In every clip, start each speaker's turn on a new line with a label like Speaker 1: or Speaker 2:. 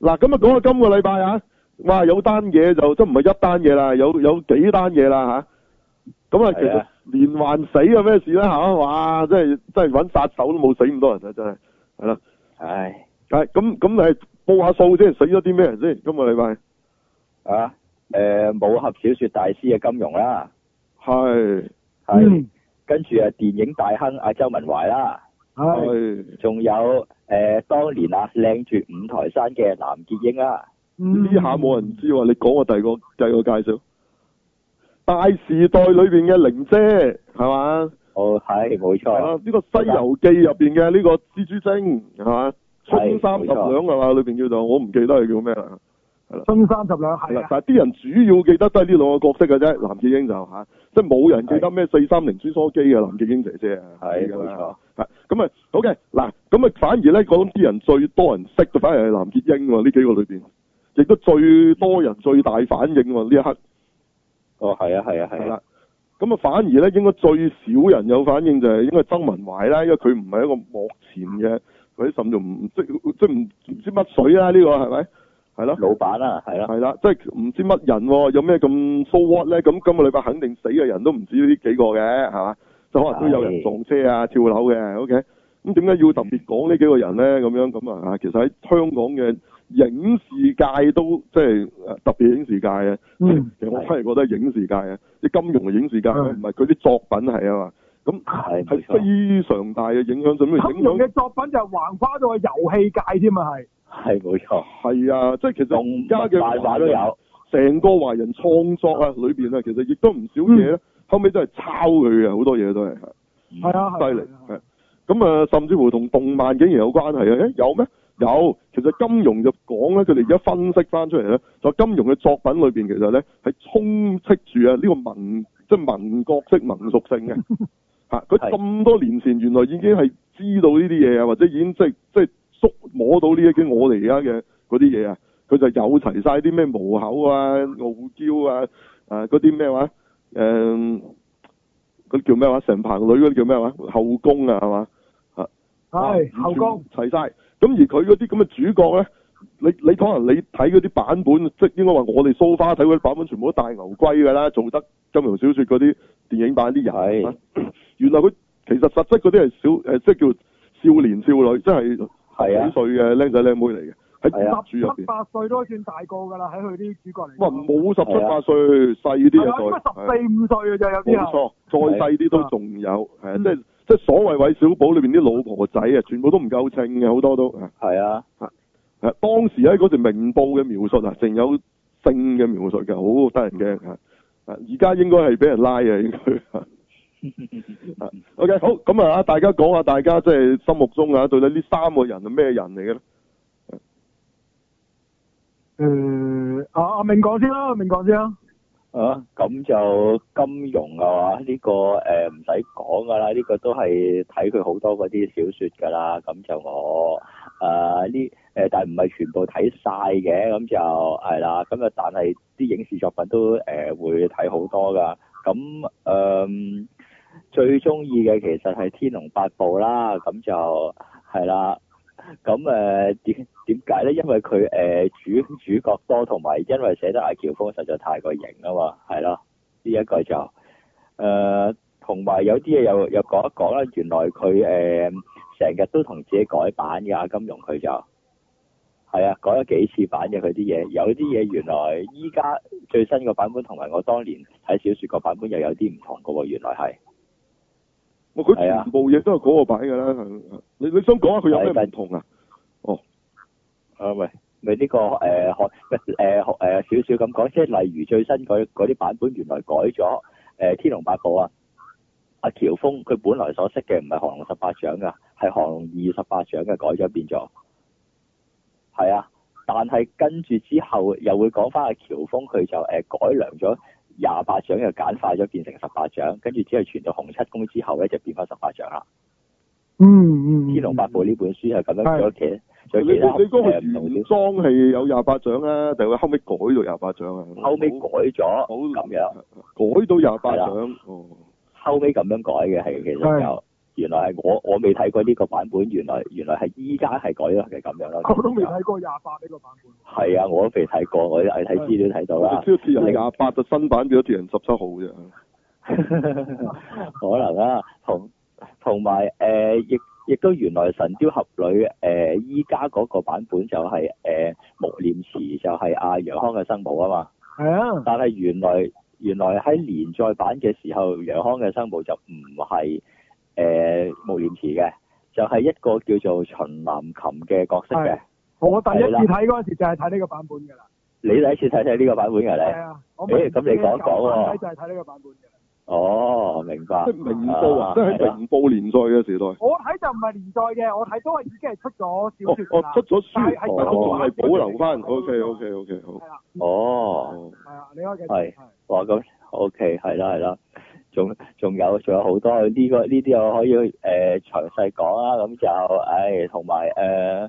Speaker 1: 嗱，咁啊講下今個禮拜啊，哇有單嘢就真唔係一單嘢啦，有有幾單嘢啦吓。咁啊，其
Speaker 2: 係
Speaker 1: 實
Speaker 2: 啊
Speaker 1: 連環死啊有咩事啦吓？哇，真係真係揾殺手都冇死咁多人啊，真係係啦。
Speaker 2: 唉，
Speaker 1: 係咁咁誒，報下數先，死咗啲咩人先？今個禮拜
Speaker 2: 啊，诶、武俠小說大師嘅金融啦，
Speaker 1: 係
Speaker 2: 係，
Speaker 3: 嗯
Speaker 2: 跟住啊，電影大亨阿周文懷啦，
Speaker 1: 啊
Speaker 3: 係
Speaker 1: 係呢
Speaker 2: 仲有诶、呃，當年啊，靚住五台山嘅藍潔瑛啦，
Speaker 3: 嗯
Speaker 1: 下冇人知喎，你講我第二個第二個介紹。大時代裏邊嘅玲姐係嘛？
Speaker 2: 哦，係，冇
Speaker 1: 係啦，
Speaker 2: 錯，
Speaker 1: 呢、個《西遊記》入邊嘅呢個蜘蛛精係嘛？春三十兩係嘛？裏邊叫做我唔記得佢叫咩啦。
Speaker 3: 新三十兩
Speaker 1: 係
Speaker 3: 係
Speaker 1: 啦
Speaker 3: 啊，，
Speaker 1: 但係啲人主要記得都係呢兩個角色嘅啫。藍潔瑛就嚇、即係冇人記得咩四三零穿梭機嘅藍潔瑛姐姐啊。
Speaker 2: 係
Speaker 1: 係
Speaker 2: 冇
Speaker 1: 㗎
Speaker 2: 錯
Speaker 1: 啦。係咁啊，好嘅嗱，咁啊反而咧，我諗啲人最多人識嘅反而係藍潔瑛喎，呢幾個裏邊，亦都最多人最大反應喎呢一刻。
Speaker 2: 哦，係啊，係啊，
Speaker 1: 係
Speaker 2: 係啊
Speaker 1: 啦，。咁啊，反而咧應該最少人有反應就係應該係周文懷啦，因為佢唔係一個幕前嘅，佢甚至唔即即唔唔知乜水啦、呢、個係咪？係咯，
Speaker 2: 老闆啦，係啦，
Speaker 1: 係啦，即係唔知乜人喎、有咩咁 so what 咧？咁今個禮拜肯定死嘅人都唔止呢幾個嘅，係嘛？就可能都有人
Speaker 2: 係
Speaker 1: 撞車啊、跳樓嘅，OK？咁點解要特別講呢幾個人咧？咁樣咁啊，其實喺香港嘅影視界都即係呃特別影視界嘅。
Speaker 3: 嗯，
Speaker 1: 其實我反而覺得係影視界啊，即係金融嘅影視界啊，
Speaker 3: 嗯
Speaker 1: 唔係佢啲作品係啊嘛，咁
Speaker 2: 係冇錯，
Speaker 1: 係非常大嘅影響，甚至
Speaker 3: 金
Speaker 1: 影
Speaker 3: 融
Speaker 1: 響
Speaker 3: 嘅作品就橫跨到去遊戲界添啊，係
Speaker 2: 係冇錯，
Speaker 1: 係啊，即係其
Speaker 2: 動
Speaker 1: 實
Speaker 2: 物
Speaker 1: 而家嘅
Speaker 2: 漫畫都有，
Speaker 1: 成個華人創作啊裏邊啊，其實亦都唔少嘢咧，
Speaker 3: 嗯
Speaker 1: 後尾都係抄佢嘅，好多嘢都係係
Speaker 2: 嗯
Speaker 3: 係啊，係
Speaker 1: 嗯
Speaker 3: 啊
Speaker 1: 犀利
Speaker 3: 係
Speaker 1: 係
Speaker 3: 啊
Speaker 1: 咁啊，甚至乎同動漫竟然有關係啊？誒有咩？有，其實金融就講咧，佢哋而家分析翻出嚟咧，就金融嘅作品裏邊其實咧係充斥住啊呢個民即係民國式民族性嘅。嚇！佢
Speaker 2: 係
Speaker 1: 咁多年前原來已經係知道呢啲嘢啊，或者已經即係即係觸摸到呢一啲我哋而家嘅嗰啲嘢啊，佢就有齊晒啲咩無口啊、傲嬌啊、啊嗰啲咩話誒嗰啲叫咩話成棚女嗰啲叫咩話後宮啊係嘛？
Speaker 3: 係後宮，
Speaker 1: 啊齊晒。咁而佢嗰啲咁嘅主角咧，你你可能你睇嗰啲版本，即係應該話我哋蘇花睇嗰啲版本，全部都大牛龜㗎啦，做得金庸小説嗰啲電影版啲人啊。 原來佢其實實質嗰啲係小誒，即係叫少年少女，即係
Speaker 2: 係啊
Speaker 1: 幾歲嘅僆仔僆妹嚟嘅，
Speaker 2: 係啊
Speaker 1: 喺
Speaker 3: 十
Speaker 1: 主入邊
Speaker 3: 七。八歲都算大個㗎啦，喺佢啲主角嚟
Speaker 1: 哇！
Speaker 3: 講。
Speaker 1: 冇十
Speaker 2: 係
Speaker 1: 七
Speaker 2: 啊
Speaker 1: 八歲，細啲
Speaker 3: 係啊，應
Speaker 1: 嘅
Speaker 3: 該
Speaker 1: 再。
Speaker 3: 十四五歲嘅就有啲
Speaker 1: 冇
Speaker 3: 係。啊
Speaker 1: 錯，再細啲都仲有，係啊，
Speaker 3: 嗯
Speaker 1: 即係即係所謂韋小寶裏邊啲老婆仔啊，全部都唔夠稱嘅，好多都啊。
Speaker 2: 係啊，
Speaker 1: 啊，當時喺嗰段明報嘅描述啊，淨有性嘅描述嘅，好得人
Speaker 2: 嗯
Speaker 1: 驚啊！啊，而家應該係俾人拉嘅，應該。啊
Speaker 2: 嗯
Speaker 1: OK，好，咁啊，大家講下大家即係心目中啊，到底呢三個人係咩人嚟嘅咧？
Speaker 3: 誒，阿阿明講先啦，阿明講先啦。
Speaker 2: 啊，咁就金融啊嘛，呢、個誒唔使講噶啦，呢、個都係睇佢好多嗰啲小説噶啦。咁就我誒呢誒，但係唔係全部睇晒嘅，咁就係啦。咁啊，但係啲影視作品都誒、呃、會睇好多噶。咁誒、嗯最中意嘅其實係《天龍八部》啦，咁就係啦。咁誒點點解咧？因為佢誒、呃主主角多，同埋因為寫得阿喬峰實在太過型啊嘛，係咯，呢、一個就誒，呃同、埋有啲嘢又又講一講啦。原來佢誒成日都同自己改版㗎，金融佢就係啊，改咗幾次版嘅佢啲嘢，有啲嘢原來依家最新個版本同埋我當年睇小説個版本又有啲唔同㗎喎，原來係。
Speaker 1: 我佢
Speaker 2: 係啊
Speaker 1: 全部嘢都係嗰個版㗎啦。係你你想講下佢有咩唔同啊？
Speaker 2: 啊喂，咪呢、個誒學誒學誒少少咁講，即係例如最新嗰嗰啲版本原來改咗誒、天龍八部》啊，阿喬峰佢本來所識嘅唔係降龍十八掌噶，係降龍二十八掌嘅改咗變咗，係啊，但係跟住之後又會講翻阿喬峰佢就誒、呃改良咗。廿八掌又簡化咗，變成十八掌，跟住之後傳到洪七公之後咧，就變翻十八掌啦。
Speaker 3: 嗯嗯。
Speaker 2: 天龍八部》呢本書係咁樣，
Speaker 3: 係
Speaker 2: 仲有其仲
Speaker 1: 你
Speaker 2: 有
Speaker 1: 你你
Speaker 2: 其他
Speaker 1: 講佢
Speaker 2: 誒唔同
Speaker 1: 原
Speaker 2: 嘅
Speaker 1: 裝係有廿八掌啊，定係後尾改到廿八掌啊？
Speaker 2: 後尾改咗
Speaker 1: 好
Speaker 2: 咁樣，
Speaker 1: 改到廿八掌哦。
Speaker 2: 後尾咁樣改嘅係其實
Speaker 3: 係
Speaker 2: 就原來係我我未睇過呢個版本，原來原來係依家係改咗係咁樣咯。
Speaker 3: 我都未睇過廿八呢個版本。
Speaker 2: 係啊，我都未睇過，我係睇資料睇到啊
Speaker 1: 我
Speaker 2: 啦
Speaker 1: 哋。知道鐵人廿八就新版變咗鐵人十七號啫。啊
Speaker 2: 可能啦，同同埋誒，亦、亦都原來神雕俠侶誒，依家嗰個版本就係、誒、穆念慈就係阿楊康嘅生母啊嘛，
Speaker 3: 係啊，
Speaker 2: 但係原來原來喺連載版嘅時候，楊康嘅生母就唔係呃誒穆念慈嘅，就係、一個叫做秦南琴嘅角色嘅
Speaker 3: 係。我第一
Speaker 2: 係
Speaker 3: 次
Speaker 2: 啦
Speaker 3: 睇嗰陣時就係睇呢個版本㗎啦。
Speaker 2: 你第一次睇睇呢個版本嘅
Speaker 3: 係
Speaker 2: 你？
Speaker 3: 啊，我
Speaker 2: 咦咁你講一講喎
Speaker 3: 睇就係睇呢個版本嘅。
Speaker 2: 哦，明白
Speaker 1: 即。係明報啊，
Speaker 2: 啊
Speaker 1: 即係喺明報連載嘅時代。
Speaker 3: 我睇就唔係連載嘅，我睇都係已經係出咗
Speaker 1: 哦
Speaker 3: 小説㗎
Speaker 1: 哦
Speaker 3: 啦。，
Speaker 1: 出咗書，
Speaker 3: 但係
Speaker 1: 但
Speaker 3: 係
Speaker 1: 係仲係保留翻。
Speaker 3: 保
Speaker 1: O
Speaker 3: 留返
Speaker 1: K O K O K 好。
Speaker 3: 係啦，
Speaker 2: 哦。
Speaker 1: 哦
Speaker 3: 係啊，你可以繼續。
Speaker 2: 係哇，咁 OK，係啦係啦，仲仲有仲有好多呢、個呢啲我可以誒、呃、詳細講啦，咁就誒同埋誒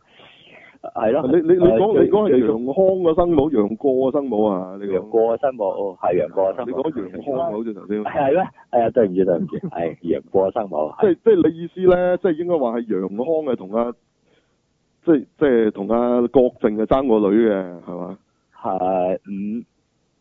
Speaker 2: 係咯，
Speaker 1: 你你你
Speaker 2: 啊誒
Speaker 1: 講
Speaker 2: 最
Speaker 1: 你講係
Speaker 2: 最
Speaker 1: 楊康嘅生母，楊過嘅生母啊？你
Speaker 2: 楊
Speaker 1: 講
Speaker 2: 過嘅生母，哦係楊過嘅生
Speaker 1: 你
Speaker 2: 母，
Speaker 1: 講楊康啊？好似頭先。
Speaker 2: 係咩？係啊，對唔住對 唔住，係楊過嘅生母，
Speaker 1: 即
Speaker 2: 係
Speaker 1: 係即係你意思咧，即係應該話係楊康嘅同阿，即係即係同阿郭靖嘅爭個女嘅係嘛？
Speaker 2: 係唔唔哎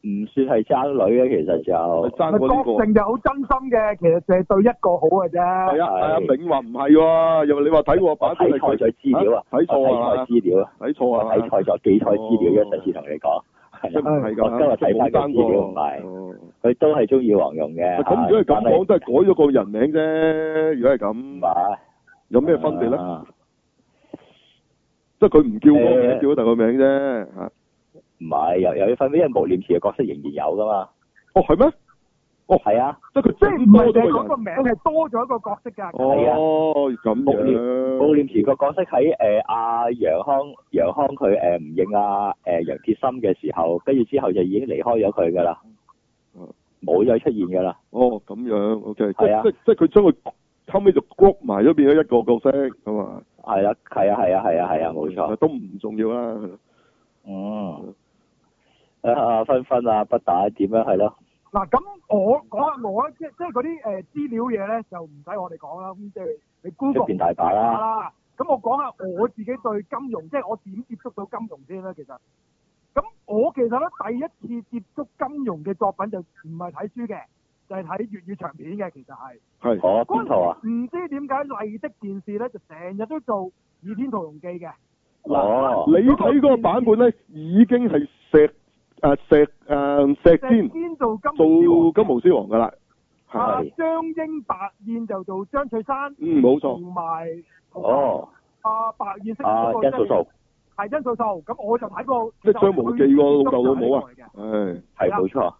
Speaker 2: 嗯算係爭女嘅，其實就
Speaker 1: 爭過呢個
Speaker 3: 郭。靖就好真心嘅，其實就係對一個好嘅啫。
Speaker 1: 係啊，係阿銘話唔係喎，又話你話睇過
Speaker 2: 我
Speaker 1: 版本
Speaker 2: 睇
Speaker 1: 係
Speaker 2: 錯
Speaker 1: 佢
Speaker 2: 咗資料啊，
Speaker 1: 睇錯啊
Speaker 2: 我睇錯資料啊，
Speaker 1: 睇錯
Speaker 2: 我
Speaker 1: 啊
Speaker 2: 睇，錯咗記錯資料，一陣先同你
Speaker 1: 哦
Speaker 2: 講，
Speaker 1: 即係唔
Speaker 2: 係啦，
Speaker 1: 係㗎，
Speaker 2: 我今日睇
Speaker 1: 冇
Speaker 2: 返個
Speaker 1: 爭過
Speaker 2: 資料唔係
Speaker 1: 哦
Speaker 2: 佢都係中意黃蓉嘅，
Speaker 1: 咁如果係咁講，都
Speaker 2: 啊但
Speaker 1: 係改咗個人名啫。如果係咁，
Speaker 2: 唔係
Speaker 1: 有咩分別咧？
Speaker 2: 啊
Speaker 1: 即係佢唔叫嗰個名，
Speaker 2: 誒
Speaker 1: 叫咗第二個名啫。嚇，
Speaker 2: 唔係有有啲分別，因為穆念慈嘅角色仍然有噶嘛。
Speaker 1: 哦係咩？
Speaker 2: 係啊，
Speaker 1: 即係佢
Speaker 3: 即係唔係就
Speaker 1: 多咗
Speaker 3: 係嗰
Speaker 1: 個
Speaker 3: 個
Speaker 1: 人。
Speaker 3: 名係多咗一個角色㗎。
Speaker 2: 係啊
Speaker 1: 哦，咁
Speaker 2: 穆念穆
Speaker 1: 樣。
Speaker 2: 念慈個角色喺誒阿楊康楊康佢誒唔啊應阿誒楊鐵心嘅時候，跟住之後就已經離開咗佢噶啦
Speaker 1: 嗯，
Speaker 2: 冇再出現噶啦。
Speaker 1: 哦，咁樣，OK，即
Speaker 2: 係啊
Speaker 1: 即即係佢將佢後尾就 group 埋咗，變咗一個角色咁啊。
Speaker 2: 係啦，係啊，係啊，係啊，係啊，冇錯。
Speaker 1: 都唔重要啦。
Speaker 2: 嗯。啊，芬芬啊，不打點樣係咯？
Speaker 3: 嗱，咁我講下我啊，即即係嗰啲誒資料嘢咧，就唔使我哋講啦。咁即係你
Speaker 2: 出
Speaker 3: Google
Speaker 2: 邊大把啦。
Speaker 3: 啦。咁我講下我自己對金融，即係我點接觸到金融先啦。其實，咁我其實咧第一次接觸金融嘅作品就唔係睇書嘅，就係睇粵語長片嘅。其實係
Speaker 1: 係
Speaker 2: 哦，邊套
Speaker 3: 嗰
Speaker 2: 啊？
Speaker 3: 陣時唔知點解麗的電視咧就成日都做《倚天屠龍記》嘅。
Speaker 2: 哦
Speaker 1: 你睇嗰個版本咧，已經係石啊石啊石
Speaker 3: 石
Speaker 1: 堅
Speaker 3: 堅做金
Speaker 1: 做
Speaker 3: 融之王
Speaker 1: 金毛獅王㗎啦。
Speaker 3: 啊
Speaker 1: 係。
Speaker 3: 張英白燕就做張翠珊，
Speaker 1: 嗯，冇錯。
Speaker 3: 同埋
Speaker 2: 哦，
Speaker 3: 阿白燕飾
Speaker 2: 啊，
Speaker 3: 嗰個
Speaker 2: 殷素素
Speaker 3: 係殷素素，咁我就睇過
Speaker 1: 即係張無忌個老豆老母啊
Speaker 3: 我就係呢個嚟嘅
Speaker 1: 唉，
Speaker 2: 係冇錯。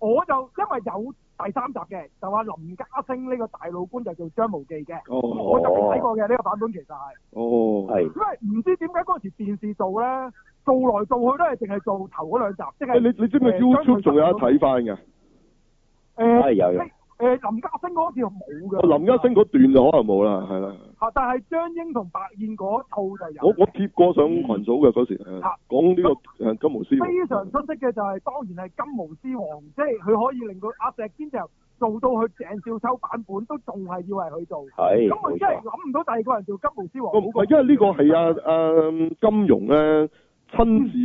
Speaker 3: 我就因為有第三集嘅，就話林家聲呢個大老官就做張無忌嘅，
Speaker 1: 哦
Speaker 3: 我就未睇過嘅呢個版本其實係，
Speaker 1: 哦，
Speaker 2: 係。
Speaker 3: 因為唔知點解嗰時電視做咧，做來做去都係淨係做頭嗰兩集，即
Speaker 1: 誒
Speaker 3: 係
Speaker 1: 哎你你知唔知
Speaker 3: 誒
Speaker 1: YouTube 仲有得睇翻㗎？Ờ,
Speaker 3: 誒
Speaker 2: 係哎有有
Speaker 3: 誒林家聲嗰次冇嘅，
Speaker 1: 哦林家聲嗰段就可能冇啦，係啦。
Speaker 3: 嚇，但係張英同白燕嗰套就有。
Speaker 1: 我我貼過上群組嘅嗰時，係
Speaker 3: 啊
Speaker 1: 講呢個誒金毛獅
Speaker 3: 非
Speaker 1: 王。
Speaker 3: 常出色嘅就係、當然係金毛獅王，即係佢可以令佢阿石堅就做到佢鄭少秋版本都仲係要係佢做。
Speaker 2: 係
Speaker 3: 咁我
Speaker 2: 冇
Speaker 3: 真係
Speaker 2: 錯，
Speaker 3: 諗唔到第二個人做金毛獅王
Speaker 1: 我
Speaker 3: 好
Speaker 1: 唔
Speaker 3: 過。
Speaker 1: 係因為呢個係啊啊金融咧親自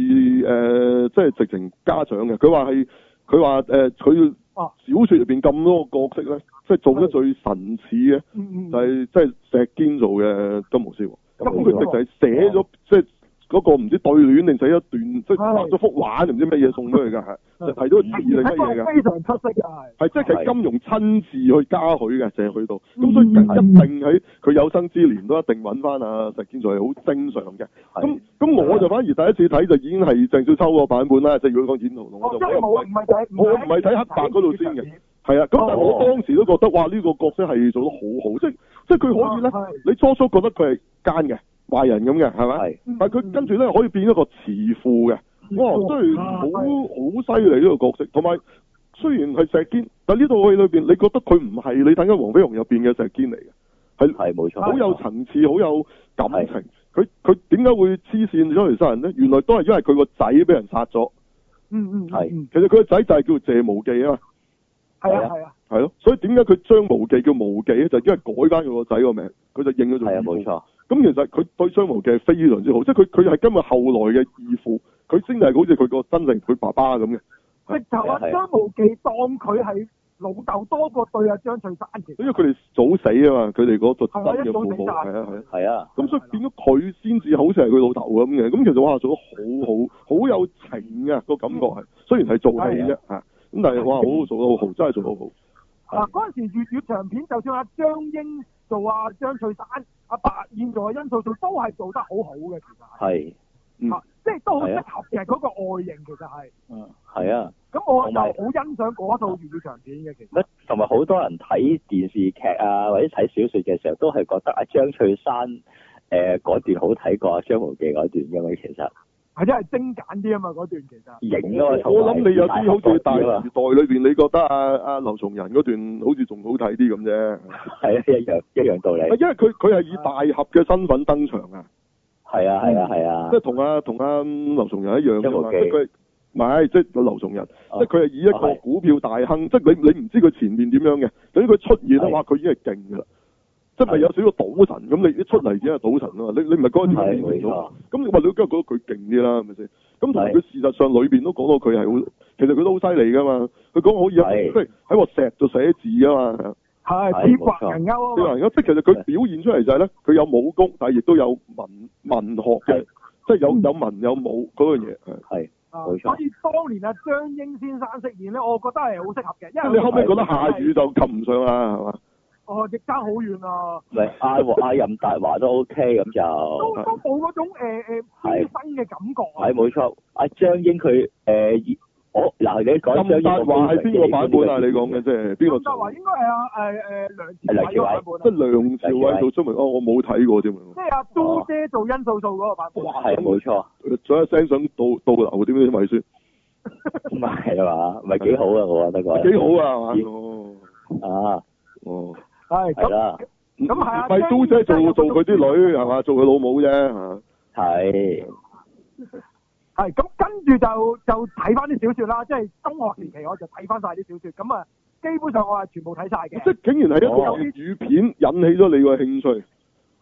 Speaker 1: 誒、
Speaker 3: 嗯
Speaker 1: 呃即係直情家長嘅。佢話係佢話誒佢
Speaker 3: 哦
Speaker 1: 小説入邊咁多個角色咧，即係做得最神似嘅
Speaker 3: 嗯嗯
Speaker 1: 就係即係石堅做嘅金毛獅王。
Speaker 2: 咁
Speaker 1: 咁佢直
Speaker 2: 冇
Speaker 1: 就
Speaker 2: 錯
Speaker 1: 係寫咗即係嗰個唔知對聯定寫咗段，即係畫咗幅畫定唔知乜嘢送俾佢㗎，係就提咗字定乜嘢㗎。
Speaker 3: 非常出色嘅係。
Speaker 1: 係即係
Speaker 2: 係
Speaker 1: 金融親自去加佢嘅，淨係去到，咁
Speaker 3: 嗯
Speaker 1: 所以一定喺佢有生之年都一定揾翻阿石堅做係好正常嘅。咁
Speaker 2: 係
Speaker 1: 咁我就反而第一次睇就已經係鄭少秋個版本啦，即係如果講演圖同
Speaker 3: 我
Speaker 1: 我就
Speaker 3: 真
Speaker 1: 我
Speaker 3: 係
Speaker 1: 又唔
Speaker 3: 冇，唔
Speaker 1: 係
Speaker 3: 係就係
Speaker 1: 我唔係睇黑白嗰度先嘅。係啊，咁但係我當時都覺得哇，呢個角色係做得好好，即係即係佢可以咧，
Speaker 3: 係
Speaker 1: 你初初覺得佢係奸嘅壞人咁嘅，係咪？
Speaker 2: 係
Speaker 1: 但係佢跟住咧可以變一個慈父嘅。哇！真嗯哦啊係好好犀利呢個角色，同埋雖然係石堅，但呢套戲裏邊，你覺得佢唔係你睇緊《黃飛鴻》入邊嘅石堅嚟嘅，係
Speaker 2: 係冇錯，
Speaker 1: 好有層次、好有感情
Speaker 2: 係。
Speaker 1: 佢佢點解會黐線咗嚟殺人呢？原來都係因為佢個仔俾人殺咗。
Speaker 3: 嗯嗯
Speaker 2: 係
Speaker 1: 其實佢個仔就係叫謝無忌啊嘛。
Speaker 3: 係啊係啊
Speaker 1: 係咯，所以點解佢將無忌叫無忌咧？就因為改翻佢個仔個名，佢就認咗做
Speaker 2: 係啊，
Speaker 1: 義
Speaker 2: 冇
Speaker 1: 父。
Speaker 2: 錯，
Speaker 1: 咁其實佢對張無忌係非常之好，即係佢佢係今日後來嘅義父，佢先係好似佢個真正佢爸爸咁嘅。
Speaker 3: 直頭啊，
Speaker 2: 係啊
Speaker 3: 張無忌當佢係老豆多過對阿張翠山其實
Speaker 1: 因為佢哋早死啊嘛，佢哋嗰個真嘅父母
Speaker 3: 係
Speaker 1: 係啊
Speaker 3: 啊一早死晒
Speaker 1: 係啊。
Speaker 2: 係啊，
Speaker 1: 咁所以變咗佢先至好似係佢老豆咁嘅，咁其實哇做得好好，好有情啊個感覺係，雖然係做戲
Speaker 3: 啊
Speaker 1: 啫嚇，咁但係哇好做得好好，真係做得好好。
Speaker 3: 嗱嗰陣時粵語長片，就算阿張英做阿張翠山，阿白燕做阿殷素素，都係做得好好嘅，其實係
Speaker 2: 係，
Speaker 1: 嗯
Speaker 3: 啊即係都好
Speaker 2: 係
Speaker 3: 適
Speaker 2: 啊
Speaker 3: 合嘅嗰個外形，其實係。
Speaker 2: 係啊。
Speaker 3: 咁我
Speaker 2: 同
Speaker 3: 就
Speaker 2: 埋
Speaker 3: 好欣賞嗰套粵語長片嘅，其實
Speaker 2: 乜同埋好多人睇電視劇啊，或者睇小説嘅時候，都係覺得阿張翠山誒嗰、段好睇過阿張無忌嗰段嘅嘛，其實
Speaker 3: 係真係精簡啲啊嘛，嗰段其實。
Speaker 2: 型啊嘛，
Speaker 1: 我嗯我
Speaker 2: 同
Speaker 1: 諗你有啲好似大
Speaker 2: 大
Speaker 1: 時
Speaker 2: 啊嘛，
Speaker 1: 代裏邊，你覺得阿阿劉松仁嗰段好似仲好睇啲咁啫，啊
Speaker 2: 係啊，一 樣一樣道理，
Speaker 1: 因為佢佢係以大俠嘅身份登場啊，
Speaker 2: 係啊係啊係啊
Speaker 1: 嗯即係，同阿同阿劉松仁一樣啫嘛，
Speaker 2: 張無
Speaker 1: 即
Speaker 2: 忌
Speaker 1: 係佢係唔係即係劉松仁。即
Speaker 2: 哦
Speaker 1: 係佢係以一個股票大亨，即係你你唔知佢前面點樣嘅，等佢出現咧，
Speaker 2: 係
Speaker 1: 哇！佢已經係勁㗎啦，即係咪
Speaker 2: 係
Speaker 1: 有少少賭神咁？你一出嚟已經係賭神啊嘛！你你唔係嗰陣時
Speaker 2: 係
Speaker 1: 已經
Speaker 2: 冇
Speaker 1: 係賭神
Speaker 2: 錯，
Speaker 1: 咁你話你梗係覺得佢勁啲啦，係咪先？咁同埋
Speaker 2: 係
Speaker 1: 佢事實上裏邊都講到佢係好，其實佢都好犀利㗎嘛。佢講好似一
Speaker 2: 係
Speaker 1: 即係喺個石度寫字㗎嘛。
Speaker 3: 係
Speaker 2: 係
Speaker 3: 鐵
Speaker 2: 冇錯
Speaker 3: 骨人勾啊
Speaker 1: 你
Speaker 3: 嘛
Speaker 1: 話。而家即係其實佢表現出嚟就係咧，佢有武功，但係亦都有文文學嘅
Speaker 2: 係，
Speaker 1: 即係有有文有武嗰樣嘢。係
Speaker 2: 係
Speaker 3: 啊
Speaker 2: 冇錯
Speaker 3: 所以當年啊張英先生飾演咧，我覺得係好適合嘅，因為
Speaker 1: 你後尾覺得夏雨就及唔上啦，係嘛？
Speaker 3: 哦，亦爭好遠啊，
Speaker 2: 咪阿和阿任達華都 OK 咁就
Speaker 1: 哦
Speaker 3: 都。都冇嗰種呃誒誒
Speaker 2: 係
Speaker 3: 犧牲嘅感覺啊
Speaker 2: 係。冇錯，阿張英佢誒，我嗱你講張
Speaker 1: 任
Speaker 2: 英
Speaker 1: 達華係邊個版本啊？你講嘅
Speaker 2: 嘅
Speaker 1: 即係邊個
Speaker 3: 咁就話
Speaker 1: 做？
Speaker 3: 應該係啊誒誒梁朝
Speaker 2: 梁朝
Speaker 3: 偉
Speaker 2: 偉
Speaker 3: 嗰個版
Speaker 1: 即係
Speaker 3: 本啊，
Speaker 1: 梁朝偉做張明，哦，我冇睇過添啊！
Speaker 3: 即係阿都姐做殷素素嗰個版本。啊
Speaker 2: 係冇錯，
Speaker 1: 仲有一聲想倒倒流點樣咪算？
Speaker 2: 唔係嘛，唔係幾好啊，我覺得個
Speaker 1: 幾好啊，係
Speaker 2: 咦
Speaker 1: 嘛？哦
Speaker 2: 啊，
Speaker 1: 哦，
Speaker 2: 係
Speaker 3: 係咁
Speaker 2: 啦，
Speaker 3: 咁係啊
Speaker 1: 唔係都姐做做佢啲女係嘛？做佢老母啫嚇。
Speaker 2: 係
Speaker 3: 係咁，跟住就就睇翻啲小説啦，即係中學時期我就睇翻晒啲小説，咁啊基本上我係全部睇晒嘅。
Speaker 1: 即係竟然係一個粵語片引起咗你個興趣，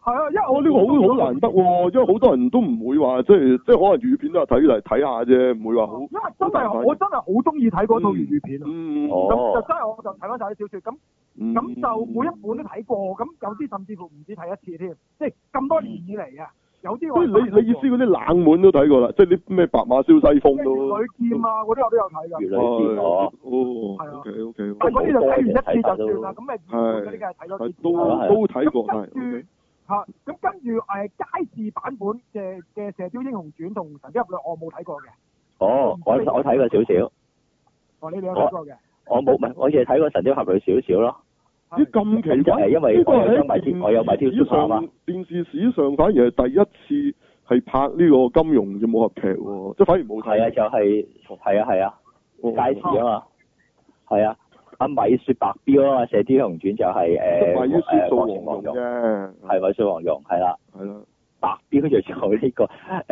Speaker 3: 係啊，因為
Speaker 1: 我
Speaker 3: 我
Speaker 1: 呢個好好難得喎，因為好多人都唔會話即係即係可能粵語片都係睇嚟睇下啫，唔會話好
Speaker 2: 哦
Speaker 3: 因為真係我真係好中意睇嗰套粵語片啊。
Speaker 1: 嗯
Speaker 2: 哦
Speaker 3: 咁就真係我就睇翻晒啲小説，咁
Speaker 1: 嗯
Speaker 3: 咁就每一本都睇過，咁有啲甚至乎唔止睇一次添，即係咁多年以嚟啊，有啲
Speaker 1: 即
Speaker 3: 我
Speaker 1: 係你你意思嗰啲冷門都睇過啦，即係啲咩白馬蕭西
Speaker 3: 即
Speaker 1: 風
Speaker 3: 係
Speaker 1: 都。
Speaker 3: 女劍啊嗰啲我都有睇㗎
Speaker 2: 越，
Speaker 1: 哦
Speaker 2: 嚟越我。
Speaker 1: 哦
Speaker 3: 係啊
Speaker 1: ，OK OK，
Speaker 3: 但係嗰啲就睇完一次就
Speaker 2: 都
Speaker 3: 算啦，咁咪嗰啲梗係睇咗
Speaker 1: 係
Speaker 3: 幾次
Speaker 1: 都
Speaker 3: 啦。
Speaker 1: 都睇過，
Speaker 3: 咁
Speaker 1: 係
Speaker 3: 跟住
Speaker 1: OK
Speaker 3: 嚇，咁跟住誒街市版本嘅嘅《射雕英雄傳》同《神雕俠侶》，我冇睇過嘅，
Speaker 2: 哦，我我睇過少少，
Speaker 3: 哦，你哋有睇過嘅，
Speaker 2: 我冇唔係，我淨係睇過《神雕俠侶》少少咯。
Speaker 1: 咦咁奇
Speaker 2: 咁就
Speaker 1: 怪，
Speaker 2: 係因為
Speaker 1: 呢個
Speaker 2: 我有
Speaker 1: 喺
Speaker 2: 買
Speaker 1: 電
Speaker 2: 貼我有買貼
Speaker 1: 史
Speaker 2: Super 啊
Speaker 1: 上
Speaker 2: 嘛
Speaker 1: 電視史上反而係第一次係拍呢個金融嘅武俠劇喎，即係反而冇睇。
Speaker 2: 係啊，就係係啊係啊，
Speaker 1: 哦
Speaker 2: 街市啊嘛，係啊，阿米雪白標啊嘛，《射雕英雄傳》就係
Speaker 1: 即係
Speaker 2: 誒
Speaker 1: 賣於輸
Speaker 2: 誒
Speaker 1: 做
Speaker 2: 黃
Speaker 1: 黃
Speaker 2: 蓉黃
Speaker 1: 蓉
Speaker 2: 蓉，
Speaker 1: 啫，
Speaker 2: 係米雪黃蓉係啦，
Speaker 1: 係啦。
Speaker 2: 白標就做呢個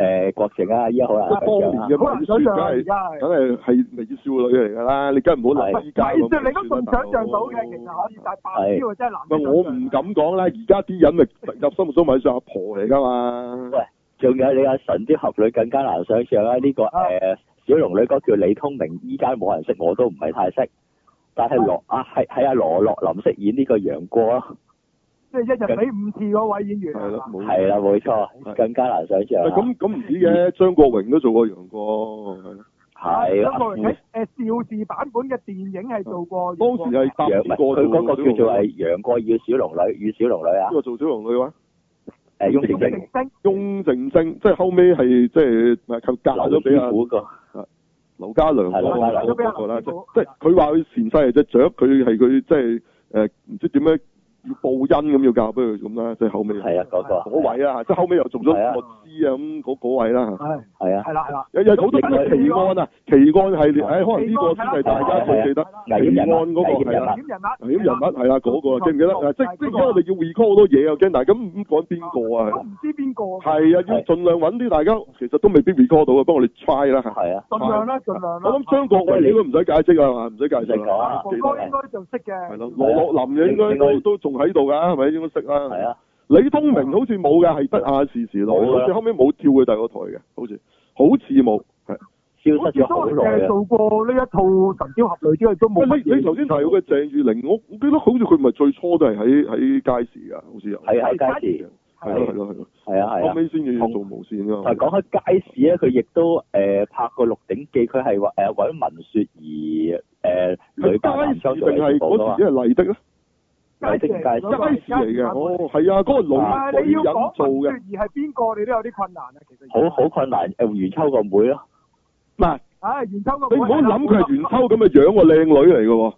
Speaker 2: 誒郭靖啊，依家好難
Speaker 1: 即係當
Speaker 2: 想象啊
Speaker 1: 年嘅
Speaker 3: 好
Speaker 1: 米雪
Speaker 3: 難想象
Speaker 1: 梗
Speaker 3: 啊，而
Speaker 1: 係
Speaker 3: 家係。
Speaker 1: 梗係係美少女嚟㗎啦，你梗係唔好諗依啊家
Speaker 3: 米
Speaker 1: 咁
Speaker 3: 雪
Speaker 1: 樣
Speaker 3: 你都仲想象到嘅，其實可以，但係白標啊真係難
Speaker 1: 喂，
Speaker 3: 想
Speaker 1: 我唔敢講啦，而家啲人咪入心目中米雪阿婆嚟㗎嘛。
Speaker 2: 仲有你阿神雕俠侶更加難想象啦，呢、個誒、呃
Speaker 3: 啊
Speaker 2: 小龍女嗰叫李通明，依家冇人識，我都唔係太識。但係羅啊，係係阿羅樂林飾演呢個楊過啊咯，
Speaker 3: 即係一日俾五次嗰位演員
Speaker 1: 係啦
Speaker 3: 啊，
Speaker 1: 冇。
Speaker 2: 係啦，冇錯，更加難想象
Speaker 1: 哦喂
Speaker 2: 啦。
Speaker 1: 咁咁唔止嘅，張國榮都做過楊過，係咯
Speaker 2: 係
Speaker 3: 張國榮喺
Speaker 2: 啦，嗯
Speaker 3: 誒邵氏版本嘅電影係做過，
Speaker 1: 當時係搭
Speaker 2: 楊
Speaker 1: 呢
Speaker 2: 唔係
Speaker 1: 個
Speaker 2: 佢嗰個叫做
Speaker 1: 係
Speaker 2: 係楊過與小龍女與小龍女啊
Speaker 1: 呢，個做小龍女話，
Speaker 2: 誒翁
Speaker 3: 用
Speaker 2: 靜
Speaker 3: 明
Speaker 2: 晶
Speaker 3: 星
Speaker 1: 翁靜晶，即係後尾係即係咪佢嫁咗
Speaker 2: 劉
Speaker 1: 俾阿
Speaker 2: 師傅個
Speaker 1: 劉家良
Speaker 2: 係
Speaker 1: 嗰
Speaker 2: 劉家良
Speaker 1: 個嗰個啦，
Speaker 3: 嫁咗
Speaker 1: 即呃即
Speaker 3: 俾阿劉
Speaker 1: 係佢話佢前世係只雀，佢係佢即係誒唔知點樣要報恩咁要教俾佢咁啦，即係後尾
Speaker 2: 係啊，嗰個
Speaker 1: 嗰位啊，即係後尾又做咗
Speaker 2: 係啊
Speaker 1: 律師啊咁嗰嗰位啦。
Speaker 3: 係
Speaker 2: 係啊，
Speaker 3: 係啦係啦，
Speaker 1: 有有好多奇案啊，奇案系列，誒可能呢個先係大家最記得。
Speaker 2: 危險人物，危險人啊
Speaker 3: 危
Speaker 1: 危
Speaker 2: 物，
Speaker 3: 險人物，
Speaker 1: 險人物係啦，嗰個啊記唔記得？啊即即而家我哋要 recall 好多嘢啊，驚但係咁唔講邊個
Speaker 3: 都
Speaker 1: 啊？
Speaker 3: 唔知邊個，
Speaker 1: 係啊，要盡量揾啲大家其實都未必 recall 到啊，不過我哋 try 啦嚇。
Speaker 2: 係啊，
Speaker 3: 盡量啦，盡量啦。
Speaker 1: 我諗張國偉應該唔使解釋啊，係嘛唔使
Speaker 2: 唔
Speaker 1: 介
Speaker 2: 識
Speaker 1: 紹
Speaker 2: 講
Speaker 1: 啦。
Speaker 2: 啊，
Speaker 3: 哥哥應該就識嘅，
Speaker 1: 係咯，羅樂林嘅應該都都仲喺度㗎，係咪應該識啦？
Speaker 2: 係啊，
Speaker 1: 李通明好似冇嘅，係得亞視時代，
Speaker 2: 冇啊㗎
Speaker 1: 好似後尾冇跳去第二個台嘅，好似好似冇。係
Speaker 2: 消
Speaker 3: 好似
Speaker 2: 失咗
Speaker 3: 都
Speaker 2: 好
Speaker 3: 係
Speaker 2: 耐
Speaker 3: 淨係
Speaker 2: 啊，
Speaker 3: 做過呢一套《神雕俠侶》之外，都冇
Speaker 1: 喂
Speaker 3: 乜
Speaker 1: 你
Speaker 3: 嘢。
Speaker 1: 你頭先提到嘅鄭裕玲，我我記得好似佢唔係最初都係喺喺街市㗎，好似有。
Speaker 2: 係啊喺街市，
Speaker 1: 係咯係咯係咯，
Speaker 2: 係啊係
Speaker 1: 後
Speaker 2: 啊。
Speaker 1: 尾先至做無線㗎
Speaker 2: 同
Speaker 1: 嘛
Speaker 2: 埋。啊講開街市咧，佢亦都誒、呃拍過《鹿鼎記》，佢係話誒揾文雪兒誒、呃、女扮
Speaker 1: 係
Speaker 2: 男
Speaker 1: 街
Speaker 2: 裝
Speaker 1: 市
Speaker 2: 做啊
Speaker 1: 定係
Speaker 2: 女主
Speaker 1: 嗰
Speaker 2: 角噶嘛
Speaker 1: 時，係麗的咧？
Speaker 2: 嗰個
Speaker 1: 街市嚟嘅，哦係啊，嗰個
Speaker 3: 但係
Speaker 1: 女
Speaker 3: 你
Speaker 1: 女
Speaker 3: 要
Speaker 1: 人做
Speaker 3: 講
Speaker 1: 嘅
Speaker 3: 文。雪兒係邊個，你都有啲困難啊，其
Speaker 2: 好
Speaker 3: 實。
Speaker 2: 好困難誒元秋個妹咯，
Speaker 1: 嗱，
Speaker 3: 唉，元秋嗰個
Speaker 1: 你唔好諗佢係元秋咁嘅樣喎，靚女嚟嘅喎，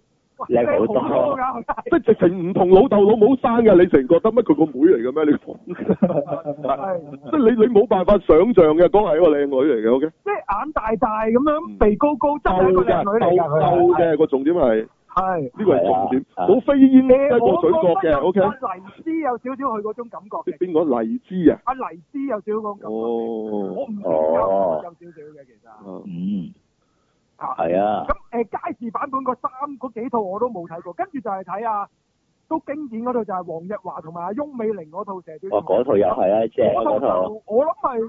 Speaker 3: 喂
Speaker 2: 靚好多
Speaker 3: 㗎。
Speaker 1: 即係直情唔同老豆老母生嘅，你成覺得乜佢個妹嚟嘅咩？你
Speaker 3: 嗯
Speaker 1: 即
Speaker 3: 係
Speaker 1: 係你你冇辦法想像嘅，嗰係一個靚女嚟嘅，OK？
Speaker 3: 即係眼大大咁樣，
Speaker 1: 嗯
Speaker 3: 鼻高高，真係一個
Speaker 1: 鬥
Speaker 3: 靚
Speaker 1: 嘅，
Speaker 3: 女嚟㗎。
Speaker 1: 鬥
Speaker 3: 佢係啊
Speaker 1: 嘅個重點係
Speaker 3: 係。
Speaker 1: 呢個係重點，
Speaker 2: 係啊
Speaker 1: 冇飛煙
Speaker 3: 誒
Speaker 1: 得過水角嘅
Speaker 3: 我
Speaker 1: ，OK？
Speaker 3: 覺得阿黎姿有少少佢嗰種感覺嘅，
Speaker 1: 邊個黎姿啊？
Speaker 3: 阿黎姿有少少嗰種感覺嘅。我
Speaker 1: 哦
Speaker 3: 唔敢有少少嘅其實。
Speaker 1: 啊
Speaker 2: 嗯
Speaker 3: 啊
Speaker 2: 係啊
Speaker 3: 咁誒、街市版本嗰三嗰幾套我都冇睇過，跟住就係睇啊，都經典嗰套就係黃日華同埋阿翁美玲嗰套《射雕英雄
Speaker 2: 哇嗰套又係啊，正啊
Speaker 3: 嗰
Speaker 2: 嗰
Speaker 3: 套
Speaker 2: 套
Speaker 3: 就我諗係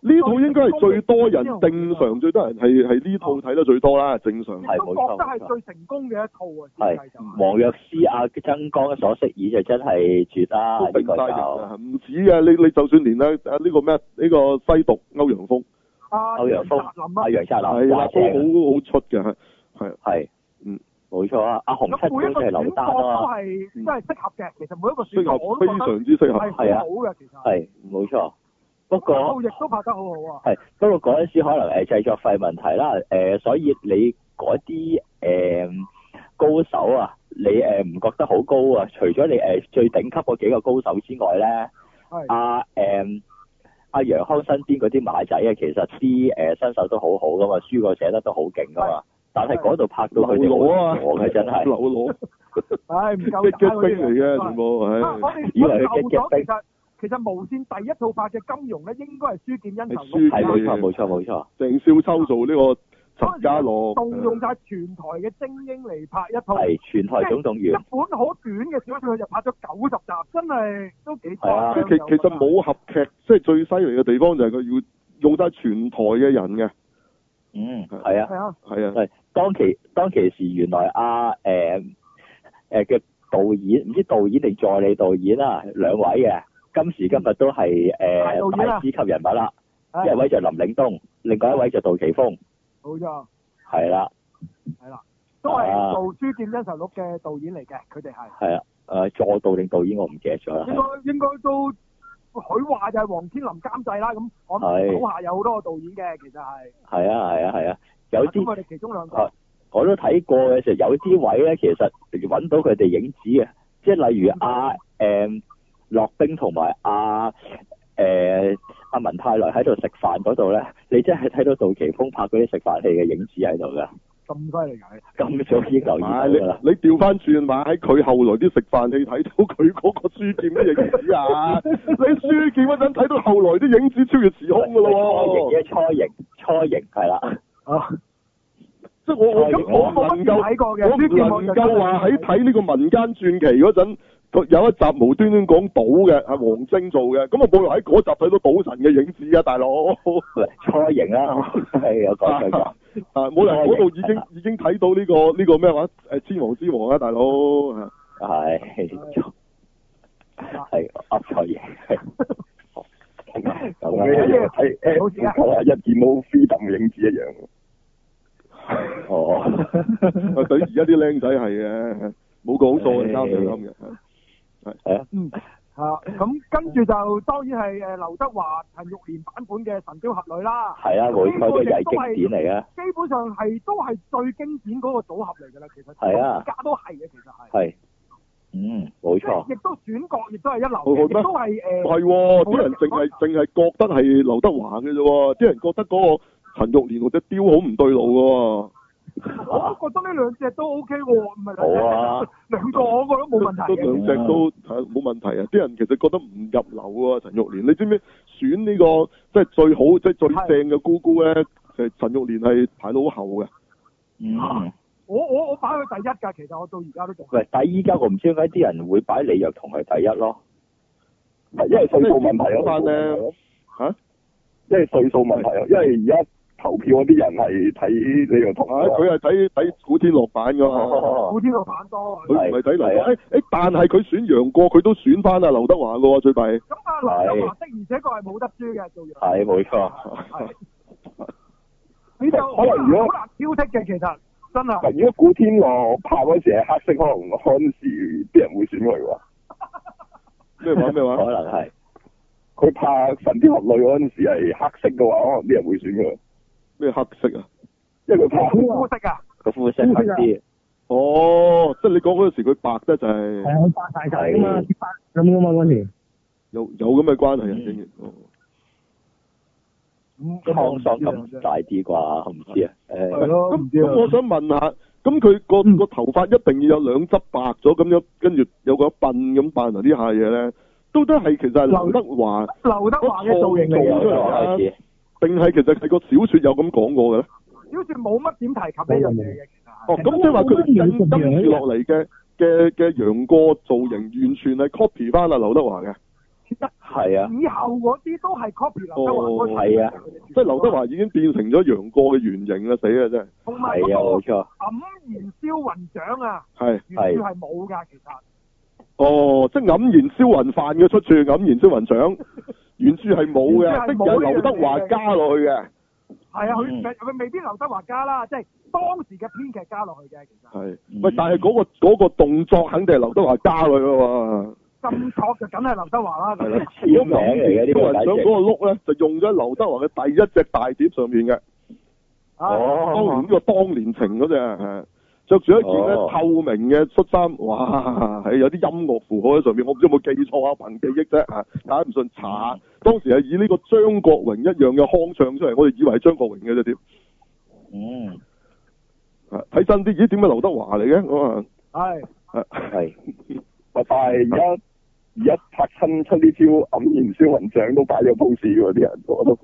Speaker 1: 呢套應該係最多人正常最多人係係呢套睇得最多啦，正常
Speaker 2: 係
Speaker 3: 亦都覺得係最成功嘅一套啊，
Speaker 2: 係
Speaker 3: 設計就
Speaker 2: 黃藥師啊曾江所飾演就真係絕啦，
Speaker 1: 都
Speaker 2: 呢個
Speaker 1: 定晒型
Speaker 2: 就
Speaker 1: 啊，唔止嘅，你你就算連咧啊呢個咩呢個西毒歐陽鋒
Speaker 3: 啊
Speaker 2: 歐陽鋒
Speaker 3: 葉澤林啊
Speaker 2: 阿，楊澤
Speaker 1: 係
Speaker 2: 林
Speaker 1: 啊
Speaker 2: 話
Speaker 1: 都
Speaker 2: 正
Speaker 1: 好好出嘅，係係
Speaker 2: 係
Speaker 1: 嗯
Speaker 2: 冇錯啊，阿洪七
Speaker 3: 咁每
Speaker 2: 公
Speaker 3: 一
Speaker 2: 就
Speaker 3: 個
Speaker 2: 係
Speaker 3: 選
Speaker 2: 劉丹
Speaker 3: 角都
Speaker 2: 啊，
Speaker 3: 係真係適合嘅，其實每一個選
Speaker 1: 適
Speaker 3: 角我
Speaker 1: 合
Speaker 3: 都
Speaker 1: 非
Speaker 3: 覺得
Speaker 1: 常之適合
Speaker 3: 係。好好嘅，其實
Speaker 2: 係冇錯，不過。
Speaker 3: 嗰套亦都拍得好好啊，
Speaker 2: 係，不過嗰陣時可能誒製作費問題啦，誒、所以你嗰啲誒高手啊，你誒唔覺得好高啊？除咗你誒、最頂級嗰幾個高手之外咧，
Speaker 3: 係
Speaker 2: 阿誒阿楊康身邊嗰啲馬仔啊，其實啲誒、新手都好好噶嘛，書個寫得都好勁噶嘛，但係嗰度拍到
Speaker 1: 流
Speaker 2: 佢哋
Speaker 1: 攞啊，
Speaker 2: 我嘅真係
Speaker 1: 流攞，
Speaker 3: 唉唔夠
Speaker 1: 激
Speaker 3: 打
Speaker 1: 激
Speaker 3: 嗰啲
Speaker 1: 兵嚟嘅全
Speaker 3: 真係
Speaker 1: 部
Speaker 3: 啊
Speaker 1: 係
Speaker 3: 我哋
Speaker 2: 以
Speaker 3: 以
Speaker 2: 為
Speaker 3: 為
Speaker 2: 佢
Speaker 3: 佢
Speaker 2: 激
Speaker 3: 咗，
Speaker 2: 激
Speaker 3: 其實其實無線第一套拍嘅金融咧，應該係書劍恩仇
Speaker 1: 係書
Speaker 2: 係
Speaker 3: 錄
Speaker 1: 係
Speaker 2: 冇錯冇錯冇錯，
Speaker 1: 鄭少秋做呢個
Speaker 3: 嗰陣
Speaker 1: 陳
Speaker 3: 時
Speaker 1: 家樂，
Speaker 3: 動用晒全台嘅精英嚟拍一套
Speaker 2: 係全台總動
Speaker 3: 一
Speaker 2: 員
Speaker 3: 本好短嘅小說，佢就拍咗九十集，真係都幾
Speaker 2: 係啊
Speaker 3: 誇
Speaker 1: 即
Speaker 3: 張
Speaker 1: 係其其實武俠劇即係最犀利嘅地方就係佢要用晒全台嘅人嘅，
Speaker 2: 嗯係啊。
Speaker 3: 係啊，
Speaker 1: 係啊。
Speaker 2: 係當其當其時，原來阿誒誒嘅導演，唔知導演定助理導演啦、兩位嘅，今時今日都係誒、
Speaker 3: 大導演啊哎
Speaker 2: 大師級人物啦。
Speaker 3: 唉
Speaker 2: 一位就林嶺東，另外一位就杜琪峰，
Speaker 3: 冇錯，
Speaker 2: 係啦，
Speaker 3: 係啦，都係做《書劍恩仇錄》嘅導演嚟嘅，佢哋係
Speaker 2: 係啦，誒、助導定導演我唔記得咗啦。
Speaker 3: 應該應該都佢話就係黃天林監製啦，咁我諗
Speaker 2: 係
Speaker 3: 手下有好多個導演嘅，其實係
Speaker 2: 係啊係啊係啊，有
Speaker 3: 咁
Speaker 2: 啲
Speaker 3: 我哋其中兩個
Speaker 2: 啊我都睇過嘅時候，有啲位咧其實揾到佢哋影子嘅，即係例如阿誒洛冰同埋阿誒阿文泰來喺度食飯嗰度咧，你真係睇到杜琪峰拍嗰啲食飯戲嘅影子喺度㗎。
Speaker 3: 咁犀利㗎，
Speaker 2: 咁早已經留
Speaker 1: 唔
Speaker 2: 意到
Speaker 1: 係
Speaker 2: 㗎啦，
Speaker 1: 你你調翻轉嘛？喺佢後來啲食飯戲睇到佢嗰個書劍嘅影子 啊！你書劍嗰陣睇到後來啲影子超越時空噶咯
Speaker 2: 初
Speaker 1: 喎！
Speaker 2: 型嘅初型，初型係啦，
Speaker 3: 啊，
Speaker 1: 即係我我咁我
Speaker 3: 我
Speaker 1: 唔能夠
Speaker 3: 睇過嘅，
Speaker 1: 我
Speaker 3: 書劍我
Speaker 1: 唔
Speaker 3: 就
Speaker 1: 能夠話喺睇呢個民間傳奇嗰陣，佢有一集無端端講賭嘅，係王晶做嘅，咁我冇理由喺嗰集睇到賭神嘅影子啊，大佬！
Speaker 2: 唔係初型啦， 係有講佢 㗎，
Speaker 1: 啊，冇理由嗰度已 經已經睇到呢個呢個咩話誒千王之王啊，大佬！啊
Speaker 2: 係係噏錯嘢， 係
Speaker 4: 同你一樣睇
Speaker 3: 好
Speaker 4: F
Speaker 3: 似啊
Speaker 4: 九廿一二 No Freedom 嘅影子一樣。
Speaker 2: 哦。
Speaker 1: 啊對而家啲僆仔係嘅，冇講錯嘅，啱嘅啱嘅。
Speaker 3: 啊，咁跟住就當然係誒劉德華、陳玉蓮版本嘅《神雕俠侶》啦。
Speaker 2: 係啊，冇錯，呢個又係經典嚟嘅，
Speaker 3: 基本上係都係最經典嗰個組合嚟㗎啦，其實
Speaker 2: 係啊
Speaker 3: 而家都係嘅，其實係。
Speaker 2: 係。嗯，冇錯，
Speaker 3: 亦都選角亦都係一
Speaker 1: 好好
Speaker 3: 流嘅，亦
Speaker 1: 咩
Speaker 3: 都係
Speaker 1: 係
Speaker 3: 誒。
Speaker 1: 喎，啲人淨係淨係覺得係劉德華嘅啫喎，啲人覺得嗰個陳玉蓮同只雕好唔對路嘅喎。
Speaker 3: 我都覺得呢兩隻都 O K 喎，唔係兩隻
Speaker 2: 好 啊，
Speaker 3: 兩個我覺得冇問
Speaker 1: 都
Speaker 3: 題嘅。
Speaker 1: 兩隻都係冇問題啊！啲人其實覺得唔入流喎，陳玉蓮。你知唔知選呢、個即係最好、即係最正嘅姑姑咧？其實陳玉蓮係排到好後嘅。啊
Speaker 2: 嗯，
Speaker 3: 我我我擺佢第一㗎，其實我到而家都仲。
Speaker 2: 喂，但係依家我唔知點解啲人會擺李若彤係第一咯，
Speaker 4: 唔係因為歲數問題
Speaker 3: 啊
Speaker 1: 翻
Speaker 4: 咯
Speaker 1: 咧，嚇
Speaker 4: 因為歲數問題咯，因為而家投票嗰啲人係睇你又同
Speaker 1: 啊佢係睇睇古天樂版㗎嘛，
Speaker 4: 哦
Speaker 3: 古天樂反多
Speaker 1: 哦佢
Speaker 3: 佢，
Speaker 1: 唔係睇劉德華。
Speaker 2: 係
Speaker 1: 誒誒，但係佢選楊過，佢都選翻啊劉德華㗎喎，最弊。
Speaker 3: 咁啊阿劉德華的而且確係冇得輸嘅做人。
Speaker 2: 係冇錯，
Speaker 3: 係。你就好
Speaker 4: 可
Speaker 3: 難
Speaker 4: 能如果
Speaker 3: 好難挑剔嘅，其實真係。
Speaker 4: 如果古天樂拍嗰時係黑色，可能嗰陣時啲人會選佢
Speaker 1: 咩
Speaker 4: 喎。
Speaker 1: 話咩話？
Speaker 2: 可能係
Speaker 4: 佢拍《神雕俠侶》嗰陣時係黑色嘅話，可能啲人會選佢，
Speaker 1: 咩黑色啊？
Speaker 4: 因為佢
Speaker 3: 好膚
Speaker 4: 拍
Speaker 3: 色啊！
Speaker 2: 個膚色黑啲，
Speaker 1: 哦，即係你講嗰陣時佢白得就係、
Speaker 5: 係啊，佢發大晒噶嘛，啲發咁噶嘛嗰時。
Speaker 1: 有有咁嘅關係啊，
Speaker 2: 嗯
Speaker 1: 竟然。哦
Speaker 2: 咁沧桑
Speaker 1: 啊
Speaker 2: 咁大啲啩，唔知啊，
Speaker 3: 係
Speaker 2: 誒，
Speaker 3: 咯，
Speaker 1: 咁
Speaker 3: 唔知啊嗯
Speaker 1: 咁，。我想問下，咁佢個個頭髮一定要有兩執白咗咁樣，跟住有個鬢咁扮埋呢下嘢咧，都得係其實係劉德華，
Speaker 3: 劉德華嘅造型
Speaker 1: 做
Speaker 3: 嚟
Speaker 1: 咗
Speaker 3: 嘅，
Speaker 1: 出嚟啊
Speaker 2: 開始，
Speaker 1: 定係其實係個小説有咁講過嘅咧？
Speaker 3: 小説冇乜點提及呢樣嘢嘅，其實係。
Speaker 1: 哦，咁即係話佢哋跟跟住落嚟嘅嘅嘅楊過造型，完全係 copy 翻啊劉德華嘅，
Speaker 2: 係啊，
Speaker 3: 以後嗰啲都係 copy 劉德華嗰
Speaker 1: 哦
Speaker 3: 啲
Speaker 2: 係啊，
Speaker 1: 即係劉德華已經變成咗楊過嘅原型啦，死啊真係，
Speaker 3: 同埋
Speaker 2: 係啊，
Speaker 3: 嗰
Speaker 2: 冇
Speaker 3: 個
Speaker 2: 錯，
Speaker 3: 黯然銷魂掌啊，
Speaker 1: 係
Speaker 3: 原著係冇㗎，其實。
Speaker 1: 哦，即係黯然銷魂飯嘅出處，黯然銷魂掌，原著係冇嘅，
Speaker 3: 原
Speaker 1: 即
Speaker 3: 著係冇
Speaker 1: 係
Speaker 3: 嘅
Speaker 1: 劉德華加落去嘅，
Speaker 3: 係啊，
Speaker 2: 嗯
Speaker 3: 佢未佢未必劉德華加啦，即係當時嘅編劇加落去嘅，其實
Speaker 1: 係
Speaker 2: 嗯
Speaker 1: 喂，但係嗰個嗰個動作肯定係劉德華加落去㗎嘛。
Speaker 3: 咁確就梗係劉德華啦。
Speaker 1: 係啦
Speaker 2: 超名嚟嘅呢
Speaker 1: 個人
Speaker 2: 個
Speaker 1: 想
Speaker 2: 簡
Speaker 1: 嗰
Speaker 2: 直，
Speaker 1: 個碌咧，就用咗劉德華嘅第一隻大碟上面
Speaker 2: 哦
Speaker 1: 嘅，
Speaker 3: 啊，
Speaker 1: 當年呢個當年情嗰只，係着住一件咧
Speaker 2: 哦
Speaker 1: 透明嘅恤衫，哇，係有啲音樂符號喺上面，我唔知有冇記錯啊，憑記憶啫嚇，大家唔信
Speaker 2: 嗯
Speaker 1: 查。當時係以呢個張國榮一樣嘅腔唱出嚟，我哋以為係張國榮嘅啫碟，
Speaker 2: 嗯，
Speaker 1: 係睇真啲，咦點解劉德華嚟嘅咁啊？
Speaker 3: 係
Speaker 1: 係
Speaker 2: 係，
Speaker 4: 但係而家而家拍親出呢招黯然銷魂掌都擺咗 pose 喎，啲人我都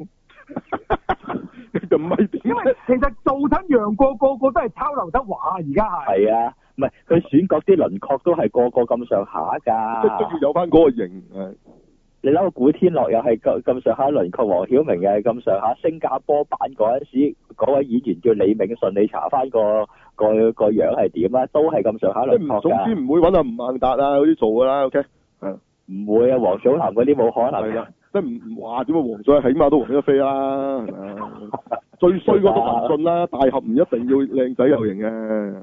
Speaker 1: 就唔係
Speaker 3: 因
Speaker 1: 點
Speaker 3: 為
Speaker 1: 咧？
Speaker 3: 其實做緊楊過個個都係抄劉德華啊，而家係。
Speaker 2: 係啊，唔係佢選角啲輪廓都係個個咁上下
Speaker 1: 即係都要
Speaker 2: 㗎。
Speaker 1: 有翻嗰個型
Speaker 2: 啊
Speaker 1: 係
Speaker 2: 你諗下古天樂又係咁咁上下輪廓，黃曉明又係咁上下，新加坡版嗰陣時嗰位演員叫李銘順，你查翻個個個樣係點啊啦，都係咁上下
Speaker 1: 即係
Speaker 2: 輪
Speaker 1: 唔
Speaker 2: 廓
Speaker 1: 總
Speaker 2: 㗎。
Speaker 1: 之唔會揾阿吳孟達啊嗰啲做㗎啦，OK。
Speaker 2: 唔會啊，黃祖藍嗰啲冇可能
Speaker 1: 係
Speaker 2: 㗎
Speaker 4: 啊
Speaker 1: 啦。，即係唔唔話點解黃俊，起碼都黃咗飛啦，係咪 啊最衰嗰個陳俊啦，大俠唔一定要靚仔又型嘅，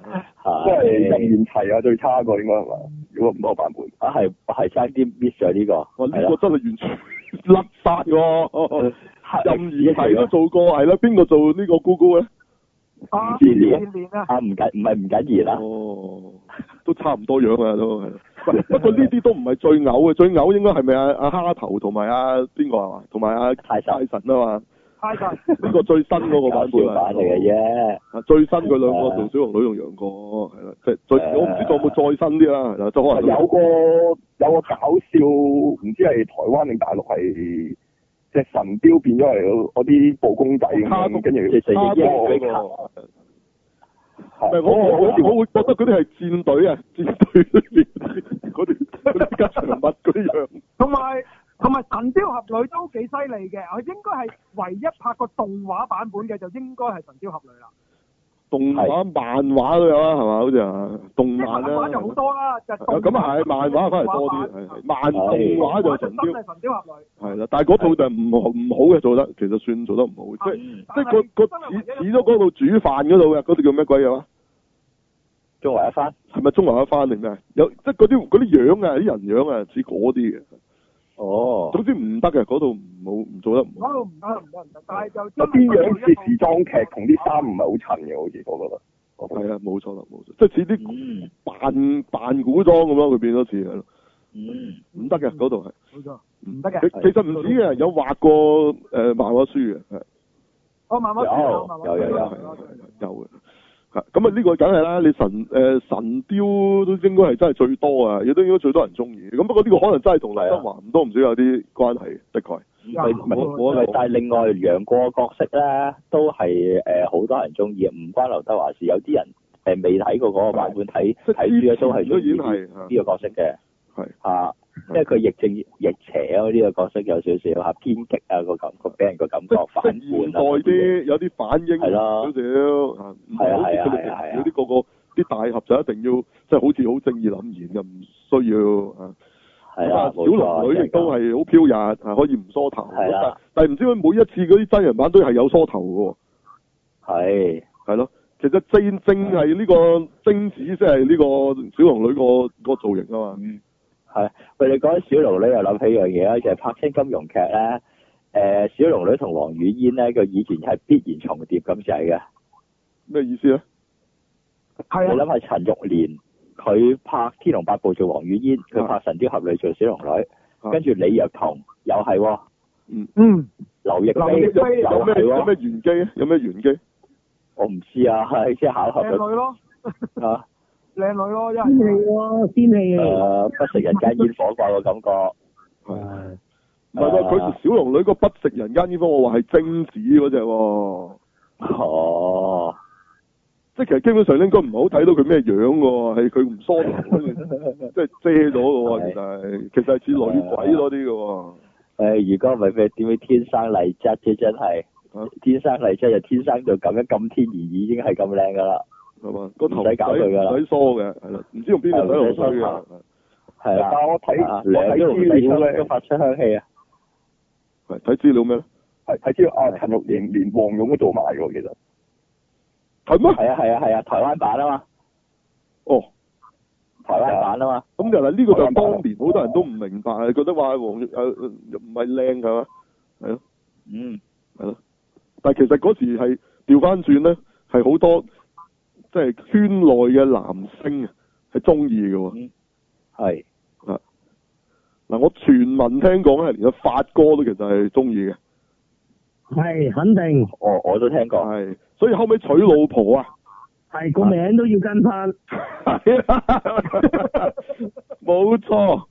Speaker 4: 即係任
Speaker 2: 係
Speaker 4: 賢齊啊，最差個應該係嘛？如果咁多版本，
Speaker 2: 啊，係係差啲 miss 咗呢個。
Speaker 1: 哇
Speaker 2: 係
Speaker 1: 呢
Speaker 2: 啦
Speaker 1: 個真係完全甩晒 喎，
Speaker 2: 黑
Speaker 1: 任
Speaker 2: 歷史
Speaker 1: 賢齊都
Speaker 2: 嚟㗎
Speaker 1: 做過，係啦，邊個做呢個姑姑 咧？
Speaker 3: 啊，
Speaker 2: 唔知點
Speaker 3: 前年啊，
Speaker 2: 啊，唔緊唔係唔緊要啦。
Speaker 1: 哦，都差唔多樣啊，都係。喂不過呢啲都唔係最嘔嘅，最嘔應該係咪啊阿阿蝦頭同埋阿邊個啊？同埋阿
Speaker 2: 太
Speaker 1: 泰
Speaker 2: 神
Speaker 1: 神啊嘛？
Speaker 3: 太神。
Speaker 1: 呢 個最新嗰個
Speaker 2: 搞
Speaker 1: 版
Speaker 2: 笑
Speaker 1: 本啊
Speaker 2: 版嚟嘅
Speaker 4: 哦
Speaker 2: 啫。
Speaker 1: 啊！最新佢兩個做小龍女同楊過，係啦，即係啊最
Speaker 2: 誒
Speaker 1: 我唔知仲有冇再新啲啦，嗱，就可能
Speaker 4: 哦有個有個搞笑，唔知係台灣定大陸係隻神雕變咗係嗰啲布公仔咁
Speaker 1: 哦卡通
Speaker 4: 樣，跟住
Speaker 2: 其實
Speaker 1: 差多
Speaker 2: 亦應
Speaker 1: 嗰
Speaker 2: 佢
Speaker 1: 個
Speaker 2: 卡
Speaker 1: 唔係我
Speaker 4: 哦
Speaker 1: 我我我會覺得嗰啲係戰隊啊， 戰隊裏邊嗰啲嗰啲吉祥物嗰啲樣，
Speaker 3: 同埋同埋《神雕俠侶》都幾犀利嘅，我應該係唯一拍過動畫版本嘅，就應該係《神雕俠侶》啦。
Speaker 1: 動畫漫畫都有啊，係嘛？好似啊，動
Speaker 3: 即係
Speaker 1: 漫
Speaker 3: 漫
Speaker 1: 啦，
Speaker 3: 畫就好多啦，就
Speaker 1: 啊咁啊係，漫畫反而多啲，係係漫動畫就神雕
Speaker 3: 真係神雕俠
Speaker 1: 係啦，但係嗰套就唔好唔好嘅做得，其實算做得唔好，即係
Speaker 3: 侶。
Speaker 1: 即係個個似似咗嗰
Speaker 3: 個
Speaker 1: 度煮飯嗰度嘅，嗰度叫咩鬼嘢話？
Speaker 2: 中華一番。
Speaker 1: 係咪中華一番定咩？有即係嗰啲嗰啲樣啊，啲人樣啊，似嗰啲嘅。
Speaker 2: 哦。
Speaker 1: 總之唔得嘅，嗰度唔好唔做得唔好。
Speaker 3: 嗰度唔得唔得唔得，但係就
Speaker 4: 有啲樣似時裝劇，同啲衫唔係好襯嘅，好似我覺得。嗰部。
Speaker 1: 係啊，冇錯啦，冇錯，即係似啲
Speaker 2: 嗯
Speaker 1: 扮扮古裝咁樣，佢變咗似係咯，
Speaker 2: 嗯，
Speaker 1: 唔得嘅嗰度係。
Speaker 3: 冇錯，唔得嘅
Speaker 1: 其。其實唔止嘅，有畫過誒漫畫書嘅，係
Speaker 3: 我哦慢慢
Speaker 2: 有
Speaker 3: 慢慢啊
Speaker 2: 有有有
Speaker 1: 係
Speaker 2: 有
Speaker 1: 係係有嘅。係咁啊，呢個梗係啦，你神誒神雕都應該係真係最多啊，亦都應該最多人中意。咁不過呢個可能真係同劉德華唔多唔少有啲關係，的確係。
Speaker 2: 唔係
Speaker 4: 啊
Speaker 2: 唔係
Speaker 1: 冇冇得
Speaker 2: 唔係
Speaker 1: 講
Speaker 2: 但係另外楊過嘅角色咧，都係誒好多人中意，唔關劉德華事。有啲人誒未睇過嗰個版本，睇
Speaker 1: 即
Speaker 2: 睇書咧啊都係
Speaker 1: 都
Speaker 2: 中
Speaker 1: 已經
Speaker 2: 意
Speaker 1: 係嚇
Speaker 2: 呢個角色嘅。
Speaker 1: 係
Speaker 2: 嚇，因為佢亦正亦邪啊，呢個角色有少少嚇偏激啊個感覺，俾人個感覺反
Speaker 1: 即即現
Speaker 2: 叛
Speaker 1: 代
Speaker 2: 啊。啲
Speaker 1: 啲有啲反應少
Speaker 2: 係咯
Speaker 1: 少啊，唔係
Speaker 2: 係啊
Speaker 1: 好似
Speaker 2: 係啊
Speaker 1: 佢哋
Speaker 2: 係啊
Speaker 1: 平
Speaker 2: 係啊
Speaker 1: 時嗰啲個個啲大俠就一定要即係好似好正義凛然嘅，唔需要啊。
Speaker 2: 係
Speaker 1: 咁啊
Speaker 2: 啊，
Speaker 1: 小
Speaker 2: 冇錯
Speaker 1: 龍女亦都係好飄逸，啊可以唔梳頭。
Speaker 2: 係啦
Speaker 1: 咁但但係唔知佢每一次嗰啲真人版都係有梳頭嘅
Speaker 2: 係
Speaker 1: 喎，係咯。其實正正係呢個精子，即係呢個小龍女個個造型啊嘛。
Speaker 2: 嗯，係。喂，你講起小龍女又諗起樣嘢啊啦，就係、拍清金融劇咧。誒、小龍女同黃雨嫣咧，佢以前係必然重疊咁滯嘅。
Speaker 1: 咩意思咧？
Speaker 3: 係
Speaker 2: 你
Speaker 3: 啊，
Speaker 2: 諗下陳玉蓮，佢拍《天龍八部》做黃雨嫣，佢拍《神雕俠侶》做小龍
Speaker 1: 啊
Speaker 2: 女，跟住李若彤又係喎，
Speaker 3: 嗯，
Speaker 2: 劉亦
Speaker 3: 劉亦
Speaker 2: 菲
Speaker 3: 菲
Speaker 2: 又
Speaker 1: 有咩
Speaker 2: 啊係
Speaker 1: 有
Speaker 2: 喎，
Speaker 1: 咩玄機咧？有咩玄機？
Speaker 2: 我唔知啊， 係即係巧合
Speaker 3: 靚
Speaker 2: 咁
Speaker 3: 女咯，
Speaker 2: 啊，
Speaker 3: 靚女咯，因
Speaker 5: 仙氣
Speaker 3: 為
Speaker 5: 喎，仙氣啊！
Speaker 2: 誒呃不食人間煙火怪嘅感覺，
Speaker 1: 係
Speaker 2: 啊
Speaker 5: 係
Speaker 1: 唔係喎？佢小龍女個不食人間煙火，我話係精子嗰只喎。
Speaker 2: 哦，
Speaker 1: 即係其實基本上應該唔係好睇到佢咩樣嘅喎，係佢唔梳頭，跟住即係遮咗 嘅喎。其實係其實係似女鬼多啲嘅喎。
Speaker 2: 誒如果唔係佢點會天生麗質啫？真係
Speaker 1: 啊
Speaker 2: 天生麗質就天生就咁樣咁天然已經係咁靚㗎啦，
Speaker 1: 係嘛？個頭
Speaker 2: 唔使搞佢㗎啦
Speaker 1: 唔使梳嘅，係啦，唔知用邊個洗頭梳嘅，
Speaker 2: 係
Speaker 4: 但
Speaker 2: 啦，
Speaker 4: 係我睇
Speaker 2: 啊
Speaker 4: 我睇
Speaker 2: 兩都唔
Speaker 4: 資
Speaker 2: 使
Speaker 4: 料
Speaker 2: 出
Speaker 4: 咧
Speaker 2: 都，發出香氣啊，
Speaker 1: 係睇資料咩咧？
Speaker 4: 係睇資料啊，陳玉蓮連黃勇都做埋喎，其實
Speaker 1: 係咩？
Speaker 2: 係啊係啊係啊，台灣版啊嘛。
Speaker 1: 哦，
Speaker 2: 台灣版啊嘛，
Speaker 1: 咁就係呢個就當年好多人都唔明白，覺得話黃誒唔係靚係嘛？係咯。
Speaker 2: 嗯，
Speaker 1: 係咯。但係其實嗰時係調翻轉咧，係好多即係圈內嘅男星啊，係中意嘅喎。
Speaker 2: 係，
Speaker 1: 嗱，我傳聞聽講咧，連阿發哥都其實係中意嘅，
Speaker 5: 係肯定
Speaker 2: 我我都聽過，
Speaker 1: 係，所以後尾娶老婆啊，
Speaker 5: 係個名都要跟翻，
Speaker 1: 係啊，冇錯，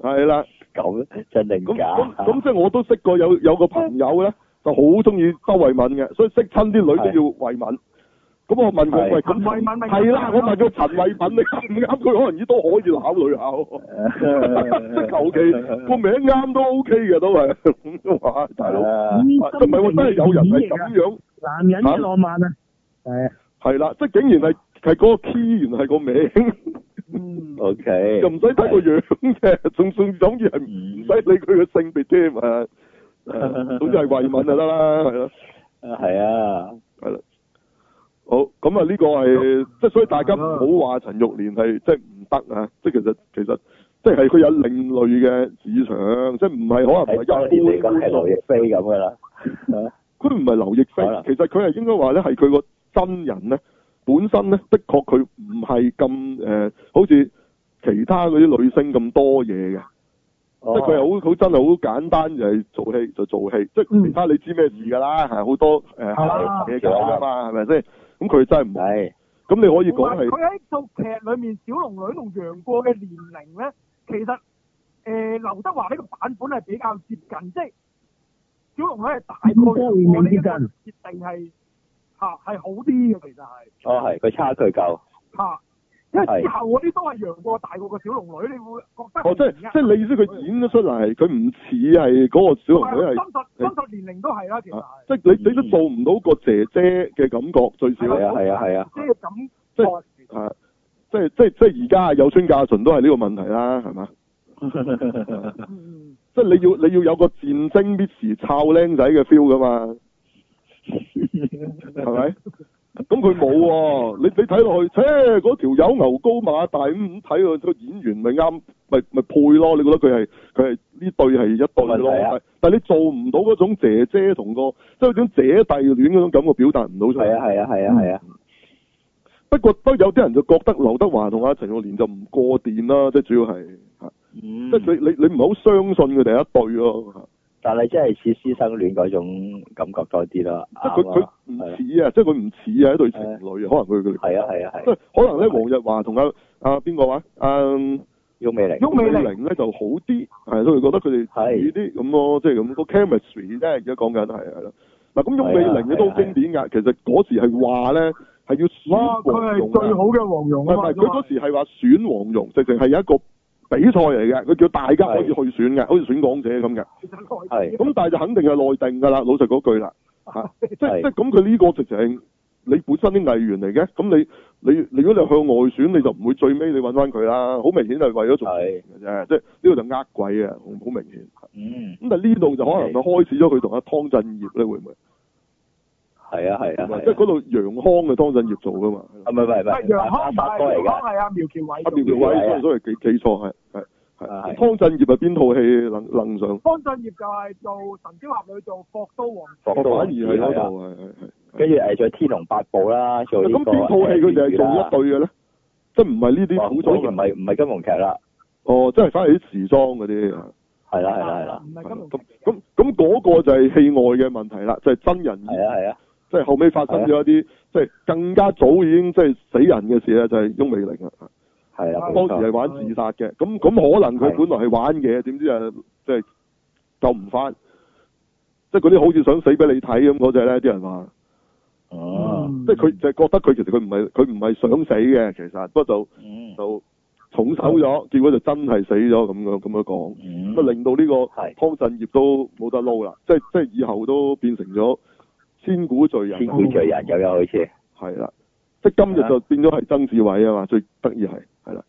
Speaker 1: 係啦，
Speaker 2: 咁嗯真定
Speaker 1: 咁
Speaker 2: 假？
Speaker 1: 咁 咁即係我都識過有有個朋友咧，就好中意周慧敏嘅，所以識親啲女都要慧敏。咁我問佢
Speaker 2: 係
Speaker 1: 喂，咁
Speaker 3: 陳慧敏咪
Speaker 1: 係啦，我問佢陳慧敏你啱唔啱？佢可能亦都可以考慮下喎。 即係求其個名啱都 OK 嘅都係，咁話大佬，
Speaker 2: 佬
Speaker 1: 即係唔係喎？真係有人係
Speaker 5: à.
Speaker 1: 咁樣，
Speaker 5: 男人嘅浪漫啊！係啊，
Speaker 1: 係啦，即係竟然係係嗰個 key 原來係個名，
Speaker 3: 嗯，
Speaker 2: ，O K，
Speaker 1: 又唔使睇個樣嘅，仲仲總之係唔
Speaker 2: 嗯，
Speaker 1: 使理佢嘅性別添啊，誒總之係慧敏就得啦，係咯，
Speaker 2: 係啊，
Speaker 1: 係啦。好，咁啊呢個係即係所以大家唔好話陳玉蓮係即係唔得啊！即係其實其實即係佢有另類嘅市場，即係唔係可能唔
Speaker 2: 喺當
Speaker 1: 係
Speaker 2: 年
Speaker 1: 一
Speaker 2: 嚟
Speaker 1: 般
Speaker 2: 講係劉亦菲咁噶啦，
Speaker 1: 佢唔係劉亦菲
Speaker 2: 可能，
Speaker 1: 其實佢係應該話咧係佢個真人咧，本身咧的確佢唔係咁誒，好似其他嗰啲女星咁多嘢嘅，
Speaker 3: 哦
Speaker 1: 即
Speaker 2: 啊
Speaker 1: 係佢
Speaker 2: 哦
Speaker 1: 係好好真係好簡單就係做戲就做戲，即係
Speaker 3: 嗯
Speaker 1: 其他你知咩事㗎啦，係好多誒
Speaker 3: 啊
Speaker 1: 嘢搞㗎嘛，係咪先？咁佢真係唔係，
Speaker 2: 係
Speaker 1: 咁你可以
Speaker 3: 同
Speaker 1: 講
Speaker 3: 埋
Speaker 1: 係
Speaker 3: 佢喺套劇裏面，小龍女同楊過嘅年齡咧，其實誒、呃、劉德華呢個版本係比較接近，即係小龍女係大過楊過呢一個設定係嚇係好啲嘅，其實係
Speaker 2: 哦係，佢差距夠，
Speaker 3: 嚇、因為之後嗰啲都係楊過大過個小龍女，你會覺得
Speaker 1: 哦，即係
Speaker 3: 唔一樣
Speaker 1: 即係你意思佢演得出嚟，佢唔似係嗰個小龍女係。
Speaker 3: 真實真實年齡都係啦，其實
Speaker 1: 啊
Speaker 3: 係
Speaker 1: 即係你你都做唔到個姐姐嘅感覺最少，
Speaker 2: 係啊係啊係啊，
Speaker 3: 即係咁
Speaker 1: 即
Speaker 3: 係
Speaker 1: 啊，即係即係即係而家有村架純都係呢個問題啦，係嘛？
Speaker 3: 嗯
Speaker 1: 即係你 要你要有個戰爭 miss 抄僆仔嘅 feel 噶嘛，係咪？咁佢冇喎，你你睇落去，切嗰條友牛高馬大咁睇佢個演員咪啱，咪咪配咯？你覺得佢係佢係呢對係一對
Speaker 2: 冇問題
Speaker 1: 咯
Speaker 2: 啊？
Speaker 1: 但係你做唔到嗰種姐姐同個即係嗰種姐弟戀嗰種感覺表達唔到出
Speaker 2: 係啊
Speaker 1: 嚟。
Speaker 2: 啊係啊係啊係啊，
Speaker 1: 不過都有啲人就覺得劉德華同阿陳浩濂就唔過電啦，即係主要係，嚇
Speaker 2: 嗯
Speaker 1: 即，係你你你唔係好相信佢哋一對咯。嚇
Speaker 2: 但係真係似師生戀嗰種感覺多啲啦，
Speaker 1: 即係佢
Speaker 2: 啱
Speaker 1: 佢
Speaker 2: 啊，
Speaker 1: 唔似啊，即係佢唔似啊一對情侶啊，可能佢佢
Speaker 2: 係啊係啊
Speaker 1: 即
Speaker 2: 係
Speaker 1: 係
Speaker 2: 啊，
Speaker 1: 可能咧黃日華同阿阿邊個話阿
Speaker 2: 翁美玲，
Speaker 3: 翁美玲
Speaker 1: 嗯玲咧就好啲，係所以覺得佢哋似啲咁咯，即係咁個 chemistry 啫，而家講緊係係啦。嗱咁翁美
Speaker 2: 啊
Speaker 1: 玲嘅都好經典㗎，其實嗰時係話咧係要
Speaker 3: 哇！
Speaker 1: 選
Speaker 3: 佢
Speaker 1: 黃
Speaker 3: 係
Speaker 1: 蓉
Speaker 3: 最好
Speaker 1: 啊，
Speaker 3: 嘅黃
Speaker 1: 唔
Speaker 3: 蓉
Speaker 1: 係
Speaker 3: 啊
Speaker 1: 唔
Speaker 3: 嘛，
Speaker 1: 係佢嗰時係話選黃蓉，直情係一個比賽嚟嘅，佢叫大家可以去選嘅，好似選港姐咁嘅。
Speaker 3: 其實 內
Speaker 2: 係
Speaker 1: 咁但係就肯定係內定㗎啦，老實嗰句啦，嚇， 即即即
Speaker 2: 係
Speaker 1: 咁佢呢個直情係你本身啲藝員嚟嘅，咁你你你如果你向外選，你就唔會最尾你揾翻佢啦，好明顯係為咗做
Speaker 2: 係
Speaker 1: 嘅啫，即係呢個就呃鬼嘅，好好明顯。
Speaker 2: 嗯，
Speaker 1: 咁但係呢度就可能就開始咗佢同阿湯鎮業咧，會唔會？
Speaker 2: 係啊係啊係啊，
Speaker 1: 即係嗰度楊康嘅湯鎮業做㗎嘛，
Speaker 2: 啊唔係唔係唔係，
Speaker 3: 楊康
Speaker 2: 八
Speaker 3: 唔
Speaker 2: 八哥嚟
Speaker 3: 係楊康
Speaker 2: 㗎，
Speaker 3: 係阿苗僑偉
Speaker 1: 阿
Speaker 3: 做
Speaker 1: 苗
Speaker 3: 嘅。
Speaker 1: 條
Speaker 2: 苗僑偉
Speaker 1: 偉，
Speaker 2: 啊
Speaker 1: 所以所以記記錯係係
Speaker 2: 啊
Speaker 1: 係。
Speaker 2: 係
Speaker 1: 湯鎮業係邊套戲楞楞上？
Speaker 3: 方振業就係做神雕俠侶做霍都王子，
Speaker 1: 我
Speaker 2: 霍都
Speaker 1: 哦反而
Speaker 2: 王子
Speaker 1: 係嗰
Speaker 2: 係啊，
Speaker 1: 度係係係。
Speaker 2: 跟住誒仲有天龍八部啦，做呢
Speaker 1: 咁
Speaker 2: 個
Speaker 1: 邊套戲佢哋係做一對嘅咧？即係唔係呢
Speaker 2: 哇
Speaker 1: 啲古
Speaker 2: 好似唔
Speaker 1: 裝啊？
Speaker 2: 係唔係金融劇啦，
Speaker 1: 哦，即係反而啲時裝嗰啲啊。
Speaker 2: 係啦係啦係啦，
Speaker 3: 唔係金
Speaker 1: 咁
Speaker 3: 融劇
Speaker 1: 咁咁嗰個就係戲外嘅問題啦，就係、真人，
Speaker 2: 係啊係啊，
Speaker 1: 即係後尾發生咗一啲即係更加早已經即係死人嘅事啦，就係、翁美玲啊，
Speaker 2: 係啦，
Speaker 1: 當
Speaker 2: 冇
Speaker 1: 時係
Speaker 2: 錯，
Speaker 1: 玩自殺嘅，咁咁可能佢
Speaker 2: 係
Speaker 1: 本來係玩嘅，點知啊即係救唔翻，即係嗰啲好似想死俾你睇咁嗰只咧，啲人話。
Speaker 5: Ừ.
Speaker 2: 哦，
Speaker 1: 即係佢就係覺得佢其實佢唔係佢唔係想死嘅，其實不過就
Speaker 2: 嗯
Speaker 1: 就重手咗，結果就真係死咗咁樣咁樣講，
Speaker 2: 嗯
Speaker 1: 咁啊令到呢個
Speaker 2: 係
Speaker 1: 湯鎮業都冇得撈啦，即係即係以後都變成咗千古罪人
Speaker 2: 千，古啊罪人咁樣好似
Speaker 1: 係啦，即係今日就變咗係曾志偉啊嘛，最得意係係啦，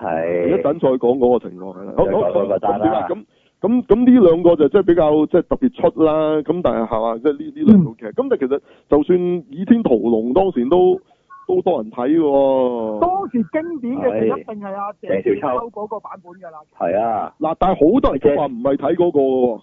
Speaker 1: 一
Speaker 2: 係。
Speaker 1: 陣再講嗰個情況係啦，好
Speaker 2: 再講
Speaker 1: 好
Speaker 2: 嗰個單
Speaker 1: 咁點啊
Speaker 2: 啦
Speaker 1: 咁咁咁呢兩個就即係比較即係特別出啦，咁但係係 嘛，即係呢呢兩套劇，咁但係其實就算《倚天屠龍》當時都都多人睇嘅喎。
Speaker 3: 當時經典嘅就一定係阿鄭
Speaker 2: 鄭
Speaker 3: 少
Speaker 2: 少
Speaker 3: 秋嗰個版本㗎啦。
Speaker 2: 係啊，
Speaker 1: 嗱，但係好多人都話唔係睇嗰個嘅喎，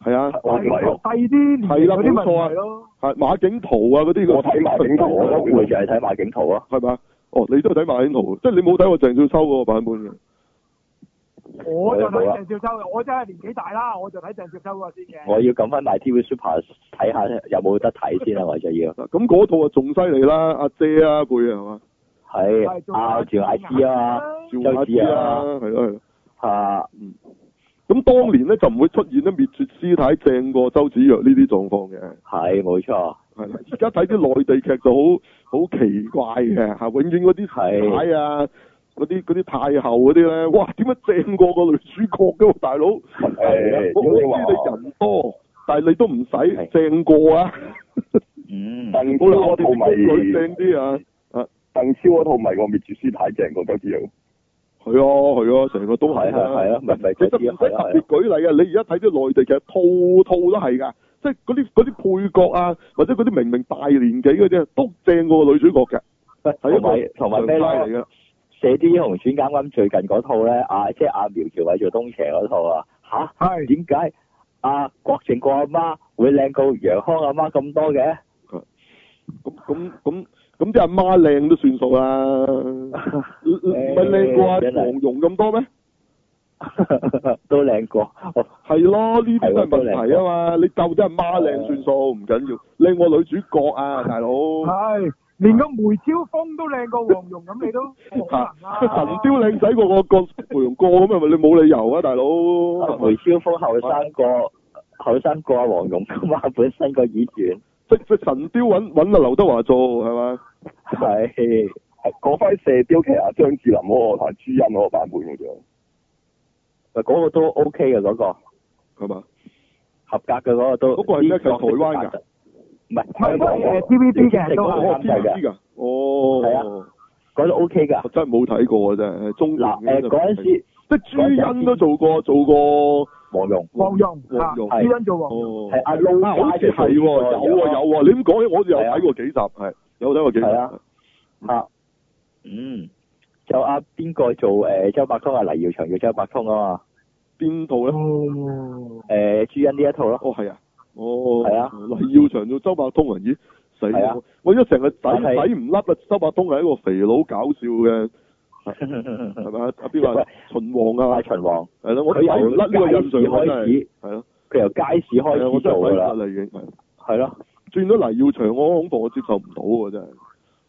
Speaker 1: 係啊，
Speaker 2: 我唔
Speaker 3: 第
Speaker 2: 係，
Speaker 3: 啲年嗰啲咪唔係咯，
Speaker 1: 係馬景圖啊嗰啲，
Speaker 4: 我睇馬景
Speaker 2: 我
Speaker 4: 圖
Speaker 2: 都會就係睇馬景圖啊。
Speaker 1: 係嘛？哦，你都係睇馬景圖，即係你冇睇過鄭少秋嗰個版本嘅。
Speaker 3: 我就睇鄭少秋嘅，我真係年紀大啦，我就睇鄭少秋嗰個先嘅。
Speaker 2: 我要撳翻埋 TV Super 睇下有冇得睇先啊！我就要
Speaker 1: 嗱，咁嗰套啊仲犀利啦，阿姐啊配啊係嘛，
Speaker 2: 係拗住阿芝啊
Speaker 1: 趙
Speaker 2: 周
Speaker 1: 雅
Speaker 2: 子
Speaker 1: 芝啊
Speaker 2: 啊，
Speaker 1: 係咯係咯。
Speaker 2: 嘛，嚇
Speaker 1: 咁當年咧就唔會出現咧滅絕師太正過周芷若呢啲狀況嘅，
Speaker 2: 係冇錯，
Speaker 1: 係啦。而家睇啲內地劇就好好奇怪嘅嚇，永遠嗰啲
Speaker 2: 係
Speaker 1: 太啊，嗰啲嗰啲太后嗰啲咧，哇點解正過個女主角嘅喎，大佬？
Speaker 4: 誒
Speaker 1: 啊我我知
Speaker 4: 如果你
Speaker 1: 你
Speaker 4: 話
Speaker 1: 人多，但係你都唔使
Speaker 2: 係
Speaker 1: 正過啊，
Speaker 2: 嗯，
Speaker 4: 鄧超
Speaker 1: 好啦，我
Speaker 4: 嗰
Speaker 1: 哋
Speaker 4: 套咪
Speaker 1: 啲女正啲啊，啊
Speaker 4: 鄧超嗰套咪我滅絕師太正過周芷若，
Speaker 1: 係啊係啊，成個都係
Speaker 2: 係係係啊，咪咪
Speaker 1: 其
Speaker 2: 就
Speaker 1: 實唔
Speaker 2: 知
Speaker 1: 使
Speaker 2: 啊，係
Speaker 1: 特
Speaker 2: 啊
Speaker 1: 別
Speaker 2: 係啊，
Speaker 1: 舉例嘅，你而家睇啲內地劇，套套都係㗎，即係嗰啲嗰啲配角啊，或者嗰啲明明大年紀嗰啲啊，都正過個女主角嘅，係
Speaker 2: 同
Speaker 1: 一個
Speaker 2: 埋同埋咩
Speaker 1: 常態嚟
Speaker 2: 咧？
Speaker 1: 㗎。
Speaker 2: 射啲英雄傳啱啱最近嗰套咧，啊，即係阿苗僑偉做東邪嗰套啊，吓？
Speaker 3: 係
Speaker 2: 點解阿郭靖個阿媽會靚過楊康阿媽咁多嘅？
Speaker 1: 咁咁咁咁啲阿媽靚都算數 啦，唔唔係靚過阿
Speaker 2: 真係
Speaker 1: 黃蓉咁多咩？
Speaker 2: 都靚過，哦
Speaker 1: 係咯，呢啲都係問
Speaker 2: 係喎都靚
Speaker 1: 題啊嘛！你夠啲阿媽靚算數唔緊要，靚過女主角 啊，大佬。
Speaker 3: 係，連個梅超風都靚過黃蓉咁，你都冇可能啦。
Speaker 1: 神雕靚仔過個個芙蓉過咁，係咪你冇理由啊，大佬？
Speaker 2: 阿梅超風後生過後生過阿黃蓉噶嘛，本身個演員
Speaker 1: 即即神雕揾揾阿劉德華做係嘛？
Speaker 2: 係
Speaker 4: 係嗰番射雕其實阿張智霖嗰個同埋朱茵嗰個版本嘅啫。
Speaker 2: 嗰、個都 OK 嘅嗰、個
Speaker 1: 係嘛？
Speaker 2: 合格嘅嗰個都
Speaker 1: 嗰個係咩劇台灣㗎？
Speaker 2: 唔係
Speaker 3: 唔係
Speaker 2: 香
Speaker 3: 都
Speaker 2: 港
Speaker 3: 係誒
Speaker 2: 嘅，
Speaker 3: TVB 嘅都
Speaker 1: 我我
Speaker 2: 係
Speaker 3: 係。
Speaker 2: 啊
Speaker 1: 知
Speaker 2: 啱晒㗎
Speaker 1: 㗎，
Speaker 2: 係
Speaker 1: 哦
Speaker 2: 啊，嗰度 OK 㗎
Speaker 1: 我。真係冇睇過啊，真係中
Speaker 2: 嗱
Speaker 1: 年嘅
Speaker 2: 誒嗰陣時
Speaker 1: 即朱茵都做過做過
Speaker 2: 黃蓉
Speaker 3: 黃蓉
Speaker 1: 黃蓉
Speaker 3: 啊，朱茵做黃蓉，
Speaker 1: 哦，
Speaker 2: 係阿
Speaker 1: 啊
Speaker 2: 撈
Speaker 1: 好
Speaker 2: 家
Speaker 1: 似係喎，有啊有啊，你咁講起我好似有睇過幾集，係有睇過幾集，
Speaker 2: 係啊啊，嗯，就阿邊個做誒周伯通啊？黎耀祥叫周伯通啊嘛，呃
Speaker 1: 邊套咧？
Speaker 3: 哦，
Speaker 5: Ừ.
Speaker 2: 誒朱茵呢一套咯，
Speaker 1: 哦係啊，哦
Speaker 2: 係啊，
Speaker 1: 黎耀祥做周伯通啊，咦，死
Speaker 2: 係啊
Speaker 1: 我！我一成日抵
Speaker 2: 但係
Speaker 1: 抵唔甩啊！周伯通係一個肥佬搞笑嘅，係咪啊？阿邊話秦王啊
Speaker 2: 大？秦王，
Speaker 1: 係咯，我
Speaker 2: 嗯佢
Speaker 1: 抵唔甩呢個印象我真
Speaker 2: 由街
Speaker 1: 係
Speaker 2: 市
Speaker 1: 係咯，
Speaker 2: 佢由
Speaker 1: 係啊，我
Speaker 2: 街市開始
Speaker 1: 真
Speaker 2: 做
Speaker 1: 係
Speaker 2: 㗎
Speaker 1: 抵唔甩
Speaker 2: 啦，
Speaker 1: 啦已經。係
Speaker 2: 係咯，
Speaker 1: 轉咗黎耀祥，我好恐怖，我接受唔到喎真係。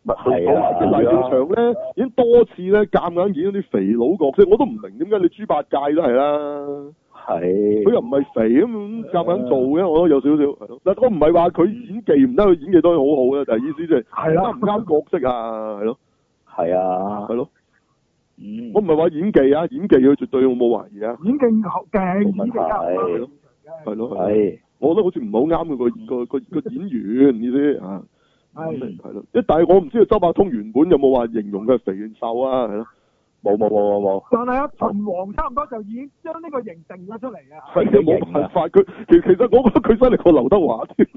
Speaker 4: 咪佢
Speaker 2: 係
Speaker 4: 講
Speaker 1: 啲
Speaker 2: 啊
Speaker 4: 埋啲
Speaker 1: 黎
Speaker 4: 黎
Speaker 1: 耀
Speaker 4: 耀祥
Speaker 1: 祥咧已經多次咧夾硬演咗啲肥佬角色，我都唔明點解你豬八戒都係啦，佢
Speaker 2: 係
Speaker 1: 又唔係肥咁夾硬做嘅，我都有少少係咯。嗱，我唔係話佢演技唔得，佢演技當然好好啦，但係意思即係
Speaker 3: 係啦
Speaker 1: 啱唔啱角色啊？係咯，
Speaker 2: 係啊
Speaker 1: 係，咯。
Speaker 2: 嗯
Speaker 1: 我唔係話演技啊，演技佢絕對我冇懷疑啊，
Speaker 3: 演技好勁，演技
Speaker 2: 冇問題
Speaker 3: 真係好
Speaker 1: 係係咯。係咯
Speaker 2: 係
Speaker 1: 我覺得好似唔係好啱佢個個個個演員意思啊，
Speaker 3: 係
Speaker 1: 係咯。即係但係我唔知道周伯通原本有冇話形容佢係肥定瘦啊？係咯。
Speaker 2: 冇冇冇冇
Speaker 3: 但係啊，秦王差唔多就已經將呢個形定咗出嚟啊！
Speaker 1: 係啊， 冇辦法，佢其其實我覺得佢犀利過劉德華添，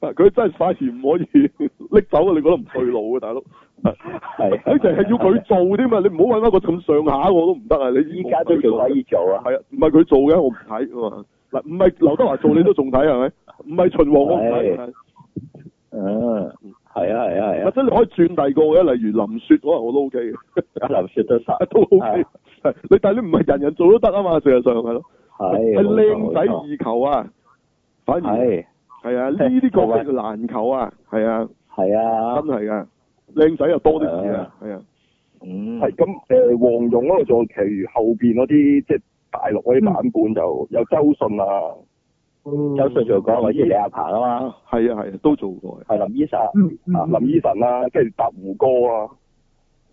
Speaker 1: 啊佢真係反而唔可以拎走啊！你覺得唔對路啊，大佬？
Speaker 2: 冇， 係
Speaker 1: 你淨 係要佢做添啊嘛，你唔好揾翻個咁上下我都唔得啊！你
Speaker 2: 依家都仲可以做啊，
Speaker 1: 係啊，唔係佢做嘅，我唔睇啊嘛。嗱，唔係劉德華做你都仲睇係咪？唔係秦王我唔睇，
Speaker 2: 係嗯，係啊係啊係
Speaker 1: 或
Speaker 2: 啊，
Speaker 1: 者你可以轉第二個嘅，例如林雪可 能我都 OK 嘅，
Speaker 2: 阿林雪都實， 啊
Speaker 1: 都 OK
Speaker 2: 係。
Speaker 1: 係你但係你唔係人人做都得啊嘛，事實上係咯，
Speaker 2: 係
Speaker 1: 係靚仔
Speaker 2: 冇錯冇錯
Speaker 1: 易求啊，反而。
Speaker 2: 係
Speaker 1: 係啊，呢啲角色難求啊，係啊，
Speaker 2: 係
Speaker 1: 真
Speaker 2: 啊，
Speaker 1: 係噶，靚仔又多啲事啊，係啊，
Speaker 2: 嗯
Speaker 4: 係咁誒，黃蓉嗰度仲有其餘後邊嗰啲即係大陸嗰啲版本就有周迅啊，
Speaker 2: 周迅做講，我知李亞鵬啊嘛，
Speaker 1: 係啊係啊，都做過嘅，
Speaker 2: 係林依晨，
Speaker 3: 嗯嗯
Speaker 2: 啊
Speaker 4: 林依晨啊，跟住搭胡歌啊，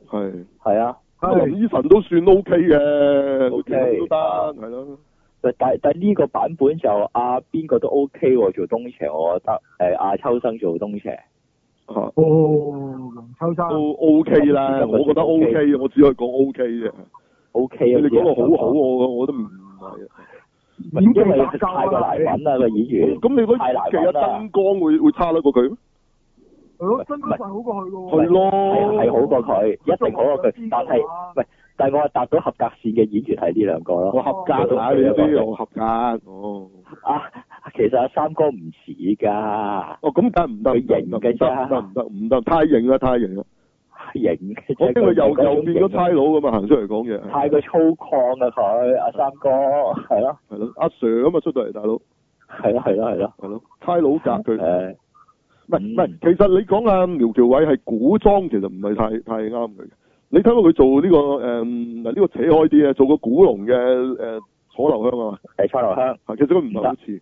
Speaker 1: 係。
Speaker 2: 係啊，
Speaker 3: 係
Speaker 1: 林依晨都算 O K 嘅，O
Speaker 2: OK，
Speaker 1: K 都得，
Speaker 2: 啊
Speaker 1: 係咯，
Speaker 2: 但但但呢個版本就阿邊個都 OK 喎，做東邪我覺得，誒阿秋生做東邪，
Speaker 1: 嚇
Speaker 5: Ừ.
Speaker 1: 啊
Speaker 3: 哦，梁秋生
Speaker 1: 都 O K 啦，我覺得 O K，我只可以講 O K 啫。
Speaker 2: OK
Speaker 1: 啊你哋
Speaker 2: 啊，
Speaker 1: 講到好好，
Speaker 2: 啊，
Speaker 1: 我我都唔係啊。
Speaker 3: 演技
Speaker 2: 因為
Speaker 3: 打
Speaker 2: 佢
Speaker 3: 交
Speaker 2: 太過
Speaker 3: 啊，
Speaker 2: 難
Speaker 3: 係
Speaker 2: 揾啦個演員
Speaker 1: 咁，咁你嗰
Speaker 2: 太難
Speaker 1: 啲劇啊
Speaker 2: 揾啦
Speaker 1: 燈光會會差得過佢咩？
Speaker 3: 咯，真高好過佢嘅
Speaker 1: 係
Speaker 3: 喎。
Speaker 1: 咯，
Speaker 2: 係係好過佢，一定好過佢，但
Speaker 1: 啊
Speaker 2: 係
Speaker 3: 係
Speaker 2: 喂，但係我話達到合格線嘅演員係呢兩個
Speaker 1: 我
Speaker 2: 咯，
Speaker 1: 合格啊！你啲我合格，哦，
Speaker 2: 啊，其實阿三哥唔似㗎，
Speaker 1: 哦咁梗唔得，唔得唔得唔得唔得，太型啦太型啦！
Speaker 2: 型嘅啫，
Speaker 1: 我驚佢又
Speaker 2: 嗰種
Speaker 1: 又變咗
Speaker 2: 型啊
Speaker 1: 差佬咁啊，行出嚟講嘢，
Speaker 2: 太過粗犷啊佢，阿三哥係咯
Speaker 1: 係咯，阿 Sir 咁啊出到嚟，大佬
Speaker 2: 係咯係咯係咯，
Speaker 1: 係咯，差佬格佢，
Speaker 2: 誒
Speaker 1: 唔係唔係
Speaker 2: 嗯，
Speaker 1: 其實你講啊苗僑偉係古裝，其實唔係太太啱佢嘅。你睇到佢做呢個誒嗱呢個扯開啲啊，做個古龍嘅誒楚留香啊嘛，啊
Speaker 2: 誒蔡留香
Speaker 1: 係其實佢唔係好似，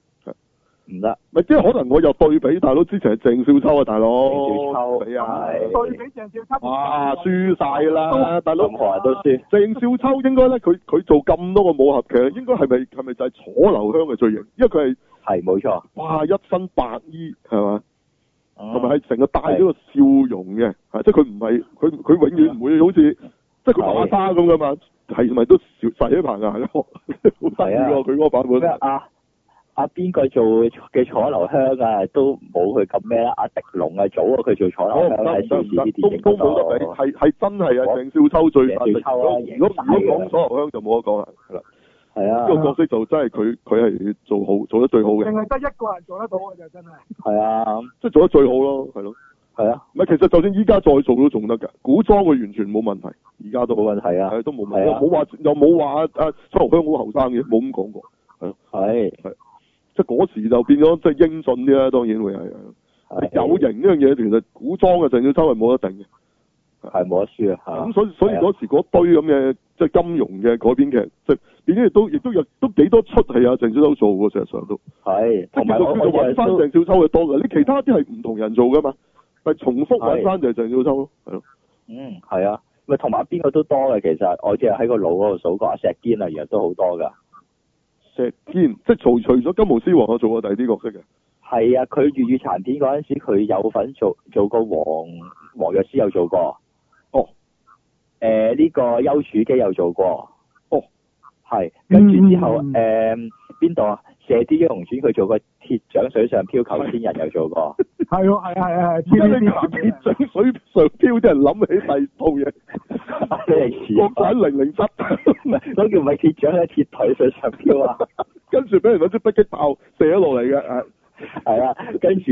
Speaker 2: 唔得，
Speaker 1: 咪即係可能我又對比大佬之前係鄭少秋啊，大佬，
Speaker 2: 鄭少秋
Speaker 1: 死啊，
Speaker 2: 係
Speaker 3: 對比鄭少秋，
Speaker 1: 哇輸晒啦，大佬
Speaker 2: 任。何人都輸，
Speaker 1: 鄭少秋應該咧，佢佢做咁多個武俠劇，應該係咪係咪就係楚留香嘅最型？因為佢係
Speaker 2: 係冇錯，
Speaker 1: 哇一身白衣係嘛，同
Speaker 2: 同
Speaker 1: 埋係成個帶咗個笑容嘅，係即係佢唔係佢佢永遠唔會好似即係佢馬沙咁噶嘛，係咪都笑曬喺棚牙嘅？好得意喎！佢嗰個版本
Speaker 2: 咩啊？阿邊個做嘅楚留香啊，都冇佢咁咩啦。阿狄龍啊，早啊佢做楚
Speaker 1: 我
Speaker 2: 留
Speaker 1: 哦唔
Speaker 2: 香
Speaker 1: 得唔
Speaker 2: 喺
Speaker 1: 得
Speaker 2: 邵
Speaker 1: 唔
Speaker 2: 氏
Speaker 1: 得
Speaker 2: 啲，
Speaker 1: 都
Speaker 2: 電影
Speaker 1: 都冇得比，
Speaker 2: 嗰度，
Speaker 1: 係係真係啊！鄭少秋最
Speaker 2: 鄭少秋啊
Speaker 1: 如果
Speaker 2: 贏晒
Speaker 1: 如果講
Speaker 2: 㗎
Speaker 1: 楚留香就冇得講啦，係啦，
Speaker 2: 係啊
Speaker 1: 呢個角色就真係佢佢係做好做得最好嘅
Speaker 3: 淨，係得一個人做得到嘅就真係。
Speaker 2: 係啊
Speaker 1: 即係做得最好咯，係咯。
Speaker 2: 係啊，
Speaker 1: 唔係，其實就算依家再做都仲得㗎，古裝佢完全冇問題，而家都
Speaker 2: 都冇問題啊，
Speaker 1: 係都冇問題，
Speaker 2: 係
Speaker 1: 又
Speaker 2: 啊
Speaker 1: 冇話又冇話啊啊楚留香好後生嘅，冇咁講過，
Speaker 2: 係
Speaker 1: 即係嗰時就變咗即係英俊啲啦，當然會係
Speaker 2: 係
Speaker 1: 有型呢樣嘢，其實古裝嘅鄭少秋係冇得定嘅，
Speaker 2: 係冇得輸啊
Speaker 1: 咁所以所以
Speaker 2: 係啊
Speaker 1: 嗰時嗰堆咁嘅即係金庸嘅改編劇，即係變咗亦都亦都有都幾多出戲啊鄭少秋做喎，事實上都
Speaker 2: 嚇，係
Speaker 1: 即係
Speaker 2: 同埋
Speaker 1: 叫
Speaker 2: 我
Speaker 1: 做叫
Speaker 2: 我
Speaker 1: 做揾翻
Speaker 2: 就
Speaker 1: 鄭少秋嘅多嘅，你其他啲係唔同人做㗎嘛，但係重複揾翻就係鄭少秋咯，係咯。
Speaker 2: 嗯係啊，咪同埋邊個都多嘅其實，我只係喺個腦嗰度數過，阿石堅啊，而家都好多㗎。
Speaker 1: 石堅，即係除除咗金毛獅王，我做過第二啲角色嘅。
Speaker 2: 係啊，佢粵語殘片嗰陣時，佢有份做做過黃黃藥師有做過。
Speaker 1: 哦。
Speaker 2: 誒、呢、個丘處機有做過。
Speaker 1: 哦。
Speaker 2: 係，跟住之後
Speaker 3: 嗯
Speaker 2: 誒邊度啊？射雕英雄傳佢做過鐵掌水上漂球仙人又做 過。
Speaker 3: 係咯，係啊係啊係。
Speaker 1: 點解你講鐵掌水上漂，啲人諗起第二套 嘢，
Speaker 2: 你 哋似
Speaker 1: 國
Speaker 2: 啊
Speaker 1: 產零零七，
Speaker 2: 嗰叫唔係鐵掌係鐵腿水上漂啊！
Speaker 1: 跟住俾人攞支迫擊炮射咗落嚟嘅，啊
Speaker 2: 係啊，跟住誒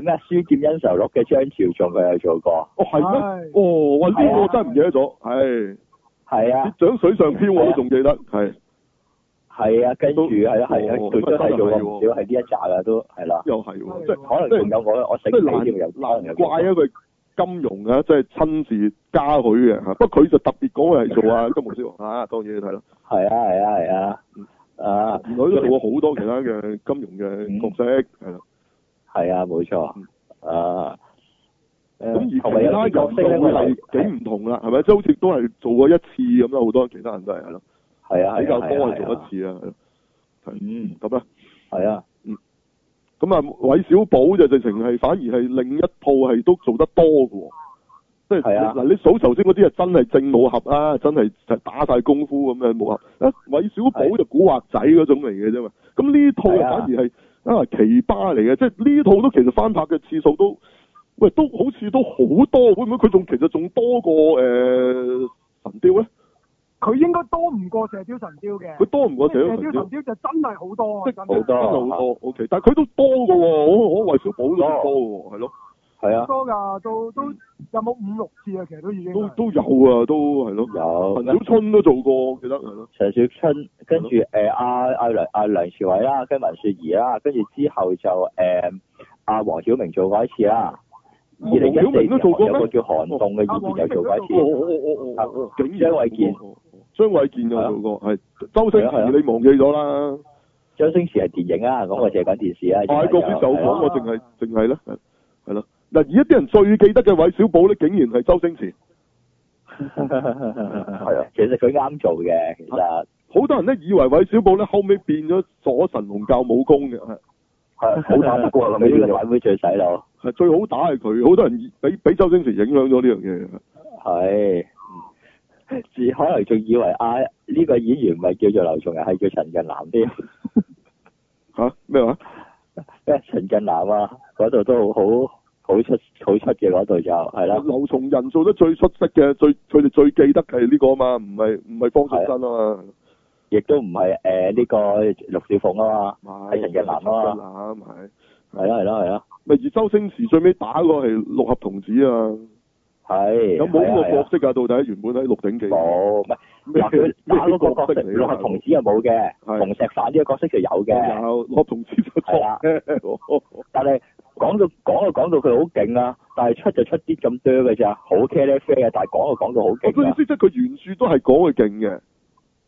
Speaker 2: 咩《書劍恩仇錄》嘅張朝仲佢有做過，
Speaker 1: 哦係咩
Speaker 3: 唉？
Speaker 1: 哦，喂，呢個我
Speaker 2: 係啊
Speaker 1: 真係唔記得咗，係
Speaker 2: 係啊
Speaker 1: 啲掌水上漂我都仲記得，係
Speaker 2: 係啊，跟住係啊係啊，
Speaker 1: 哦
Speaker 2: 佢都係做過
Speaker 1: 咁啊
Speaker 2: 唔
Speaker 1: 真係
Speaker 2: 少係呢一集啊，都係啦，
Speaker 1: 又係喎，即係
Speaker 2: 可能仲有我我
Speaker 1: 即
Speaker 2: 醒
Speaker 1: 係
Speaker 2: 起添有
Speaker 1: 難難
Speaker 2: 有
Speaker 1: 怪啊！佢金融啊，即係親自加佢嘅啊嚇，不過佢就特別講佢係做 啊金融小王啊，當然睇啦，
Speaker 2: 係啊係啊係啊，啊
Speaker 1: 佢都做過好多其他嘅金融
Speaker 2: 嗯
Speaker 1: 嘅角色，係啦。
Speaker 2: 係啊冇錯啊，
Speaker 1: 咁而
Speaker 2: 誒同埋
Speaker 1: 其
Speaker 2: 嗯有
Speaker 1: 他
Speaker 2: 啲角
Speaker 1: 人
Speaker 2: 色咧
Speaker 1: 就
Speaker 2: 我
Speaker 1: 係幾唔同啦，係咪？即係好似都係做過一次咁啦，好多其他人都係係咯，
Speaker 2: 係啊係啊
Speaker 1: 比較多係
Speaker 2: 係啊係啊
Speaker 1: 做一次啊，係咯
Speaker 2: 嗯
Speaker 1: 咁啦。
Speaker 2: 係啊
Speaker 1: 咁啊，韋小寶就直情係反而係另一套係都做得多嘅喎，即係
Speaker 2: 係啊
Speaker 1: 嗱，你數頭先嗰啲啊，真係正武俠啊，真係就打晒功夫咁嘅武俠。啊，韋小寶就古惑仔嗰種嚟嘅啫嘛。咁呢套
Speaker 2: 係
Speaker 1: 啊
Speaker 2: 啊
Speaker 1: 反而係啊奇葩嚟嘅，即係呢套都其實翻拍嘅次數都喂都好似都好多，會唔會佢仲其實仲多過誒、呃神雕咧？
Speaker 3: 佢應該多唔過射雕神雕嘅。
Speaker 1: 佢多唔過
Speaker 3: 即係
Speaker 1: 射雕
Speaker 3: 射
Speaker 1: 神
Speaker 3: 雕
Speaker 1: 雕
Speaker 3: 神，雕就真係好多啊，
Speaker 1: 即
Speaker 3: 真
Speaker 2: 好多
Speaker 3: 係
Speaker 1: 真係哦好多。O K，但係佢都多嘅喎，我我韋小寶都多喎，係咯。
Speaker 2: 係
Speaker 3: 好
Speaker 2: 啊
Speaker 3: 多㗎，都都有冇五六次啊？其實都已經
Speaker 1: 都
Speaker 3: 係
Speaker 1: 都有啊，都係咯。
Speaker 2: 有
Speaker 1: 陳。小春都做過，記得係咯。
Speaker 2: 陳小春，跟住誒阿阿梁阿梁朝偉啦，跟文雪兒啦，跟住之後就誒阿黃曉明做過一次啦。二
Speaker 1: 黃
Speaker 2: 零
Speaker 1: 曉
Speaker 2: 一四
Speaker 1: 啊明
Speaker 2: 年
Speaker 1: 都做過咩
Speaker 2: 有個叫寒凍嘅演員又做過一
Speaker 1: 哦
Speaker 2: 次，
Speaker 1: 哦哦哦哦，竟然
Speaker 2: 張衛健
Speaker 1: 張衛健又做過，係周星
Speaker 2: 係啊係啊
Speaker 1: 馳你忘記咗啦。
Speaker 2: 周星馳係電影啊，咁我淨係講電視啊。
Speaker 1: 大個佢就
Speaker 2: 係
Speaker 1: 講，
Speaker 2: 啊
Speaker 1: 我淨係淨係咧，係係咯。嗱，而家啲人最記得嘅韋小寶咧，竟然係周星馳。
Speaker 2: 係啊，其實佢啱做嘅，其實
Speaker 1: 好多人咧以為韋小寶咧後尾變咗左神龍教武功嘅，係
Speaker 4: 係好打得過啦，咁
Speaker 2: 佢呢
Speaker 4: 樣
Speaker 2: 個
Speaker 4: 就
Speaker 2: 版本最洗腦，
Speaker 1: 係最好打係佢。好多人以俾俾周星馳影響咗呢樣嘢嘅。
Speaker 2: 係。只可能仲以為啊呢個演員唔係叫做劉松仁，係叫陳近南添。
Speaker 1: 嚇咩話？
Speaker 2: 咩陳近南啊，嗰度都好好好出好出嘅嗰度就係啦，
Speaker 1: 劉松仁做得最出色嘅，最佢哋最記得係呢個啊嘛，唔係唔係方中信啊嘛。
Speaker 2: 亦都唔係誒呢個陸小鳳啊嘛，係陳近南啊嘛，
Speaker 1: 嘛，係
Speaker 2: 係啦係啦係啦，
Speaker 1: 咪而周星馳最尾打嗰個係六合童子啊？
Speaker 2: 係
Speaker 1: 有冇呢
Speaker 2: 係啊
Speaker 1: 個角色啊？到底原本喺《鹿鼎記》
Speaker 2: 係啊冇，唔係
Speaker 1: 咩
Speaker 2: 嗱佢
Speaker 1: 咩
Speaker 2: 打嗰個角色，
Speaker 1: 嚟㗎
Speaker 2: 六合童子又冇嘅，
Speaker 1: 係
Speaker 2: 紅石反呢個角色就有嘅，
Speaker 1: 有六合童子就
Speaker 2: 係啦啊
Speaker 1: 錯，
Speaker 2: 但係講到講到講到佢好勁啊，但係出就出啲咁多嘅咋，好茄喱啡啊，但係講就講到好
Speaker 1: 我
Speaker 2: 勁
Speaker 1: 最意
Speaker 2: 啊，
Speaker 1: 思即係佢原著都係講佢勁嘅。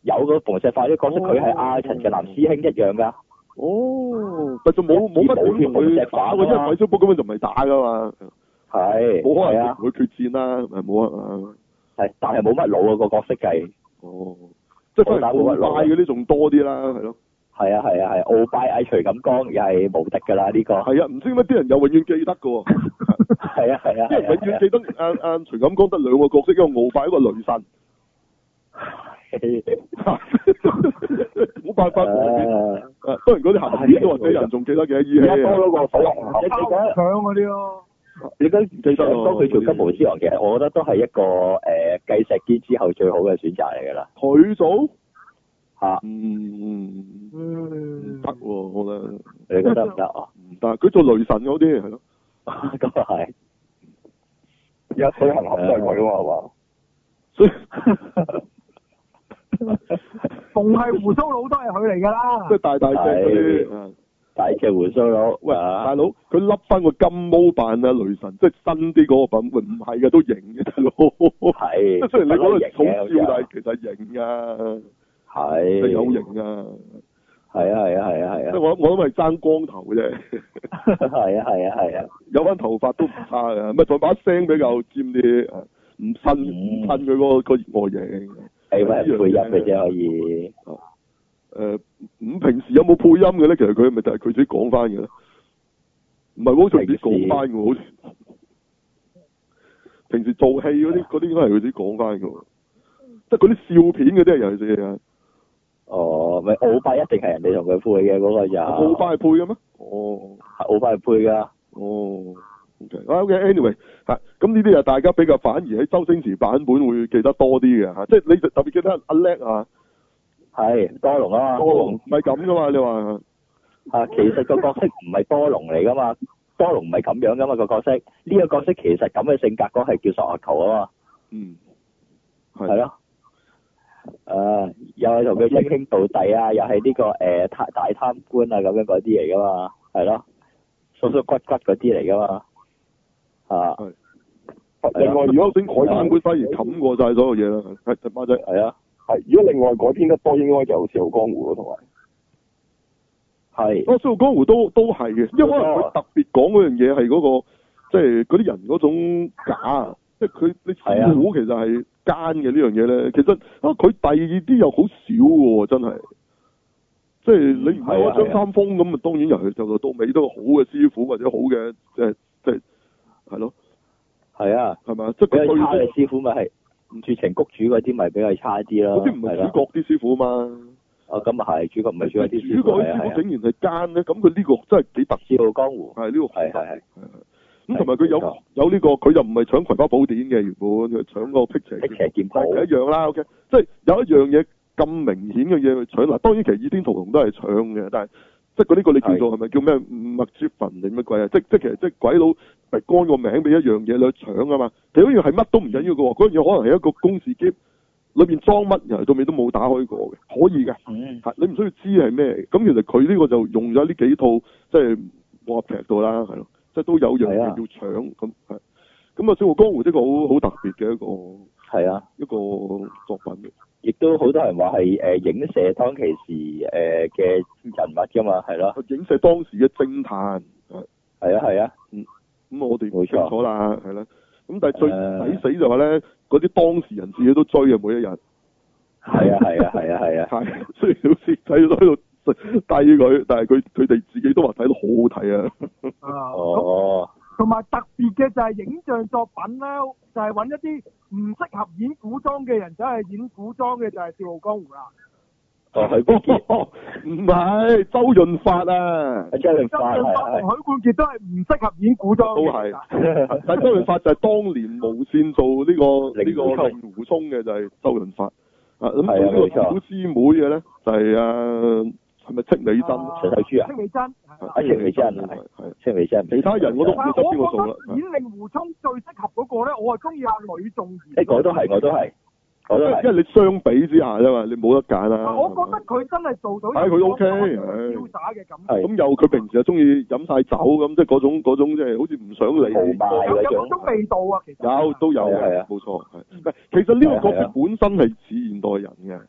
Speaker 2: 有個紅石反呢個角色佢係阿陳近南師兄一樣㗎，
Speaker 1: 哦，但就冇冇乜點同佢
Speaker 2: 啊
Speaker 1: 打喎，因為韋小寶根本就唔係打噶嘛，
Speaker 2: 係
Speaker 1: 冇可
Speaker 2: 係
Speaker 1: 能
Speaker 2: 啊
Speaker 1: 同佢決戰啦，係冇可能啊。
Speaker 2: 係，但係冇乜腦啊個角色計。
Speaker 1: 哦，即係可能冇拜嗰啲仲多啲啦，係咯。
Speaker 2: 係啊係啊係，鳌拜嗌徐錦江又係無敵㗎啦呢個，
Speaker 1: 係啊，唔知點解啲人又永遠記得嘅喎，
Speaker 2: 係啊係啊，
Speaker 1: 啲人永遠記得阿阿徐錦江得兩個角色，一個鰲拜，一個雷神，
Speaker 2: 啊遠
Speaker 1: 冇辦法忘記。誒，當然嗰啲鹹片都或者有人仲記得嘅，依
Speaker 2: 而家
Speaker 1: 戲
Speaker 2: 多
Speaker 1: 啊
Speaker 2: 咗個火龍
Speaker 3: 包搶嗰啲咯。
Speaker 2: 你講你
Speaker 1: 記
Speaker 2: 講
Speaker 1: 得咯
Speaker 2: 當佢做金毛之王，其實我覺得都係一個誒繼石堅之後最好嘅選擇嚟㗎啦
Speaker 1: 佢做，
Speaker 2: 嚇，
Speaker 1: 嗯，唔
Speaker 3: 嗯
Speaker 1: 得，喎，我覺得
Speaker 2: 你覺得唔得啊？
Speaker 1: 唔得。佢做雷神嗰啲係咯，
Speaker 2: 咁啊係，
Speaker 4: 而家水行俠都係佢啊嘛，
Speaker 1: 所以
Speaker 3: 逢係胡鬚佬都係佢嚟㗎啦
Speaker 1: 即。係大大隻嗰啲。啊
Speaker 2: 大隻胡鬚佬，
Speaker 1: 喂，
Speaker 2: 啊
Speaker 1: 大佬，佢笠翻個金毛扮啊雷神，即係新啲嗰個品，喂唔係嘅都型嘅，大佬。即
Speaker 2: 係，
Speaker 1: 係雖然你講到
Speaker 2: 好
Speaker 1: 重
Speaker 2: 笑
Speaker 1: 笑，但係其實係型㗎。
Speaker 2: 係
Speaker 1: 係有型啊！
Speaker 2: 係啊係啊係啊
Speaker 1: 即係
Speaker 2: 係啊
Speaker 1: 我諗我諗係爭光頭嘅啫，
Speaker 2: 係啊係啊係 啊。
Speaker 1: 有翻頭髮都唔差嘅，咪仲把聲比較尖啲，啊唔襯唔
Speaker 2: 嗯
Speaker 1: 襯佢嗰個外形。
Speaker 2: 係咪配音嘅啫？可以
Speaker 1: 誒，咁平時有冇配音嘅咧？其實佢咪就係佢自己講翻嘅咧，唔係好似佢自己講翻嘅喎，好似平時做戲嗰啲
Speaker 2: 啊
Speaker 1: 嗰啲應該係佢自己講翻嘅喎，即係嗰啲笑片嗰啲尤其是啊，
Speaker 2: 哦，咪奧巴一定係人哋同佢配嘅嗰個就
Speaker 1: 好快配嘅咩？哦。
Speaker 2: 奧巴係配㗎，
Speaker 1: 哦，OK，啊 OK，anyway，嚇，咁呢啲啊，大家比較反而喺周星馳版本會記得多啲嘅嚇，即係你就特別記得阿叻啊，
Speaker 2: 係多龍啊嘛，
Speaker 1: 多龍唔係咁噶嘛，你話
Speaker 2: 啊，其實個角色唔係波龍嚟噶嘛，波龍唔係咁樣噶嘛個角色，呢、個角色其實咁嘅性格嗰係叫索阿球啊嘛，
Speaker 1: 嗯，係
Speaker 2: 係咯。啊诶、又係同佢稱兄道弟啊，又係呢、個诶贪、大貪官啊咁樣嗰啲嚟噶嘛，係咯，縮縮骨骨嗰啲嚟噶嘛，啊，
Speaker 4: 另外如
Speaker 1: 如
Speaker 4: 果
Speaker 1: 果整海灘館反而冚過晒所有嘢啦，係係孖仔，
Speaker 2: 係啊，
Speaker 4: 係如果另外改編得多，應該就《笑傲江湖》咯，同埋。
Speaker 2: 係
Speaker 1: 我《笑傲江湖》都都係
Speaker 2: 哦
Speaker 1: 嘅，因為可能佢特別講嗰樣嘢係嗰個，即係嗰啲人嗰種假，啊即係佢你
Speaker 2: 係啊
Speaker 1: 似乎其實係奸嘅呢樣嘢咧。其實啊，佢第二啲又好少喎，真係。即係你唔係
Speaker 2: 係啊
Speaker 1: 話張
Speaker 2: 係啊
Speaker 1: 三豐咁啊，當然由佢就到尾都係好嘅師傅或者好嘅，即係即係係咯，
Speaker 2: 係啊，
Speaker 1: 係咪啊？即
Speaker 2: 比
Speaker 1: 係
Speaker 2: 較差
Speaker 1: 佢
Speaker 2: 嘅師傅咪係唔住情谷主嗰啲咪比較差啲
Speaker 1: 嗰
Speaker 2: 咯，
Speaker 1: 啲唔係
Speaker 2: 係
Speaker 1: 主
Speaker 2: 啦，
Speaker 1: 角啲師傅嘛，
Speaker 2: 哦咁啊係，主角唔係主角啲師
Speaker 1: 主
Speaker 2: 傅
Speaker 1: 角
Speaker 2: 係
Speaker 1: 啲師
Speaker 2: 啊係啊
Speaker 1: 傅，竟然係奸咧，咁佢呢個真係幾特
Speaker 2: 笑傲江湖
Speaker 1: 係呢個好
Speaker 2: 係啊
Speaker 1: 特
Speaker 2: 係係
Speaker 1: 咁同埋佢有
Speaker 2: 係冇錯
Speaker 1: 有呢、個，佢就唔係搶葵花寶典嘅原本，佢搶個 picture
Speaker 2: 辟邪劍
Speaker 1: 但
Speaker 2: 譜
Speaker 1: 係一樣啦。OK，即係有一樣嘢咁明顯嘅嘢去搶嗱，當然其實倚天屠龍都係搶嘅，但係即係佢呢個你叫做係咪叫咩麥之墳定乜鬼啊？即即其實即係鬼佬咪乾個名俾一樣嘢你去搶啊嘛。其實嗰樣係乜都唔緊要嘅喎，嗰樣嘢可能係一個公事機，裏邊裝乜由頭到尾都冇打開過嘅，可以嘅。
Speaker 2: 嗯
Speaker 1: 係你唔需要知係咩，咁其實佢呢個就用咗呢幾套即係武俠劇度啦，係咯，即係都有樣嘢
Speaker 2: 係啊
Speaker 1: 要搶咁係。咁啊，《笑傲江湖》呢個好好特別嘅一個
Speaker 2: 係啊。
Speaker 1: 一個作品，
Speaker 2: 亦都好多人話係誒影射當其時誒嘅人物噶嘛，係咯，
Speaker 1: 佢影射當時嘅偵探，係
Speaker 2: 係啊係啊，
Speaker 1: 咁我哋
Speaker 2: 冇錯
Speaker 1: 清楚啦，係啦。咁但係最
Speaker 2: 誒
Speaker 1: 抵死就係咧，嗰啲當事人自己都追啊，每一日
Speaker 2: 係啊係啊係啊係啊，
Speaker 1: 係， 雖然好似睇到喺度低佢，但係佢佢哋自己都話睇到好好睇啊，
Speaker 3: 啊咁
Speaker 2: 哦，
Speaker 3: 同埋特別嘅就係影像作品咧，就係、揾一啲唔適合演古裝嘅人走去演古裝嘅，就係《笑傲江湖》啦。
Speaker 2: 哦係嗰件，
Speaker 1: 唔係周潤發啊。
Speaker 2: 阿張潤
Speaker 3: 周
Speaker 2: 發
Speaker 3: 潤發
Speaker 2: 係
Speaker 3: 同許冠傑都係唔適合演古裝
Speaker 1: 都
Speaker 3: 嘅。
Speaker 1: 係
Speaker 3: 其實
Speaker 2: 係
Speaker 1: 但係周潤發就係當年無線做呢、個呢、
Speaker 2: 令狐
Speaker 1: 個
Speaker 2: 沖
Speaker 1: 令狐沖嘅就係周潤發啊，咁
Speaker 2: 係啊
Speaker 1: 做呢
Speaker 2: 冇錯
Speaker 1: 個小師妹嘅咧就係啊係咪戚美珍？
Speaker 3: 啊
Speaker 2: 陳秀珠啊
Speaker 3: 戚美珍係啦
Speaker 2: 啊戚美珍係
Speaker 1: 係
Speaker 2: 即係未真，
Speaker 1: 其他人我都唔
Speaker 3: 但
Speaker 1: 記得邊
Speaker 3: 係
Speaker 1: 個做啦
Speaker 3: 我覺得演令狐沖最適合嗰個咧，我係中意阿呂仲賢。啊
Speaker 2: 誒我都係我都係我都係
Speaker 1: 因為你相比之下啫嘛，你冇得揀啦。
Speaker 3: 啊我覺得佢真係做到
Speaker 1: 係佢 OK，
Speaker 3: 瀟灑嘅感覺，
Speaker 2: 係
Speaker 1: 咁又佢平時又中意飲晒酒咁，即係嗰種嗰種即係好似唔想理
Speaker 2: 豪
Speaker 1: 你。
Speaker 2: 邁
Speaker 3: 有
Speaker 2: 嗰
Speaker 3: 有
Speaker 2: 種
Speaker 3: 嗰種，味道啊，其實
Speaker 1: 有都有
Speaker 2: 係啊係
Speaker 1: 嘅
Speaker 2: 啊，
Speaker 1: 冇錯。係唔係其實呢個角色本身係似現代人嘅。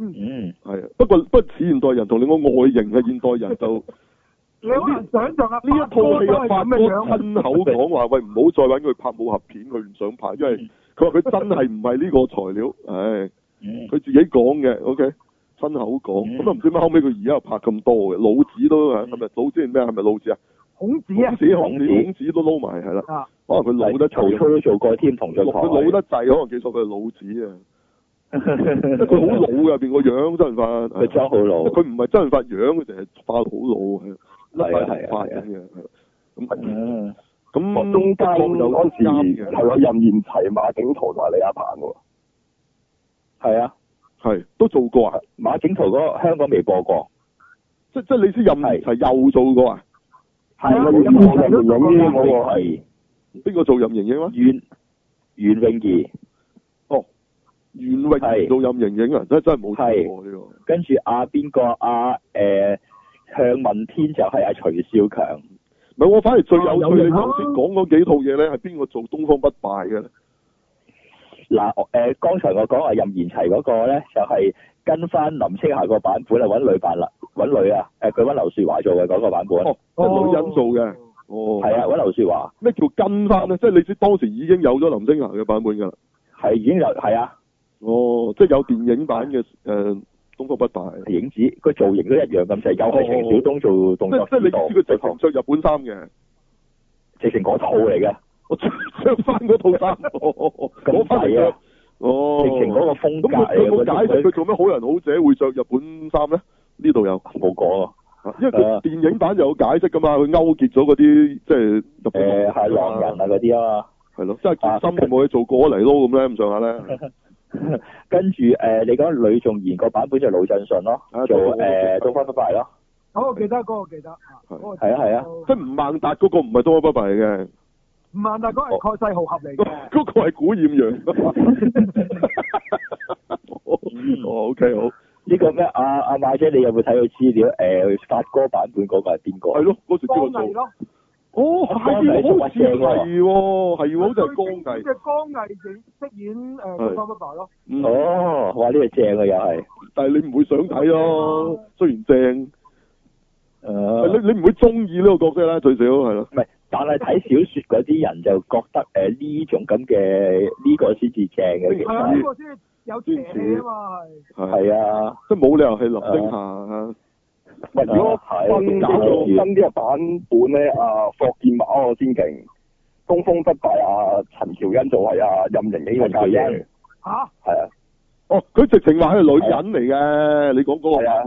Speaker 2: 嗯
Speaker 1: 係啊，不過不過似現代人同你個外形嘅現代人就呢
Speaker 3: 你好難想象啊！
Speaker 1: 一套戲
Speaker 3: 都係
Speaker 1: 嘅發
Speaker 3: 咁
Speaker 1: 哥
Speaker 3: 嘅樣啊，
Speaker 1: 親口講話，喂唔好再揾佢拍武俠片，佢唔想拍，因為佢話佢真係唔係呢個材料，唉，
Speaker 2: 嗯，
Speaker 1: 佢自己講嘅，OK，親口講，咁啊唔知點解後尾佢而家又拍咁多嘅，老子都係咪老子係咩啊？係咪老子啊？
Speaker 3: 孔子啊
Speaker 1: 孔，子孔子
Speaker 2: 孔子
Speaker 1: 孔子都撈埋係啦，
Speaker 3: 啊，
Speaker 1: 可能佢老得
Speaker 2: 曹操
Speaker 1: 滯，
Speaker 2: 都做過添同
Speaker 1: 佢
Speaker 2: 咗
Speaker 1: 老
Speaker 2: 堂，
Speaker 1: 佢老得滯，可能記錯佢係老子啊，即係佢好老嘅入邊個樣真係發，
Speaker 2: 佢裝好老，
Speaker 1: 佢唔係真人發樣，佢就係化到好老，
Speaker 2: 係啊
Speaker 1: 甩
Speaker 2: 係啊
Speaker 1: 髮咁
Speaker 2: 係啊
Speaker 1: 嘅。咁
Speaker 2: 嗯
Speaker 1: 咁
Speaker 4: 中間
Speaker 1: 有
Speaker 4: 嗰時
Speaker 1: 啱
Speaker 4: 係
Speaker 1: 嘅，
Speaker 4: 有任賢齊、馬景陶同埋李亞鵬喎。
Speaker 2: 係啊，
Speaker 1: 係都做過啊！
Speaker 2: 馬景濤嗰個香港未播過，
Speaker 1: 即即係你知任
Speaker 2: 係
Speaker 1: 賢齊又做過啊？
Speaker 2: 係
Speaker 4: 啊
Speaker 2: 啊，
Speaker 4: 任
Speaker 3: 賢齊都
Speaker 4: 任
Speaker 3: 做過
Speaker 4: 永英嗰個係
Speaker 2: 係
Speaker 1: 邊個做任盈盈啊？
Speaker 2: 袁袁詠儀。
Speaker 1: 袁詠儀
Speaker 2: 係
Speaker 1: 做任盈盈啊！真真係冇
Speaker 2: 係
Speaker 1: 做過呢個。
Speaker 2: 跟住阿邊個阿誒向問天就係阿徐少強，
Speaker 1: 唔係我反而最有
Speaker 3: 啊有
Speaker 1: 趣，你
Speaker 3: 型啊
Speaker 1: 頭先講嗰幾套嘢咧，係邊個做東方不敗嘅咧？
Speaker 2: 嗱誒、呃，剛才我講阿任賢齊嗰個咧，就係、跟翻林青霞個版本啊，揾女扮啦，揾女啊，誒佢揾劉雪華做嘅嗰個版本，係、
Speaker 1: 哦，即係女人做嘅。哦，
Speaker 2: 啊，揾劉雪華
Speaker 1: 咩叫跟翻咧？即係你知當時已經有咗林青霞嘅版本㗎啦。
Speaker 2: 係已經有係啊，
Speaker 1: 哦，即係有電影版嘅誒東方不敗。
Speaker 2: 影子個造型都一樣咁細，又係程小東做動
Speaker 1: 即
Speaker 2: 作
Speaker 1: 即係
Speaker 2: 指
Speaker 1: 你
Speaker 2: 導，
Speaker 1: 知佢直
Speaker 2: 直
Speaker 1: 情
Speaker 2: 情
Speaker 1: 着日本衫嘅，
Speaker 2: 直情嗰套嚟嘅，
Speaker 1: 我着着翻嗰套衫，攞
Speaker 2: 咁
Speaker 1: 翻嚟
Speaker 2: 細
Speaker 1: 着
Speaker 2: 啊，，
Speaker 1: 哦，
Speaker 2: 直情嗰個風
Speaker 1: 咁
Speaker 2: 格
Speaker 1: 佢有
Speaker 2: 嚟嘅
Speaker 1: 冇解釋佢
Speaker 2: 嗰
Speaker 1: 做咩好人好姐會着日本衫咧？呢度有，
Speaker 2: 冇講啊，
Speaker 1: 因為佢
Speaker 2: 啊
Speaker 1: 電影版有解釋噶嘛，佢勾結咗嗰啲即係日本
Speaker 2: 誒係狼人啊嗰啲啊嘛。
Speaker 1: 係咯，即係決心你冇嘢做過嚟撈咁咧，咁上下 咧，
Speaker 2: 跟住誒、呃你講呂仲賢個版本就係魯振順咯
Speaker 1: 啊，
Speaker 2: 做
Speaker 1: 對
Speaker 2: 誒東方不敗咯，
Speaker 3: 嗰個記得，嗰個記得啊
Speaker 1: 係
Speaker 3: 嗰個
Speaker 2: 係啊係啊
Speaker 1: 即係吳孟達嗰個唔係多巴拜嘅，
Speaker 3: 吳孟達嗰個係
Speaker 1: 哦
Speaker 3: 蓋世豪俠嚟嘅，
Speaker 1: 嗰個係古豔陽。
Speaker 2: 嗯
Speaker 1: 哦，OK，好，
Speaker 2: 呢個咩？阿阿馬姐，你有冇睇到資料？誒，發哥版本嗰個係邊個？啊
Speaker 1: 係咯，嗰時邊個
Speaker 3: 江毅
Speaker 1: 做？
Speaker 3: 咯，
Speaker 1: 哦，係好似係喎，係喎，好似係江毅。
Speaker 3: 即係江毅飾飾演誒
Speaker 1: 係
Speaker 3: s u p e r 咯，
Speaker 1: 嗯
Speaker 2: 哦，哇！呢個正啊，又係。
Speaker 1: 但係你唔會想睇咯，雖然正，但
Speaker 2: 誒，
Speaker 1: 你你唔會中意呢個角色啦，最少係咯。
Speaker 2: 啊唔係，但係睇小説嗰啲人就覺得誒呢種咁嘅呢個先至正嘅，其
Speaker 3: 係啊，呢
Speaker 2: 實
Speaker 3: 個先有邪氣啊嘛，係
Speaker 1: 係，
Speaker 2: 係啊。
Speaker 1: 即係冇理由係林青霞啊。
Speaker 4: 喂，如果新搞到新啲嘅版本咧，阿霍建華嗰個先勁，東風不敗啊，陳喬恩就係啊任盈盈嘅家姐，
Speaker 3: 嚇
Speaker 4: 係啊，
Speaker 1: 哦，佢直情話佢係女人嚟嘅，你講嗰個版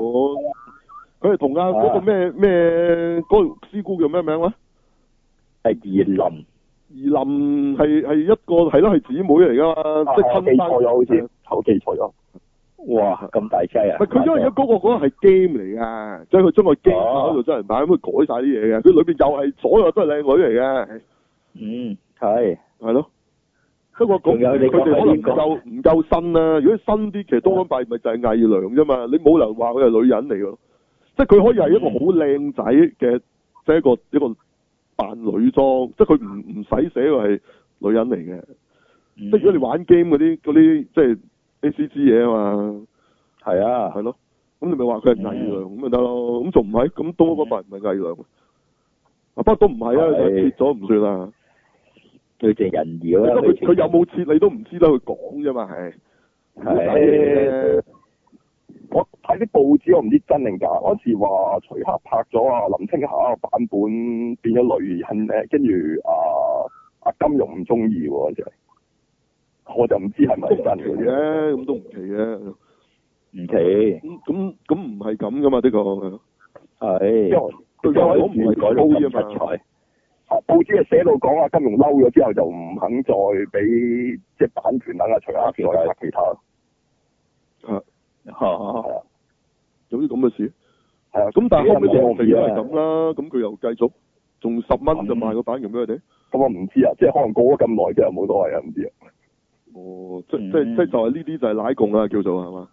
Speaker 1: 本，佢係同阿嗰個咩咩嗰個師姑叫咩名話？
Speaker 2: 係二林，
Speaker 1: 而林係係一個係咯係姊妹嚟
Speaker 2: 哦
Speaker 1: 噶嘛，即係
Speaker 2: 啊
Speaker 4: 我記
Speaker 1: 親生
Speaker 4: 錯咗好似，我記錯咗，
Speaker 2: 哇！咁大劑啊！
Speaker 1: 嗯唔係佢因為而家嗰個嗰個係 game 嚟㗎，即係佢將個 game
Speaker 2: 哦
Speaker 1: 打到真人版，咁佢改晒啲嘢嘅，佢裏邊又係所有都係靚女嚟嘅，
Speaker 2: 嗯係
Speaker 1: 係咯。不過咁
Speaker 2: 仲有你
Speaker 1: 佢哋可
Speaker 2: 講緊
Speaker 1: 能唔
Speaker 2: 呢個
Speaker 1: 夠唔夠新啦、如果新啲，其實東方幣咪就係偽娘啫嘛，你冇理由話佢係女人嚟㗎咯。即係佢可以係一個好靚仔嘅，即係一個一個扮女裝，即係佢唔唔使寫佢係女人嚟嘅。即
Speaker 2: 嗯
Speaker 1: 係如果你玩 game 嗰啲嗰啲即係 A C G 嘢啊嘛，
Speaker 2: 係啊
Speaker 1: 係，咯，咁你咪話佢係偽娘咁咪得咯，咁仲唔係？咁東方不敗唔係偽娘，啊不過都唔係啊，
Speaker 2: 係
Speaker 1: 佢切咗唔算啦，
Speaker 2: 佢隻人妖啊！
Speaker 1: 佢佢有冇切你都唔知得佢講啫嘛，係，
Speaker 2: 係
Speaker 1: 誒
Speaker 4: 我睇啲報紙我唔知真定假，嗰時話徐克拍咗啊林青霞個版本變咗女人咧，跟住啊阿金庸唔中意喎，嗰時係我就唔知係咪
Speaker 1: 都唔
Speaker 4: 真
Speaker 1: 奇
Speaker 4: 嘅啫。
Speaker 1: 嘅，咁都唔奇嘅，
Speaker 2: 唔奇
Speaker 1: 咁咁咁唔係咁噶嘛，的確，
Speaker 4: 因為
Speaker 2: 係。
Speaker 4: 我
Speaker 1: 對
Speaker 4: 因
Speaker 1: 我
Speaker 4: 為
Speaker 1: 唔係
Speaker 2: 改
Speaker 1: 高啫
Speaker 2: 咁出
Speaker 1: 嘛，
Speaker 2: 彩，
Speaker 4: 啊報紙嘅寫到講啊，金融嬲咗之後就唔肯再俾即係版權等啊，徐克再拍其他，
Speaker 1: 嚇，
Speaker 2: 哦
Speaker 4: 係啊，
Speaker 1: 有啲咁嘅事，
Speaker 4: 係啊。
Speaker 1: 咁但係後尾
Speaker 4: 咁
Speaker 1: 就
Speaker 4: 我唔
Speaker 1: 成
Speaker 4: 知
Speaker 1: 咗
Speaker 4: 啊
Speaker 1: 係咁啦，咁佢又繼續，仲十
Speaker 2: 嗯
Speaker 1: 蚊就賣個版權俾佢哋。
Speaker 4: 咁我唔知啊，即係可能過咗咁耐之後冇所謂啊，唔知啊，
Speaker 1: 哦，即
Speaker 2: 嗯
Speaker 1: 即即就係呢啲就係奶共啦，叫做係嘛？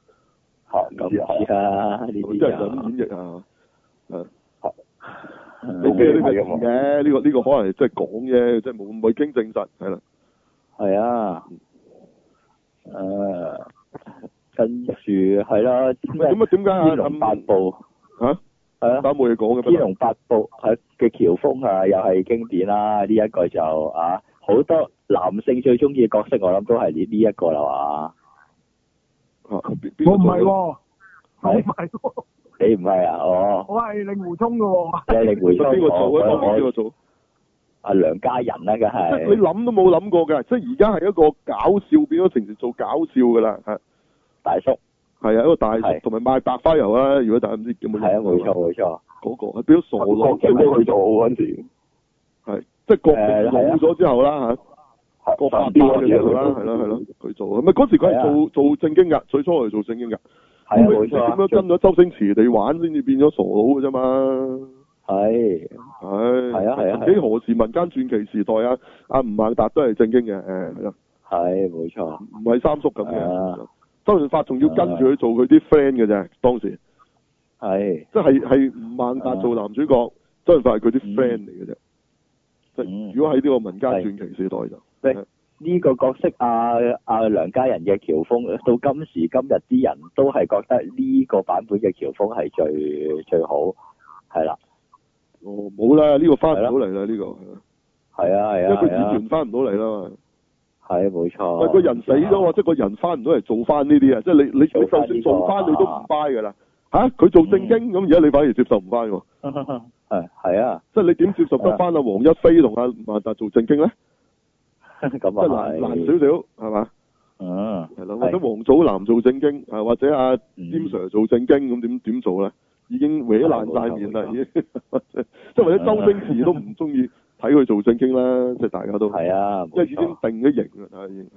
Speaker 4: 嚇
Speaker 2: 咁
Speaker 4: 唔知啊，係
Speaker 1: 咁即係
Speaker 2: 唔知啊，呢啲
Speaker 1: 咁演繹啊！係
Speaker 4: 你
Speaker 2: 嗯
Speaker 1: 你
Speaker 4: 咩
Speaker 1: 咩呢
Speaker 4: 都唔
Speaker 1: 個
Speaker 4: 係啊嘛
Speaker 1: 嘅？呢個呢個可能係即係講啫，即係冇唔係經證實係啦。
Speaker 2: 係啊，誒，跟住係啦，
Speaker 1: 咁啊？點解
Speaker 2: 天
Speaker 1: 啊？
Speaker 2: 龍八部
Speaker 1: 嚇
Speaker 2: 係啊。
Speaker 1: 打冇嘢講嘅不
Speaker 2: 天
Speaker 1: 過
Speaker 2: 龍八部係嘅喬峰啊，又係經典啦。呢、一個就啊，好多男性最中意嘅角色，我諗都係呢呢一個啦嘛。
Speaker 1: 嚇邊邊個
Speaker 3: 我唔
Speaker 1: 做
Speaker 3: 係
Speaker 1: 嘅
Speaker 3: 喎，我唔係喎，
Speaker 2: 你唔係啊？哦，
Speaker 3: 我係令狐沖嘅喎，
Speaker 2: 即係你回收
Speaker 1: 邊個做
Speaker 2: 我，
Speaker 1: 嘅？當年邊
Speaker 2: 我
Speaker 1: 個做？啊
Speaker 2: 阿梁家仁啦，梗
Speaker 1: 即係 你
Speaker 2: 係
Speaker 1: 諗都冇諗過嘅，即係而家係一個搞笑變咗平時做搞笑嘅啦，係
Speaker 2: 大叔，
Speaker 1: 係啊，一個大
Speaker 2: 係
Speaker 1: 同埋賣白花油啊！如果大家唔知有冇印
Speaker 2: 係啊，
Speaker 1: 象
Speaker 2: 冇錯冇錯，
Speaker 1: 嗰個係變咗傻佬，
Speaker 4: 郭
Speaker 1: 啊即
Speaker 4: 靖
Speaker 1: 係
Speaker 4: 啊都去做嗰陣時，
Speaker 1: 係即係國
Speaker 2: 誒
Speaker 1: 老
Speaker 2: 係啊
Speaker 1: 咗之後啦嚇。
Speaker 4: 係
Speaker 1: 個發
Speaker 4: 神
Speaker 1: 雕
Speaker 4: 雕
Speaker 1: 嘅
Speaker 4: 嗰陣
Speaker 1: 時
Speaker 4: 時
Speaker 1: 候啦，係啦係啦，佢做啊，咪嗰時佢
Speaker 2: 係啊
Speaker 1: 係做做正經噶，最初係做正經噶，
Speaker 2: 係啊
Speaker 1: 咁佢
Speaker 2: 冇錯
Speaker 1: 點樣
Speaker 2: 啊，
Speaker 1: 跟咗周星馳嚟玩先至變咗傻佬嘅啫嘛，
Speaker 2: 係
Speaker 1: 唉，
Speaker 2: 係啊係啊
Speaker 1: 曾幾何時民間傳奇時代啊，阿吳孟達都係正經嘅，誒係啦，
Speaker 2: 係冇錯，
Speaker 1: 唔係三叔咁嘅
Speaker 2: 啊，
Speaker 1: 周潤發仲要跟住佢做佢啲 friend 嘅啫，當時
Speaker 2: 係
Speaker 1: 即係
Speaker 2: 嗯
Speaker 1: 係吳孟
Speaker 2: 啊
Speaker 1: 達做男主角，周潤發係佢啲 friend 嚟嘅啫，即
Speaker 2: 嗯
Speaker 1: 係如果喺呢個民間傳奇時代就。
Speaker 2: 呢個角色啊啊梁家仁嘅喬峰，到今時今日啲人都係覺得呢個版本嘅喬峰係最最好，係啦，
Speaker 1: 哦，冇啦，呢個翻唔到嚟啦，呢個，因
Speaker 2: 係啊係
Speaker 1: 為
Speaker 2: 啊
Speaker 1: 佢
Speaker 2: 係
Speaker 1: 演
Speaker 2: 啊
Speaker 1: 員。翻唔到嚟啦嘛。
Speaker 2: 係冇錯。
Speaker 1: 喂，個人死咗喎，即係個人翻唔到嚟做翻呢啲啊！即係你你你
Speaker 2: 做
Speaker 1: 就
Speaker 2: 返呢個啊嗯
Speaker 1: 算做翻，你都唔 buy 噶啦。嚇，佢做正經咁，而家你反而接受唔翻喎。
Speaker 2: 係 係啊，
Speaker 1: 即係你點接受得翻阿黃一飛同阿吳孟達做正經咧？即係
Speaker 2: 咁啊
Speaker 1: 難
Speaker 2: 係。
Speaker 1: 難少少係嘛？
Speaker 2: 嗯，
Speaker 1: 係咯，或者黃祖藍做正經，啊或者阿詹 Sir 做正經咁點點做咧？已經搲爛晒面啦，已經。 即係或者周星馳都唔中意睇佢做正經啦，即係大家都。
Speaker 2: 係啊，
Speaker 1: 即係
Speaker 2: 冇
Speaker 1: 已經定
Speaker 2: 錯，
Speaker 1: 咗型啦，已經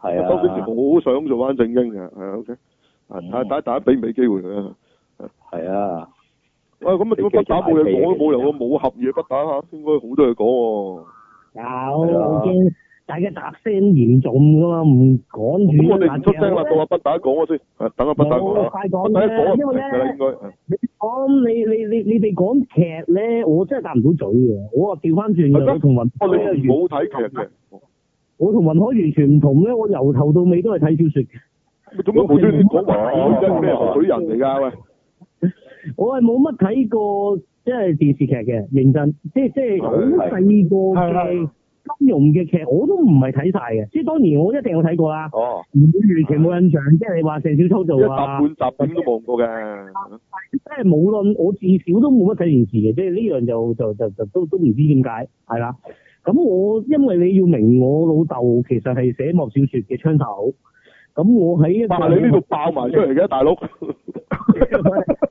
Speaker 1: 係。
Speaker 2: 係
Speaker 1: 周星
Speaker 2: 啊，
Speaker 1: 馳好想做翻正經嘅，係啊 OK。啊，
Speaker 2: 嗯
Speaker 1: 睇下大家大家俾唔俾機會佢啊？
Speaker 2: 係啊，
Speaker 1: 啊咁啊，咁
Speaker 2: 你繼續
Speaker 1: 北打冇嘢
Speaker 2: 買飛
Speaker 1: 講，
Speaker 2: 嘅
Speaker 1: 冇理由個武俠嘢北打下，應該好多嘢講喎。
Speaker 5: 有，我驚大家搭聲嚴重噶嘛，唔趕
Speaker 1: 咁
Speaker 5: 住
Speaker 1: 我哋唔出聲啦，到阿北打講我先，啊等阿北打講
Speaker 5: 冇
Speaker 1: 啦。
Speaker 5: 快講
Speaker 1: 北打一講
Speaker 5: 啫，
Speaker 1: 就
Speaker 5: 因
Speaker 1: 唔
Speaker 5: 為
Speaker 1: 明㗎啦，
Speaker 5: 咧
Speaker 1: 應，該。啊
Speaker 5: 講你你你你哋講劇咧，我真係答唔到嘴嘅，我啊調翻轉
Speaker 1: 係咩
Speaker 5: 嘅，我同雲
Speaker 1: 我
Speaker 5: 海
Speaker 1: 哋
Speaker 5: 完，
Speaker 1: 冇睇劇嘅，
Speaker 5: 我同雲海完全唔同咧，我由頭到尾都係睇小説，
Speaker 1: 做乜無端端講埋佢
Speaker 5: 啊
Speaker 1: 真係咩河水人嚟㗎？喂，
Speaker 5: 我係冇乜睇過即係電視劇嘅，認真，即係即係好
Speaker 1: 係
Speaker 2: 係
Speaker 5: 細個
Speaker 3: 係
Speaker 5: 嘅金融嘅劇，我都唔係睇晒嘅，即係當然我一定有睇過啦，
Speaker 2: 哦，
Speaker 5: 唔會完全冇印象，即係你話鄭少秋
Speaker 1: 一
Speaker 5: 做啊。
Speaker 1: 集半集點都望過嘅。
Speaker 5: 即係無論我至少都冇乜睇電視嘅，即係呢樣就就就就都都唔知點解係啦。咁我因為你要明，我老豆其實係寫幕小説嘅槍手，咁我喺一個
Speaker 1: 但係你呢度爆埋出嚟嘅，大 佬，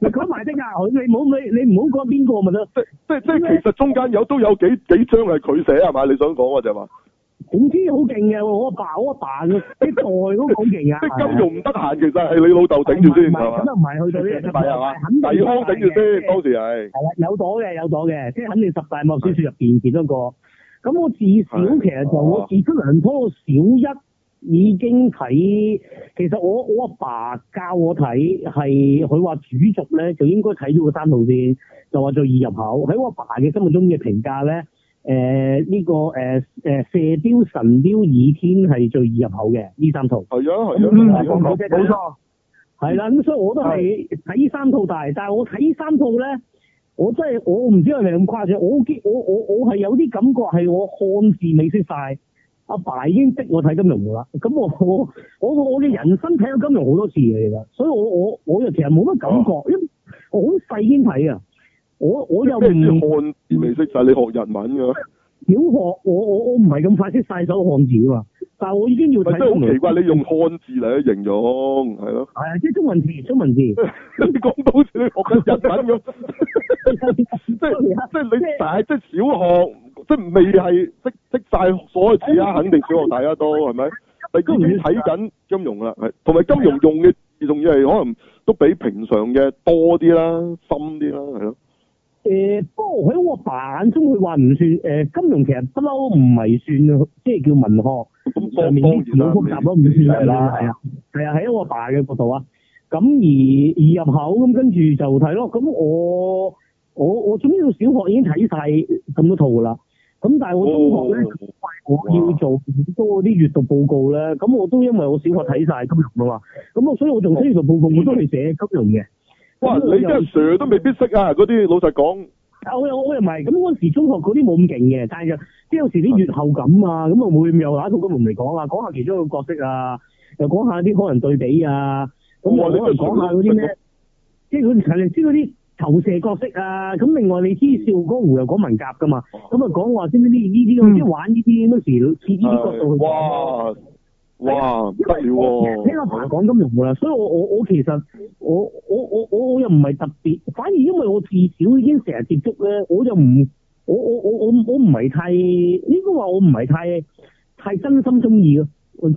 Speaker 5: 你講埋的啊！你唔好你你唔好講邊個咪得，
Speaker 1: 即即即其實中間有都有幾幾張係佢寫係嘛？你想講啊就係話，
Speaker 5: 總之好勁嘅，我阿爸我阿爸嘅一代都好勁啊！
Speaker 1: 即金融唔得閒，其實係 你老豆頂住先
Speaker 5: 唔係
Speaker 1: 係嘛？
Speaker 5: 咁啊，唔係去到呢
Speaker 1: 唔
Speaker 5: 個
Speaker 1: 係係嘛？
Speaker 5: 肯定
Speaker 1: 倪康頂住
Speaker 5: 係
Speaker 1: 先，
Speaker 5: 嘅
Speaker 1: 當時係。
Speaker 5: 係啦，有朵嘅，有朵嘅，即係肯定十大幕小説入邊其中一個。咁我自小其實就我自出娘胎，我小一已經睇。其實我我阿爸教我睇係佢話主軸咧就應該睇咗個三套先，就話最易入口。喺我阿爸嘅心目中嘅評價咧，誒、呢、個誒誒、射雕、神雕、倚天係最易入口嘅呢三套。
Speaker 1: 係啊係啊，
Speaker 3: 嗯
Speaker 1: 係啊
Speaker 5: 冇錯
Speaker 3: 冇錯，
Speaker 5: 係
Speaker 1: 嗯
Speaker 5: 啦，咁所以我都係睇呢三套大，但係我睇呢三套咧，我真係我唔知係咪咁誇張，我見我我我係有啲感覺係我漢字未識晒，阿爸已經逼我睇金融㗎啦，咁我我我我嘅人生睇咗金融好多次嘅其實，所以我我我又其實冇乜感覺，
Speaker 1: 哦
Speaker 5: 因為我好細已經睇啊，我我又唔
Speaker 1: 咩叫
Speaker 5: 少
Speaker 1: 漢字未識晒？你學日文嘅咩？
Speaker 5: 學，我我我唔係咁快識晒手漢字啊㗎嘛，但係我已經要
Speaker 1: 咪
Speaker 5: 睇
Speaker 1: 真係好
Speaker 5: 金融
Speaker 1: 奇，怪，你用漢字嚟去形容係咯？
Speaker 5: 係啊，即係中文字中文字。
Speaker 1: 你講到好似你學緊日文咁，即係
Speaker 5: 係啊
Speaker 1: 即係你但係即係小學，即係未係識識晒所有字啊，肯定小學大 家都係咪？你已經睇緊金融啦，係同埋金融用嘅字，仲要係可能都比平常嘅多啲啦、深啲啦，係咯。
Speaker 5: 誒、呃不過喺我爸眼中，佢話唔算誒、呃金融，其實不嬲唔係算，即係叫文學
Speaker 1: 咁
Speaker 5: 上面啲字好複雜
Speaker 1: 當
Speaker 5: 咯，唔算係
Speaker 2: 係
Speaker 5: 啦
Speaker 2: 啦，
Speaker 5: 係啊，係啊，喺我爸嘅角度啊。咁而而入口咁跟住就睇咯。咁我我我總之到小學已經睇晒咁多套㗎啦。咁但係我
Speaker 1: 哦
Speaker 5: 中學咧，我要做好多嗰啲閱讀報告咧，咁我都因為我小學睇晒金融啊嘛，咁我所以我仲寫閱讀報告，我都係寫金融嘅。
Speaker 1: 哇！
Speaker 5: 咁我
Speaker 1: 你
Speaker 5: 又
Speaker 1: 真係 Sir 都未必識啊！嗰啲老實講，
Speaker 5: 啊我又我又唔係，咁嗰陣時中學嗰啲冇咁勁嘅，但係就即係有時啲越後感啊，咁啊會唔會又拿套金融嚟講啊，講下其中一個角色啊，又講下啲可能對比啊，咁
Speaker 1: 哇
Speaker 5: 又
Speaker 1: 你
Speaker 5: 可
Speaker 1: 真係
Speaker 5: 能講下嗰啲咩，即係佢係知嗰啲投射角色啊，咁另外你知《笑傲江湖》又講文革噶嘛，咁啊講話知唔知呢呢
Speaker 3: 嗯
Speaker 5: 啲即係玩呢啲嗰時切呢啲角度去講啊。
Speaker 1: 哇哇唔得了喎！
Speaker 5: 聽阿爸講金融㗎啦，所以我我我其實我我我我我又唔係特別，反而因為我自小已經成日接觸咧，我就唔我我我我我唔係太應該話我唔係太太真心中意咯，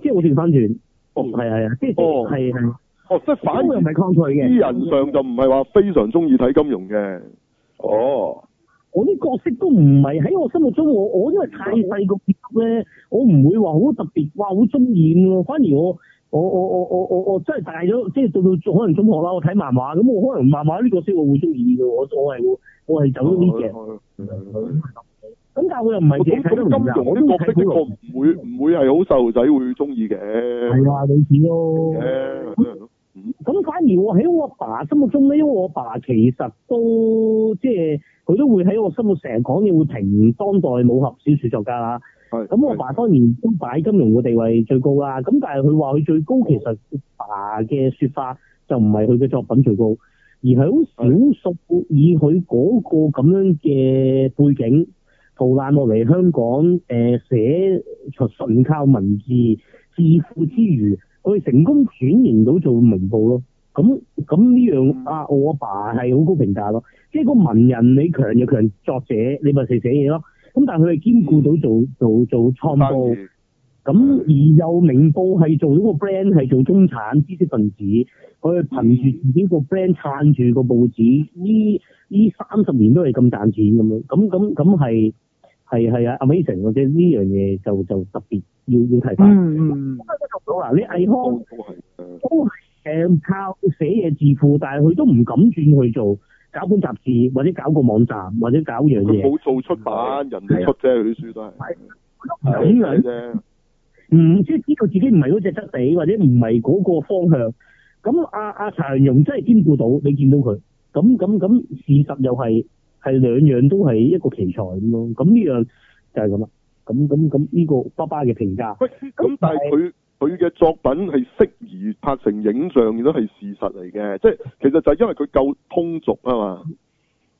Speaker 5: 即係我調翻轉，
Speaker 1: 哦
Speaker 5: 係係啊，即係
Speaker 1: 哦
Speaker 5: 係係，
Speaker 1: 哦，即係反
Speaker 5: 反而
Speaker 1: 而
Speaker 5: 唔係抗拒嘅。
Speaker 1: 啲人上就唔係話非常中意睇金融嘅，
Speaker 2: 哦，
Speaker 5: 我啲角色都唔係喺我心目中，我我因為太細個接觸咧，我唔會話好特別，哇好中意咁咯。反而我我我我我我我真係大咗，即係到到可能中學啦，我睇漫畫咁，我可能漫畫呢個先我會中意嘅，我我係會我係走呢啲嘅。
Speaker 1: 哦
Speaker 5: 咁但係我又唔係淨
Speaker 1: 咁
Speaker 5: 係
Speaker 1: 咁
Speaker 5: 睇到
Speaker 1: 金融
Speaker 5: 我都
Speaker 1: 啲角色
Speaker 5: 睇
Speaker 1: 的確
Speaker 5: 到龍，
Speaker 1: 唔會唔會係好細路仔會中意嘅。
Speaker 5: 係啊類似咯。啊
Speaker 1: 嘅
Speaker 5: 咁反而我喺我阿爸心目中咧，因為我阿爸其實都即係佢都會喺我心目成日講嘢，會評當代武俠小説作家啦。
Speaker 1: 係
Speaker 5: 咁我爸當然都擺金融嘅地位最高啦。咁但係佢話佢最高其實爸嘅説法就唔係佢嘅作品最高，而係好少數以佢嗰個咁樣嘅背景逃難落嚟香港，誒、呃、寫純靠文字致富之餘，佢成功轉型到做明報咯。咁咁呢樣啊，我阿爸係好高評價咯。即係個文人你強就強作者，你咪成日寫嘢咯。咁但係佢係兼顧到做做做創
Speaker 1: 生
Speaker 5: 報。
Speaker 1: 意
Speaker 5: 咁而又明報係做咗個 brand 係做中產知識分子，佢係憑住自己個 brand 撐住個報紙，呢呢三十年都係咁賺錢咁樣，咁咁咁係係係啊 amazing 或者呢樣嘢就就特別要要提翻。
Speaker 3: 嗯嗯
Speaker 5: 到啦，你藝康
Speaker 1: 都係誒
Speaker 5: 都係誒靠寫嘢致富，但係佢都唔敢轉去做搞本雜誌或者搞個網站或者搞樣
Speaker 1: 佢
Speaker 5: 嘢，啊
Speaker 1: 冇做出版，人哋出啫，佢啲書都係
Speaker 5: 咁
Speaker 1: 咁
Speaker 5: 樣。
Speaker 1: 啫。
Speaker 5: 唔知知道自己唔嗯係嗰隻質地，或者唔係嗰個方向。咁阿阿陳容真係兼顧到，你見到佢。咁咁咁，事實又係係兩樣都係一個奇才咁咯。咁呢樣就係咁啦。咁咁咁呢個爸爸嘅評價，
Speaker 1: 喂，咁但係佢佢嘅作品係適宜拍成影像，亦都係事實嚟嘅。即係其實就係因為佢夠通俗啊嘛，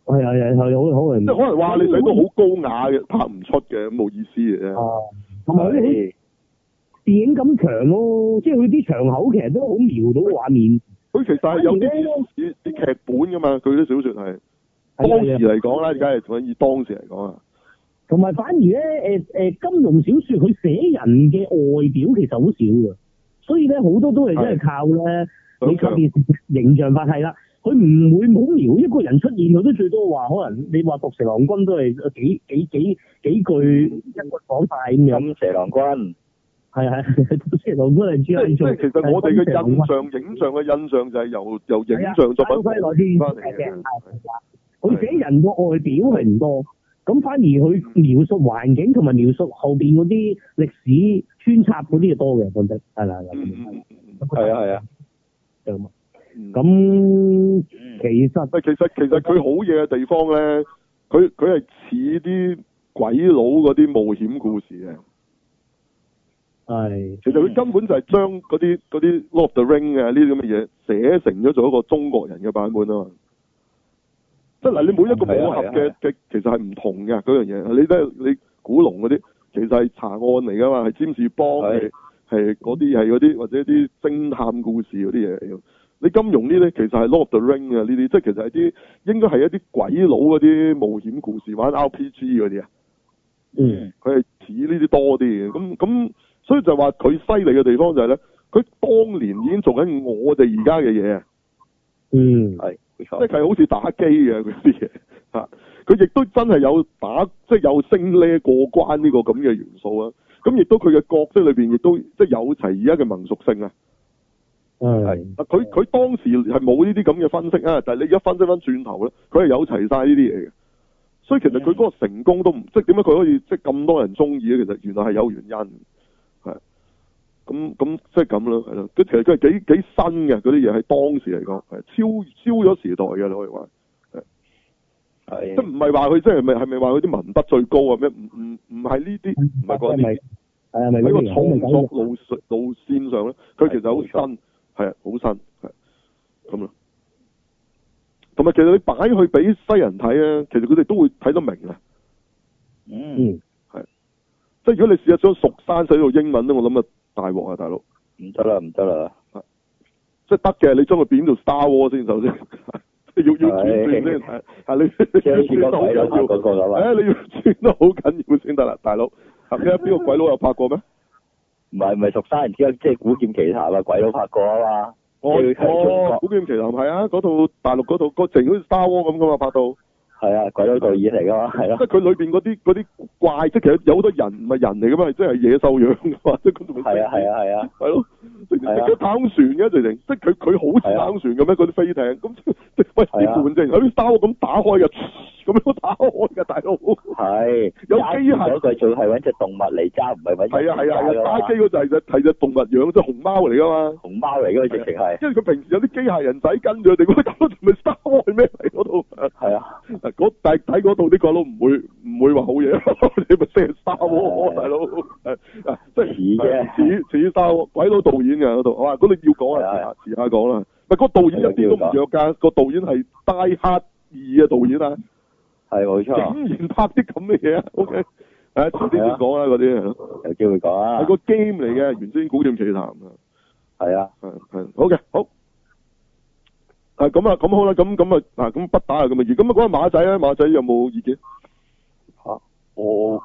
Speaker 5: 嗯係係係係好好
Speaker 1: 即係可能話你睇到好高雅嘅，拍唔出嘅，咁冇意思嘅啫。
Speaker 5: 啊，同埋佢好
Speaker 2: 係
Speaker 5: 電影咁強咯，即係佢啲場口其實都好描到個畫面。
Speaker 1: 佢其實係有
Speaker 5: 反而呢
Speaker 1: 啲啲啲劇本噶嘛，佢啲小説係
Speaker 5: 係
Speaker 1: 當
Speaker 5: 係
Speaker 1: 時
Speaker 5: 啊
Speaker 1: 嚟講啦，而家係以當時嚟講啊。
Speaker 5: 同埋反而咧，誒、誒、金融小説佢寫人嘅外表其實好少嘅，所以咧好多都係真係靠咧你靠電視形象法係啦，佢唔會冇描一個人出現，佢都最多話可能你話毒蛇郎君都係呃幾幾幾幾句一個講晒咁樣，
Speaker 2: 咁蛇郎
Speaker 5: 嗯
Speaker 2: 君
Speaker 5: 係係係毒蛇郎君係
Speaker 1: 即
Speaker 5: 主
Speaker 1: 係
Speaker 5: 要
Speaker 1: 即係
Speaker 5: 做。
Speaker 1: 其實我哋嘅印
Speaker 5: 係
Speaker 1: 象，影像嘅印象就係由由
Speaker 5: 啊
Speaker 1: 影像作品
Speaker 5: 翻嚟嘅，
Speaker 1: 翻嚟
Speaker 5: 係
Speaker 1: 嘅。
Speaker 5: 啦佢寫人個外表係唔多，咁反而佢描述環境同埋描述後邊嗰啲歷史穿插嗰啲就多嘅，講真係啦，係
Speaker 1: 嗯
Speaker 5: 啦
Speaker 1: 嗯嗯
Speaker 2: 係啊係啊，
Speaker 5: 就咁啊。
Speaker 1: 嗯。
Speaker 5: 咁
Speaker 2: 嗯
Speaker 5: 其實
Speaker 1: 喂，其實其實佢好嘢嘅地方咧，佢佢係似啲鬼佬嗰啲冒險故事嘅。
Speaker 5: 係
Speaker 1: 其實
Speaker 2: 嗯
Speaker 1: 佢根本就係將嗰啲嗰啲 Lord of the Ring 啊呢啲咁嘅嘢寫成咗做一個中國人嘅版本啊嘛。即係嗱，你每一個武俠
Speaker 2: 係
Speaker 1: 嘅
Speaker 2: 啊
Speaker 1: 嘅其實係唔同嘅嗰樣嘢，你都係你古龍嗰啲其實係查案嚟噶嘛，係占士邦
Speaker 2: 係
Speaker 1: 係係嗰啲係嗰啲或者啲偵探故事嗰啲嘢嚟㗎。你金融呢啲其實係 Lord of the Ring 啊呢啲，即係其實係啲應該係一啲鬼佬嗰啲冒險故事玩 RPG 嗰啲啊。
Speaker 5: 嗯
Speaker 1: 佢係似呢啲多啲嘅。咁咁，所以就話佢犀利嘅地方就係咧，佢當年已經做緊我哋而家嘅嘢，
Speaker 5: 嗯
Speaker 2: 係冇
Speaker 1: 即
Speaker 2: 錯，
Speaker 1: 係好似打機嘅嗰啲嘢 嚇。佢亦都真係有打，即係有升呢過關呢個咁嘅元素啊。咁亦都佢嘅角色裏邊亦都即係有齊而家嘅民屬性啊。嗱，
Speaker 5: 係
Speaker 1: 啊佢佢當時係冇呢啲咁嘅分析啊，但係你而家分析翻轉頭咧，佢係有齊晒呢啲嘢嘅。所以其實佢嗰個成功都唔即係點解佢可以即係咁多人中意咧？其實原來係有原因，係咁咁即係咁咯，係咯。佢其實佢係幾幾新嘅嗰啲嘢，喺當時嚟講係超超咗時代嘅，你可以話，即係
Speaker 2: 係
Speaker 1: 唔係話佢即係咪係咪話佢啲文筆最高啊？咩唔唔唔係呢啲，唔係嗰啲
Speaker 5: 咪係啊咪
Speaker 1: 喺
Speaker 5: 嗰
Speaker 1: 個
Speaker 5: 啲
Speaker 1: 創
Speaker 5: 人
Speaker 1: 作路上路線上咧，佢其實好新，係啊，好新，係咁咯。同埋其實你擺去俾西人睇咧，其實佢哋都會睇得明嘅。
Speaker 2: 嗯
Speaker 1: 即係如果你試下將熟山寫到英文咧，我諗啊大鑊啊，大佬！
Speaker 2: 唔得啦唔得啦，
Speaker 1: 即係得嘅，你將佢變到 Star War 先，首先要要轉轉先，係係你
Speaker 2: 即係好
Speaker 1: 轉
Speaker 2: 似
Speaker 1: 得
Speaker 2: 個
Speaker 1: 好緊
Speaker 2: 鬼佬拍
Speaker 1: 要。
Speaker 2: 嗰個咁啊，
Speaker 1: 誒，你要轉得好緊要先得啦，大佬。係咪啊？邊個鬼佬有拍過咩？
Speaker 2: 唔係唔係蜀山人之間，即係古劍奇譚啊，鬼佬拍過啊嘛，
Speaker 1: 我
Speaker 2: 要睇中
Speaker 1: 我
Speaker 2: 國
Speaker 1: 古劍奇譚係啊，嗰套大陸嗰套個成好似 Star War 咁噶嘛，拍到。
Speaker 2: 係啊，鬼佬導演嚟噶嘛，係
Speaker 1: 即
Speaker 2: 咯，
Speaker 1: 係佢裏邊嗰啲嗰啲怪，即係其實有好多人唔係人嚟噶嘛，即係野獸樣噶嘛，即係 佢仲
Speaker 2: 係啊係啊係啊，
Speaker 1: 係咯，直
Speaker 2: 係
Speaker 1: 情
Speaker 2: 啊
Speaker 1: 隻太空船嘅直情，即係佢佢好似
Speaker 2: 係啊
Speaker 1: 太空船咁樣嗰啲飛艇，咁即係喂
Speaker 2: 係啊
Speaker 1: 啲門直情有啲 s 咁打開嘅， 咁樣打開嘅大佬，
Speaker 2: 係
Speaker 1: 有
Speaker 2: 揸
Speaker 1: 機械
Speaker 2: 住嗰句仲係揾只動物嚟揸，唔係啊揾
Speaker 1: 係啊係啊係啊，打機
Speaker 2: 機
Speaker 1: 嗰就係隻係隻動物樣，即係熊貓嚟噶嘛。
Speaker 2: 熊貓嚟噶嘛，直情係
Speaker 1: 因為佢平時有啲機械人仔跟住佢哋， 喂大佬仲咪 Star 咩嚟嗰度？
Speaker 2: 係啊，
Speaker 1: 嗰但係睇嗰度啲鬼佬唔會唔會話好嘢， 你咪即係沙窩
Speaker 2: 係
Speaker 1: 大佬， 係 啊即係
Speaker 2: 似啫
Speaker 1: 似似沙窩鬼佬導演嘅嗰度，哇嗰度要講
Speaker 2: 係
Speaker 1: 啊
Speaker 2: 係，
Speaker 1: 遲下遲下講啦。唔係個導演一啲都唔弱㗎，個導演係 Die Hard 二嘅導演啊，
Speaker 2: 係冇錯，
Speaker 1: 竟然拍啲咁嘅 嘢啊，OK，誒遲啲先講啦嗰啲係咯，
Speaker 2: 有機會講啊
Speaker 1: 係，個 game 嚟嘅，原先古劍奇譚啊。
Speaker 2: 係啊，
Speaker 1: 係係好嘅，好。啊咁啊，咁好啦，咁咁啊，嗱咁不打啊咁啊，咁啊講下馬仔啊，馬仔有冇意見？
Speaker 2: 我我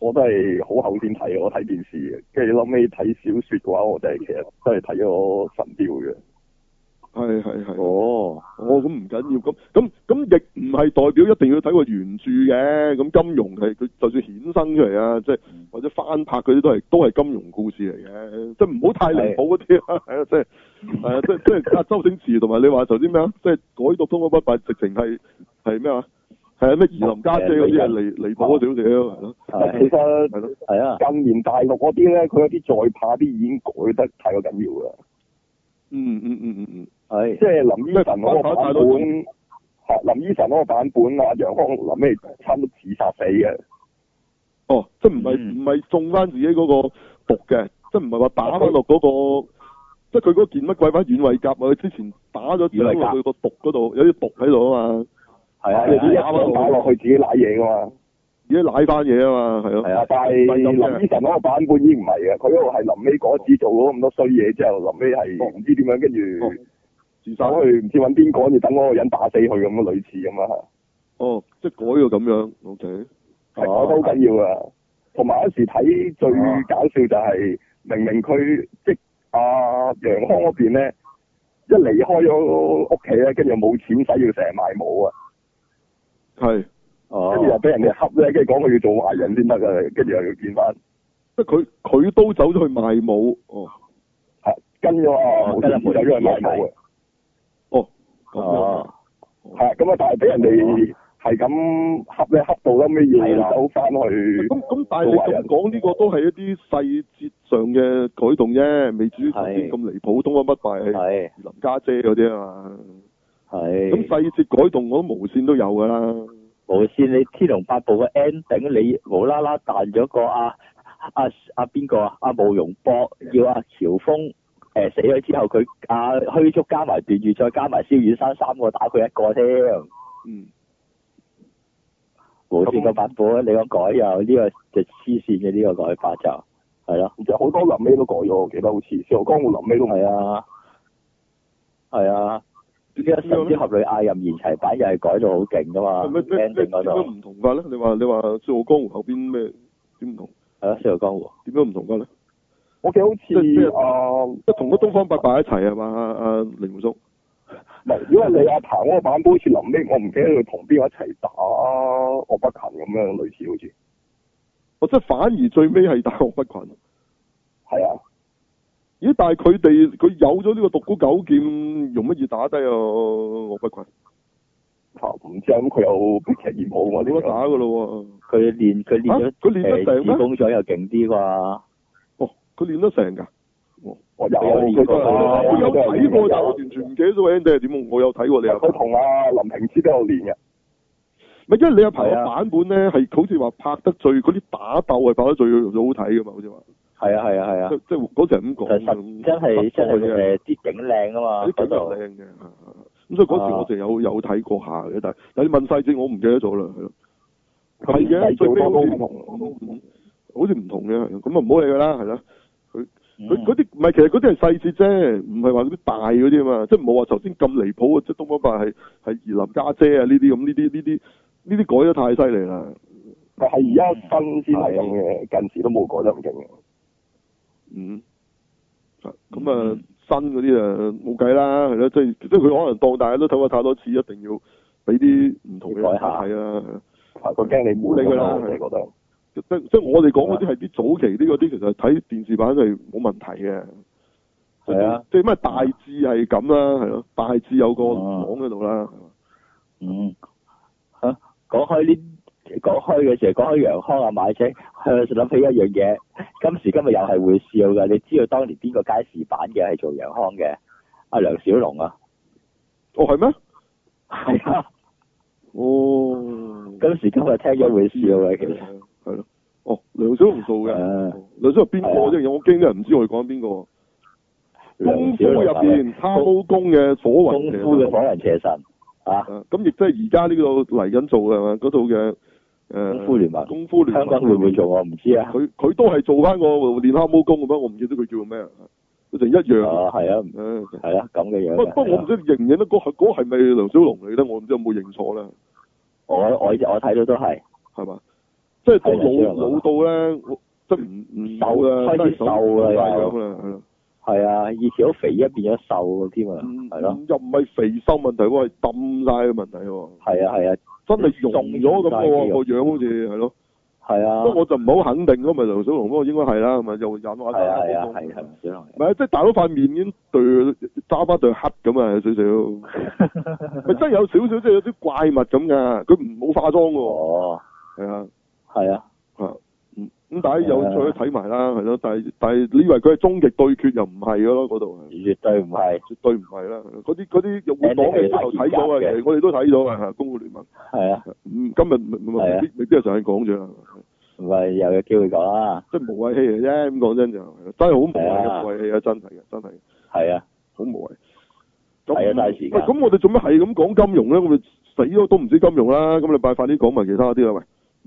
Speaker 4: 我都係好後先睇嘅，我睇電視嘅，跟住諗尾睇小説嘅話，我就係其實都係睇咗神雕嘅。
Speaker 1: 係係係。
Speaker 2: 哦，
Speaker 1: 哦，咁唔緊要，咁咁咁亦唔係代表一定要睇個原著嘅，咁金融係佢就算衍生出嚟啊，即係或者翻拍嗰啲都係都係金融故事嚟嘅，即係唔好太離譜嗰啲啊，係啊，即係係啊，即係即係阿周星馳同埋你話頭先咩啊，即係改到通嗰筆筆，直情係係咩話？係啊，咩怡林家姐嗰啲啊，離離譜咗少少，係咯，
Speaker 4: 但其
Speaker 2: 係啊
Speaker 4: 實
Speaker 1: 係咯，
Speaker 2: 係啊，
Speaker 4: 近年大陸嗰啲咧，佢有啲再拍啲已經改得太過緊要啦。
Speaker 1: 嗯嗯嗯嗯嗯，
Speaker 4: 即
Speaker 2: 係
Speaker 4: 係林依晨嗰個版本，係林依晨嗰個版本啊，楊康臨尾差唔多自殺死嘅，
Speaker 1: 哦，即係唔係
Speaker 2: 嗯
Speaker 1: 唔係中翻自己嗰個毒嘅，即係唔係話打翻落嗰個，即係佢嗰件乜鬼翻軟胃甲啊！佢之前打咗之後，
Speaker 2: 軟胃甲
Speaker 1: 佢個毒嗰度有啲毒喺度啊嘛，
Speaker 2: 係啊，
Speaker 4: 你自己
Speaker 2: 係
Speaker 1: 啱
Speaker 2: 啊
Speaker 1: 啱
Speaker 4: 想打落去自己舐嘢噶嘛。
Speaker 1: 自己舐翻嘢啊嘛，係咯
Speaker 2: 係，啊
Speaker 4: 但係林依晨嗰個版本已經唔係嘅，佢嗰個係臨尾嗰次做咗咁多衰嘢之後，臨尾係唔知點樣跟
Speaker 1: 哦
Speaker 4: 住
Speaker 1: 自殺
Speaker 4: 走去唔知揾邊個，跟住等嗰個人打死佢咁樣類似咁啊，
Speaker 1: 哦，即係改到咁樣，OK，
Speaker 4: 係改哦得好緊要啊！同埋有時睇最搞笑就係明明佢即阿楊康嗰邊咧，一離開咗屋企咧，跟住又冇錢使，要成日賣武啊！
Speaker 1: 係，
Speaker 2: 哦
Speaker 4: 跟住又俾人哋恰咧，跟住講佢要做壞人先得啊，跟住又要見翻，
Speaker 1: 即係佢佢都走咗去賣武，哦
Speaker 4: 係跟咗啊，冇錢走咗去賣武啊，
Speaker 1: 哦咁樣，
Speaker 2: 哦，
Speaker 4: 係咁啊，但係俾人哋係咁恰咧，恰到後尾要走翻去
Speaker 1: 咁，咁但係你咁講呢個都係一啲細節上嘅改動啫，未至於頭先
Speaker 2: 係
Speaker 1: 咁離譜，東方不敗係
Speaker 2: 係
Speaker 1: 林家姐嗰啲啊嘛。咁
Speaker 2: 係。
Speaker 1: 細節改動我都無線都有㗎啦，
Speaker 2: 無線你《天龍八部》嘅 ending，你無啦啦彈咗個阿阿阿邊個啊？阿慕容博要阿喬峰誒、死咗之後，佢阿虛竹加埋段譽，再加埋蕭遠山三個打佢一個添。
Speaker 1: 嗯，
Speaker 2: 無線個版本你講改又呢、個就黐線嘅呢個改法就係咯，
Speaker 4: 就好多臨尾都改咗，我記得好似《笑傲江湖》臨尾都唔
Speaker 2: 係啊，係啊。呢個神之俠侶嗌任賢齊版又係改到好勁噶嘛
Speaker 1: 係咪咩咩
Speaker 2: ，ending
Speaker 1: 點
Speaker 2: 嗰
Speaker 1: 樣
Speaker 2: 度
Speaker 1: 唔同法咧？你話你話《笑傲江湖》後邊咩點唔同？
Speaker 2: 係咯，《笑傲江湖
Speaker 1: 點樣唔同法咧？
Speaker 4: 我記得好似
Speaker 1: 即係
Speaker 4: 啊，唔
Speaker 1: 即係同咗東方不敗一齊係嘛？啊阿阿凌叔，
Speaker 4: 係如果係你阿彭嗰個版本，好似臨尾我唔記得佢同邊個一齊打岳不群咁樣，類似好似
Speaker 1: 我哦即係反而最尾係大學不群。
Speaker 4: 係啊，
Speaker 1: 咦？但係佢哋佢有咗呢個獨孤九劍，用乜嘢打低啊？岳不群
Speaker 4: 嚇唔知啊，咁佢有逼劇業務喎，
Speaker 1: 冇
Speaker 4: 呢
Speaker 1: 得打㗎咯喎！》，
Speaker 2: 佢練佢練咗
Speaker 1: 啊佢練得
Speaker 2: 誒
Speaker 1: 成咩
Speaker 2: 自宮咗又勁啲啩。
Speaker 1: 哦，佢練得成㗎。
Speaker 4: 我有
Speaker 2: 有
Speaker 4: 佢都
Speaker 2: 有
Speaker 4: 係
Speaker 1: 我哦有睇過，但係我
Speaker 4: 有
Speaker 1: 完全唔記得咗 end 係點。我有睇過你啊。
Speaker 4: 佢同阿林平之都有練嘅，
Speaker 1: 唔係，因為你阿排個
Speaker 2: 係啊
Speaker 1: 版本咧，係好似話拍得最嗰啲打鬥係拍得最最好睇㗎嘛，好似話，
Speaker 2: 係啊係啊係啊
Speaker 1: 即，即嗰時係咁
Speaker 2: 其
Speaker 1: 講咁
Speaker 2: 實實真係真
Speaker 1: 實在嘅
Speaker 2: 係誒啲景靚啊嘛
Speaker 1: 啲
Speaker 2: 嗰
Speaker 1: 景
Speaker 2: 度
Speaker 1: 又，靚嘅，係係係咁所以嗰時我就
Speaker 2: 啊
Speaker 1: 有有睇過下嘅，但係但係你問細節我唔記得咗啦，係咯，係嘅，最
Speaker 4: 做
Speaker 1: 尾
Speaker 4: 多
Speaker 1: 好
Speaker 4: 都
Speaker 1: 似
Speaker 4: 唔同。
Speaker 1: 好似唔同嘅，係咯咁啊唔好理佢啦，係啦。佢嗰
Speaker 2: 嗯
Speaker 1: 啲唔係，其實嗰啲係細節啫，唔係話嗰啲大嗰啲啊嘛，即係冇話頭先咁離譜啊！即係東方白係係怡林家姐啊呢啲咁呢啲呢啲呢啲改得太犀利啦。
Speaker 4: 但係而家新先係咁嘅，近時都冇改得咁勁嘅。
Speaker 1: 嗯，啊咁啊
Speaker 2: 嗯，
Speaker 1: 新嗰啲啊冇計啦，係咯，即係即係佢可能當大家都睇過太多次，一定要俾啲唔同嘅人
Speaker 2: 改下
Speaker 1: 睇啦。係咯
Speaker 4: 係佢驚你悶
Speaker 1: 理佢啦
Speaker 4: 啊我哋覺得。
Speaker 1: 即即即係我哋講嗰啲係啲早期啲嗰啲，其實睇電視版係冇問題嘅。
Speaker 2: 係啊，
Speaker 1: 即係咩大致係咁啦，係咯，大致有個
Speaker 2: 啊
Speaker 1: 講喺度啦。係嘛
Speaker 2: 嗯嚇講開呢講開嘅時候，講開楊康啊買車，我就諗起一樣嘢，今時今日又係會笑㗎。你知道當年邊個街市版嘅係做楊康嘅？阿梁小 龍啊，
Speaker 1: 哦，係咩？
Speaker 2: 係啊，
Speaker 1: 哦，
Speaker 2: 今時今日聽咗會笑嘅其實。
Speaker 1: 係咯。哦，梁小龍做嘅，
Speaker 2: 啊
Speaker 1: 梁小龍邊個啫？我驚啲人唔知我哋講邊個。功
Speaker 2: 梁
Speaker 1: 夫
Speaker 2: 小龍
Speaker 1: 入
Speaker 2: 啊
Speaker 1: 邊貪毛公嘅所
Speaker 2: 功
Speaker 1: 為
Speaker 2: 夫嘅火人邪神啊，
Speaker 1: 啊咁亦即係而家呢度嚟緊做嘅係嘛？嗰度嘅誒
Speaker 2: 功夫聯盟
Speaker 1: 功夫聯
Speaker 2: 香
Speaker 1: 盟
Speaker 2: 港會唔會做我唔知啊。
Speaker 1: 佢佢都係做翻個練黑毛功咁啊樣，我唔記得佢叫咩，啊佢成一樣。
Speaker 2: 哦，係啊，
Speaker 1: 誒
Speaker 2: 係啦，咁嘅樣㗎。啊
Speaker 1: 不不過我唔知認唔認得嗰嗰係咪梁小龍嚟咧？我唔知有冇認錯咧，
Speaker 2: 我我我睇到都係，
Speaker 1: 係嘛？即即係都
Speaker 2: 係啊
Speaker 1: 老
Speaker 2: 知啊
Speaker 1: 老到咧，我即係唔唔
Speaker 2: 瘦
Speaker 1: 有啦，
Speaker 2: 開
Speaker 1: 真
Speaker 2: 始
Speaker 1: 係手
Speaker 2: 瘦啦
Speaker 1: 晒
Speaker 2: 又
Speaker 1: 樣啦，係咯。
Speaker 2: 係啊，以前好肥一變咗瘦添啊，
Speaker 1: 唔
Speaker 2: 係咯，
Speaker 1: 嗯唔又唔係肥瘦問題喎，係抌晒嘅問題喎，
Speaker 2: 係啊係啊
Speaker 1: 真係溶咗咁嘅
Speaker 2: 鬆晒
Speaker 1: 喎
Speaker 2: 啲
Speaker 1: 個樣好似係咯，
Speaker 2: 係啊
Speaker 1: 不過，我就唔係好肯定咯，咪梁小龍嗰個應該係啦，咪又引話
Speaker 2: 係啊係
Speaker 1: 大
Speaker 2: 啊
Speaker 1: 家
Speaker 2: 係啊，唔少
Speaker 1: 唔係即係大佬塊面已經對揸翻對黑咁啊，有少少，咪真係有少少即係有啲怪物咁噶，佢唔冇化妝嘅
Speaker 2: 哦，
Speaker 1: 喎，係啊。
Speaker 2: 係啊，
Speaker 1: 啊，嗯，咁大家有興趣去睇埋啦，係咯，但係但係你以為佢係終極對決又唔係嘅咯，嗰度係
Speaker 2: 絕對唔係，
Speaker 1: 絕對唔係啦，係咯嗰啲嗰啲日本講嘅之後睇咗啊，其實我哋都睇咗啊，《功夫聯盟》
Speaker 2: 係啊，
Speaker 1: 嗯，今日唔
Speaker 2: 係
Speaker 1: 未
Speaker 2: 啊
Speaker 1: 必未必係上去講住啦，
Speaker 2: 唔係又有機會講啦，
Speaker 1: 即係無謂戲嚟啫，咁講真就係咯真係好無謂
Speaker 2: 係
Speaker 1: 嘅
Speaker 2: 啊
Speaker 1: 無謂戲啊，真係嘅，真係嘅
Speaker 2: 係啊，
Speaker 1: 好無謂。
Speaker 2: 係啊
Speaker 1: 咁
Speaker 2: 嘥時間
Speaker 1: 喂咁我哋做咩係咁講金融咧？我哋死都都唔知金融啦，咁你快快啲講埋其他啲啦，喂，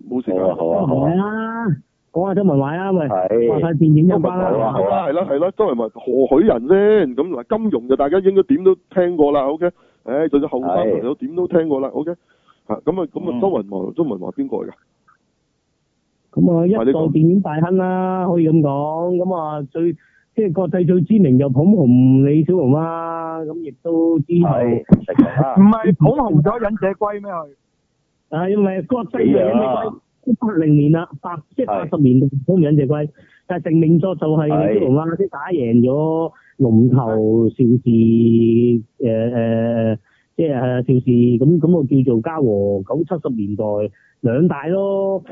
Speaker 1: 冇時
Speaker 2: 好
Speaker 1: 間
Speaker 2: 啊。好啊好
Speaker 5: 唔
Speaker 2: 啊
Speaker 5: 係，啦，講下周文偉啦，咪話晒
Speaker 2: 係
Speaker 5: 電影有
Speaker 1: 周文
Speaker 5: 關
Speaker 1: 華
Speaker 2: 好啊。
Speaker 5: 啦
Speaker 2: 好
Speaker 1: 係啦係啦，周圍咪何許人先？咁嗱，金融就大家應該點都聽過啦，OK？誒，就算後生朋友點都聽過啦，OK？嚇咁啊咁啊，
Speaker 2: 嗯
Speaker 1: 周文華周文華邊個嚟㗎？
Speaker 5: 咁啊，一
Speaker 1: 或者
Speaker 5: 代
Speaker 1: 講
Speaker 5: 電影大亨啦，可以咁講。咁啊，最即係國際最知名就捧紅李小龍啦。咁亦都之後
Speaker 2: 係食咗啦
Speaker 3: 唔，係捧紅咗忍者龜咩？佢
Speaker 5: 啊，因為國際
Speaker 2: 幾
Speaker 5: 嘅
Speaker 2: 樣
Speaker 5: 忍者
Speaker 2: 啦
Speaker 5: 龜，，即八零年啦，八即係八
Speaker 2: 係
Speaker 5: 十年代捧紅忍者龜，但係成名作就係李小龍啦，即係打贏咗龍頭邵氏誒誒，即係誒邵氏咁咁我叫做嘉禾九七十年代兩大咯，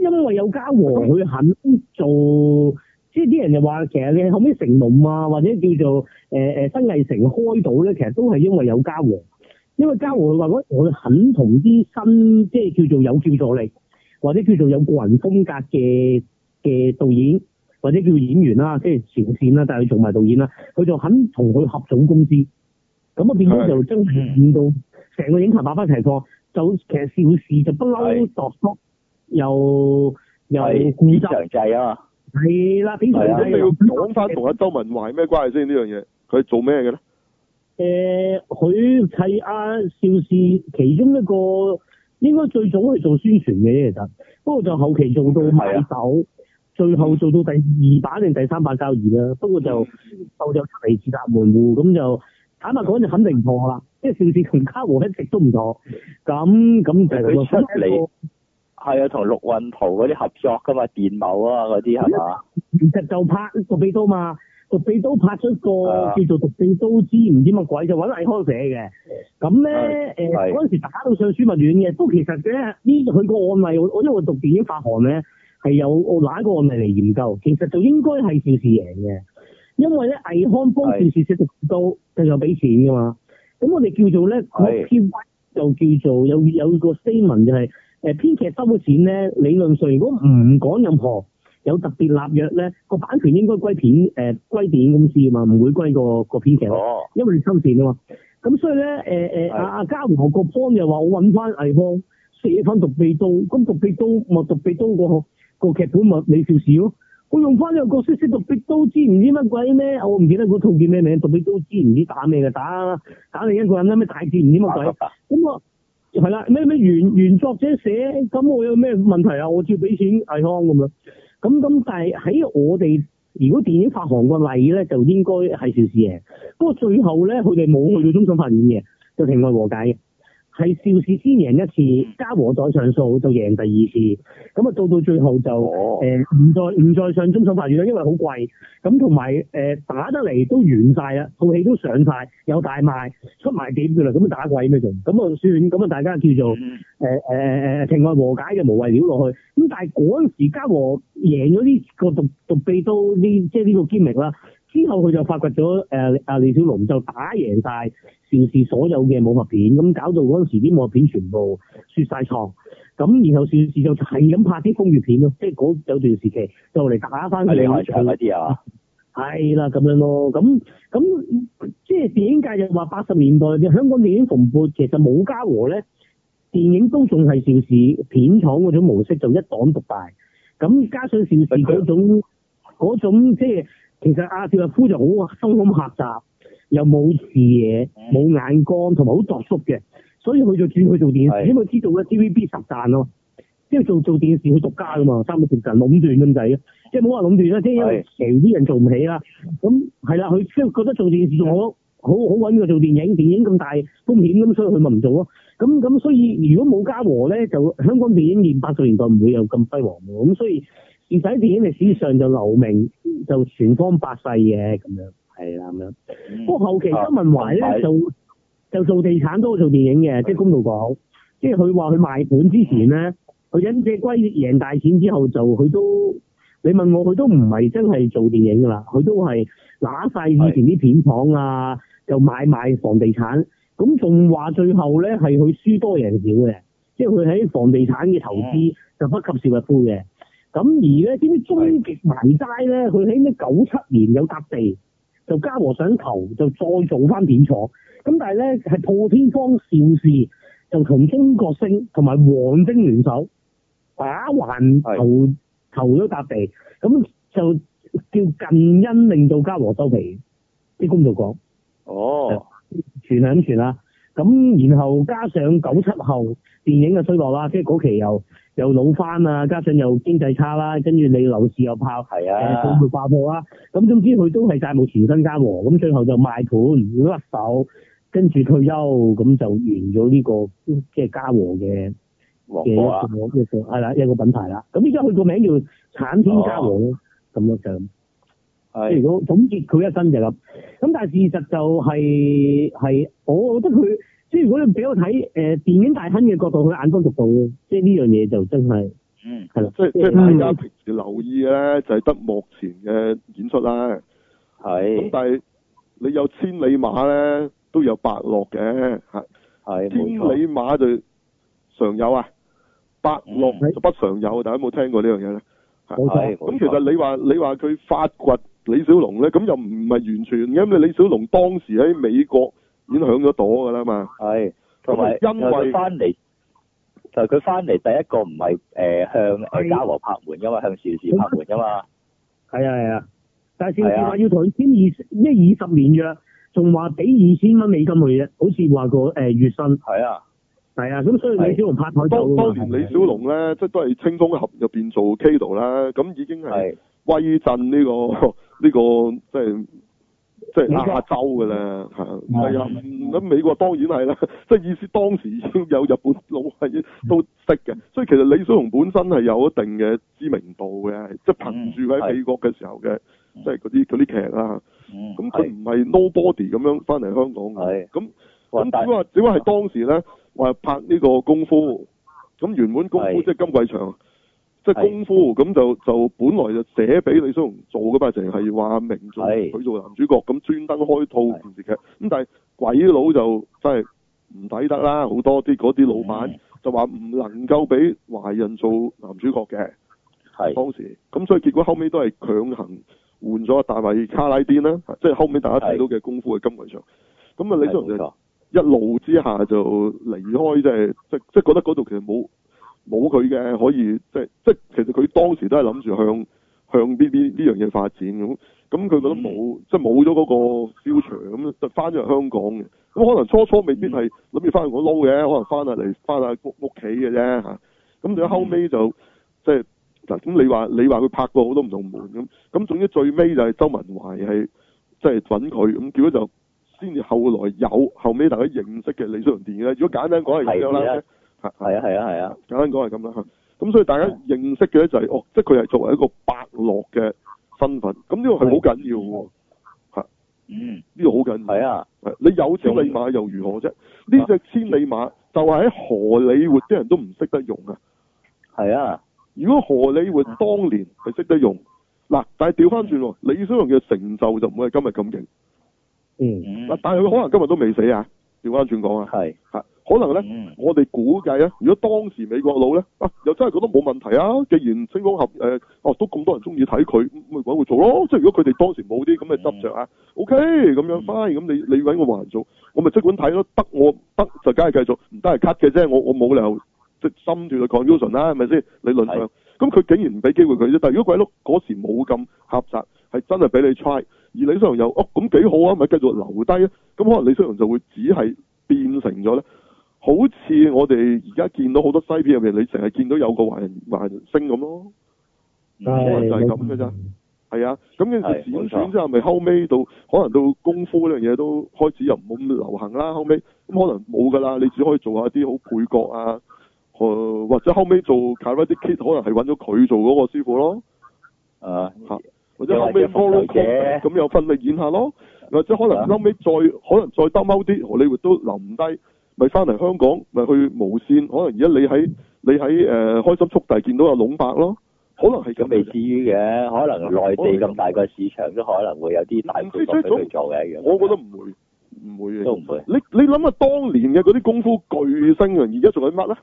Speaker 5: 因為有嘉禾佢肯做。即係啲人就話，其實你後尾成龍啊，或者叫做誒誒呃新藝城開到咧，其實都係因為有嘉禾，因為嘉禾佢話嗰陣佢肯同啲新即係叫做有叫助力，或者叫做有個人風格嘅嘅導演或者叫演員啦，即係前線啦，但係佢做埋導演啦，佢就肯同佢合總公司，咁啊變咗就真係變到成個影壇百花齊放，就其實邵氏就不嬲
Speaker 2: 係
Speaker 5: 度縮，又又固
Speaker 2: 係市
Speaker 5: 執。
Speaker 2: 場制啊嘛。
Speaker 5: 係啦，非常
Speaker 2: 係啊
Speaker 1: 咁你要講翻同阿周文華咩關係先呢樣嘢？佢係做咩嘅咧？
Speaker 5: 誒，呃佢係阿邵氏其中一個，應該最早係做宣傳嘅，其實，不過就後期做到買
Speaker 2: 啊
Speaker 5: 手，最後做到第二版定第三版交易啦。不過就就就出嚟自立門户，咁就坦白講就肯定唔錯啦。即係邵氏同嘉禾一直都唔錯，咁咁就係
Speaker 2: 佢
Speaker 5: 咁
Speaker 2: 出嚟
Speaker 5: 咯
Speaker 2: 係啊，同陸運圖嗰啲合作噶嘛，電某啊嗰啲係嘛？
Speaker 5: 其實就拍個鼻刀嘛，個鼻刀拍出個
Speaker 2: 係啊
Speaker 5: 叫做《毒鼻刀之唔知乜鬼》，就揾倪匡寫嘅。咁咧誒
Speaker 2: 係
Speaker 5: 嗰陣時打到上書物院嘅，都其實咧呢佢個案例，我我因為我讀電影發行咧係有我拿一個案例嚟研究，其實就應該係邵氏贏嘅，因為咧倪匡幫邵
Speaker 2: 係
Speaker 5: 氏寫毒刀就有俾錢噶嘛。咁我哋叫做咧嗰
Speaker 2: 係
Speaker 5: 篇就叫做有有個 statement 就係、誒呃編劇收咗錢咧，理論上如果唔講任何有特別立約咧，個版權應該歸片誒、呃、歸電影公司啊嘛，唔會歸個個編劇，
Speaker 2: 哦，
Speaker 5: 因為你收錢啊嘛。咁所以咧誒誒
Speaker 2: 係
Speaker 5: 阿阿嘉禾個 point 又話我揾翻倪匡寫翻毒鼻刀，咁毒鼻刀咪毒鼻刀個個劇本咪李少時咯。我用翻呢個角色識毒鼻刀知唔知乜鬼咩？我唔記得嗰套叫咩名，毒鼻刀知唔知打咩嘅打打另一個人啦，咩大戰唔知乜鬼。
Speaker 2: 啊
Speaker 5: 咁我係啦，咩咩原原作者寫，咁我有咩問題啊？我照俾錢倪匡咁樣。咁咁，但係喺我哋如果電影發行個例咧，就應該係邵氏贏。不過最後咧，佢哋冇去到終審法院嘅，就庭外和解嘅。係邵氏先贏一次，嘉禾再上訴就贏第二次。咁啊，到到最後就誒
Speaker 2: 哦
Speaker 5: 呃唔、再唔再上終審法院啦，因為好貴。咁同埋誒打得嚟都完晒啦，套戲都上晒，有大賣，出埋碟㗎啦。咁啊打鬼咩仲？咁啊算，咁啊大家叫做。
Speaker 2: 嗯
Speaker 5: 誒誒誒呃庭外和解嘅無謂料落去，咁但係嗰陣時嘉禾贏咗呢個獨獨臂刀呢，即係呢個堅力啦。之後佢就發掘咗誒阿李小龍就打贏晒邵氏所有嘅武俠片，咁搞到嗰陣時啲武俠片全部雪晒床。咁然後邵氏就係咁拍啲風月片咯，即係嗰有段時期就嚟打翻佢
Speaker 2: 啊係李
Speaker 5: 哋
Speaker 2: 海祥嗰啲啊，
Speaker 5: 係啦，咁樣咯，咁咁即係電影界就話八十年代嘅香港電影蓬勃，其實冇嘉禾咧，電影都仲係邵氏片廠嗰種模式，就一黨獨大。咁加上邵氏嗰種嗰種即係，其實阿邵逸夫就好心胸狹窄，又冇視野、冇眼光，同埋好作縮嘅，所以佢就轉去做電視，
Speaker 2: 係
Speaker 5: 因為知道咧 TVB 實賺咯。因為做做電視佢獨家噶嘛，三個電視人壟斷咁滯嘅，即係冇話壟斷啦，即係因為其啲人做唔起啦。咁係啦，佢即係覺得做電視仲好好好揾過做電影，電影咁大風險，咁所以佢咪唔做咯。咁咁所以如果冇嘉禾咧，就香港電影業八十年代唔會有咁輝煌喎。咁所以事實喺電影歷史上就留名就全方百世嘅咁樣，係啦咁樣。
Speaker 2: 嗯
Speaker 5: 不過後期周文懷
Speaker 2: 啊
Speaker 5: 咧就就做地產多過做電影嘅，即係公道講，即係佢話佢賣盤之前咧，佢忍者龜贏大錢之後就佢都，你問我佢都唔係真係做電影㗎啦，佢都係揦晒以前啲片廠啊，就買賣房地產，咁仲話最後咧係佢輸多贏少嘅，即係佢喺房地產嘅投資就不及邵逸夫嘅。咁而咧，知唔知終極埋齋咧？佢喺咩九七年有笪地，就嘉禾想投，就再做翻片廠。咁但係咧係破天荒邵氏就同中國星同埋黃晶聯手打橫
Speaker 2: 係
Speaker 5: 投投咗笪地，咁就叫近因令到嘉禾收皮。啲公道講，
Speaker 2: 哦，
Speaker 5: 傳係咁傳啦。啊咁然後加上九七後電影嘅衰落啦，即係嗰期又又老翻啊，加上又經濟差啦，跟住你樓市又炮。
Speaker 2: 係
Speaker 5: 誒
Speaker 2: 啊
Speaker 5: 佢，會爆破啦。咁總之佢都係債務纏身家和，咁最後就賣盤甩手，跟住退休，咁就完咗呢、個即係家和嘅
Speaker 2: 黃
Speaker 5: 嘅一
Speaker 2: 波啊，
Speaker 5: 個一個係啦一個品牌啦。咁依家佢個名叫產天家和
Speaker 2: 哦
Speaker 5: 咯，咁咯就咁即係
Speaker 1: 啊
Speaker 2: 係
Speaker 5: 如果總結佢一生就係咁。咁但係事實就係、係，我覺得佢即係如果你俾我睇誒、呃電影大亨嘅角度，佢眼光獨到嘅，即係呢樣嘢就真係
Speaker 2: 嗯
Speaker 5: 係啦，
Speaker 1: 即係即係大家平時留意嘅咧，就係得幕前嘅演出啦。咁
Speaker 2: 係
Speaker 1: 但係你有千里馬咧，都有伯樂嘅嚇。
Speaker 2: 係
Speaker 1: 千
Speaker 2: 嗯冇錯，
Speaker 1: 里馬就常有啊，伯樂就不常有。大家有冇聽過呢樣嘢咧？
Speaker 5: 冇
Speaker 2: 係
Speaker 5: 錯
Speaker 1: 咁
Speaker 2: 嗯冇
Speaker 1: 其
Speaker 2: 錯，
Speaker 1: 實你話你話佢發掘李小龍咧，咁又唔係完全嘅，因為李小龍當時喺美國已經響咗朵㗎啦嘛。
Speaker 2: 係同埋
Speaker 1: 啊因為
Speaker 2: 佢翻嚟。就係佢翻嚟第一個唔係誒向誒
Speaker 5: 係
Speaker 2: 嘉禾拍門噶嘛，向邵氏拍門噶嘛，
Speaker 5: 係啊係啊，但係邵
Speaker 2: 係
Speaker 5: 氏
Speaker 2: 啊
Speaker 5: 話要同佢簽二咩二十年約，仲話俾二千蚊美金佢啫，好似話個誒月薪
Speaker 2: 係啊，
Speaker 5: 係啊，咁所以李小龍拍台走
Speaker 1: 當
Speaker 5: 㗎嘛
Speaker 1: 當年李小龍咧，即係都係青蜂俠入邊做 K 度啦，咁已經係
Speaker 2: 係
Speaker 1: 威震呢、個 呢、個即係即係
Speaker 5: 美國
Speaker 1: 亞洲㗎啦，嚇係啊，
Speaker 5: 嗯
Speaker 1: 嗯咁美國當然係啦， 即係意思當時已經有日本佬係都識嘅，所以其實李小龍本身係有一定嘅知名度嘅，即係憑住佢喺
Speaker 2: 嗯
Speaker 1: 美國嘅時候嘅即
Speaker 2: 嗯
Speaker 1: 係嗰啲嗰啲劇啦，
Speaker 2: 嗯，
Speaker 1: 咁佢
Speaker 2: 係
Speaker 1: 唔係 nobody 咁樣翻嚟香港嘅
Speaker 2: 係，
Speaker 1: 咁
Speaker 2: 哇
Speaker 1: 咁啊
Speaker 2: 但
Speaker 1: 只不過只不過係當時咧話拍呢個功夫，咁原本功夫
Speaker 2: 係
Speaker 1: 即係金貴祥，即係
Speaker 2: 係
Speaker 1: 功夫咁就就本來就寫俾李小龍做噶嘛，淨係話明做
Speaker 2: 係
Speaker 1: 佢做男主角，咁專登開套
Speaker 2: 係
Speaker 1: 電視劇。咁但係鬼佬就真係唔抵得啦，好多啲嗰啲老闆
Speaker 2: 嗯
Speaker 1: 就話唔能夠俾華人做男主角嘅。
Speaker 2: 係
Speaker 1: 當時，咁所以結果後尾都係強行換咗大衛卡拉甸啦，即係後尾大家睇到嘅功夫嘅金圍牆。咁啊，李小龍
Speaker 2: 係冇
Speaker 1: 就
Speaker 2: 錯
Speaker 1: 一路之下就離開，即係即即覺得嗰度其實冇冇佢嘅可以，即即其實佢當時都係諗住向向呢啲呢樣嘢發展咁。咁佢覺得冇、即係冇咗嗰個 future 咁，就翻咗嚟香港嘅。咁可能初初未必係諗住翻去我撈嘅，可能翻下嚟翻下屋屋企嘅啫嚇。咁到後尾就即係嗱，咁你話你話佢拍過好多唔同門咁，咁總之最尾就係周文懷係即係揾佢，咁結果就先至後來有後尾大家認識嘅李小龍電影咧。如果簡單講係咁樣
Speaker 2: 係
Speaker 1: 啦
Speaker 2: 啊，
Speaker 1: 嚇
Speaker 2: 係啊係啊係啊，
Speaker 1: 簡單講係咁啦嚇。咁所以大家認識嘅咧就係、哦，即係佢係作為一個伯樂嘅身份，咁呢個係好緊要喎。
Speaker 2: 嗯，
Speaker 1: 呢個好緊要
Speaker 2: 係。啊，
Speaker 1: 係你有千里馬又如何啫？呢只千里馬就係喺荷里活啲人都唔識得用啊！
Speaker 2: 係啊，
Speaker 1: 如果荷里活
Speaker 2: 嗯
Speaker 1: 當年係識得用，嗱，但係調翻轉喎，李小龍嘅成就就唔會係今日咁勁。
Speaker 5: 嗯
Speaker 2: 嗯
Speaker 1: 嗱，，啊但係佢可能今日都未死啊！調翻轉講啊，
Speaker 2: 係，
Speaker 1: 嚇，可能咧，
Speaker 2: 嗯，
Speaker 1: 我哋估計咧，如果當時美國佬咧，啊，又真係覺得冇問題啊！既然青光俠誒，哦，都咁多人中意睇佢，咁咪揾佢做咯。即係如果佢哋當時冇啲咁嘅執着啊，OK，咁樣
Speaker 2: 嗯
Speaker 1: fine，咁你你揾我還做，我咪即管睇咯，得我得就梗係繼續，唔得係 cut 嘅啫，我我冇理由即係心住佢 confusion 啦，係咪先？理論上
Speaker 2: 係，
Speaker 1: 咁佢竟然唔俾機會佢啫。但係如果鬼碌嗰時冇咁狹窄，係真係俾你 try，而李小龍又哦咁幾好啊，咪繼續留低啊。咁可能李小龍就會只係變成咗咧。好似我哋而家見到好多西片入面，你成日見到有個華人華人星咁咯。
Speaker 2: 嗯
Speaker 1: 可能就係咁嘅咋係啊，咁跟住
Speaker 2: 係
Speaker 1: 剪
Speaker 2: 冇錯
Speaker 1: 選之後，咪後尾到可能到功夫呢樣嘢都開始又唔好咁流行啦。後尾咁可能冇㗎啦，你只可以做下啲好配角啊，呃或者後尾做 Karate Kid 可能係揾咗佢做嗰個師傅咯，
Speaker 2: 啊，
Speaker 1: 或者後尾
Speaker 2: 又或
Speaker 1: Follow
Speaker 2: 者復仇者
Speaker 1: 咁有份咪演下咯，或者可能
Speaker 2: 啊
Speaker 1: 後尾再可能再兜踎啲，荷里活都留唔低，咪翻嚟香港咪去無線，可能而家你喺你喺誒、呃、開心速遞見到阿龍伯咯，可能係咁
Speaker 2: 咁未
Speaker 1: 嘅啫。
Speaker 2: 至於嘅，可能內地咁大個市場都可能會有啲大配角俾佢做嘅一樣。
Speaker 1: 我覺得唔會，唔會嘅
Speaker 2: 啊都。唔會。
Speaker 1: 你你諗下當年嘅嗰啲功夫巨星啊，而家做緊乜咧？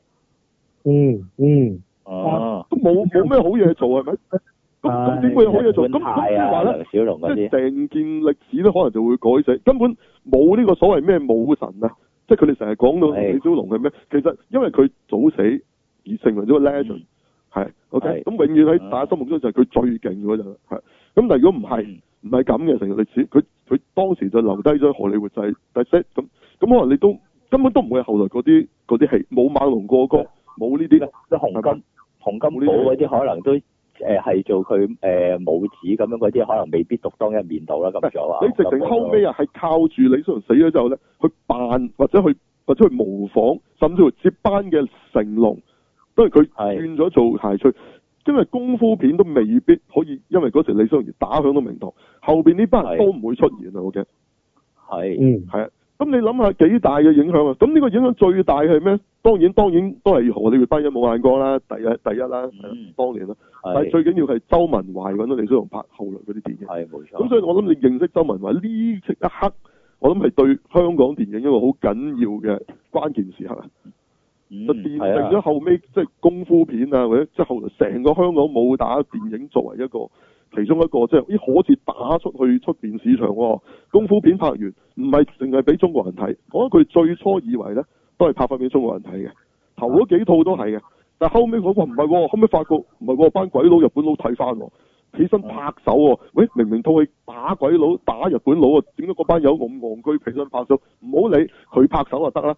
Speaker 5: 嗯嗯，
Speaker 1: 啊
Speaker 2: 哦，
Speaker 1: 都冇冇咩好嘢做係咪？咁咁點會有好嘢做？咁咁即
Speaker 2: 派
Speaker 1: 係
Speaker 2: 啊，
Speaker 1: 話
Speaker 2: 梁
Speaker 1: 咧，
Speaker 2: 小龍
Speaker 1: 即
Speaker 2: 嗰
Speaker 1: 係
Speaker 2: 啲，
Speaker 1: 成件歷史咧，可能就會改寫，根本冇呢個所謂咩武神啊！即係佢哋成日講到
Speaker 2: 係
Speaker 1: 李小龍係咩？其實因為佢早死而成為咗個 legend，係 OK。
Speaker 2: 嗯係嗯
Speaker 1: 咁永遠喺大家心目中就係佢最勁嗰陣，係。咁但係如果唔係，唔係咁嘅成個歷史，佢佢當時就留低咗荷里活就係特色咁，咁可能你都根本都唔會有後來嗰啲嗰啲戲冇猛龍過江，冇呢啲，
Speaker 2: 啲紅金紅金寶嗰啲可能都誒呃係做佢誒母子咁樣嗰啲，可能未必獨當一面到啦咁做啊。
Speaker 1: 你直情後尾啊係靠住李小龍死咗之後咧，去扮或者去或者去模仿，甚至乎接班嘅成龍，都係佢
Speaker 2: 係
Speaker 1: 轉咗做諧趣，因為功夫片都未必可以，因為嗰時李小龍而打響到名堂，後邊呢班人
Speaker 2: 係
Speaker 1: 都唔會出現啊，我嘅。
Speaker 2: 係
Speaker 5: 嗯
Speaker 1: 係啊，咁你諗下幾大嘅影響啊？咁呢個影響最大係咩？當然當然都係荷里活班人冇眼光啦，第一第一啦，
Speaker 2: 嗯
Speaker 1: 當年啦。但係
Speaker 2: 係
Speaker 1: 最緊要係周文懷揾到李小龍拍後來嗰啲電影。
Speaker 2: 係冇錯。
Speaker 1: 咁所以我諗你認識周文懷呢一刻，我諗係對香港電影一個好緊要嘅關鍵時刻啊！就
Speaker 2: 以
Speaker 1: 奠定咗後尾即係功夫片啊，或者即係後來成個香港武打電影作為一個其中一個即係咦可以打出去出邊市場喎、功夫片拍完唔係淨係俾中國人睇，我覺得佢最初以為咧都係拍翻俾中國人睇嘅，頭嗰幾套都係嘅，但後尾我話唔係喎，後尾發覺唔係喎，班鬼佬日本佬睇翻喎。起身拍手喎、喂，明明套戲打鬼佬打日本佬啊，點解嗰班友咁戇居起身拍手？唔好理佢拍手就得啦。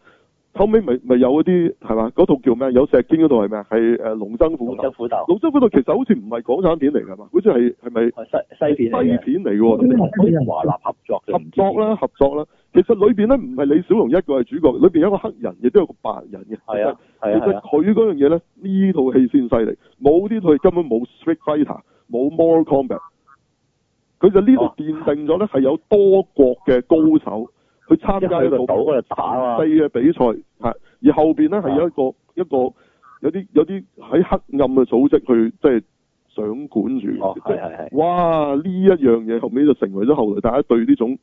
Speaker 1: 後尾咪咪有嗰啲係嘛？嗰套叫咩？有石堅嗰套係咩？係誒龍爭虎
Speaker 2: 龍
Speaker 1: 鬥
Speaker 2: 爭。虎鬥，
Speaker 1: 龍爭虎鬥其實好似唔係港產片嚟㗎嘛，好似係係咪
Speaker 2: 西西片嚟
Speaker 1: 西
Speaker 2: 嘅，
Speaker 1: 片嚟㗎喎？
Speaker 2: 啲華納合作嘅
Speaker 1: 合作，啦，合作啦。其實裏邊咧唔係李小龍一個係主角，裏邊有一個黑人，亦都有個白人嘅。
Speaker 2: 係啊
Speaker 1: 其
Speaker 2: 係啊
Speaker 1: 實
Speaker 2: 係啊，
Speaker 1: 佢嗰樣嘢咧，呢套戲先犀利。冇呢套戲根本冇 Street Fighter，冇 Mortal Kombat。佢就呢
Speaker 2: 哦
Speaker 1: 度奠定咗咧係有多國嘅高手去參
Speaker 2: 即
Speaker 1: 加
Speaker 2: 係
Speaker 1: 一
Speaker 2: 去個
Speaker 1: 個
Speaker 2: 島嗰度打啊
Speaker 1: 世，嘅比賽，係而後邊咧係有一個一個有啲有啲喺黑暗嘅組織去即係想管住。
Speaker 2: 哦
Speaker 1: 即
Speaker 2: 係係係，
Speaker 1: 哇！呢一樣嘢後尾就成為咗後來大家對呢種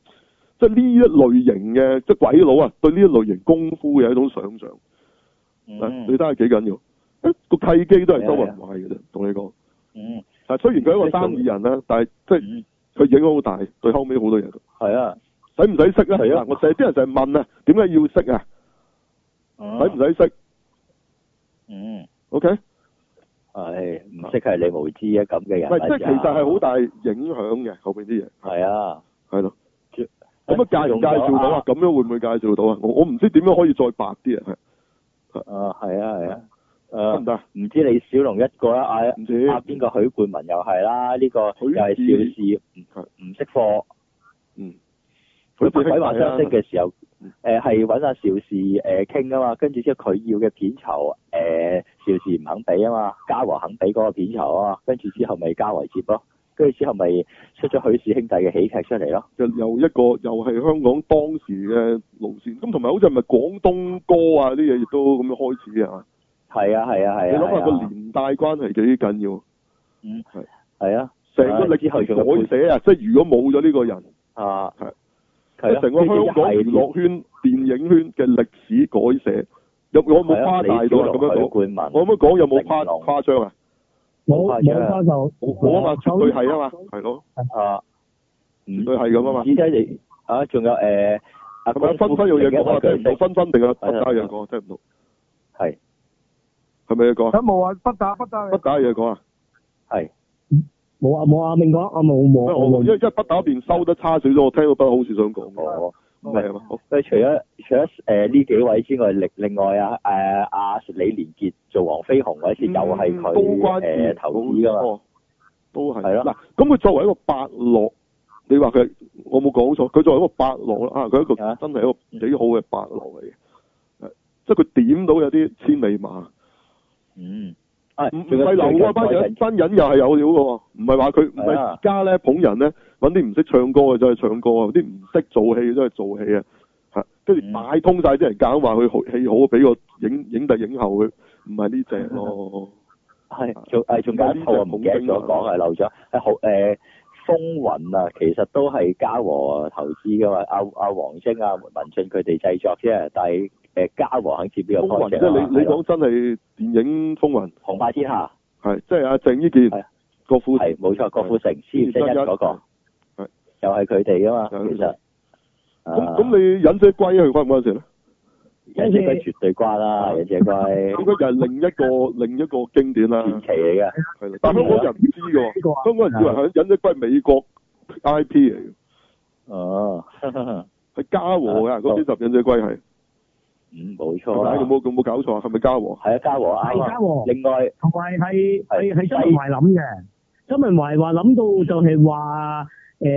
Speaker 1: 即係呢一類型嘅即係鬼佬啊，對呢一類型功夫嘅一種想像。
Speaker 2: 嗯
Speaker 1: 啊你睇下幾緊要？誒個契機都係周
Speaker 2: 係
Speaker 1: 文
Speaker 2: 啊
Speaker 1: 懷嘅啫，同你講。
Speaker 2: 嗯
Speaker 1: 但係雖然佢係一個生意人啦，但係即係
Speaker 2: 嗯，
Speaker 1: 佢影響好大，對後尾好多嘢。
Speaker 2: 係啊，
Speaker 1: 使唔使識咧？
Speaker 2: 係啊
Speaker 1: 嗱我成日啲人成日問啊，點解要識啊？使唔
Speaker 2: 使？
Speaker 1: 使識
Speaker 2: 嗯，
Speaker 1: ？OK，唔
Speaker 2: 係唔識係你無知啊咁嘅人
Speaker 1: 係
Speaker 2: 嚟㗎，
Speaker 1: 即係其實係好大影響嘅後邊啲嘢，
Speaker 2: 係啊，
Speaker 1: 係咯。咁啊介唔介紹到啊？？咁樣會唔會介紹到啊？我我唔知點樣可以再白啲啊，
Speaker 2: 啊，係啊，係啊，
Speaker 1: 係得唔
Speaker 2: 誒，
Speaker 1: 得嗯啊？
Speaker 2: 唔知李小龍一個啦，阿
Speaker 1: 唔知
Speaker 2: 阿邊個許冠文又係啦，呢個又係邵氏唔唔識貨，
Speaker 1: 嗯，
Speaker 2: 佢
Speaker 1: 佢
Speaker 2: 鬼話相
Speaker 1: 相
Speaker 2: 識嘅時候，誒係揾阿邵氏誒傾啊嘛，跟住之後佢要嘅片酬誒邵氏唔肯俾啊嘛，嘉禾肯俾嗰個片酬啊嘛，跟住之後咪嘉禾接咯，跟住之後咪出咗許氏兄弟嘅喜劇出嚟咯，
Speaker 1: 就又一個又係香港當時嘅路線，咁同埋好似係咪廣東歌啊啲嘢亦都咁樣開始啊？
Speaker 2: 係啊係啊
Speaker 1: 你
Speaker 2: 係啊，
Speaker 1: 諗下個
Speaker 2: 係啊
Speaker 1: 連帶關係幾緊要，
Speaker 2: 係啊。
Speaker 1: 成個歷史改寫啊！即係如果冇咗呢個人，
Speaker 2: 啊，
Speaker 1: 係即係
Speaker 2: 係咯
Speaker 1: 成個香港娛樂圈、電影圈嘅歷史改寫，有我有冇
Speaker 2: 係啊
Speaker 1: 誇大
Speaker 2: 李
Speaker 1: 到
Speaker 2: 小
Speaker 1: 啊？
Speaker 2: 龍
Speaker 1: 咁樣
Speaker 2: 許
Speaker 1: 講，
Speaker 2: 冠文，
Speaker 1: 我咁樣講有冇誇
Speaker 2: 成龍
Speaker 1: 誇張啊？
Speaker 5: 冇冇花就
Speaker 1: 冇冇啊嘛，絕對係啊嘛，係咯，
Speaker 2: 啊，唔
Speaker 1: 絕對係咁啊嘛。
Speaker 2: 只得你啊，仲有誒阿
Speaker 1: 係咪啊？
Speaker 2: 功
Speaker 1: 分
Speaker 2: 夫
Speaker 1: 分有嘢講啊，聽
Speaker 2: 另一
Speaker 1: 唔到
Speaker 2: 個巨星
Speaker 1: 分分定啊？不
Speaker 2: 係啊
Speaker 1: 打有嘢講啊，聽唔
Speaker 2: 係
Speaker 1: 到，係咪有嘢講啊？
Speaker 3: 咁冇啊，不打不打
Speaker 1: 不打有嘢講啊？
Speaker 2: 係
Speaker 5: 冇啊冇啊，明哥，我冇冇
Speaker 1: 因為我因為
Speaker 5: 冇
Speaker 1: 一不打邊收得差少咗，我聽到不打好似想講。
Speaker 2: 我哦唔
Speaker 1: 嗯係啊
Speaker 2: 係
Speaker 1: 係嘛？好
Speaker 2: 佢除咗除咗誒呢幾位之外，另另外啊誒阿李連杰做黃飛鴻嗰次又係
Speaker 1: 嗯都關哦
Speaker 2: 佢誒呃投資噶嘛，
Speaker 1: 嘛，都係
Speaker 2: 係咯
Speaker 1: 嗱，咁佢作為一個伯樂，你話佢我冇講錯，佢作為一個伯樂啦，啊，佢一個
Speaker 2: 啊
Speaker 1: 真係一個幾好嘅伯樂嚟嘅，誒即係佢點到有啲千里馬，
Speaker 2: 嗯，啊
Speaker 1: 唔唔
Speaker 2: 仲有
Speaker 1: 係
Speaker 2: 最
Speaker 1: 流
Speaker 2: 近
Speaker 1: 啊班
Speaker 2: 改
Speaker 1: 人
Speaker 2: 緊
Speaker 1: 班人又係有料嘅喎，唔係話佢唔係
Speaker 2: 係啊
Speaker 1: 而家咧捧人咧揾啲唔識唱歌嘅走去唱歌啊，啲唔識做戲嘅走去做戲啊，嚇跟住
Speaker 2: 嗯
Speaker 1: 買通晒啲人夾硬話佢好戲好，俾個影影帝影後佢，唔係呢只咯。
Speaker 2: 係仲誒仲有一套啊唔記得咗講啊漏咗係好誒風雲啊，其實都係嘉禾投資噶嘛，阿阿黃晶啊文俊佢哋製作啫，但係誒嘉禾肯接呢
Speaker 1: 風
Speaker 2: 個
Speaker 1: 雲
Speaker 2: project
Speaker 1: 即
Speaker 2: 啊
Speaker 1: 係你你
Speaker 2: 係咯
Speaker 1: 講真係電影風雲
Speaker 2: 紅霸天下
Speaker 1: 係，即係阿鄭伊健
Speaker 2: 係、
Speaker 1: 郭富城
Speaker 2: 係冇錯，郭富城私業正一嗰個
Speaker 1: 係
Speaker 2: 又係佢哋噶嘛，其實
Speaker 1: 咁
Speaker 2: 啊
Speaker 1: 咁你忍者龜佢關唔關事咧？
Speaker 2: 忍者龜絕對關
Speaker 1: 啊
Speaker 2: 啦，忍者龜
Speaker 1: 應該就係另一 個另一個經典啦，
Speaker 2: 前期嚟嘅，
Speaker 1: 係啦。但香港人唔知嘅
Speaker 2: 嗯
Speaker 1: 喎，
Speaker 5: 呢個啊，
Speaker 1: 香港人以為係忍者龜係美國 I P 嚟嘅，
Speaker 2: 哦，
Speaker 1: 係嘉禾
Speaker 2: 啊
Speaker 1: 㗎嗰幾十忍者龜係，
Speaker 2: 嗯，冇
Speaker 1: 係
Speaker 2: 錯
Speaker 1: 咪？有
Speaker 2: 啦，
Speaker 1: 冇有冇搞錯啊？係咪嘉禾？
Speaker 2: 係啊，嘉禾
Speaker 5: 係嘉
Speaker 2: 啱啊，
Speaker 5: 禾。
Speaker 2: 另外
Speaker 5: 同埋係係
Speaker 2: 係
Speaker 5: 係周文懷諗嘅，周文懷話諗到就係話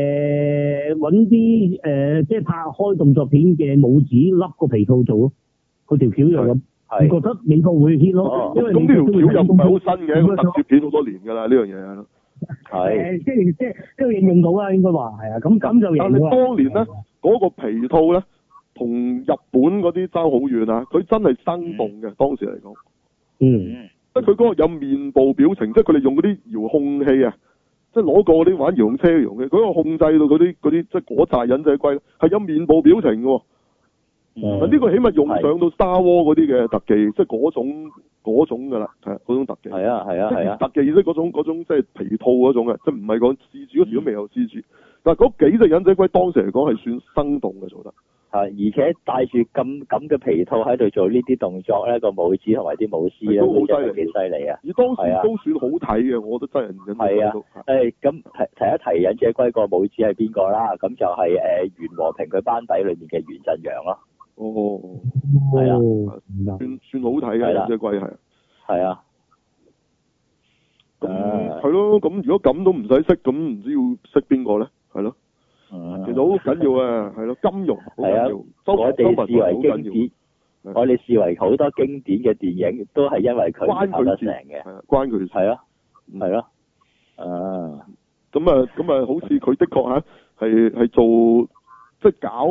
Speaker 5: 誒揾啲誒即係拍開動作片嘅帽子笠個皮套做咯，佢條橋就咁，你
Speaker 2: 係
Speaker 5: 覺得美國會 hit
Speaker 2: 哦
Speaker 5: 咯？因為
Speaker 1: 咁呢條橋又唔係
Speaker 5: 好
Speaker 1: 好新嘅，個特攝片好多年㗎啦，呢樣嘢。
Speaker 2: 係
Speaker 5: 誒，即係即係即係應用到啦，應該話係啊，咁咁就
Speaker 1: 但
Speaker 5: 贏
Speaker 1: 係
Speaker 5: 咗啦。
Speaker 1: 當年咧，嗰個皮套咧，同日本嗰啲爭好遠啊！佢真係生動嘅，當時嚟講。
Speaker 5: 嗯，
Speaker 2: 嗯
Speaker 1: 即係佢嗰個有面部表情，即係佢哋用嗰啲遙控器啊，即係攞過嗰啲玩遙控車嘅遙控器，佢個控制到嗰啲嗰啲即係嗰扎忍仔龜係有面部表情嘅喎。
Speaker 2: 嗯
Speaker 1: 嗱呢、個起碼用上到 Star War 嗰啲嘅特技，即係嗰種嗰種㗎啦，係嗰種特技。
Speaker 2: 係啊係啊
Speaker 1: 即
Speaker 2: 係
Speaker 1: 係
Speaker 2: 啊，
Speaker 1: 特技即係嗰種嗰種即係皮套嗰種嘅，即係唔係講蜘蛛嗰時都未有蜘蛛。嗱嗰幾隻忍仔龜當時嚟講係算生動嘅做得。
Speaker 2: 係啊而且戴住咁咁嘅皮套喺度做呢啲動作咧，個舞姿同埋啲舞獅咧，
Speaker 1: 都好
Speaker 2: 佢真係
Speaker 1: 犀利
Speaker 2: 幾犀利啊！
Speaker 1: 而當
Speaker 2: 係
Speaker 1: 時
Speaker 2: 啊
Speaker 1: 都算好睇嘅，我覺得真人忍仔龜都。
Speaker 2: 誒咁提提一提忍者龜個舞姿係邊個啦？咁就係誒袁和平佢班底裏面嘅袁振陽咯，
Speaker 1: 哦，
Speaker 2: 係啊
Speaker 5: 哦明白
Speaker 1: 算算好睇嘅
Speaker 2: 係
Speaker 1: 忍
Speaker 2: 啦
Speaker 1: 仔龜係。
Speaker 2: 係啊。
Speaker 1: 咁
Speaker 2: 啊
Speaker 1: 嗯係咯，咁如果咁都唔使識，咁唔知要識邊個咧？係咯，
Speaker 2: 嗯
Speaker 1: 其實好緊要啊，係咯，金融好緊要，
Speaker 2: 係啊
Speaker 1: 周
Speaker 2: 我
Speaker 1: 周文
Speaker 2: 哋視
Speaker 1: 華好
Speaker 2: 為
Speaker 1: 緊
Speaker 2: 經
Speaker 1: 要，
Speaker 2: 典，我哋視為好多經典嘅電影都係因為佢
Speaker 1: 關
Speaker 2: 而拍得
Speaker 1: 佢事
Speaker 2: 成嘅，
Speaker 1: 係啊，關佢事。
Speaker 2: 係咯，係咯，啊，
Speaker 1: 咁啊，咁啊，好似佢的確嚇係係做即係搞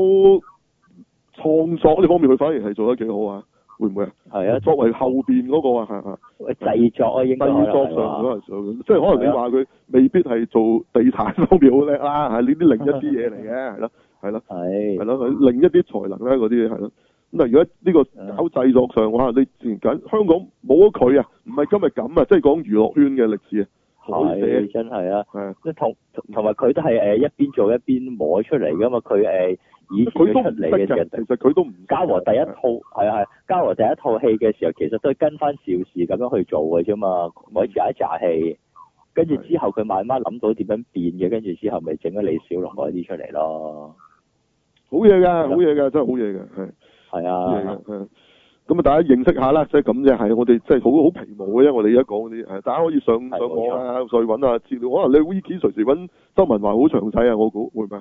Speaker 1: 創作呢方面，佢反而係做得幾好啊，會唔會啊？
Speaker 2: 係啊，
Speaker 1: 作為後邊嗰個啊，係啊，
Speaker 2: 喂製作啊，應該可能
Speaker 1: 製作上
Speaker 2: 係啊話
Speaker 1: 嗰上，即係可能你話佢未必係做地產方面好叻啦，係呢啲另一啲嘢嚟嘅，係咯，係咯。係
Speaker 2: 係
Speaker 1: 咯，佢另一啲才能咧，嗰啲係咯。咁啊，如果呢
Speaker 2: 嗯
Speaker 1: 個搞製作上，哇！你自然緊香港冇咗佢啊，唔
Speaker 2: 嗯
Speaker 1: 係今日咁啊，即係講娛樂圈嘅歷史啊，好寫
Speaker 2: 係真係啊，
Speaker 1: 係啊，
Speaker 2: 同同埋佢都係誒一邊做一邊摸出嚟噶嘛，佢誒以前
Speaker 1: 佢
Speaker 2: 佢
Speaker 1: 都唔
Speaker 2: 出
Speaker 1: 識
Speaker 2: 嚟嘅時
Speaker 1: 嘅，其
Speaker 2: 候。
Speaker 1: 實佢都唔識嘅啊
Speaker 2: 嘉禾第一套係係嘉禾第一套戲嘅時候，其實都係跟翻邵氏咁樣去做嘅啫嘛。嗰時有一紮戲，跟住之後佢慢慢諗到點樣變嘅，跟住之後咪整咗李小龍嗰啲出嚟咯。
Speaker 1: 好嘢㗎，好嘢㗎，真係好嘢㗎，
Speaker 2: 啊
Speaker 1: 係
Speaker 2: 係
Speaker 1: 好嘢㗎
Speaker 2: 啊，
Speaker 1: 係咁啊，大家認識下啦，即係咁啫。係我哋即係好好皮毛嘅啫。我哋而家講嗰啲，係大家可以上
Speaker 2: 係
Speaker 1: 上網啊，再揾下資料。可能你 wiki 隨時揾周文華好詳細啊，我估會唔會？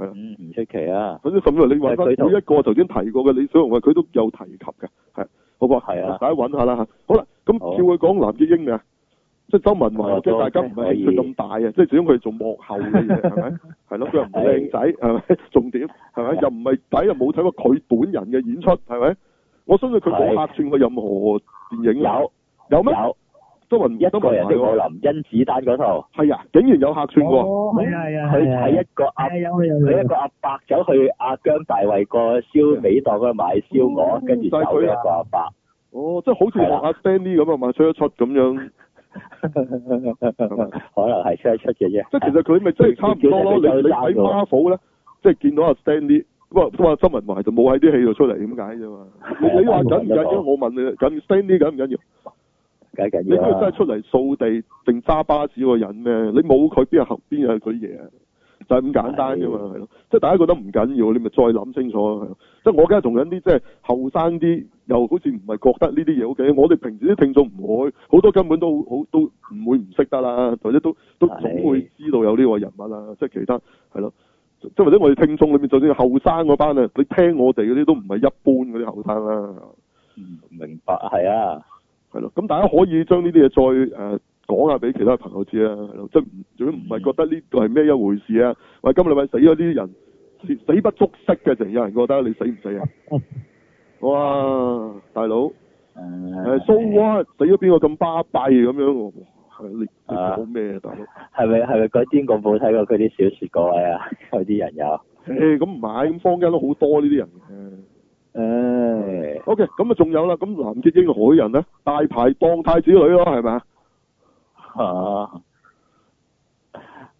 Speaker 2: 嗯，唔出奇啊。
Speaker 1: 反正甚至乎你揾翻每一個頭先提過嘅李小龍啊，佢都有提及嘅，係好唔好
Speaker 2: 係啊
Speaker 1: 大家揾下啦嚇。好啦，咁
Speaker 2: 好
Speaker 1: 叫佢講藍潔瑛啊，即係周文華，
Speaker 2: 哦
Speaker 1: 即係大家唔係興趣咁大啊，即係始終佢係做幕後嘅嘢，係 咪？係咯，佢又唔靚仔，係咪？ 重點係咪？又唔係仔，又冇睇過佢本人嘅演出，係咪？我相信佢冇
Speaker 2: 係
Speaker 1: 客串過任何電影啊。
Speaker 2: 有
Speaker 1: 有咩？
Speaker 2: 有
Speaker 1: 周文
Speaker 2: 一
Speaker 1: 周
Speaker 2: 個
Speaker 1: 文
Speaker 2: 人
Speaker 1: 華
Speaker 2: 的武
Speaker 1: 喎
Speaker 2: 林甄子丹嗰套，
Speaker 1: 係啊，竟然有客串過，
Speaker 5: 哦係
Speaker 3: à?
Speaker 5: 啊係啊，
Speaker 2: 佢
Speaker 5: 係
Speaker 2: 係一個阿
Speaker 5: 係有
Speaker 1: 嗯
Speaker 5: 有有
Speaker 2: 佢一個阿伯走去阿姜大衛個燒味檔嗰度買燒
Speaker 1: 嗯
Speaker 2: 鵝，跟住走咗一個阿伯。
Speaker 1: 哦，即係好似學阿 Danny 咁啊嘛，出一出咁樣。
Speaker 2: 可能係出一出嘅啫。
Speaker 1: 嗯即係其實佢咪真係差唔多咯。你你睇 Marvel 咧，即係見到阿 Stanley，哇哇周文華就冇喺啲戲度出嚟咁解啫嘛。你你話緊唔緊要？我問你，緊 Stanley 緊唔緊要？
Speaker 2: 梗係
Speaker 1: 你
Speaker 2: 緊
Speaker 1: 佢
Speaker 2: 要
Speaker 1: 真
Speaker 2: 啦
Speaker 1: 係。出嚟掃地定揸巴士嗰個人咩？你冇佢邊有合邊有佢嘢啊？就係咁簡單啫嘛，係咯。即係大家覺得唔緊要，你咪再諗清楚咯。係咯即係我梗係同緊啲即係後生啲，又好似唔係覺得呢啲嘢好緊要。我哋平時啲聽眾唔會，好多根本都好都唔會唔識得啦，或者都都
Speaker 2: 係
Speaker 1: 總會知道有呢個人物啦。即係其他係咯，即係或者我哋聽眾裏面，就算後生嗰班啊，你聽我哋嗰啲都唔係一般嗰啲後生啦。係嘛
Speaker 2: 嗯明白，係啊，
Speaker 1: 係咯，咁大家可以將呢啲嘢再誒講下俾其他朋友知啦，啊係咯，即係唔如果唔係覺得呢個係咩一回事啊？喂，今個禮拜死咗啲人，死死不足惜嘅，成有人覺得你死唔死啊？哇，大佬，誒
Speaker 2: 誒
Speaker 1: so what？死咗邊個咁巴閉咁樣喎？哇你你
Speaker 2: 啊
Speaker 1: 講咩啊，大佬？
Speaker 2: 係咪係咪嗰啲我冇睇過佢啲小説嗰位啊？ 有啲人有。
Speaker 1: 誒咁唔係，咁坊間都好多呢啲人嘅。
Speaker 2: 誒
Speaker 1: O K，咁啊仲有啦，咁藍潔瑛海人咧，大排檔太子女咯，係咪啊？嗯
Speaker 2: 啊，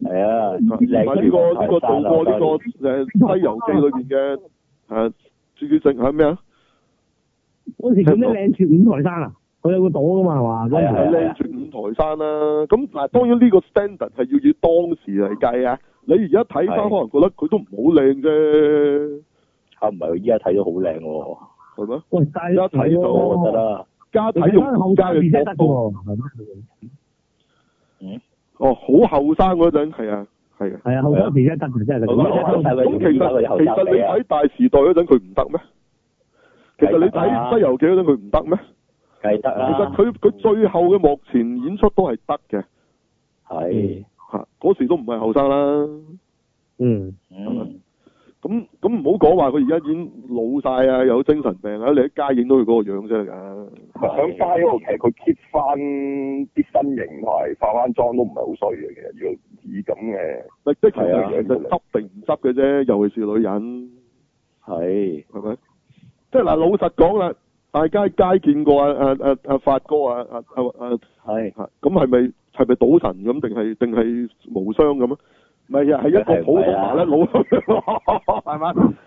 Speaker 2: 係啊，
Speaker 1: 同埋呢個呢個做過呢個誒《西遊記》裏邊嘅誒朱主席係咩啊？
Speaker 5: 嗰時叫咩靚住五台山啊？佢有個朵噶嘛係嘛？嗰
Speaker 2: 係啊
Speaker 5: 陣時
Speaker 1: 係靚住五台山啦、咁嗱，當然呢個 standard 係要以當時嚟計啊。你而家睇翻，可
Speaker 2: 係
Speaker 1: 能覺得佢都唔好靚啫，
Speaker 2: 嚇啊唔係，依家睇到好靚喎，
Speaker 1: 係咪？
Speaker 5: 喂，但係
Speaker 1: 一睇到
Speaker 2: 我覺得啦，
Speaker 1: 加體
Speaker 5: 睇
Speaker 1: 育
Speaker 5: 翻後
Speaker 1: 加
Speaker 5: 生而
Speaker 1: 嘅
Speaker 5: 得
Speaker 1: 角
Speaker 5: 嘅
Speaker 1: 度，
Speaker 5: 喎，係咯
Speaker 1: 哦，好後生嗰陣係啊，係啊。
Speaker 5: 係啊，後生而得嘅真係
Speaker 2: 好後生
Speaker 5: 咁。
Speaker 2: 係咪
Speaker 1: 咁其實
Speaker 2: 而家嗰啲後
Speaker 1: 其
Speaker 2: 生
Speaker 1: 實你
Speaker 2: 嚟啊
Speaker 1: 睇大時代嗰陣佢唔得咩？其實你
Speaker 2: 係啊
Speaker 1: 睇《西遊記》嗰陣佢唔得咩？
Speaker 2: 計得
Speaker 1: 其實
Speaker 2: 啦，
Speaker 1: 佢佢最後嘅幕前演出都係得嘅，
Speaker 2: 係，
Speaker 1: 嚇啊嗰時都唔係後生啦。
Speaker 5: 嗯，
Speaker 2: 嗯，
Speaker 1: 咁咁唔好講話佢而家已經老晒啊，有精神病啊，你喺街影到佢嗰個樣啫㗎。
Speaker 4: 咪響街嗰度，其實佢 keep 翻啲身形同埋化翻妝都唔係好衰嘅，其實要以咁嘅
Speaker 1: 咪即係
Speaker 2: 係啊
Speaker 1: 其實執定唔執嘅啫，尤其是女人，
Speaker 2: 係，
Speaker 1: 係咪？即係嗱，老實講啦，大家喺街見過啊啊啊啊發哥啊啊啊啊
Speaker 2: 係，
Speaker 1: 啊咁係咪係咪賭神咁定係定係無雙咁啊？唔係啊，係一個普通麻甩佬， 係咪？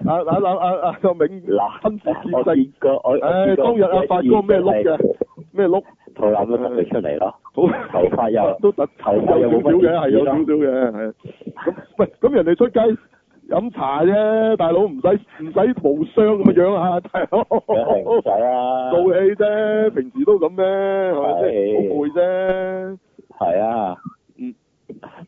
Speaker 1: 啊啊啊啊啊！個明
Speaker 2: 嗱
Speaker 1: 親父
Speaker 2: 我
Speaker 1: 結世，
Speaker 2: 見過我，
Speaker 1: 唉，當日阿發哥咩碌嘅，咩碌？
Speaker 2: 肚腩都得佢出嚟咯，
Speaker 1: 好
Speaker 2: 頭 髮又
Speaker 1: 都突
Speaker 2: 頭髮
Speaker 1: 有
Speaker 2: 又
Speaker 1: 少
Speaker 2: 冇
Speaker 1: 少
Speaker 2: 乜
Speaker 1: 嘅，係有
Speaker 2: 點
Speaker 1: 少少
Speaker 2: 子
Speaker 1: 嘅，係啊。咁喂，咁人哋出街飲茶啫，大佬唔使唔使無雙咁嘅樣啊，大佬。
Speaker 2: 梗係唔使
Speaker 1: 做
Speaker 2: 啊，
Speaker 1: 戲啫，平時都咁咩，係咪
Speaker 2: 係
Speaker 1: 先？好攰啫，
Speaker 2: 係啊，
Speaker 1: 嗯，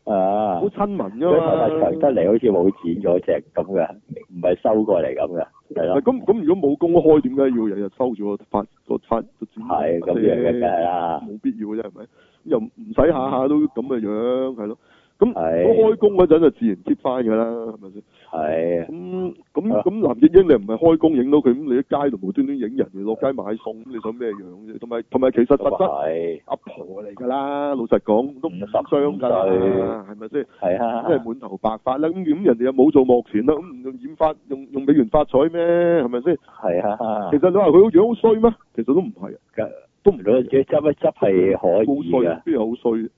Speaker 2: 啊 À.
Speaker 1: 好。親民
Speaker 2: 佢
Speaker 1: 噶
Speaker 2: 頭髮長
Speaker 1: 嘛。
Speaker 2: 得嚟好似冇剪咗隻咁嘅，唔係收過嚟咁嘅，係咯
Speaker 1: 喂，咁咁如果冇公開，點解要日日收住個髮個髮個剪？
Speaker 2: 係咁樣嘅，梗係啦，
Speaker 1: 冇必要嘅啫，係咪？又唔使下下都咁嘅樣，係咯。咁
Speaker 2: 係
Speaker 1: 我開工嗰陣就自然 keep 翻㗎啦，係咪先？
Speaker 2: 係
Speaker 1: 咁嗯咁
Speaker 2: 啊
Speaker 1: 咁，藍潔瑛你唔係開工影到佢，咁你喺街度無端端影人，你落街買餸，咁你想咩樣啫？同埋同埋，其實實
Speaker 2: 咁
Speaker 1: 質
Speaker 2: 啊係，
Speaker 1: 阿婆嚟㗎啦，老實講都唔
Speaker 2: 五十
Speaker 1: 傷㗎啦，係咪先？
Speaker 2: 嗯係
Speaker 1: 即係
Speaker 2: 啊，
Speaker 1: 滿頭白髮啦，咁咁人哋又冇做幕前啦，咁用染髮用用美元髮彩咩？係咪先？
Speaker 2: 係啊
Speaker 1: 其，實你話佢個樣好衰咩？其實都唔係，啊
Speaker 2: 都唔到，即係執一執係可
Speaker 1: 好
Speaker 2: 以
Speaker 1: 衰
Speaker 2: 嘅，
Speaker 1: 邊有好衰？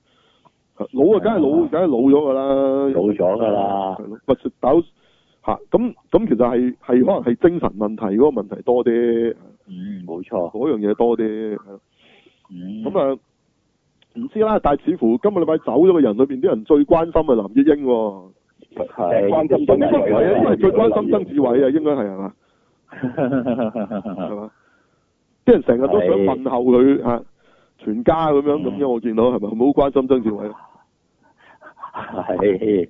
Speaker 1: 老啊，梗係老，梗係老咗㗎啦，
Speaker 2: 老咗㗎啦
Speaker 1: 係，咯，咪食豆嚇咁咁，其實係係可能係精神問題嗰個問題多啲，
Speaker 2: 嗯，冇錯，
Speaker 1: 嗰樣嘢多啲，係咯
Speaker 2: 嗯，
Speaker 1: 咁啊唔知啦，但係似乎今個禮拜走咗嘅人裏邊啲人最關心係藍潔瑛喎，
Speaker 2: 係
Speaker 4: 關心
Speaker 1: 應該
Speaker 4: 真係
Speaker 1: 係啊，應該係最關心曾志偉啊，應該係係嘛係
Speaker 2: 係
Speaker 1: 嘛，啲人成日都想問候佢嚇全家咁樣咁樣，我見到係咪係咪好關心曾志偉啊？
Speaker 2: 係，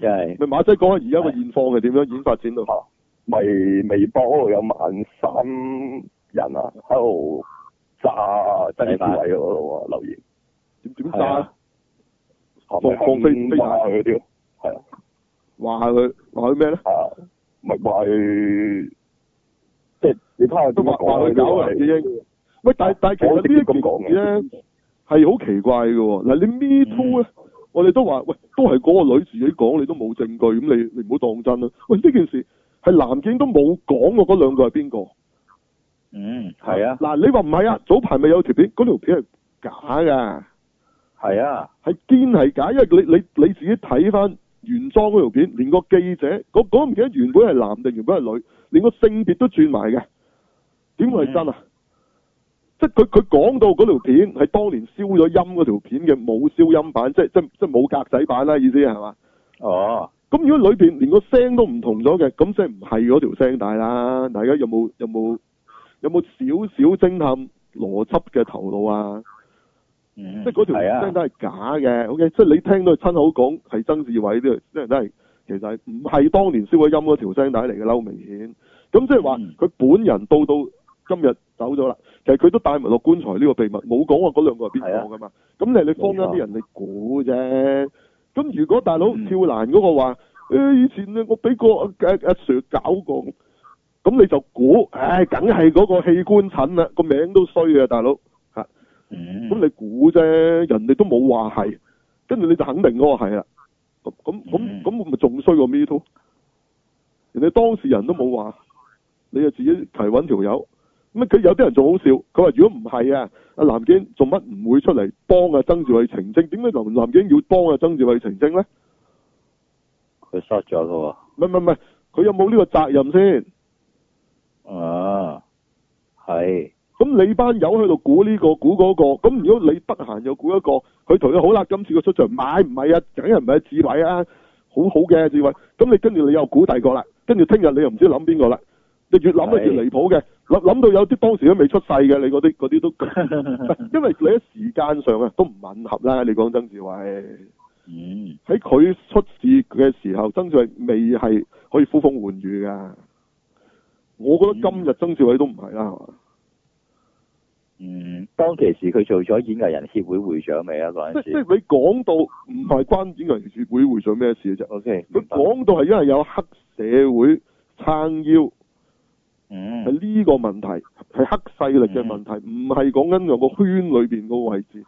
Speaker 2: 真係
Speaker 1: 咪馬仔講下而家個現況係點樣，已經發展到
Speaker 4: 咪微博嗰度有萬三人啊，喺度炸曾志偉嗰度啊留言，啊
Speaker 1: 點點
Speaker 2: 係
Speaker 1: 揸
Speaker 2: 啊？
Speaker 4: 放
Speaker 1: 放飛飛彈
Speaker 4: 佢啲，係啊，
Speaker 1: 話下佢話佢咩咧？
Speaker 4: 啊，咪話佢即係你睇下
Speaker 1: 都
Speaker 4: 點
Speaker 1: 話
Speaker 4: 樣
Speaker 1: 話佢
Speaker 4: 講
Speaker 1: 搞
Speaker 4: 啊
Speaker 1: 藍潔瑛。喂，但但其實呢一件事咧係好奇怪嘅喎。嗱，你 Me Too 咧，我哋都話喂，都係嗰個女自己講，你都冇證據，咁你你唔好當真啦。喂，呢件事係藍警都冇講過嗰兩個係邊個？
Speaker 2: 嗯，係啊，
Speaker 1: 嗱，你話唔係啊？早排咪有條片，嗰條片係假㗎，
Speaker 2: 係啊，
Speaker 1: 係堅係假，因為你你你自己睇翻原裝嗰條片，連個記者嗰嗰唔記得原本係男定原本係女，連個性別都轉埋嘅，點會係真啊？即係佢佢講到嗰條片係當年燒咗音嗰條片嘅冇燒音版，即係即係即係冇格仔版啦，意思係嘛？
Speaker 2: 哦，
Speaker 1: 咁如果裏邊連個聲都唔同咗嘅，咁即係唔係嗰條聲帶啦？大家有冇有冇有冇少少偵探邏輯嘅頭腦啊？
Speaker 2: 嗯，
Speaker 1: 即係嗰條
Speaker 2: 係啊
Speaker 1: 聲帶係假嘅，OK？即係你聽到佢親口講係曾志偉呢條聲帶係，其實係唔係當年消咗音嗰條聲帶嚟嘅，嬲明顯。咁即係話
Speaker 2: 嗯
Speaker 1: 佢本人到到今日走咗啦，其實佢都帶埋落棺材呢個秘密，冇講話嗰兩個係邊個㗎嘛。
Speaker 2: 啊
Speaker 1: 咁你係你坊間啲人你估啫。咁如果大佬
Speaker 2: 嗯
Speaker 1: 跳欄嗰個話，誒、以前咧我俾個阿阿阿 Sir 搞過，咁你就估，唉，梗係嗰個器官診啦，個名都衰啊，大佬。
Speaker 2: 嗯，
Speaker 1: 咁你估啫，人哋都冇話係，跟住你就肯定嗰個係啦。咁咁咁
Speaker 2: 嗯
Speaker 1: 咁咪仲衰過 Me Too？人哋當事人都冇話，你就自己提揾條友。咁啊佢有啲人仲好笑，佢話如果唔係啊，阿藍景做乜唔會出嚟幫阿曾志偉澄清？點解藍藍景要幫阿曾志偉澄清咧？
Speaker 2: 佢 short 咗噶
Speaker 1: 唔係唔係唔係，佢有冇呢個責任先？
Speaker 2: 喎，啊，係，
Speaker 1: 咁你班友喺度估呢個估嗰個，咁如果你得閒又估一個，佢同你好啦，今次個出場買唔係啊，梗係唔係啊志偉啊，好好嘅志偉，咁你跟住你又估第二個啦，跟住聽日你又唔知諗邊個啦，你越諗得越離譜嘅，諗諗到有啲當時都未出世嘅，你嗰啲嗰啲都，唔係因為你喺時間上啊都唔吻合啦，你講曾志偉
Speaker 2: 嗯，
Speaker 1: 喺佢出事嘅時候，曾志偉未係可以呼風喚雨噶，我覺得今日曾志偉都唔係啦，係嘛？
Speaker 2: 嗯，當其時佢做咗演藝人協會會長未啊？嗰
Speaker 1: 即
Speaker 2: 陣
Speaker 1: 即係
Speaker 2: 時
Speaker 1: 你講到唔係關演藝人協會會長咩事嘅啫，
Speaker 2: ，OK，
Speaker 1: 佢
Speaker 2: 明白
Speaker 1: 講到係因為有黑社會撐腰，
Speaker 2: 嗯嗯
Speaker 1: 係呢個問題，係黑勢力嘅問題，唔係講緊有個圈裏邊個位置。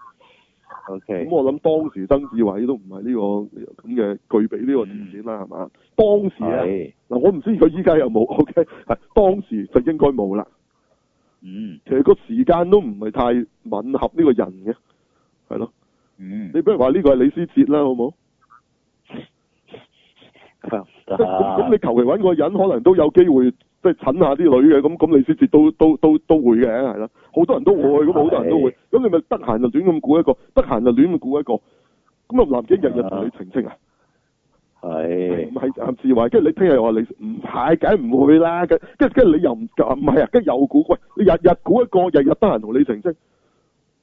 Speaker 1: 咁
Speaker 2: ，OK，
Speaker 1: 我諗當時曾志偉都唔係呢個咁嘅具備呢個條件啦，係嘛？當時啊，
Speaker 2: 係，
Speaker 1: 嗱我唔知佢依家有冇，OK，係 當時就應該冇啦。
Speaker 2: 嗯
Speaker 1: 其實個時間都唔係太吻合呢個人嘅，係咯。
Speaker 2: 嗯，
Speaker 1: 你不如話呢個係李思哲啦，好冇？即係
Speaker 2: 咁啊
Speaker 1: 咁咁你求其揾個人，可能都有機會即係襯下啲女嘅，咁咁你先至都都都都會嘅，係啦。好多人都會，咁好多人都會，咁你咪得閒就亂咁估一個，得閒就亂咁估一個。咁啊，南京日日同你澄清啊，唔
Speaker 2: 係，
Speaker 1: 係暗示話，跟住你聽日又話你唔係，梗唔會啦，跟跟跟住你又唔唔係啊，跟住又估，喂，你日日估一個，日日得閒同你澄清，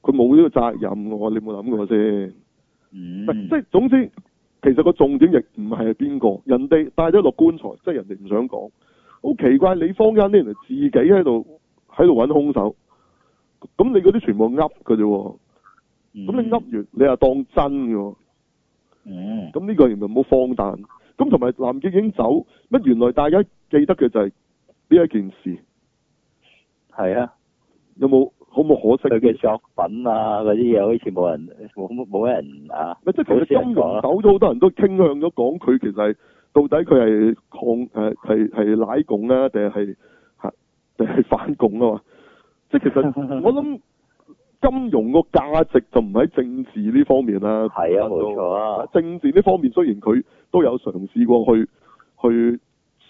Speaker 1: 佢冇呢個責任喎，你有冇諗過先？
Speaker 2: 嗯，
Speaker 1: 即係總之，其實個重點亦唔係邊個，人哋帶咗落棺材，即係人哋唔想講。好奇怪，你坊間啲人自己喺度喺度揾兇手，咁你嗰啲全部噏嘅啫喎，咁
Speaker 2: Ừ.
Speaker 1: 你噏完你又當真嘅喎，
Speaker 2: 嗯，
Speaker 1: 咁呢個原來冇放彈。咁同埋藍潔瑛走，乜原來大家記得嘅就係呢一件事，
Speaker 2: 係啊。
Speaker 1: 有冇好冇可惜
Speaker 2: 佢
Speaker 1: 啲
Speaker 2: 嘅作品啊，嗰啲嘢好似冇人冇冇人啊，
Speaker 1: 咪即係其
Speaker 2: 好少
Speaker 1: 實
Speaker 2: 人
Speaker 1: 金
Speaker 2: 講
Speaker 1: 融
Speaker 2: 啦，
Speaker 1: 手咗好多人都傾向咗講佢其實係到底佢係抗誒係係奶共啊，定係嚇定係反共啊嘛？即係其實 我諗金融個價值就唔喺政治呢方面啦。
Speaker 2: 係啊，冇錯啊，
Speaker 1: 政治呢方面雖然佢都有嘗試過去去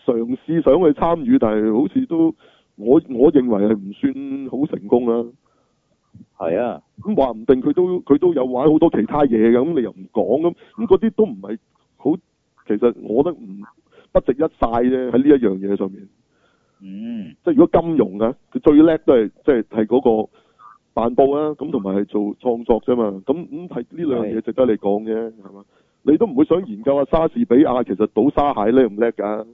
Speaker 1: 嘗試想去參與，但係好似都我我認為係唔算好成功啦。
Speaker 2: 係啊，
Speaker 1: 咁話唔定佢都佢都有玩好多其他嘢嘅，咁你又唔講咁，咁嗰啲都唔係好，其實我覺得唔不值一晒啫。喺呢一樣嘢上面，
Speaker 2: 嗯，
Speaker 1: 即係如果金融啊，佢最叻都係即係係嗰個辦報啦，咁同埋係做創作啫嘛。咁咁係呢兩樣嘢
Speaker 2: 係
Speaker 1: 值得你講嘅，係嘛？你都唔會想研究下莎士比亞其實倒沙蟹叻唔叻㗎，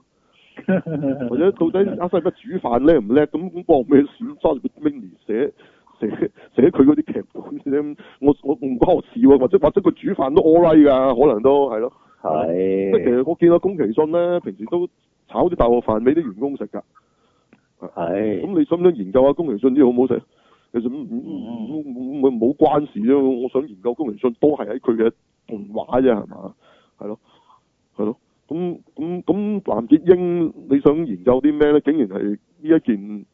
Speaker 1: 或者到底阿西不煮飯叻唔叻？咁咁我咩選莎士比亞寫寫寫佢嗰啲劇本啫。我我唔關我事喎，或者或者佢煮飯都 all right 㗎，可能都係咯。即係其
Speaker 2: 係
Speaker 1: 實我見到宮崎駿咧，平時都炒啲大鑊飯俾啲員工食㗎。
Speaker 2: 係，
Speaker 1: 咁你想唔想研究下宮崎駿啲好唔好食？其實唔唔唔唔冇關事啫。我想研究宮崎駿都係喺佢嘅動畫啫，係嘛？係咯，係咯。咁咁咁，藍潔瑛你想研究啲咩咧？竟然係呢一件，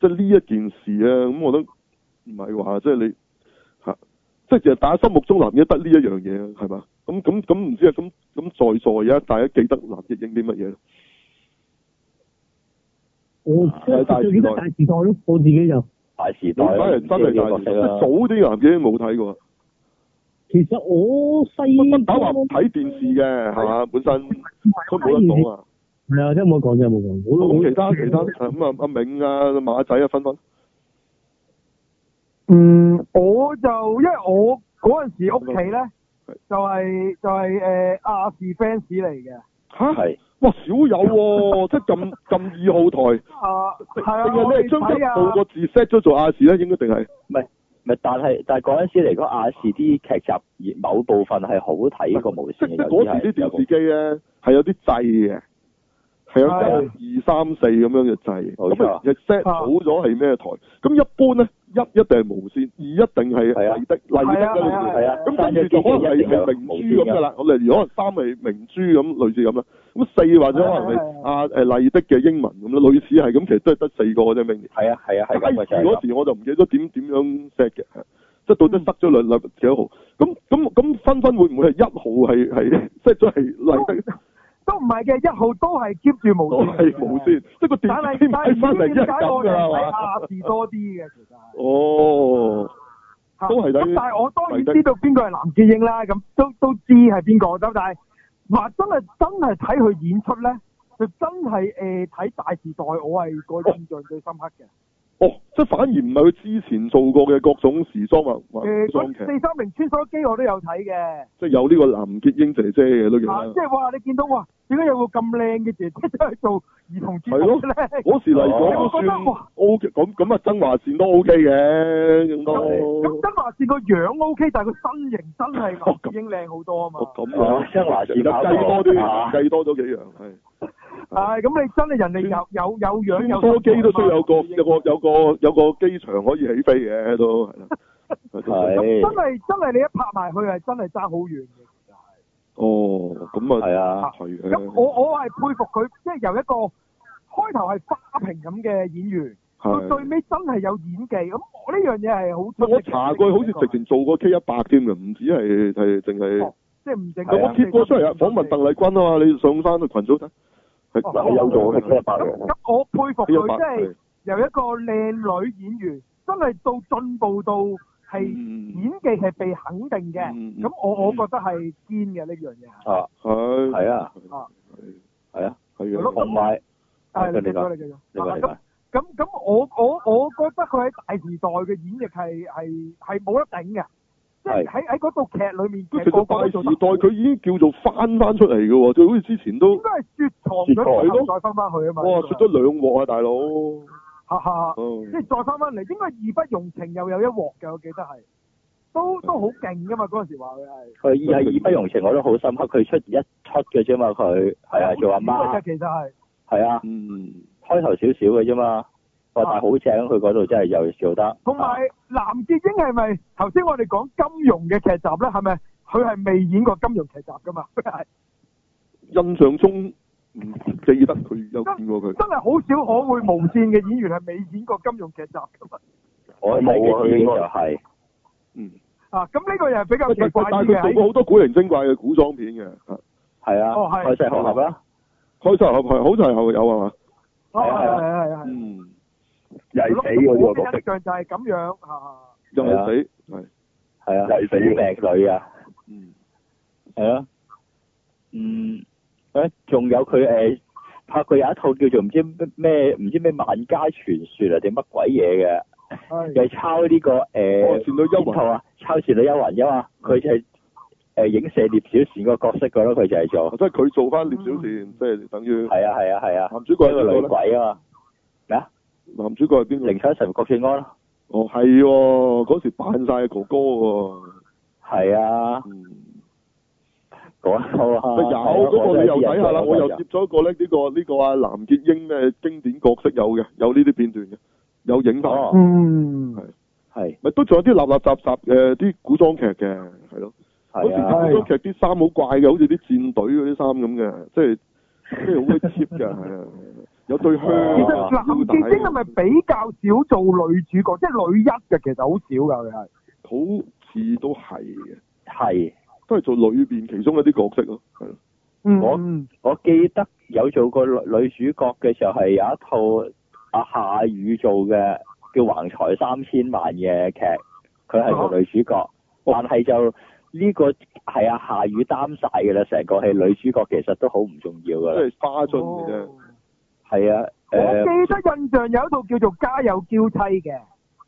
Speaker 1: 即係呢一件事啊！咁我覺得唔係話即係你嚇，即係其實大家心目中藍潔瑛得呢一樣嘢啊，係嘛？咁咁咁唔知啊，咁咁在在啊，大家記得藍潔瑛啲乜嘢咧？
Speaker 5: 我
Speaker 1: 啊
Speaker 5: 即係最記得大時代咯，我自己就
Speaker 2: 大時
Speaker 1: 你
Speaker 2: 代
Speaker 1: 反
Speaker 2: 啊，
Speaker 1: 而真係大
Speaker 2: 呢個角
Speaker 1: 時代，
Speaker 2: 色啦
Speaker 1: 早啲藍潔瑛冇睇過。
Speaker 5: 其實我細
Speaker 1: 不
Speaker 5: 個
Speaker 1: 打話唔睇電視嘅係嘛，本身都冇得講啊。
Speaker 5: 係啊，真係冇得講，真係冇得講。我
Speaker 1: 咁其他其他咁啊，阿銘啊、馬仔啊，分分
Speaker 3: 嗯，我就因為我嗰陣時屋企咧
Speaker 1: 係，
Speaker 3: 就係、就係誒亞視 fans 嚟嘅。
Speaker 1: 吓，
Speaker 2: 係
Speaker 1: 哇少有喎，即係咁咁二號台。
Speaker 3: 啊，係啊，
Speaker 1: 定係
Speaker 3: 我
Speaker 1: 你
Speaker 3: 哋
Speaker 1: 係將一
Speaker 3: 睇
Speaker 1: 部
Speaker 3: 啊
Speaker 1: 個，字 set 咗做亞視咧？應該定係
Speaker 2: 咪但係但係嗰陣時嚟講，亞視啲劇集某部分係好睇過無
Speaker 1: 即
Speaker 2: 線
Speaker 1: 即
Speaker 2: 嘅，
Speaker 1: 嗰時啲
Speaker 2: 有啲
Speaker 1: 電視
Speaker 2: 係有啊部
Speaker 1: 機咧係有啲掣嘅，係有
Speaker 3: 係
Speaker 1: 即係二三四咁樣嘅掣，
Speaker 2: 冇錯
Speaker 1: 咁啊亦 set 好咗係咩台？咁一般咧一一定係無線，二一定係
Speaker 2: 係啊
Speaker 1: 麗的，麗的
Speaker 3: 係啊
Speaker 1: 啦
Speaker 3: 係
Speaker 1: 類
Speaker 3: 啊
Speaker 1: 似。
Speaker 2: 係啊，
Speaker 1: 咁跟住就可能係係明珠咁噶啦，咁例如可能三係明珠咁，類似咁啦。咁四或者可
Speaker 3: 啊
Speaker 1: 能係阿誒麗的嘅英文咁啦，類似係咁，其實都係得四個嘅啫。明年
Speaker 2: 係啊係啊係咁嘅就係
Speaker 1: 嗰
Speaker 2: 咁
Speaker 1: 時我就唔記得點點樣 set 嘅，係即係到
Speaker 3: 嗯
Speaker 1: 底塞咗兩兩幾多號？咁咁咁分分會唔會係一號係係 set 咗係麗 的
Speaker 3: 都唔係嘅，一號都係 keep 住無
Speaker 1: 我
Speaker 3: 線
Speaker 1: 係
Speaker 3: 嘅
Speaker 1: 無線，即係個
Speaker 3: 但
Speaker 1: 電視機
Speaker 3: 係
Speaker 1: 買
Speaker 3: 但
Speaker 1: 翻嚟
Speaker 3: 係唔啊
Speaker 1: 一係
Speaker 3: 知點解
Speaker 1: 咁
Speaker 3: 我
Speaker 1: 㗎
Speaker 3: 哋
Speaker 1: 啦，係
Speaker 3: 睇
Speaker 1: 嘛？
Speaker 3: 亞視多啲嘅其實係。
Speaker 1: 哦，
Speaker 3: 嚇
Speaker 1: 都係睇
Speaker 3: 咁但係我當然
Speaker 1: 維德
Speaker 3: 知道邊個係藍潔瑛啦，咁都都知係邊個咁，但係話真係真係睇佢演出咧，就真係誒睇大時代，我係個印象最深刻嘅。
Speaker 1: 哦，即係反而唔係佢之前做過嘅各種時裝或或
Speaker 3: 誒
Speaker 1: 裝
Speaker 3: 嗰
Speaker 1: 哦劇。
Speaker 3: 呃四三零穿梭機我都有睇嘅，
Speaker 1: 即係有呢個藍潔瑛姐姐嘅都記
Speaker 3: 啊即
Speaker 1: 得。
Speaker 3: 係哇你見到哇點解有個咁靚嘅姐姐 出去做兒童節目咧？
Speaker 1: 嗰時嚟講都
Speaker 3: 我覺得
Speaker 1: 算
Speaker 3: 哇
Speaker 1: O K，咁咁啊，曾華善都 O K 嘅，咁
Speaker 3: 咁
Speaker 1: 都。
Speaker 3: 真話是個樣 O K，但係個身形真係藍潔瑛靚好多啊嘛。
Speaker 1: 哦咁
Speaker 2: 哦
Speaker 1: 樣，
Speaker 2: 曾華善
Speaker 1: 計多啲，
Speaker 2: 啊
Speaker 1: 計多咗幾樣係。
Speaker 3: 係咁你真係人哋有有有樣
Speaker 1: 穿
Speaker 3: 有
Speaker 1: 梭機都需要有個
Speaker 3: 身
Speaker 1: 有
Speaker 3: 形啊
Speaker 1: 個有個有個機場可以起飛嘅都係啦。
Speaker 2: 係
Speaker 3: 咁真係真係你一拍埋去係真係爭好遠嘅。
Speaker 1: 哦，咁啊，
Speaker 2: 係啊
Speaker 1: 係
Speaker 3: 咁
Speaker 1: 嘅，
Speaker 3: 我我係佩服佢，即係由一個開頭係花瓶咁嘅演員，到最
Speaker 1: 係。
Speaker 3: 尾真係有演技。咁我呢樣嘢係好出色嘅。
Speaker 1: 我查過，好似直情做過 K 一百添嘅，唔止係係淨係
Speaker 3: 哦。即係唔正
Speaker 1: 我貼過出嚟啊，訪問鄧麗君啊嘛，你上翻去群組睇。
Speaker 3: 哦啊
Speaker 1: 係
Speaker 4: 我啊有做嘅
Speaker 1: 係
Speaker 4: 車八
Speaker 3: 咁
Speaker 4: 嘅，
Speaker 3: 咁，我佩服
Speaker 1: ，K 一
Speaker 3: 佢，
Speaker 1: 百
Speaker 3: 即係由一個靚女演員，真係到進步到係演
Speaker 1: 嗯
Speaker 3: 技係被肯定嘅。
Speaker 1: 嗯
Speaker 3: 咁我我覺得係堅嘅呢樣嘢係。
Speaker 2: 啊
Speaker 1: 係
Speaker 2: 係啊係啊，
Speaker 1: 係
Speaker 3: 係
Speaker 1: 啊
Speaker 3: 咯，
Speaker 2: 同埋
Speaker 3: 係你
Speaker 2: 你
Speaker 3: 繼
Speaker 2: 講
Speaker 3: 續，你繼續。
Speaker 2: 你講你
Speaker 3: 咁
Speaker 2: 講
Speaker 3: 咁咁，我我我覺得佢喺大時代嘅演繹係係係冇得頂嘅，即係
Speaker 2: 係
Speaker 3: 喺喺嗰套劇裏面，
Speaker 1: 其
Speaker 3: 其實個
Speaker 1: 實
Speaker 3: 個
Speaker 1: 大
Speaker 3: 都做得
Speaker 1: 時代佢已經叫做翻翻出嚟嘅喎，就好似之前都
Speaker 3: 應該係雪藏咗之後再翻翻去啊嘛，
Speaker 1: 哇出咗兩鑊啊，大佬，
Speaker 3: 哈哈，啊即
Speaker 1: 嗯
Speaker 3: 係再翻翻嚟，應該義不容情又有一鑊嘅，我記得係，都都好勁噶嘛嗰陣時話佢係，
Speaker 2: 佢係義不容情，我都好深刻。佢出一出嘅啫嘛，佢係
Speaker 1: 哦
Speaker 2: 啊，做阿
Speaker 3: 好
Speaker 2: 媽
Speaker 3: 勁嘅其實係，
Speaker 2: 係啊，
Speaker 1: 嗯，
Speaker 2: 開頭少少嘅啫嘛。哇！但係好正，佢嗰度真係又做得。
Speaker 3: 同埋藍潔瑛係咪頭先我哋講金融嘅劇集咧，係咪佢係未演過金融劇集噶嘛？佢係
Speaker 1: 印象中唔記得佢有見過佢，
Speaker 3: 真係好少可會無線嘅演員係未演過金融劇集噶嘛？
Speaker 2: 我
Speaker 4: 啊
Speaker 2: 睇嘅自己就係
Speaker 1: 嗯，
Speaker 3: 啊，咁呢個又係比較
Speaker 1: 但
Speaker 3: 奇
Speaker 1: 但
Speaker 3: 怪
Speaker 1: 但
Speaker 3: 啲
Speaker 1: 係佢做
Speaker 3: 嘅
Speaker 1: 過
Speaker 3: 喺。
Speaker 1: 好多古靈精怪嘅古裝片嘅，啊
Speaker 2: 係啊，
Speaker 3: 哦係
Speaker 2: 開世學校啦，
Speaker 1: 開晒後係好似後有係嘛？
Speaker 3: 哦，係係係係係。
Speaker 1: 嗯，
Speaker 4: 又係死
Speaker 3: 我
Speaker 4: 嗰啲
Speaker 3: 嘅
Speaker 4: 個角色
Speaker 3: 印，象就係咁樣啊嚇。
Speaker 1: 又係啊死係，
Speaker 2: 係啊，
Speaker 4: 係死嘅
Speaker 2: 靚女啊，
Speaker 1: 嗯，
Speaker 2: 係啊，嗯，誒，仲有佢誒拍過有一套叫做唔知咩唔知咩萬家傳說啊定乜鬼嘢嘅。
Speaker 3: 係
Speaker 2: 又係抄呢、個誒
Speaker 1: 哦倩女幽魂
Speaker 2: 邊套啊，抄《倩女幽魂》啫嘛，佢就係誒影射聶小倩個角色噶咯，佢就係做
Speaker 1: 啊即係佢做翻聶小倩，即嗯係等於
Speaker 2: 係啊係啊係啊，
Speaker 1: 男主角係
Speaker 2: 一
Speaker 1: 邊
Speaker 2: 個女
Speaker 1: 個咧？
Speaker 2: 鬼啊嘛，
Speaker 1: 男主角係邊個？
Speaker 2: 凌秋晨、郭晉安咯，
Speaker 1: 哦，係喎，嗰時扮晒係哥哥喎。
Speaker 2: 係啊，
Speaker 1: 嗯
Speaker 2: 嗰套啊，
Speaker 1: 咪有嗰個你又睇下
Speaker 4: 啊
Speaker 1: 啦，我又接咗一個咧，呢個呢個啊藍潔瑛嘅經典角色有嘅，有呢啲片段嘅，有影翻，
Speaker 2: 哦
Speaker 3: 嗯
Speaker 2: 係
Speaker 1: 咪都仲有啲垃垃雜雜嘅啲古裝劇嘅，係咯，嗰
Speaker 2: 係
Speaker 1: 時
Speaker 2: 啊
Speaker 1: 古裝劇啲衫好怪嘅，好似啲戰隊嗰啲衫咁嘅，即係即係好鬼 cheap 嘅，係啊，有對靴
Speaker 3: 其實
Speaker 1: 啊，
Speaker 3: 藍潔瑛係咪比較少做女主角，即係女一嘅，其實好少㗎佢係。
Speaker 1: 好似都係嘅，
Speaker 2: 係，
Speaker 1: 都係做裏邊其中一啲角色咯，係咯，
Speaker 3: 嗯，
Speaker 2: 我記得有做過女女主角嘅就係有一套啊阿夏雨做嘅叫《橫財三千萬》嘅劇，佢係做女主角。但係就呢個係啊夏雨擔晒㗎啦，成個戲女主角其實都好唔重要㗎
Speaker 1: 即
Speaker 2: 啦。
Speaker 1: 係花樽嘅啫。
Speaker 2: 係啊，
Speaker 3: 哦我
Speaker 2: 誒
Speaker 3: 記得印象有一套叫做《家有嬌妻》嘅，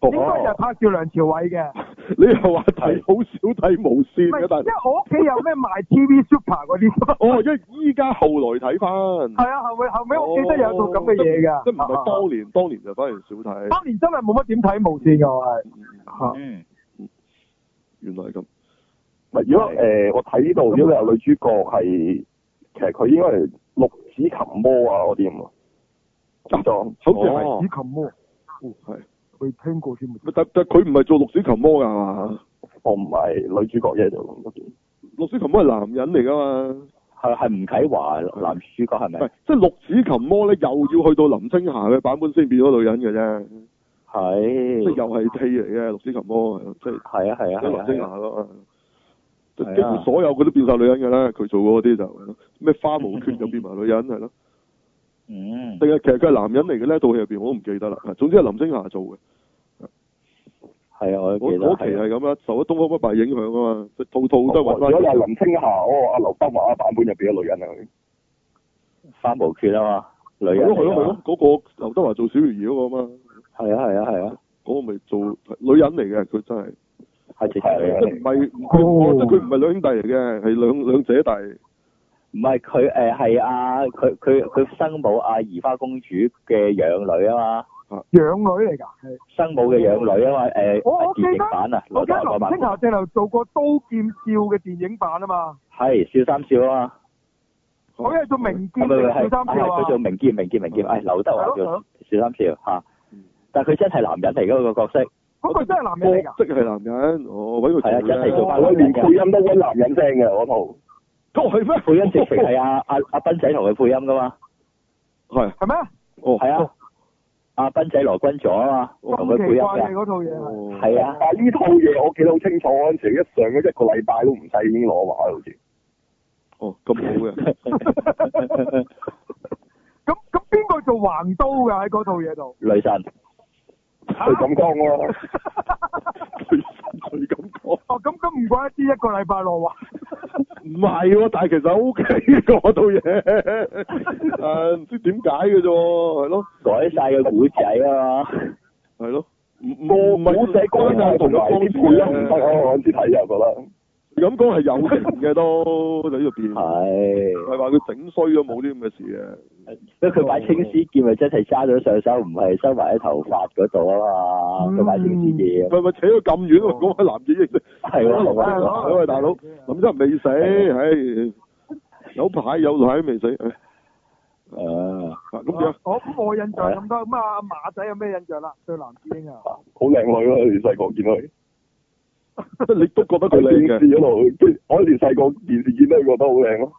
Speaker 4: 哦
Speaker 3: 應該
Speaker 4: 啊
Speaker 3: 就係拍住梁朝偉嘅。
Speaker 1: 你又話睇好少睇無線
Speaker 3: 唔係，
Speaker 1: 嘅，但
Speaker 3: 因為我屋企有咩賣 TV Super 嗰啲。
Speaker 1: 哦，因為依家後來睇翻，
Speaker 3: 係啊，後尾後尾我記得有套咁嘅嘢㗎。
Speaker 1: 嗯哦
Speaker 3: 啊
Speaker 1: 即係唔係當年，當年就反而少睇。
Speaker 3: 當年真係冇乜點睇無線㗎，我係。嚇
Speaker 2: 嗯，
Speaker 1: 原來係咁，
Speaker 4: 唔係如果誒我睇呢度，如果你話女主角係其實佢應該係六指琴魔啊嗰啲咁啊，咁就
Speaker 1: 好似係。
Speaker 2: 哦
Speaker 3: 紫琴魔，哦
Speaker 1: 係
Speaker 3: 未聽過添。
Speaker 1: 但但佢唔係做綠水琴魔㗎係嘛？
Speaker 4: 我唔係女主角嘢就咁嗰啲
Speaker 1: 綠水琴魔係男人嚟㗎嘛？
Speaker 2: 係係吳啟華男主角係
Speaker 1: 唔
Speaker 2: 咪？
Speaker 1: 係，即係綠指琴魔咧，又要去到林青霞嘅版本先變咗女人嘅啫，
Speaker 2: 嗯
Speaker 1: 即係
Speaker 2: 係。
Speaker 1: 又係 T 嚟嘅綠指琴魔，即係
Speaker 2: 係啊係啊
Speaker 1: 即係林青
Speaker 2: 係
Speaker 1: 霞
Speaker 2: 啊
Speaker 1: 咯。即係
Speaker 2: 係啊
Speaker 1: 幾乎所有佢都變晒女人㗎啦，佢做嗰啲就咩花無缺就變埋女人係咯，
Speaker 2: 嗯，
Speaker 1: 定係啊其實佢係男人嚟嘅呢套戲入邊我都唔記得啦。總之係林青霞做嘅，
Speaker 2: 係啊，我都
Speaker 1: 嗰
Speaker 2: 記得
Speaker 1: 嗰期
Speaker 2: 係啊。
Speaker 1: 係
Speaker 2: 哦
Speaker 1: 咁啦，受咗《東方不敗》影響啊嘛，即係套套都係揾
Speaker 4: 如
Speaker 1: 翻
Speaker 4: 果你係林青霞，哦，阿劉德華版本入邊嘅女人啊，
Speaker 2: 花無缺啊嘛，女
Speaker 1: 係
Speaker 2: 人
Speaker 1: 咯係
Speaker 2: 嚟
Speaker 1: 咯係
Speaker 2: 㗎
Speaker 1: 咯
Speaker 2: 嘛，
Speaker 1: 嗰個劉德華做小魚兒嗰個啊嘛，
Speaker 2: 係啊係啊係啊，
Speaker 1: 嗰個咪做女人嚟嘅，佢真係。
Speaker 2: 係直情女人
Speaker 1: 即
Speaker 2: 嚟
Speaker 1: 係唔
Speaker 2: 㗎
Speaker 1: 係佢我覺得佢唔係兩兄弟嚟嘅，係兩兩姐弟。
Speaker 2: 唔係佢誒係啊，佢佢佢生母阿移花公主嘅養女啊嘛，
Speaker 3: 養女嚟㗎，係。
Speaker 2: 生母嘅養女啊
Speaker 3: 哦
Speaker 2: 嘛，誒
Speaker 3: 我我記得
Speaker 2: 電影版啊，劉
Speaker 3: 我記
Speaker 2: 德
Speaker 3: 得
Speaker 2: 華嗰
Speaker 3: 林
Speaker 2: 版
Speaker 3: 青霞正頭做過《刀劍笑》嘅電影版啊嘛，
Speaker 2: 係笑三笑啊嘛，
Speaker 3: 佢係做名
Speaker 2: 係
Speaker 3: 劍
Speaker 2: 咪
Speaker 3: 定
Speaker 2: 係
Speaker 3: 嗯係笑
Speaker 2: 係
Speaker 3: 三笑啊哦
Speaker 2: 佢？做明劍明劍明劍，誒劉德華
Speaker 3: 係
Speaker 2: 做
Speaker 3: 咯嗯
Speaker 2: 笑三笑嚇，但係佢真係男人嚟嗰個角色，
Speaker 3: 嗰個真係男
Speaker 1: 哥
Speaker 3: 人嚟㗎，
Speaker 1: 即係男人，哦我揾佢
Speaker 2: 係啊
Speaker 1: 做
Speaker 2: 真係做
Speaker 1: 咧。
Speaker 2: 男
Speaker 4: 我
Speaker 2: 人
Speaker 4: 連
Speaker 2: 嚟
Speaker 4: 哦配
Speaker 2: 㗎，
Speaker 4: 音都揾男人聲嘅嗰套，
Speaker 1: 都哦係咩？
Speaker 2: 配音直情係阿阿阿斌仔同佢配音㗎嘛，
Speaker 1: 係
Speaker 3: 係咩？
Speaker 1: 哦，
Speaker 2: 係啊，阿斌仔羅君佐啊嘛，同佢
Speaker 3: 咁
Speaker 2: 配
Speaker 3: 奇
Speaker 2: 音
Speaker 3: 怪嘅
Speaker 2: 㗎，
Speaker 3: 嗰套嘢係。
Speaker 1: 哦
Speaker 2: 係 啊，
Speaker 4: 但係呢套嘢我記得好清楚嗰陣時，一上咗一個禮拜都唔使已經攞話啦 好似。
Speaker 1: 哦咁好 嘅，
Speaker 3: 咁咁邊個做橫刀㗎喺嗰套嘢度？
Speaker 2: 雷神
Speaker 4: 佢咁講咯，
Speaker 1: 佢佢咁講，
Speaker 3: 哦，咁咁唔怪得知一個禮拜落畫。
Speaker 1: 唔係喎，但係其實 O K 嗰套嘢，誒唔知點解嘅啫喎，係咯
Speaker 2: 改晒個古仔啊嘛。
Speaker 1: 係咯，唔唔唔
Speaker 4: 個
Speaker 1: 係
Speaker 4: 古仔講
Speaker 1: 單係
Speaker 4: 同
Speaker 1: 同
Speaker 4: 埋
Speaker 1: 一
Speaker 4: 啲配音唔得啊！我嗰陣時睇又覺得。
Speaker 1: 咁講係有型嘅都喺入
Speaker 2: 嗯
Speaker 1: 邊，
Speaker 2: 係，
Speaker 1: 係話佢整衰咗冇啲咁嘅事
Speaker 2: 因為佢買青絲劍咪真係揸咗上手，唔係收埋喺頭髮嗰度啊
Speaker 1: 嗯
Speaker 2: 嘛。佢買青絲劍
Speaker 1: 嘅，，咪咪扯到咁遠喎，講開男演員。
Speaker 2: 係啊
Speaker 1: 喂
Speaker 2: 喎，
Speaker 1: 大佬啊喂大佬，林真未死，唉，有排有排未死，唉
Speaker 2: 誒，
Speaker 1: 啊咁樣，
Speaker 3: 我咁我印象咁多，咁啊馬仔有咩印象啦？對男師兄啊，
Speaker 4: 好靚女咯！你細個見到佢
Speaker 1: 即係你都覺得佢
Speaker 4: 喺
Speaker 1: 靚
Speaker 4: 電視
Speaker 1: 嘅，
Speaker 4: 嗰度，跟住我嗰時細個電視見到佢覺得好靚咯。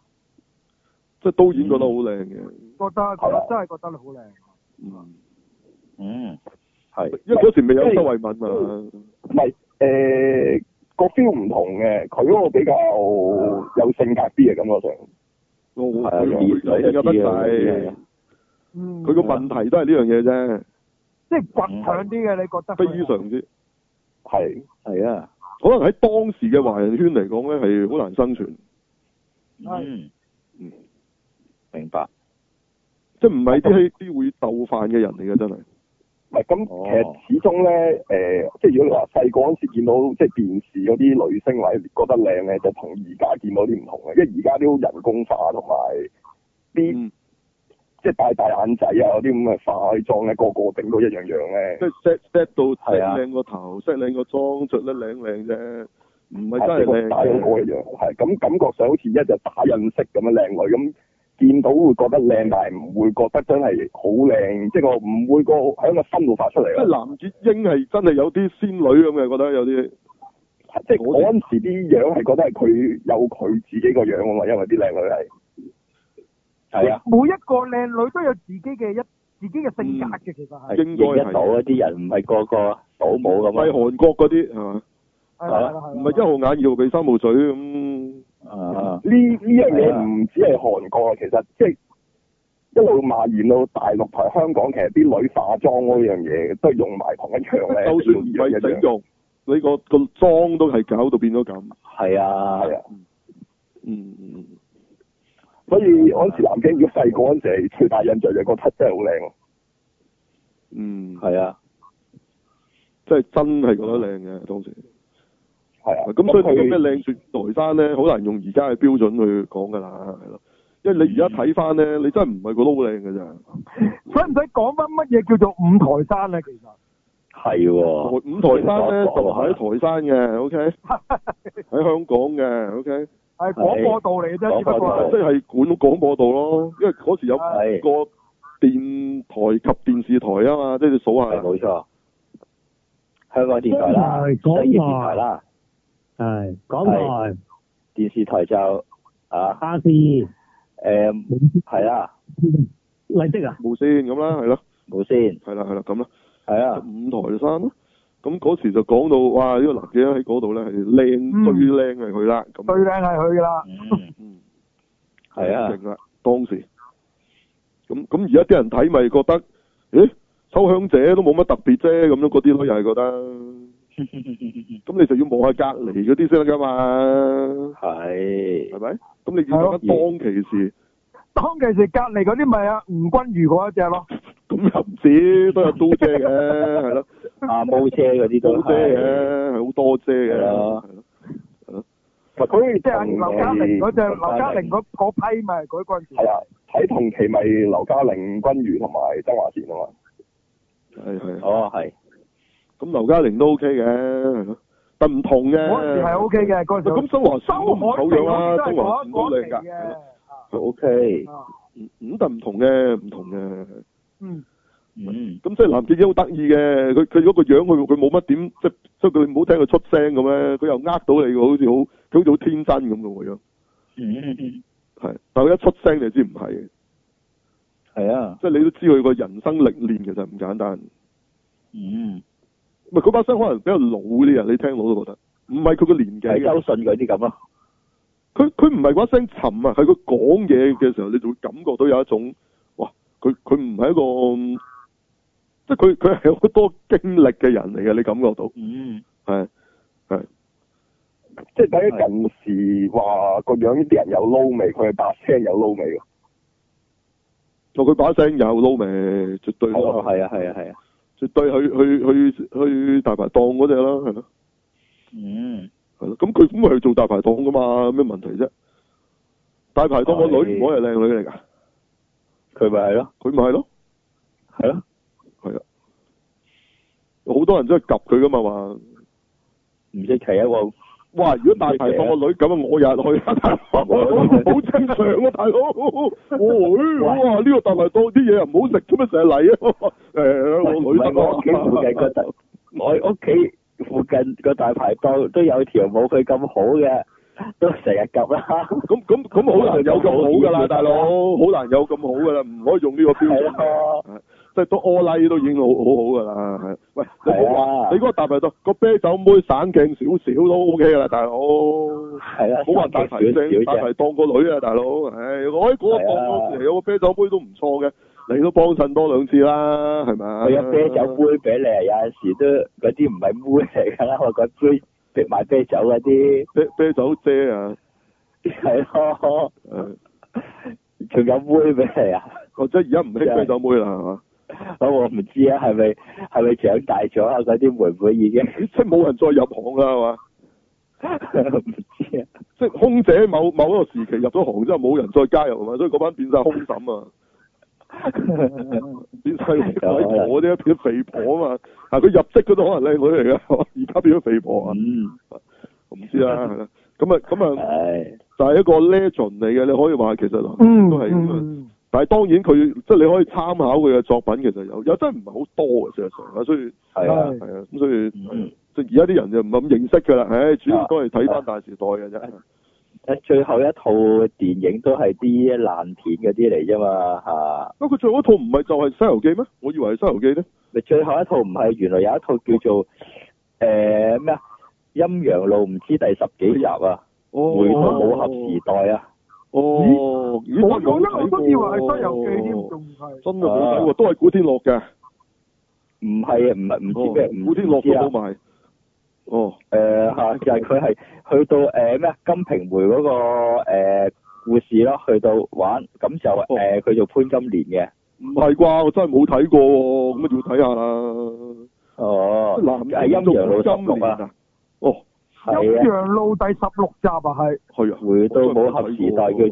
Speaker 1: 即係導演覺得好靚嘅，
Speaker 3: 覺得覺得真係覺得好靚。
Speaker 1: 嗯
Speaker 2: 嗯，係，
Speaker 1: 因為嗰時未有周慧敏啊，
Speaker 4: 唔係誒個 feel 唔同嘅，佢嗰個比較有性格啲嘅感覺上。
Speaker 1: 我我
Speaker 2: 係啊，
Speaker 1: 佢佢
Speaker 2: 熱女
Speaker 1: 有
Speaker 2: 就
Speaker 1: 得
Speaker 2: 知啊
Speaker 1: 滯，，
Speaker 3: 嗯，
Speaker 1: 佢個問題都係啊呢樣嘢啫，
Speaker 3: 即係倔強啲嘅，你覺得佢？
Speaker 1: 非常之，
Speaker 4: 係
Speaker 2: 係啊，
Speaker 1: 可能喺當時嘅華人圈嚟講咧係好難生存，
Speaker 2: 嗯，明白，
Speaker 1: 即係唔係啲啲會鬥飯嘅人嚟嘅真係，
Speaker 4: 唔係咁？
Speaker 2: 哦
Speaker 4: 其實始終咧誒、即係如果你話細個嗰時見到即係電視嗰啲女星或者覺得靚咧，就同而家見到啲唔同嘅，因為而家啲好人工化同埋啲
Speaker 1: 嗯，
Speaker 4: 即係戴大眼仔啊嗰啲咁嘅化妝咧，個個整到一樣樣咧
Speaker 1: 即。係 set set 到
Speaker 2: 係啊
Speaker 1: set 靚個頭，set 靚個妝，着得靚靚啫，唔係
Speaker 4: 啊係
Speaker 1: 真係靚啊
Speaker 4: 打印
Speaker 1: 嘅。
Speaker 4: 嗰一樣，係咁感覺上好似一隻打印式咁樣靚女咁。見到會覺得靚，但係唔會覺得真係好靚，即係我唔會個喺個心度發出嚟
Speaker 1: 即係
Speaker 4: 啊咯。
Speaker 1: 藍潔瑛係真係有啲仙女咁嘅，覺得有啲
Speaker 4: 即係嗰陣時啲樣係覺得係佢有佢自己個樣啊嘛，因為啲靚女係
Speaker 2: 係啊，
Speaker 3: 每一個靚女都有自己嘅一自己嘅性格
Speaker 1: 嗯
Speaker 3: 嘅，其實
Speaker 2: 係
Speaker 3: 係
Speaker 2: 認得到啊！啲人唔係個個倒模
Speaker 1: 唔係
Speaker 2: 咁啊
Speaker 1: 韓國嗰啲係啊嘛？
Speaker 3: 係啦係啦係
Speaker 1: 唔
Speaker 3: 啦
Speaker 1: 係一號眼二號鼻三號嘴咁，
Speaker 2: 啊，
Speaker 4: 呢呢樣嘢唔止係韓國啊，其實即係一路蔓延到大陸
Speaker 1: 啊
Speaker 4: 同埋香港，其實啲女化妝嗰樣嘢都係用埋同一樣咧，
Speaker 1: 就算唔係整容，你個個妝都係搞到變咗咁。
Speaker 2: 係啊，
Speaker 4: 係啊。
Speaker 1: 嗯嗯
Speaker 4: 所以嗰陣時南京如果細個嗰陣時係最大印象就係個漆真係好靚喎。
Speaker 1: 嗯，係，
Speaker 2: 係啊，
Speaker 1: 即係真係覺得靚嘅當時。
Speaker 4: 係啊，
Speaker 1: 咁所以呢個咩
Speaker 4: 佢
Speaker 1: 靚絕台山咧，好難用而家嘅標準去講㗎啦，係咯。因為你而家睇翻咧，你真係唔係覺得好靚㗎咋。
Speaker 3: 使唔使講翻乜嘢叫做五台山咧？其實
Speaker 2: 係喎，
Speaker 1: 五台山咧就
Speaker 2: 講
Speaker 1: 唔
Speaker 2: 過
Speaker 1: 喺台山嘅，OK，喺香港嘅，OK，
Speaker 3: 係廣播道嚟嘅啫，只不
Speaker 2: 廣播
Speaker 3: 過
Speaker 2: 道
Speaker 1: 即係管廣播道咯。因為嗰時有
Speaker 2: 係
Speaker 1: 個電台及電視台啊嘛，即係你數下
Speaker 2: 係。冇錯。香港電台啦，
Speaker 5: 港
Speaker 2: 商
Speaker 5: 台
Speaker 2: 業電台啦，
Speaker 5: 係港台
Speaker 2: 電視台就啊
Speaker 5: 亞視
Speaker 2: 誒係啦，
Speaker 5: 麗的啊，
Speaker 1: 無線咁啦，係咯，
Speaker 2: 啊冇先
Speaker 1: 係啦，係啦，咁啦，
Speaker 2: 係啊，
Speaker 1: 五台山咯。咁嗰時就講到，哇！呢、個男嘅喺嗰度咧係靚，
Speaker 3: 嗯
Speaker 1: 最靚係佢啦。
Speaker 3: 最
Speaker 1: 咁，
Speaker 3: 靚係佢㗎啦。
Speaker 2: 嗯
Speaker 1: 嗯，
Speaker 2: 係啊，
Speaker 1: 勁啦，當時。咁咁而家啲人睇咪覺得，咦？秋香姐都冇乜特別啫，咁樣嗰啲咯，又係覺得。
Speaker 2: 嗯
Speaker 1: 咁你就要望下隔離嗰啲先得㗎嘛，
Speaker 2: 係
Speaker 1: 係咪？咁你要睇翻當其時，
Speaker 3: 當其時隔離嗰啲咪啊吳君如嗰一隻咯，
Speaker 1: 咁又唔止都有都姐嘅，係 咯。
Speaker 2: 阿毛姐啊嗰啲
Speaker 1: 多
Speaker 2: 都
Speaker 1: 姐
Speaker 2: 係
Speaker 1: 嘅，係好多姐嘅，
Speaker 2: 係啊
Speaker 1: 係咯
Speaker 4: 唔係佢
Speaker 3: 即係
Speaker 4: 同
Speaker 3: 劉嘉玲嗰隻，
Speaker 2: 劉嘉
Speaker 3: 劉嘉
Speaker 2: 玲
Speaker 3: 玲嗰嗰批咪係嗰嗰陣時。
Speaker 4: 係啊，睇同期咪劉嘉玲、君如同埋曾華倩啊嘛。
Speaker 1: 係係。
Speaker 2: 哦係
Speaker 1: 咁劉嘉玲都 OK 嘅，係咯，但唔同嘅。
Speaker 3: 嗰陣時係 O K 嘅，嗰陣時
Speaker 1: 嗯咁曾華倩都
Speaker 3: 周
Speaker 1: 唔
Speaker 3: 海
Speaker 1: 醜
Speaker 3: 媚
Speaker 1: 樣啊啦，
Speaker 3: 嗰啲
Speaker 1: 曾
Speaker 3: 都
Speaker 1: 華
Speaker 3: 係
Speaker 1: 倩
Speaker 3: 嗰
Speaker 1: 都
Speaker 3: 嗰
Speaker 1: 靚
Speaker 3: 期
Speaker 1: 㗎，係咯
Speaker 3: 嘅。
Speaker 2: ，OK，
Speaker 3: 啊
Speaker 1: 咁但唔同嘅，唔同嘅。
Speaker 3: 嗯，
Speaker 2: 嗯
Speaker 1: 咁即係藍潔瑛好得意嘅，佢佢嗰個樣，佢佢冇乜點，即係即係佢唔好聽佢出聲咁咧，佢又呃到你喎，好似好佢好似好天真咁嘅個樣，
Speaker 2: 嗯
Speaker 1: 係，但佢一出聲你就知唔係嘅，
Speaker 2: 係啊，
Speaker 1: 即係你都知佢個人生歷練其實唔簡單。
Speaker 2: 嗯
Speaker 1: 唔係佢把聲可能比較老啲啊，你聽我都覺得，唔係佢個年紀啊
Speaker 2: 係
Speaker 1: 嘅，
Speaker 2: 周迅嗰啲咁咯，
Speaker 1: 佢佢唔係把聲沉啊，係佢講嘢嘅時候，你就會感覺到有一種，哇！佢佢唔係一個，即係佢佢係好多經歷嘅人嚟嘅，你感覺到
Speaker 2: 嗯
Speaker 1: 係
Speaker 4: 即係等於近時話個樣啲人有撈味，佢係把聲有撈味喎。
Speaker 1: 同佢把聲有撈味，絕對
Speaker 2: 係
Speaker 1: 啦
Speaker 2: 啊，係啊係啊係啊，
Speaker 1: 絕對去去去去大排檔嗰只啦，係咯
Speaker 2: 嗯
Speaker 1: 係咯，咁佢咁咪去做大排檔噶嘛，有咩問題啫？大排檔個女唔可以係靚女嚟㗎，
Speaker 2: 佢咪係咯
Speaker 1: 佢咪係咯。
Speaker 2: 係咯，
Speaker 1: 係啊，好多人都係及佢噶嘛話，
Speaker 2: 唔識企一個
Speaker 1: 哇！
Speaker 2: 嗯
Speaker 1: 如果大排檔個女咁啊，我又去，好正常啊，大佬。我 去，哇！呢個大排檔啲嘢又唔好食，做咩成日嚟 啊？誒，我
Speaker 2: 唔
Speaker 1: 女
Speaker 2: 係我屋企附近個
Speaker 1: 得
Speaker 2: 大，我屋企附近個大排檔都有條冇佢咁好嘅，都成日夾 啦，
Speaker 1: 咁咁
Speaker 2: 啊
Speaker 1: 咁好難有咁好㗎啦，大佬，好難有咁好㗎啦，唔可以用呢個標
Speaker 2: 係啊
Speaker 1: 準㗎。
Speaker 2: 咯，
Speaker 1: 即係都柯拉都已經好好好㗎啦，係。喂，你唔好
Speaker 2: 係啊
Speaker 1: 話你嗰個大排檔個啤酒妹省鏡少少都 OK 㗎啦，大佬。
Speaker 2: 係啊，
Speaker 1: 好話大排正，大排檔個女啊，大佬，唉，
Speaker 2: 啊
Speaker 1: 我喺嗰個檔嗰時有個啤酒杯都唔錯嘅，你都幫襯多兩次啦，係咪啊？
Speaker 2: 我有啤酒杯俾你，啊有陣時都嗰啲唔係妹嚟㗎啦，我個杯滴埋啤酒嗰啲，
Speaker 1: 啤啤酒姐啊，
Speaker 2: 係咯，
Speaker 1: 誒，
Speaker 2: 仲有妹俾你啊！
Speaker 1: 或者而家唔興啤酒妹啦，係嘛？
Speaker 2: 咁我唔知啊，係咪係咪長大咗啊？嗰啲妹妹已經
Speaker 1: 即係冇人再入行啦，係嘛？
Speaker 2: 唔知啊，
Speaker 1: 即係空姐某某一個時期入咗行之後，冇人再加入啊嘛，所以嗰班變晒空嬸 啊，變晒鬼婆啲，變咗肥婆啊嘛。啊，佢入職嗰度可能靚女嚟嘅，係嘛而家變咗肥婆啊，
Speaker 2: 嗯，
Speaker 1: 我唔知啦，係啦。咁啊，咁啊，
Speaker 2: 唉，
Speaker 1: 就係一個 legend 嚟嘅，你可以話其實
Speaker 3: 嗯
Speaker 1: 都係咁啊。
Speaker 3: 嗯
Speaker 1: 但係當然佢即係你可以參考佢嘅作品，其實有有真係唔係好多嘅事實上啊，所以
Speaker 2: 係啊，
Speaker 1: 係啊，咁所以
Speaker 2: 嗯
Speaker 1: 即係而家啲人就唔係咁認識㗎啦，唉，主要都係睇翻大時代嘅
Speaker 3: 嗯
Speaker 1: 啫。
Speaker 2: 最後一套電影都係啲爛片嗰啲嚟啫嘛，嚇、
Speaker 1: 不過佢最後一套唔係就係《西遊記》咩？我以為係《西遊記》呢。
Speaker 2: 咪最後一套唔係原來有一套叫做誒咩啊？陰陽路唔知第十幾集啊，
Speaker 1: 哦，
Speaker 2: 回到武俠時代啊，
Speaker 1: 哦，咦
Speaker 3: 嗯，我我
Speaker 1: 真
Speaker 3: 一
Speaker 1: 係冇睇過
Speaker 3: 路都以為係《西遊記》添，仲係。
Speaker 1: 真係冇
Speaker 2: 啊
Speaker 1: 睇過，都係古天樂嘅。
Speaker 2: 唔係唔係唔知咩？
Speaker 1: 哦古天
Speaker 2: 唔
Speaker 1: 樂
Speaker 2: 知
Speaker 1: 都
Speaker 2: 啊
Speaker 1: 冇，埋。哦，
Speaker 2: 誒嚇，就係佢係去到誒咩啊金瓶梅嗰、個、誒故事咯，去到玩咁就誒
Speaker 1: 哦
Speaker 2: 佢、做潘金蓮嘅。
Speaker 1: 唔係啩？我真係冇睇過喎，咁啊要睇下啦。
Speaker 2: 哦，
Speaker 1: 男
Speaker 2: 係陰陽路十六啊，
Speaker 1: 啊！哦，
Speaker 2: 係啊，
Speaker 3: 陽路第十六集啊，係
Speaker 1: 係啊，
Speaker 2: 回到武俠時代叫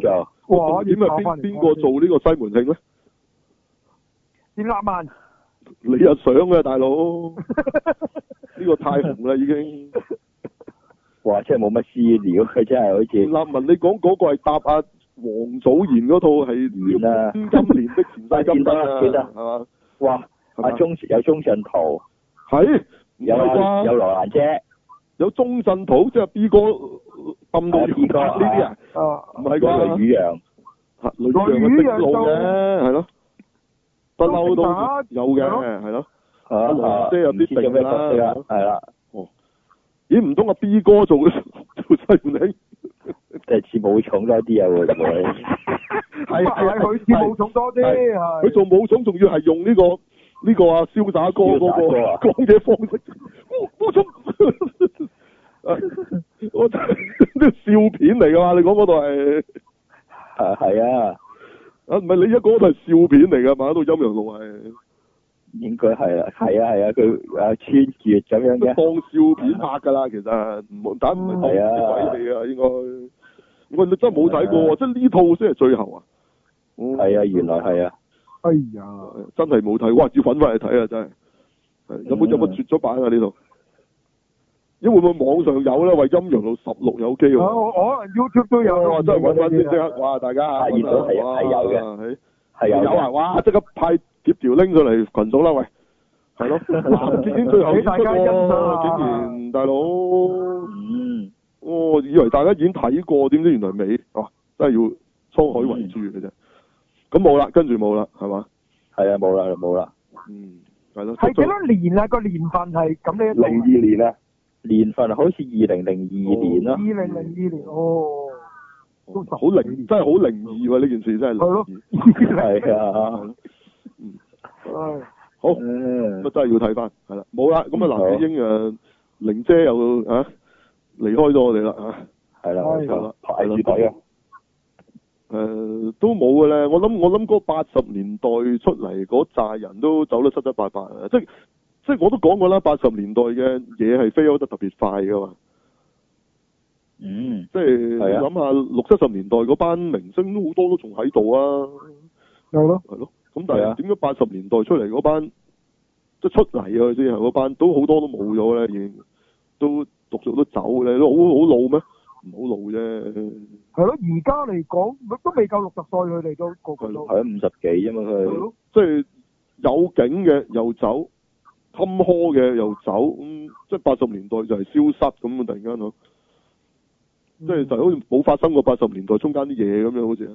Speaker 2: 做
Speaker 3: 哇！
Speaker 1: 哇！
Speaker 3: 可以
Speaker 1: 點啊？
Speaker 3: 抄
Speaker 1: 邊
Speaker 3: 翻嚟
Speaker 1: 邊
Speaker 3: 講
Speaker 1: 個
Speaker 3: 先
Speaker 1: 做呢個西門慶咧？
Speaker 3: 點立萬？
Speaker 1: 你又想嘅大佬， 呢個太紅啦已 經。
Speaker 2: 哇，真係冇乜資料，佢真係好
Speaker 1: 立
Speaker 2: 似
Speaker 1: 文，你講嗰個係搭阿黃祖賢嗰套係
Speaker 2: 唔啦
Speaker 1: 金蓮的前世今生 啊，
Speaker 2: 記得
Speaker 1: 係嘛？
Speaker 2: 哇
Speaker 1: 係
Speaker 2: 阿
Speaker 1: 嘛
Speaker 2: 鐘有鐘鎮濤，
Speaker 1: 係唔
Speaker 2: 有
Speaker 1: 係
Speaker 2: 啊有
Speaker 1: 啩？
Speaker 2: 羅蘭姐，
Speaker 1: 有鐘鎮土即係 B 哥抌到
Speaker 2: 係啊 B 哥
Speaker 1: 呢啲啊？
Speaker 3: 啊，
Speaker 1: 唔係
Speaker 2: 有
Speaker 1: 啩？
Speaker 2: 雷宇陽，
Speaker 1: 嚇女樣嘅
Speaker 3: 女
Speaker 1: 冰
Speaker 3: 樣
Speaker 1: 露
Speaker 3: 就
Speaker 1: 嘅係咯，不嬲
Speaker 3: 啊都
Speaker 1: 都
Speaker 3: 正常
Speaker 1: 有嘅係
Speaker 3: 係咯
Speaker 1: 咯。
Speaker 2: 啊
Speaker 1: 阿羅蘭姐有啲
Speaker 2: 唔知做咩角色啊
Speaker 1: 定啦，
Speaker 2: 係啦，
Speaker 1: 咦？唔通阿 B 哥做 做西門慶？
Speaker 2: 即係似武重多啲啊，會唔會？
Speaker 1: 係
Speaker 3: 咁啊 係佢似武重多啲，
Speaker 1: 係
Speaker 3: 係
Speaker 1: 佢做武總仲要係用呢、個呢、個啊瀟灑哥嗰
Speaker 2: 瀟灑哥啊
Speaker 1: 個講嘢方式， 武武總， 我真係 笑片嚟㗎嘛？你講嗰度係
Speaker 2: 係係啊，
Speaker 1: 啊？唔係你一講嗰度係笑片嚟㗎嘛？嗰度陰陽路係
Speaker 2: 應該係啊，係啊係啊，佢啊穿越咁樣嘅。
Speaker 1: 當笑片拍㗎啦，其實唔好但唔係
Speaker 2: 係啊
Speaker 1: 當鬼嚟㗎，應該。喂，你真係冇睇過喎，即係呢套先係最後啊！
Speaker 2: 係啊，原來係啊，
Speaker 3: 哎呀，
Speaker 1: 真係冇睇，哇！要揾翻嚟睇啊，真係
Speaker 2: 嗯
Speaker 1: 係。有冇有冇絕咗版啊？呢度？因為會唔會網上有咧？為陰陽路十六有機
Speaker 3: 啊
Speaker 2: 哦
Speaker 1: 喎。
Speaker 3: 我我可能 YouTube 都有，
Speaker 1: 哇！真係揾翻先即刻，哇！大家
Speaker 2: 啊發現到係啊
Speaker 1: 哇
Speaker 2: 係有嘅
Speaker 1: 係
Speaker 2: 係有
Speaker 1: 有啊！
Speaker 2: 嘅。
Speaker 1: 哇！即刻派貼條拎上嚟群組啦，喂！係 咯，藍潔瑛最後
Speaker 3: 俾大家欣賞下
Speaker 2: 啊
Speaker 1: 竟然大佬，
Speaker 2: 嗯，
Speaker 1: 我哦以為大家已經睇過，點知原來未啊！真係要滄海遺珠嘅啫。咁冇啦，跟住冇啦，係嘛？
Speaker 2: 係啊，冇啦冇啦，
Speaker 1: 嗯，係咯。
Speaker 3: 係幾多年啊？個年份係咁呢一定
Speaker 4: 零二年啊，
Speaker 2: 年份好似二零零二年
Speaker 1: 啊
Speaker 3: 二
Speaker 2: 啦，
Speaker 3: 零零二年哦，都十
Speaker 1: 好靈，真係好靈異喎！呢件事真係
Speaker 3: 係
Speaker 1: 靈
Speaker 3: 咯
Speaker 1: 異。
Speaker 2: 係啊，
Speaker 3: 係
Speaker 1: 好，咁
Speaker 2: 嗯
Speaker 1: 啊真係要睇翻，係啦，冇啦，咁啊藍潔瑛誒，玲姐又啊離開咗我哋啦啊嚇，
Speaker 2: 係啦，冇錯啦，
Speaker 4: 排住隊啊，
Speaker 1: 誒都冇嘅咧。我諗我諗嗰八十年代出嚟嗰扎人都走得七七八八啊，即即我都講過啦，八十年代嘅嘢係飛歐得特別快噶嘛。
Speaker 2: 嗯，
Speaker 1: 即係你
Speaker 2: 係啊
Speaker 1: 諗下六七十年代嗰班明星都好多都仲喺度啊。
Speaker 3: 係咯，
Speaker 1: 係咯，咁但
Speaker 2: 係啊
Speaker 1: 係點解八十年代出嚟嗰班，即係出嚟啊先係嗰班都好多都冇咗咧，已經都陸續都走咧，都好好老咩？唔好老啫，
Speaker 3: 係咯，而家嚟講都未夠六十歲，佢哋都個個都
Speaker 2: 係啊，五十幾啫嘛
Speaker 3: 係
Speaker 2: 佢，
Speaker 3: 咯，
Speaker 1: 即係有景嘅又走，坎坷嘅又走，咁、即係八十年代就係消失咁啊！突然間
Speaker 2: 嗯
Speaker 1: 嗬，即係就好似冇發生過八十年代中間啲嘢咁樣，好似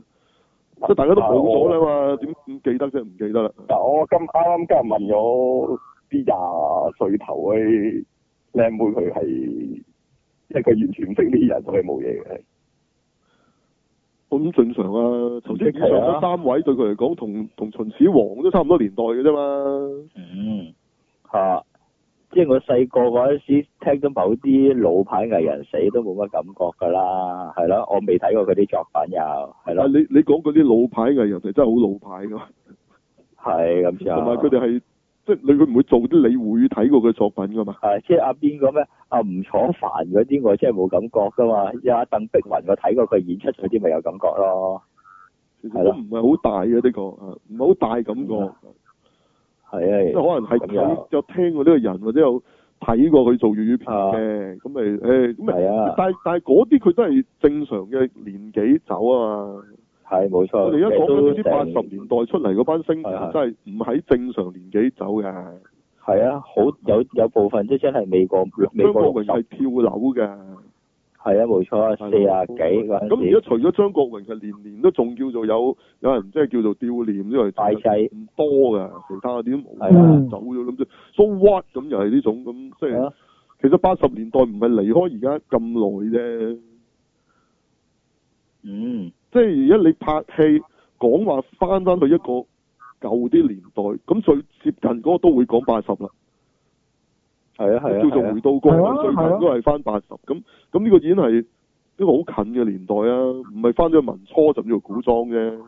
Speaker 1: 即係大家都冇咗啦
Speaker 2: 啊
Speaker 1: 嘛，點點記得啫？唔記得啦，
Speaker 4: 但我今啱啱今日問咗啲廿歲頭嗰啲靚妹，佢係即係佢完全唔識呢啲人，佢係冇嘢嘅。
Speaker 1: 咁正常啊。頭先以上
Speaker 2: 係啊
Speaker 1: 嗰三位對佢嚟講，同同秦始皇都差唔多年代嘅啫嘛。
Speaker 2: 嗯，嚇，即係我細個嗰陣時聽到某啲老牌藝人死都冇乜感覺㗎啦，係咯，我未睇過佢啲作品又係
Speaker 1: 但
Speaker 2: 咯，
Speaker 1: 係你你講嗰啲老牌藝人係真係好老牌噶嘛，
Speaker 2: 係啊咁就
Speaker 1: 同埋佢哋係即係你佢唔會做啲你會睇過嘅作品噶嘛。
Speaker 2: 係，即係阿邊個咩？阿吳楚帆嗰啲我真係冇感覺噶嘛，有阿鄧碧雲我睇過佢演出嗰啲咪有感覺咯，
Speaker 1: 其實
Speaker 2: 係
Speaker 1: 都
Speaker 2: 啦
Speaker 1: 唔係好大嘅呢個，啊唔係好大感
Speaker 2: 嗯
Speaker 1: 覺，即
Speaker 2: 係
Speaker 1: 係可能係
Speaker 2: 咁又
Speaker 1: 睇有聽過呢個人或者有睇過佢做粵語片嘅，咁咪誒咁咪。
Speaker 2: 啊係啊，
Speaker 1: 但係但係嗰啲佢都係正常嘅年紀走啊嘛。
Speaker 2: 係冇錯。
Speaker 1: 我哋而家講緊呢啲八十年
Speaker 2: 成
Speaker 1: 代出嚟嗰班星，
Speaker 2: 係係
Speaker 1: 真係唔喺正常年紀走嘅。
Speaker 2: 係啊，好有有部分即係真係未過未
Speaker 1: 張
Speaker 2: 過
Speaker 1: 國榮
Speaker 2: 六十，
Speaker 1: 係
Speaker 2: 係
Speaker 1: 跳樓嘅。
Speaker 2: 啊冇錯，
Speaker 1: 係
Speaker 2: 四啊幾嗰陣
Speaker 1: 咁而
Speaker 2: 時
Speaker 1: 家除咗張國榮，係年年都仲叫做有有人即係叫做吊念呢個
Speaker 2: 大細
Speaker 1: 唔多㗎，其他啲都
Speaker 2: 係
Speaker 1: 冇
Speaker 3: 啊
Speaker 1: 走咗咁即係 so what 咁又係呢種咁即
Speaker 2: 係
Speaker 1: 係
Speaker 2: 啊，
Speaker 1: 其實八十年代唔係離開而家咁耐啫，
Speaker 2: 嗯
Speaker 1: 即係而家你拍戲講話翻翻去一個舊啲年代，咁最接近嗰個都會講八十啦。
Speaker 2: 係啊係啊，
Speaker 1: 叫做回到過
Speaker 6: 係啊
Speaker 1: 去，最近都係翻八十。咁咁呢個已經係一個好近嘅年代啊，唔係翻咗去民初甚至乎古裝啫，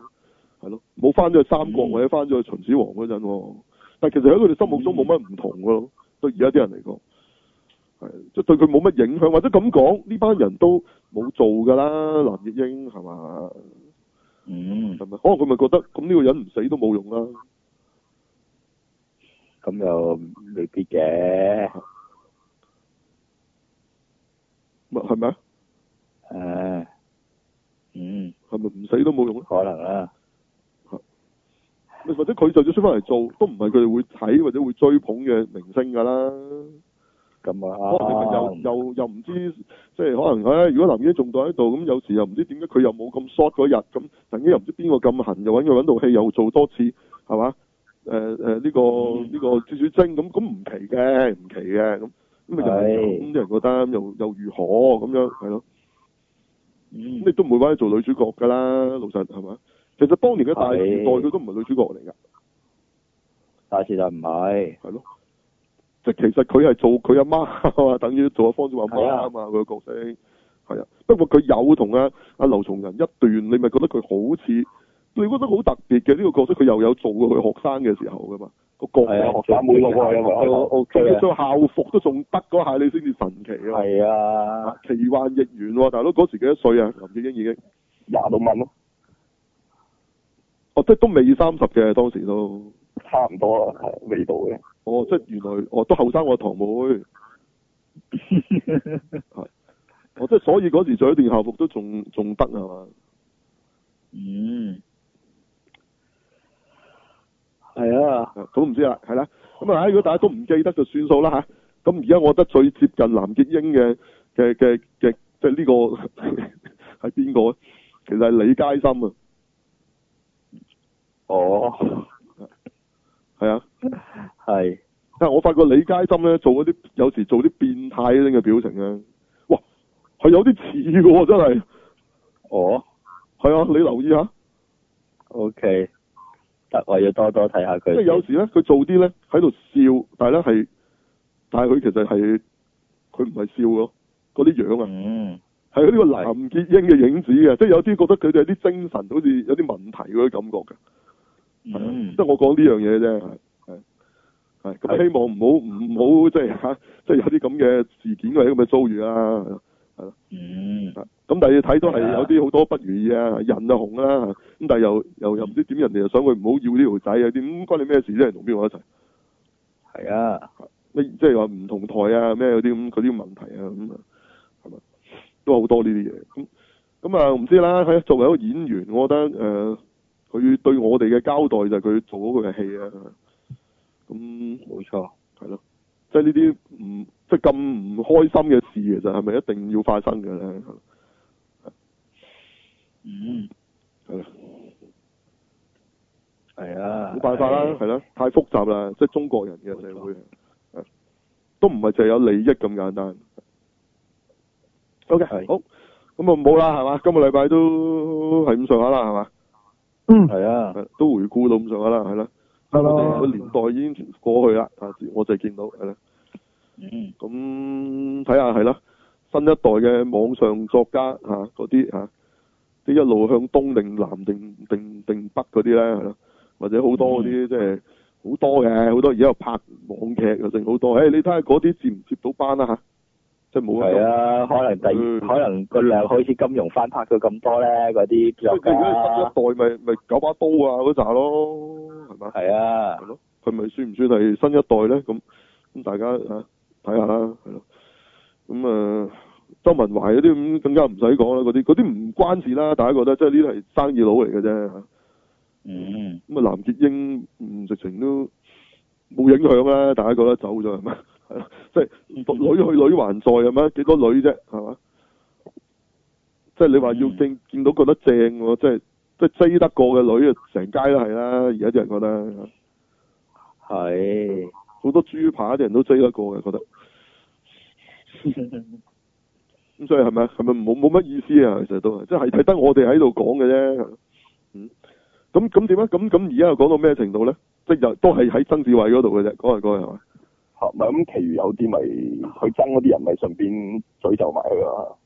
Speaker 1: 係咯，冇翻咗去三國或者翻咗去秦始皇嗰陣喎。但其實喺佢哋心目中冇乜唔同噶咯，對而家啲人嚟講，係即係對佢冇乜影響，或者咁講，呢班人都冇做㗎啦，藍奕英係嘛？
Speaker 2: 嗯，
Speaker 1: 係咪？可能佢咪覺得咁呢個人唔死都冇用啦。
Speaker 2: 咁又未必嘅，
Speaker 1: 咪係咪啊？
Speaker 2: 誒，嗯，
Speaker 1: 係咪唔死都冇用咧？
Speaker 2: 可能啦，
Speaker 1: 咪或者佢就算出翻嚟做，都唔係佢哋會睇或者會追捧嘅明星㗎啦。
Speaker 2: 咁
Speaker 1: 可能你咪又
Speaker 2: 啊，
Speaker 1: 又又唔知，即係可能唉、如果林英仲喺度，咁有時又唔知點解佢又冇咁 short 嗰日，咁曾經又唔知邊個咁痕，又揾佢揾套戲又做多次，係嘛？誒誒呢個
Speaker 2: 嗯
Speaker 1: 呢、個蜘蛛精咁咁唔奇嘅，唔奇嘅咁咁咪就係
Speaker 2: 係
Speaker 1: 咁啲人覺得又又如何咁樣係咯？
Speaker 2: 嗯
Speaker 1: 咁你都唔會揾佢做女主角㗎啦，老實係嘛？其實當年嘅大時代
Speaker 2: 係
Speaker 1: 佢都唔係女主角嚟㗎，
Speaker 2: 但是就唔係，
Speaker 1: 係咯。即係其實佢係做佢阿媽 啊嘛，等於做阿方祖阿媽啊嘛，佢嘅角色係啊。不過佢有同阿阿劉松仁一段，你咪覺得佢好似，你覺得好特別嘅呢、個角色，佢又有做過佢學生嘅時候㗎嘛，個角
Speaker 2: 係
Speaker 1: 色哦
Speaker 2: 啊
Speaker 4: 學生妹嗰個因為
Speaker 2: 都
Speaker 4: 我
Speaker 2: OK
Speaker 1: 即係佢
Speaker 2: 啊，
Speaker 1: 着校服都仲得嗰下，你先至神奇啊嘛！
Speaker 2: 係啊，
Speaker 1: 奇幻逆緣喎，大佬嗰時幾多歲啊？林志英已經，
Speaker 4: 廿六蚊咯，
Speaker 1: 哦，即係都未三十嘅當時都。
Speaker 4: 差唔多啦，係味道嘅。
Speaker 1: 哦，即係原來哦都後生我堂妹， 係哦，即係所以嗰時着一件校服都仲仲得啊係嘛？
Speaker 2: 嗯，係啊，
Speaker 1: 咁唔知啦，係啦。咁啊，如果大家都唔記得就算數啦吓。咁而家我覺得最接近藍潔瑛嘅嘅嘅嘅，即係呢個 係邊個咧？其實係李佳芯啊，
Speaker 2: 哦，
Speaker 1: 係啊。
Speaker 2: 係，
Speaker 1: 但係我發覺李佳芯咧做嗰啲有時做啲變態啲嘅表情咧，哇，係有啲似嘅喎，真係。
Speaker 2: 哦
Speaker 1: 係啊，你留意下。
Speaker 2: ，OK，得我要多多睇下佢
Speaker 1: 即係
Speaker 2: 先，
Speaker 1: 有時咧，佢做啲咧喺度笑，但係咧係，但係佢其實係佢唔係笑咯，嗰啲樣
Speaker 2: Ừ,
Speaker 1: 啊，
Speaker 2: 嗯，
Speaker 1: 係呢個藍潔瑛嘅影子啊嘅，即係有啲覺得佢哋有啲精神好似有啲問題嗰啲感覺嘅，係啊
Speaker 2: 嗯
Speaker 1: 即係，我講呢樣嘢啫，係係係咁
Speaker 2: 係
Speaker 1: 希望唔好唔好即係嚇，即係有啲咁嘅事件或者咁嘅遭遇啦。
Speaker 2: ừ. 嗯，
Speaker 1: 咁但係你睇到
Speaker 2: 係
Speaker 1: 係
Speaker 2: 啊
Speaker 1: 有啲好多不如意啊，人啊紅啦，咁但係又又又唔知點人哋又想佢唔好要呢條仔啊，點咁關你咩事啫？同邊個一齊？
Speaker 2: 係啊，
Speaker 1: 咩即係話唔同台啊咩嗰啲咁嗰啲問題啊咁啊，係咪都好多呢啲嘢咁咁啊唔知啦。係作為一個演員，我覺得誒佢、對我哋嘅交代就係佢做好佢嘅戲啊。咁
Speaker 2: 冇錯，
Speaker 1: 係咯，即係呢啲唔即係咁唔開心嘅事，其實係咪一定要發生嘅咧？
Speaker 2: 嗯，
Speaker 1: 係啦，
Speaker 2: 係啊，
Speaker 1: 冇辦法啦，係啦，太複雜啦，即係中國人嘅社會，係都唔係淨係有利益咁簡單。O K，
Speaker 2: 係
Speaker 1: 好，咁啊冇啦，係嘛？今個禮拜都係咁上下啦，係嘛？
Speaker 6: 嗯，
Speaker 2: 係啊，
Speaker 1: 係都回顧到咁上下啦，係啦。
Speaker 6: 係
Speaker 1: 我哋個
Speaker 6: 咯，
Speaker 1: 年代已經過去啦，啊我就係見到係啦。
Speaker 2: 嗯，
Speaker 1: 咁睇下係啦，新一代嘅網上作家嚇嗰啲嚇，啲一路向東定南定定定北嗰啲咧，係咯，或者好多嗰啲即係好多嘅，好多而家又拍網劇啊又剩好多，誒、你睇下嗰啲接唔接到班啦、吓，即係冇
Speaker 2: 係
Speaker 1: 咁
Speaker 2: 啊，可能第
Speaker 1: 嗯
Speaker 2: 可能個量好似金融翻拍佢咁多咧，嗰啲
Speaker 1: 即
Speaker 2: 作
Speaker 1: 係你
Speaker 2: 家，
Speaker 1: 而家新一代咪咪九把刀啊嗰扎咯，係咪？
Speaker 2: 係啊
Speaker 1: 係，咯，佢咪算唔算係新一代咧？咁咁大家啊睇下啦，係咯。咁啊，周文懷嗰啲咁更加唔使講啦，嗰啲嗰啲唔關事啦，大家覺得即係呢啲係生意佬嚟嘅啫。咁啊，
Speaker 2: ừ. 嗯，
Speaker 1: 藍潔瑛唔直情都冇影響啦，大家覺得走咗係咪？係咯，即係女去女還在係咪？幾多女啫係嘛？即係你話要見見到覺得正喎，即係即係追得過嘅女啊，成街都係啦。而家啲人覺得。
Speaker 2: 係，
Speaker 1: 好多豬扒啲人都追得過嘅， 覺得咁所以係咪係咪冇冇乜意思啊？其實都係即係係得我哋喺度講嘅啫。嗯，咁咁點啊？咁咁而家又講到咩程度咧？即係又都係喺曾志偉嗰度嘅啫，講嚟講去係嘛？
Speaker 4: 嚇咪咁，其餘有啲咪佢憎嗰啲人咪順便詛咒埋佢咯。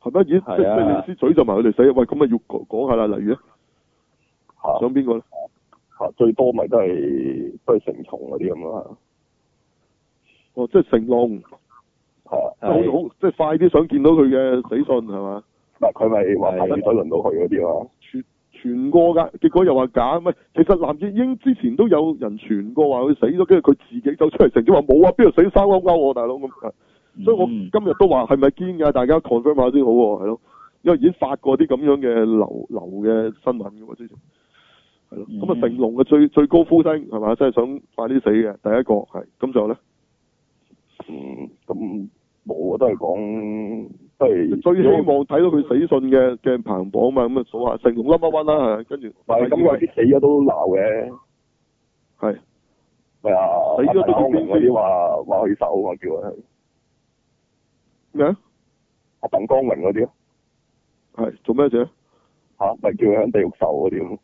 Speaker 1: 係咪？咦，即
Speaker 2: 係啊
Speaker 1: 即係意思詛咒埋佢哋死，喂，咁咪要講講下啦，例如咧，
Speaker 4: 嚇
Speaker 1: 想邊個咧？
Speaker 4: 嚇最多咪都係都係成蟲嗰啲咁咯。
Speaker 1: 哦，即係成龍，即
Speaker 4: 嚇係啊
Speaker 1: 係好好，即係快啲想見到佢嘅死訊係嘛？
Speaker 4: 嗱佢咪話排隊輪到佢嗰啲嘛。
Speaker 1: 傳傳過㗎，結果又話假，唔係其實藍潔瑛之前都有人傳過話佢死咗，跟住佢自己走出嚟承認話冇啊，邊度死生勾勾喎，大佬咁。
Speaker 2: ừ.
Speaker 1: 所以我
Speaker 2: 嗯
Speaker 1: 今日都話係咪堅㗎？大家 confirm 下先好喎，係咯，因為已經發過啲咁樣嘅流流嘅新聞㗎喎之前，係咯。咁啊、
Speaker 2: 嗯
Speaker 1: 成龍嘅最最高呼聲係嘛，真係想快啲死嘅第一個係，咁仲有咧
Speaker 4: 嗯，咁冇啊，都係講都係
Speaker 1: 最希望
Speaker 2: 嗯
Speaker 1: 睇到佢死訊嘅嘅排行榜嘛，咁啊數下成龍 number one 啦，係跟住
Speaker 4: 唔係咁有啲死咗都鬧嘅，
Speaker 1: 係
Speaker 4: 咪啊
Speaker 1: 死咗都
Speaker 4: 阿
Speaker 1: 叫
Speaker 4: 明嗰啲話話佢手啊嘛，叫佢
Speaker 1: 咩啊？
Speaker 4: 阿鄧光榮嗰啲咯
Speaker 1: 係做咩啊啫？
Speaker 4: 嚇，咪叫佢喺地獄受嗰啲咯，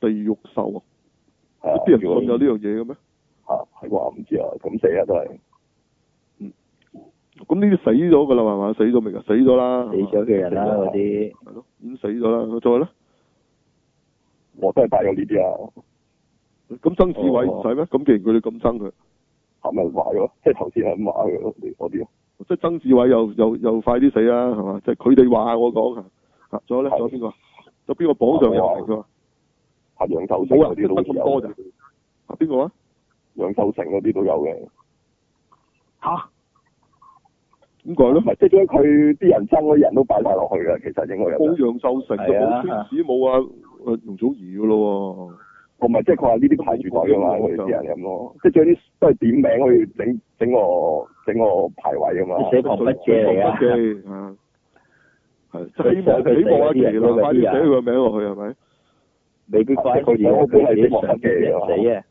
Speaker 1: 地獄獸啊！
Speaker 4: 係啊
Speaker 1: 啲人信有呢樣嘢嘅咩？
Speaker 4: 嚇係話唔知啊，咁死啊都係
Speaker 1: 咁呢啲死咗㗎啦，係嘛？死咗未㗎？死咗啦，
Speaker 2: 死咗嘅人啦，嗰啲
Speaker 1: 係咯，已經死咗啦。再咧，
Speaker 4: 我都係帶咗呢啲啊，
Speaker 1: 咁曾志偉
Speaker 2: 哦
Speaker 1: 唔使咩？咁既然佢哋咁憎佢。
Speaker 4: 嚇咪話佢咯，即係頭先係咁話佢咯，嗰啲咯，
Speaker 1: 即係曾志偉又又又快啲死啦，係嘛？即係佢哋話我講啊嚇，嚇仲有咧，仲有
Speaker 4: 係
Speaker 1: 邊個？啊仲有邊個榜上有名㗎
Speaker 2: 哦
Speaker 1: 嘛？
Speaker 4: 嚇楊秀成
Speaker 1: 冇啊，
Speaker 4: 嗰
Speaker 1: 即係
Speaker 4: 啲
Speaker 1: 得
Speaker 4: 都
Speaker 1: 咁多咋
Speaker 4: 有，？
Speaker 1: 啊邊個啊？
Speaker 4: 楊秀成嗰啲都有嘅，
Speaker 3: 嚇
Speaker 1: 咁佢
Speaker 4: 唔
Speaker 1: 咯，
Speaker 4: 係即係將佢啲人爭嗰啲人都擺晒落去嘅，其實應該
Speaker 1: 冇
Speaker 4: 有。
Speaker 1: 楊秀成就
Speaker 2: 啊係啊
Speaker 1: 冇孫子冇啊，誒容祖兒㗎咯
Speaker 4: 同埋即係佢話呢啲排住隊啊嘛，佢哋啲人咁咯，即係將啲都係點名去整整個整個排位啊嘛。
Speaker 2: 死
Speaker 1: 喎，
Speaker 2: 狂不謝嚟
Speaker 1: 啊！
Speaker 2: 啊！
Speaker 1: 係即係希望
Speaker 2: 佢想佢
Speaker 1: 希望阿
Speaker 2: 死嗰啲
Speaker 1: 奇啦，快啲
Speaker 2: 人嗰啲啊
Speaker 1: 寫佢個名落去係咪？
Speaker 2: 未必關事
Speaker 4: 佢
Speaker 2: 啊，
Speaker 4: 本
Speaker 2: 佢
Speaker 4: 來
Speaker 2: 自
Speaker 4: 死
Speaker 2: 己
Speaker 4: 亡
Speaker 2: 想
Speaker 4: 筆記嚟㗎嘛
Speaker 2: 人死啊，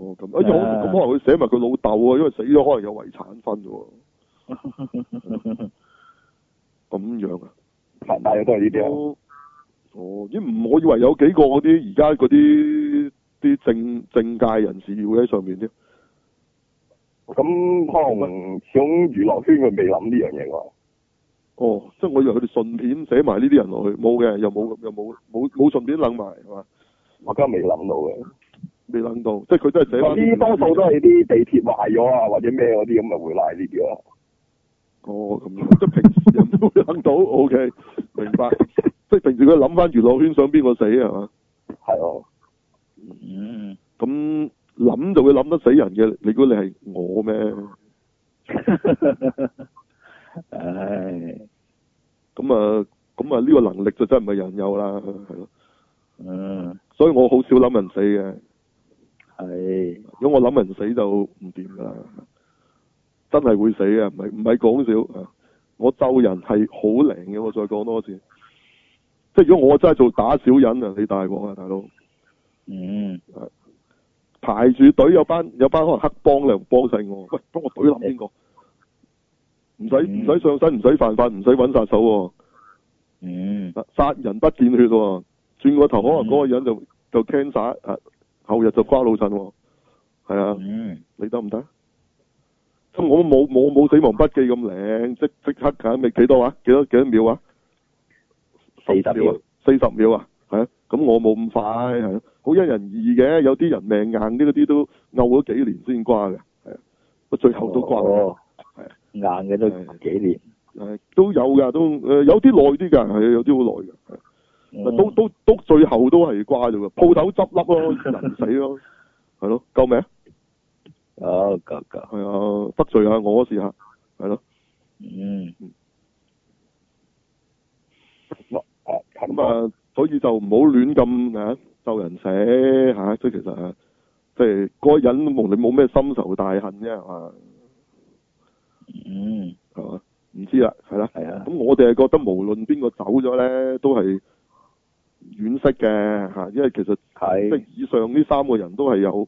Speaker 1: 哦咁，哎呀咁
Speaker 2: 啊
Speaker 1: 可能佢寫埋佢老豆啊，因為死咗可能有遺產分㗎喎，咁樣啊？
Speaker 4: 但係都係呢啲啊，
Speaker 1: 哦，哦，咦唔，我以為有幾個嗰啲而家嗰啲啲政政界人士會喺上面添，
Speaker 4: 咁可能始終娛樂圈佢未諗呢樣嘢喎。
Speaker 1: 哦，即係我以為佢哋順便寫埋呢啲人落去，冇嘅，又冇又冇冇冇順便楞埋係嘛，
Speaker 4: 我今日未諗到嘅，
Speaker 1: 未楞到，即係佢都係寫翻
Speaker 4: 呢多數都係啲地鐵壞咗啊，或者咩嗰啲咁咪會賴呢啲咯。
Speaker 1: 哦咁樣，即係平時人都會楞到，OK，明白，即係平時佢諗翻娛樂圈想邊個死啊係嘛，
Speaker 4: 係咯，
Speaker 2: 嗯，
Speaker 1: 咁諗就會諗得死人嘅，你估你係我咩？
Speaker 2: 唉，
Speaker 1: 咁啊咁啊呢個能力就真係唔係人有啦，係咯，
Speaker 2: 嗯，
Speaker 1: 所以我好少諗人死嘅。
Speaker 2: 係，
Speaker 1: 如果我諗人死就唔掂噶啦，真係會死嘅，唔係唔係講笑啊！我咒人係好靈嘅，我再講多次，即係如果我真係做打小人啊，你大鑊啊，大佬
Speaker 2: ừ. 嗯，
Speaker 1: 排住隊有班有班可能黑幫嚟幫襯我，喂，幫我隊冧邊個？唔使唔
Speaker 2: 嗯
Speaker 1: 使上身，唔使犯法，唔使揾殺手喎、
Speaker 2: Ừ. 嗯，
Speaker 1: 啊，殺人不見血喎、轉個頭可能嗰個人就就 cancer 啊，後日就瓜老襯喎，係
Speaker 2: Ừ.
Speaker 1: 啊。
Speaker 2: 嗯，
Speaker 1: 你得唔得？咁我冇冇冇死亡筆記咁靚，即即刻㗎，咪幾多啊？幾多幾多秒啊？
Speaker 2: 四十秒
Speaker 1: 啊，四十秒啊，係啊。咁我冇咁快，係啊，好因人而異嘅。有啲人命硬啲嗰啲都漚咗幾年先瓜嘅，係啊，不過最後都瓜。
Speaker 2: 哦
Speaker 1: 係啊
Speaker 2: 硬嘅都幾年，
Speaker 1: 誒都有㗎，都誒有啲耐啲㗎，係啊有啲好耐㗎，係啊
Speaker 2: 嗯
Speaker 1: 都都都最後都係瓜咗㗎，鋪頭執笠咯，人死咯，係咯，救命啊！
Speaker 2: 哦，夠夠，
Speaker 1: 係啊，得罪下我試下，係咯。
Speaker 2: 嗯，
Speaker 4: 啊，咁
Speaker 1: 咁
Speaker 4: 啊，
Speaker 1: 啊，所以就唔好亂咁啊咒人死嚇，即係其實啊，即係嗰個人同你冇咩深仇大恨啫，係嘛？
Speaker 2: 嗯，
Speaker 1: 係嘛？唔知啦，係啦。
Speaker 2: 係啊
Speaker 1: 咁，我哋係覺得無論邊個走咗咧，都係惋惜嘅嚇，因為其實即
Speaker 2: 係
Speaker 1: 係，以上呢三個人都係有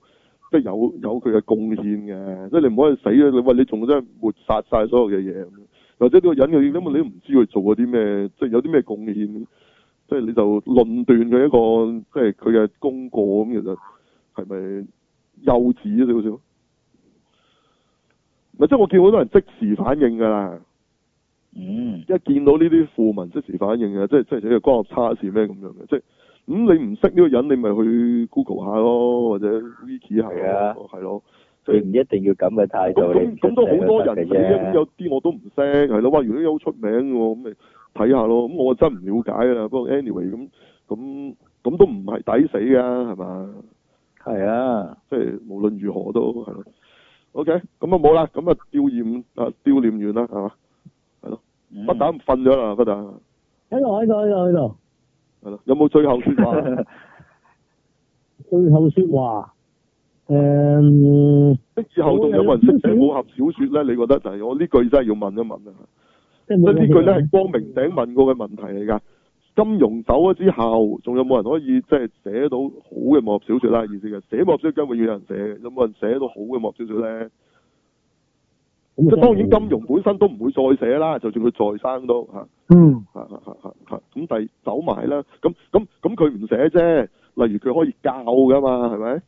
Speaker 1: 即係有有佢嘅貢獻嘅，即係你唔可以死啊！你喂你仲真係抹殺晒所有嘅嘢咁樣，或者呢個人佢根本你都唔知佢做過啲咩，即係有啲咩貢獻，即係你就論斷佢一個即係佢嘅功過咁，其實係咪幼稚咗少少。咪即係我見好多人即時反應㗎啦，
Speaker 2: 嗯
Speaker 1: 一見到呢啲富民即時反應嘅，即係即係你個光學差事咩咁樣嘅，即係咁你唔識呢個人，你咪去 Google 下咯，或者 Wiki 下
Speaker 2: 嗯係啊
Speaker 1: 咯，係咯，即
Speaker 2: 你
Speaker 1: 係
Speaker 2: 唔一定要咁嘅態度，
Speaker 1: 咁
Speaker 2: 你
Speaker 1: 咁咁都好多人
Speaker 2: 嘅
Speaker 1: 睇啫，咁
Speaker 2: 啫。
Speaker 1: 有啲我都唔識，係咯，哇！原來有好出名嘅喎，咁咪睇下咯。咁我真唔了解啦。不過 anyway，咁咁咁都唔係抵死㗎，係嘛？
Speaker 2: 係啊，
Speaker 1: 即係無論如何都係咯。OK，咁啊冇啦，咁啊吊唁啊吊念完啦，係嘛？
Speaker 2: 嗯
Speaker 1: 不打瞓咗啦，不打係
Speaker 5: 喺度喺度喺度喺度，
Speaker 1: 咯。有冇最後説話？啊
Speaker 5: 最後説話，嗯誒、
Speaker 1: 即係以後仲有冇人識寫武俠小説咧？你覺得？但係我呢句真係要問一問啊！
Speaker 5: 即係
Speaker 1: 即
Speaker 5: 冇
Speaker 1: 係呢句咧係光明頂問過嘅問題嚟㗎。金庸走咗之後，仲有冇人可以即係寫到好嘅幕俠小説啦？意思嘅寫幕俠小説，永遠有人寫嘅。有冇人寫到好嘅幕俠小説咧？
Speaker 5: 咁
Speaker 1: 即
Speaker 5: 啊
Speaker 1: 係當然金庸本身都唔會再寫啦，就算佢再生都嚇
Speaker 3: 嗯，
Speaker 1: 嚇嚇嚇嚇嚇咁，但係走埋啦。咁咁咁佢唔寫啫。例如佢可以教㗎嘛，係咪？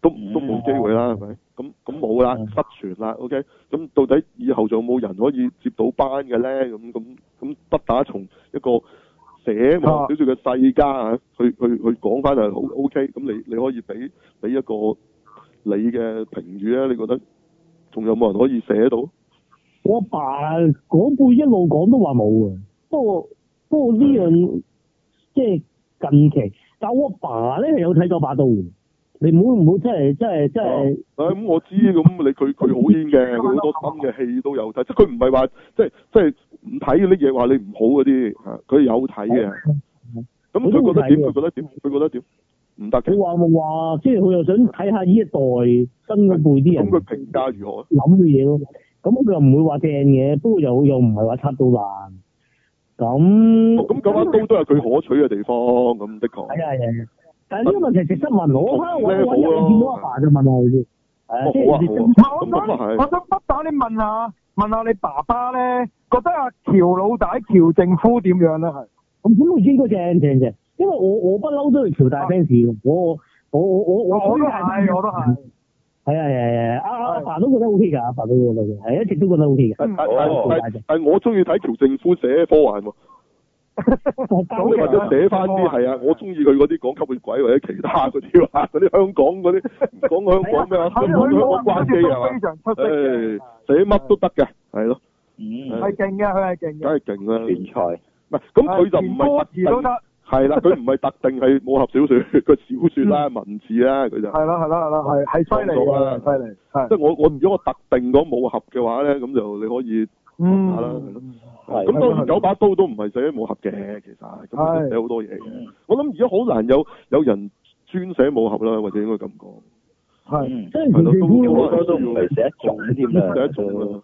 Speaker 1: 都都冇機會啦，係咪？咁咁冇啦，
Speaker 5: 嗯
Speaker 1: 失傳啦。OK，咁到底以後仲有冇人可以接到班嘅咧？咁咁咁不打從一個寫文小説嘅世家啊，去去去講翻係好 OK。咁你你可以俾俾一個你嘅評語啊？你覺得仲有冇人可以寫到？
Speaker 5: 我阿爸嗰輩一路講都話冇嘅，不過不過呢樣即係近期，但我阿爸咧係有睇過把刀嘅，你唔好唔好真係真係真係
Speaker 1: 啊咁我知咁你佢佢好煙嘅，佢好多新嘅戲都啊有睇，即係佢唔係話即係即係唔睇嗰啲嘢話你唔好嗰啲嚇，佢有睇嘅。咁佢覺得點？佢覺得點？佢覺得點？唔得
Speaker 5: 佢
Speaker 1: 嘅。
Speaker 5: 話冇話，即係佢又想睇下呢一代新嗰輩啲
Speaker 1: 咁
Speaker 5: 人
Speaker 1: 佢評價如何啊？
Speaker 5: 諗嘅嘢咯。咁佢又唔會話正嘅，不過又又唔係話插到爛。咁
Speaker 1: 哦咁咁阿都都嗯有佢可取嘅地方，咁的確。
Speaker 5: 係啊係啊，但係呢個問題值得問我啊！我
Speaker 1: 咩好
Speaker 5: 我
Speaker 1: 啊
Speaker 5: 有見到阿爸就問我先，
Speaker 1: 哦
Speaker 5: 誒即
Speaker 1: 好啊
Speaker 5: 係值得
Speaker 1: 好啊
Speaker 3: 唔係我
Speaker 1: 咁啊
Speaker 3: 想，
Speaker 1: 係
Speaker 3: 我想不打你問下，問下你爸爸咧，覺得阿喬老大喬正夫點樣咧？係
Speaker 5: 咁本來應該正正正，因為我我不嬲都係喬大 fans 嘅，我我我我我
Speaker 3: 我都係，我都係。
Speaker 5: 係啊係啊係啊，阿阿爸都覺得 O K 㗎，阿爸都覺得嘅，係一直都覺得 O K 嘅。
Speaker 1: 但但但但我中意睇喬正夫寫科幻喎，咁你或者寫翻啲係啊，我中意佢嗰啲講吸血鬼或者其他嗰啲話，嗰啲香港嗰啲講香港咩啊？
Speaker 3: 喺
Speaker 1: 香
Speaker 3: 佢
Speaker 1: 港
Speaker 3: 嗰
Speaker 1: 關
Speaker 3: 關
Speaker 1: 機啊
Speaker 3: 機
Speaker 1: 係嘛
Speaker 3: 係？非常出色
Speaker 1: 誒
Speaker 3: 嘅，
Speaker 1: 寫乜都得嘅，係咯，
Speaker 2: 嗯，
Speaker 3: 係勁嘅，佢係勁
Speaker 1: 梗
Speaker 3: 嘅。
Speaker 1: 係勁啦。
Speaker 2: 聯賽
Speaker 1: 唔係，咁佢就唔係特定
Speaker 3: 連歌詞都得，
Speaker 1: 係啦，佢唔係特定係武俠小 説，佢小説啦、文字啦，佢就
Speaker 3: 係啦係啦係啦，係係犀利
Speaker 1: 講到
Speaker 3: 嘅，犀利係
Speaker 1: 啊即。係我我如果我特定講武俠嘅話咧，咁就你可以講下啦。係咯
Speaker 2: 係
Speaker 3: 嗯，
Speaker 1: 咁當然
Speaker 3: 係
Speaker 1: 九把刀都唔係寫武俠嘅，其實咁佢
Speaker 3: 係
Speaker 1: 寫好多嘢嘅
Speaker 2: 嗯。
Speaker 1: 我諗而家好難有有人專寫武俠啦，或者應該咁講，
Speaker 3: 係
Speaker 2: 嗯
Speaker 5: 即係喬政
Speaker 1: 係
Speaker 5: 府
Speaker 1: 咯
Speaker 2: 好多都唔係寫一種添啦，
Speaker 1: 寫一種啦。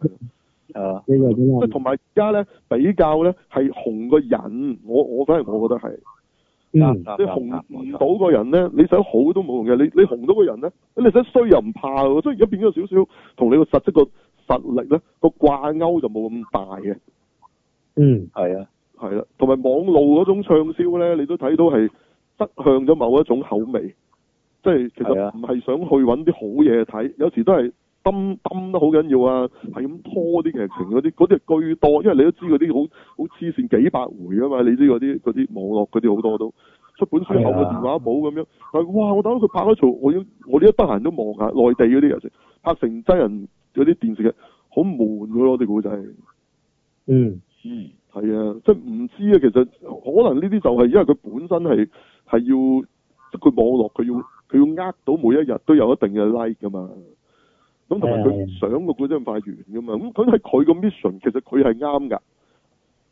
Speaker 1: 係
Speaker 2: 啊，
Speaker 5: 你又點
Speaker 1: 即
Speaker 5: 啊
Speaker 1: 係？同埋而家咧比較咧係紅個人，我我反而我覺得係。
Speaker 5: 嗯，
Speaker 1: 你
Speaker 2: 啱
Speaker 1: 紅
Speaker 2: 啱
Speaker 1: 唔到個人咧，你想好都冇用嘅。你你紅到個人咧，你想衰又唔怕喎。所以而家變咗少少同你個實質個實力咧個掛鈎就冇咁大嘅，
Speaker 5: 嗯，
Speaker 2: 係啊，
Speaker 1: 係啦。同埋網路嗰種暢銷咧，你都睇到係側向咗某一種口味，即係其
Speaker 2: 係
Speaker 1: 實
Speaker 2: 啊
Speaker 1: 唔係想去揾啲好嘢睇，有時都係揼揼得好緊要啊，係咁拖啲劇情嗰啲，嗰啲係居多，因為你都知嗰啲好好黐線幾百回啊嘛，你知嗰啲嗰啲網絡嗰啲好多都。出本書後個電話簿咁樣，但係哇！我等佢拍咗做，我要我呢一得閒都望下內地嗰啲有時拍成真人嗰啲電視劇，好悶嘅咯啲古仔。係
Speaker 5: 嗯，
Speaker 2: 嗯，
Speaker 1: 啊，即係唔知啊。其實可能呢啲就係因為佢本身係係要即係佢網絡，佢要佢要呃到每一日都有一定嘅 like 噶嘛。咁同埋
Speaker 5: 係啊係啊
Speaker 1: 佢想個古仔咁快完噶嘛。咁佢喺佢個 mission 其實佢係啱㗎，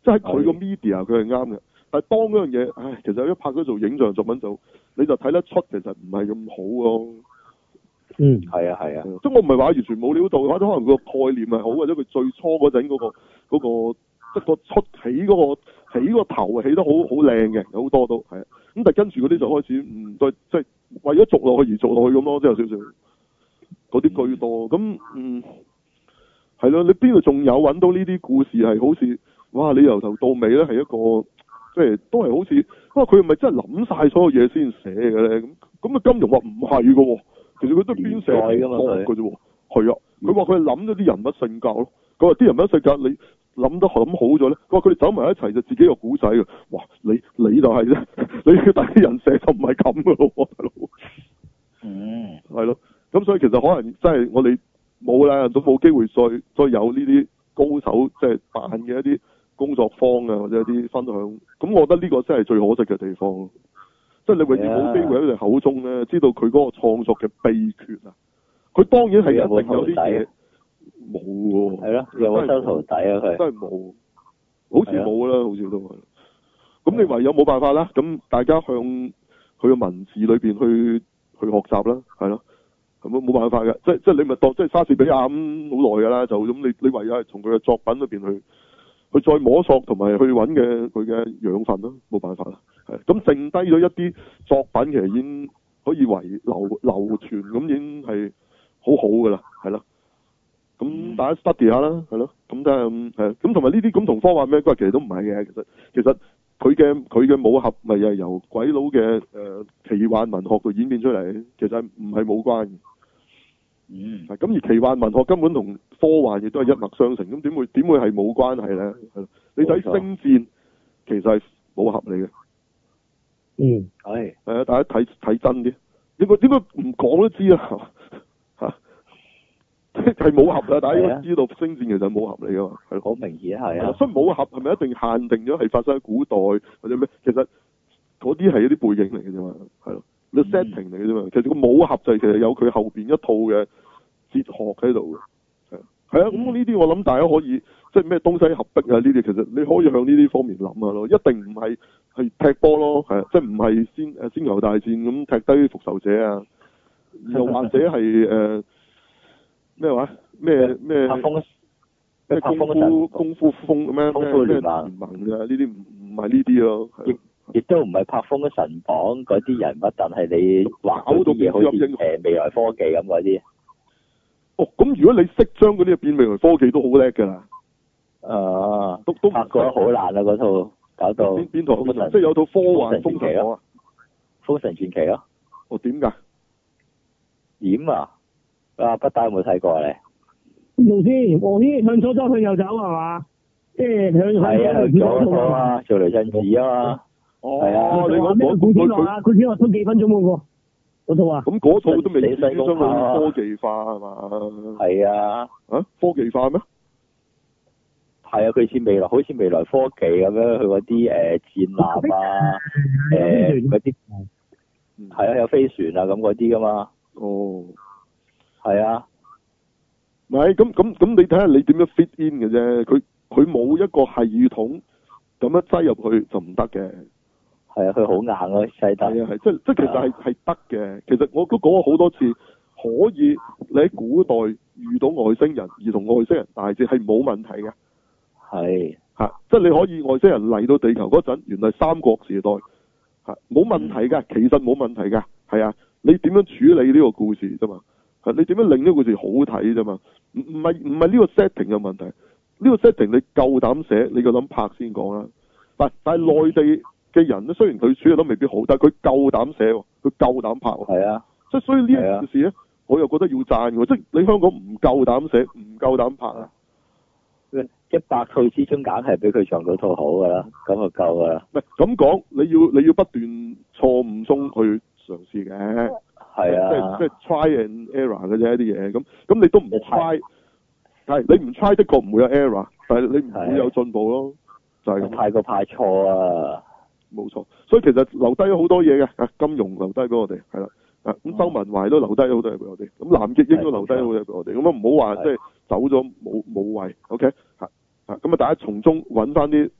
Speaker 1: 即係喺佢個 media 佢係啱嘅。但係當嗰樣嘢，唉，其實一拍咗做影像作品就你就睇得出其實唔係咁好咯。
Speaker 5: 嗯，
Speaker 2: 係啊，係啊，
Speaker 1: 即係我唔係話完全冇料到，或者可能佢個概念係好，或者佢最初嗰陣嗰個嗰、個即係個出起嗰、個起個頭起得好好靚嘅，好多都係。啊咁但係跟住嗰啲就開始唔再即係為咗續落去而續落去咁咯，即係有少少嗰啲居多。咁嗯係咯，你邊度仲有揾到呢啲故事係好似哇？你由頭到尾咧係一個即係都係好似哇！佢係咪真係諗晒所有嘢先寫嘅咧？咁咁啊，金庸話唔係嘅喎。其實佢都編寫
Speaker 2: 連載㗎嘛
Speaker 1: 嘅啫喎。係啊，佢話佢係諗咗啲人物性格咯。佢話啲人物性格你諗得諗好咗咧，佢話佢哋走埋一齊就自己有古仔嘅。哇！你你就係啫， 你第啲人寫就唔係咁嘅咯喎，大佬。
Speaker 2: 嗯，
Speaker 1: 係咯，咁所以其實可能真係我哋冇啦，都冇機會再再有呢啲高手即係辦嘅一啲工作坊啊，或者一啲分享。咁我覺得呢個真係最可惜嘅地方，即係你永遠冇機會喺佢哋口中咧，知道佢嗰個創作嘅秘訣啊。佢當然係一定有啲嘢冇
Speaker 2: 系
Speaker 1: 喎，
Speaker 2: 咯，有冇收徒弟啊佢？
Speaker 1: 真係冇，好似冇啦，好似都係。啊咁你唯有冇辦法啦，咁大家向佢嘅文字裏邊去去學習啦，係咯，咁啊冇辦法嘅，即即你咪當即係莎士比亞咁好耐㗎啦，就咁你你唯有係從佢嘅作品裏邊去去再摸索同埋去揾嘅佢嘅養分咯，冇辦法啦，係咁剩低咗一啲作品其實已經可以為流流傳咁已經係好好㗎啦，係啦。
Speaker 2: 嗯
Speaker 1: 咁大家 study 下啦，係咯，咁都係係啊咁同埋呢啲咁同科幻咩關係其實都唔係嘅，其實其實佢嘅佢嘅武俠咪又係由鬼佬嘅呃誒奇幻文學度演變出嚟，其實唔係冇關嘅。
Speaker 2: 嗯，
Speaker 1: 咁而奇幻文學根本同科幻亦都係一脈相承，咁點會點會係冇關係咧？係咯，你睇
Speaker 2: 冇錯
Speaker 1: 星戰其實係武俠嚟嘅，
Speaker 5: 嗯，
Speaker 2: 唉，
Speaker 1: 係啊，大家睇睇真啲，應該應該唔講都知啦，係嘛 嚇，即係武俠啦，大家應
Speaker 2: 係
Speaker 1: 該
Speaker 2: 啊
Speaker 1: 知道星戰其實係武俠嚟噶嘛，係咯。
Speaker 2: 好明顯係
Speaker 1: 係啦
Speaker 2: 啊，
Speaker 1: 所以武俠係咪一定限定咗係發生喺古代或者咩？其實嗰啲係一啲背景嚟嘅啫嘛，係咯，你
Speaker 2: 嗯
Speaker 1: setting 嚟嘅啫嘛。其實個武俠就係其實有佢後邊一套嘅哲學喺度嘅，係係
Speaker 2: 嗯
Speaker 1: 啊。咁呢啲我諗大家可以即係咩東西合璧啊？呢啲其實你可以向呢啲方面諗啊下咯。一定唔係係踢波咯，係啊即係唔係先誒先球大戰咁踢低復仇者啊，又或者係誒咩話咩咩
Speaker 2: 黑風
Speaker 1: 咩
Speaker 2: 拍
Speaker 1: 功
Speaker 2: 風嗰
Speaker 1: 夫
Speaker 2: 陣
Speaker 1: 功夫風咩咩
Speaker 2: 功夫
Speaker 1: 咩
Speaker 2: 聯
Speaker 1: 聯
Speaker 2: 盟
Speaker 1: 盟啊？呢啲唔唔係呢啲咯，係咯
Speaker 2: 亦都唔係拍風神榜嗰啲人物，但係你畫嗰啲嘢好似誒未來科技咁嗰啲，
Speaker 1: 哦咁如果你識將嗰啲變未來科技都好叻㗎啦，
Speaker 2: 啊，
Speaker 1: 都都唔
Speaker 2: 拍過得好爛啊嗰套，搞到
Speaker 1: 邊邊
Speaker 2: 封神
Speaker 1: 台即係有套科幻
Speaker 2: 封神
Speaker 1: 風
Speaker 2: 傳
Speaker 1: 神
Speaker 2: 奇啊
Speaker 1: 榜啊？
Speaker 2: 封神傳奇咯，
Speaker 1: 哦點㗎？
Speaker 2: 點啊？啊，不打有冇睇過 啊你？
Speaker 5: 路先，我先向左走，向右走係嘛？即係向向
Speaker 2: 係啊，
Speaker 5: 向
Speaker 2: 去咗套啊，做雷震子啊嘛，係啊
Speaker 1: 哦，你
Speaker 5: 你話
Speaker 1: 講
Speaker 5: 咩
Speaker 1: 嗰
Speaker 5: 古天樂
Speaker 1: 佢
Speaker 5: 啊？古天樂都幾分鐘嗰個嗰套啊？
Speaker 1: 咁嗰套都未至於將
Speaker 2: 死西宮啊
Speaker 1: 佢科技化係嘛？
Speaker 2: 係啊。
Speaker 1: 啊科技化咩？
Speaker 2: 係啊，佢似未來，好似未來科技咁樣，佢嗰啲誒戰艦啊，誒嗰啲
Speaker 1: 嗯
Speaker 2: 係啊，有飛船啊咁嗰啲噶嘛，
Speaker 1: 哦。
Speaker 2: 係啊，
Speaker 1: 唔係咁咁咁，你睇下你點樣 fit in 嘅啫。佢佢冇一個系統咁樣擠入去就唔得嘅。
Speaker 2: 係啊，佢好硬咯，細
Speaker 1: 係
Speaker 2: 得，
Speaker 1: 啊，係即即其實係係得嘅。其實我都講過好多次，可以你喺古代遇到外星人而同外星人大戰係冇問題嘅
Speaker 2: 係
Speaker 1: 嚇、即係你可以外星人嚟到地球嗰陣，原來三國時代嚇冇、問題㗎，其實冇問題㗎，係啊，你點樣處理呢個故事啫嘛？係你點樣令呢個故事好睇啫嘛？唔唔係唔係呢個 setting 嘅問題，呢、個 setting 你夠膽寫，你夠膽拍先講啦。但但係內地嘅人咧，雖然佢處理得未必好，但係佢夠膽寫喎，佢夠膽拍喎。
Speaker 2: 係啊，
Speaker 1: 即係所以呢一
Speaker 2: 係啊
Speaker 1: 件事咧，我又覺得要讚喎。即係你香港唔夠膽寫，唔夠膽拍啊！
Speaker 2: 一百套之中梗係比佢撞到套好噶啦，咁就夠噶啦，
Speaker 1: 唔係咁講，你要你要不斷錯誤中去嘗試嘅，
Speaker 2: 係啊
Speaker 1: 即係即，係 try and error 嘅啫啲嘢。咁咁你都唔
Speaker 2: 你
Speaker 1: try，係你唔 try 的確唔會有 error，但係你唔
Speaker 2: 係
Speaker 1: 會有進步咯，就係、咁。
Speaker 2: 太過怕錯啊，
Speaker 1: 冇錯，所以其實留低咗好多嘢嘅，啊金融留低俾我哋，係啦，啊咁周文懷都留低咗好多嘢俾我哋，咁藍潔瑛都留低咗好多嘢俾我哋，咁啊唔好話
Speaker 2: 係
Speaker 1: 即係走咗冇冇位，OK，嚇嚇咁啊大家從中揾翻啲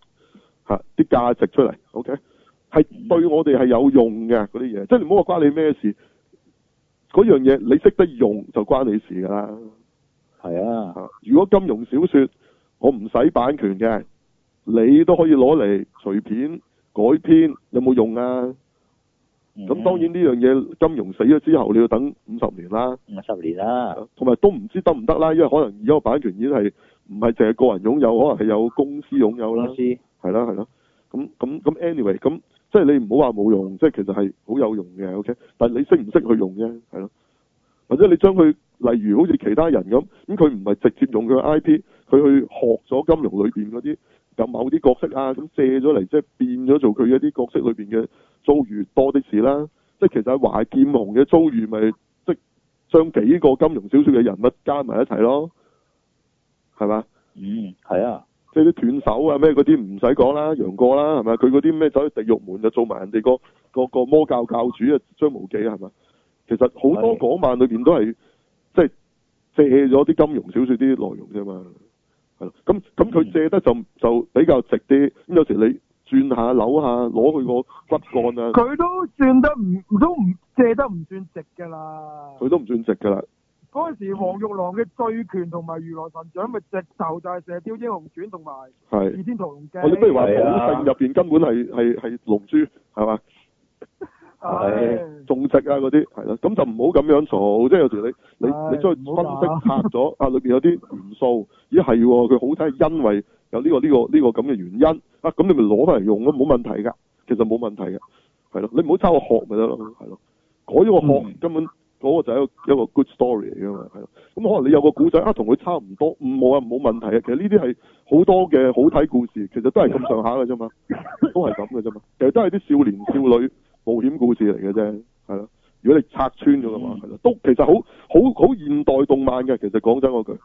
Speaker 1: 嚇啲價值出嚟，OK，係對我哋係有用嘅嗰啲嘢，即係你唔好話關你咩事，嗰樣嘢你識得用就關你事㗎啦。
Speaker 2: 係啊，
Speaker 1: 啊如果金融小說我唔使版權嘅，你都可以攞嚟隨便改編，有冇用啊？
Speaker 2: 嗯
Speaker 1: 咁當然呢樣嘢金融死咗之後，你要等五十年啦，
Speaker 2: 五十年啦，
Speaker 1: 同埋都唔知得唔得啦，因為可能而家個版權已經係唔係淨係個人擁有，可能係有公司擁有啦
Speaker 2: 公，司
Speaker 1: 係啦係啦。咁咁咁，anyway，咁即係你唔好話冇用，即係其實係好有用嘅，OK。但係你識唔識去用啫，係咯。或者你將佢例如好似其他人咁，咁佢唔係直接用佢 I P，佢去學咗金融裏邊嗰啲有某啲角色啊，咁借咗嚟即係變咗做佢一啲角色裏邊嘅遭遇多啲事啦。即係其實華劍雄嘅遭遇咪即係將幾個金融小説嘅人物加埋一齊咯，係嘛？
Speaker 2: 嗯，係啊，
Speaker 1: 即係啲斷手啊咩嗰啲唔使講啦，楊過啦係咪？佢嗰啲咩走去地獄門就做埋人哋個個個魔教教主啊張無忌啊係咪？其實好多
Speaker 2: 係
Speaker 1: 港漫裏邊都係即係借咗啲金庸小説啲內容啫嘛，係咯。咁咁佢
Speaker 2: 嗯
Speaker 1: 借得就就比較直啲。咁有時你轉下扭下攞佢個骨幹啊，
Speaker 3: 佢都算得唔都唔借得唔算值㗎啦。
Speaker 1: 佢都唔算直㗎啦。
Speaker 3: 嗰陣時黃玉郎嘅醉拳同埋如來神掌咪直頭就係《射雕英雄傳》同埋《
Speaker 1: 係。
Speaker 3: 倚天屠龍記》。
Speaker 1: 我哋不如話
Speaker 2: 係啊
Speaker 1: 保定入邊根本係係係龍珠係嘛？
Speaker 3: 係
Speaker 1: 種植啊嗰啲係咯，咁就唔好咁樣做，即係有時你你
Speaker 3: 唉
Speaker 1: 你將佢
Speaker 3: 唔好
Speaker 1: 分
Speaker 3: 打
Speaker 1: 析拆 咗啊，裏邊有啲元素，咦係喎，佢好睇係因為有呢、個呢、個呢、個咁嘅原因啊，咁你咪攞翻嚟用咯，冇問題㗎，其實冇問題㗎，係咯，你唔好抄我學咪得咯，係咯，改咗個學、
Speaker 2: 嗯
Speaker 1: 根本嗰個就係一個一個 good story 嚟㗎嘛，係咯，咁可能你有個古仔啊，同佢差唔多，唔冇啊冇問題啊，其實呢啲係好多嘅好睇故事，其實都係咁上下㗎啫嘛，都係咁嘅啫嘛，其實都係啲少年少女冒險故事嚟嘅啫，係咯。如果你拆穿咗嘅話，係咯，都其實好好好現代動漫嘅。其實講真嗰句，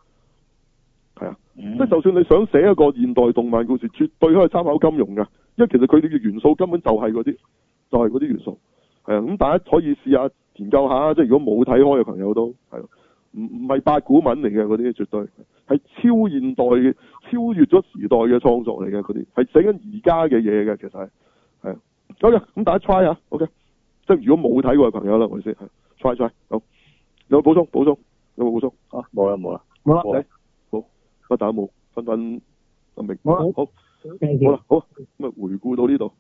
Speaker 1: 係啊，
Speaker 2: 即
Speaker 1: 即係就算你想寫一個現代動漫故事，絕對可以參考金庸㗎，因為其實佢哋嘅元素根本就係嗰啲，就係嗰啲元素。係啊，咁大家可以試下研究下，即係如果冇睇開嘅朋友都係咯，唔唔係八股文嚟嘅嗰啲，絕對係超現代嘅、超越咗時代嘅創作嚟嘅嗰啲，係寫緊而家嘅嘢嘅，其實係係啊。好嘅，咁大家 try 下，OK，即係如果冇睇過嘅朋友啦，我哋先係 try try 好。有冇補充？補充有冇補充？
Speaker 2: 啊，冇啦冇啦，
Speaker 5: 好啦，
Speaker 1: 不打冇，分分明。
Speaker 3: 好啦
Speaker 1: 好。
Speaker 5: thank
Speaker 1: 好
Speaker 5: you
Speaker 1: 啦，好，咁啊回顧到呢度，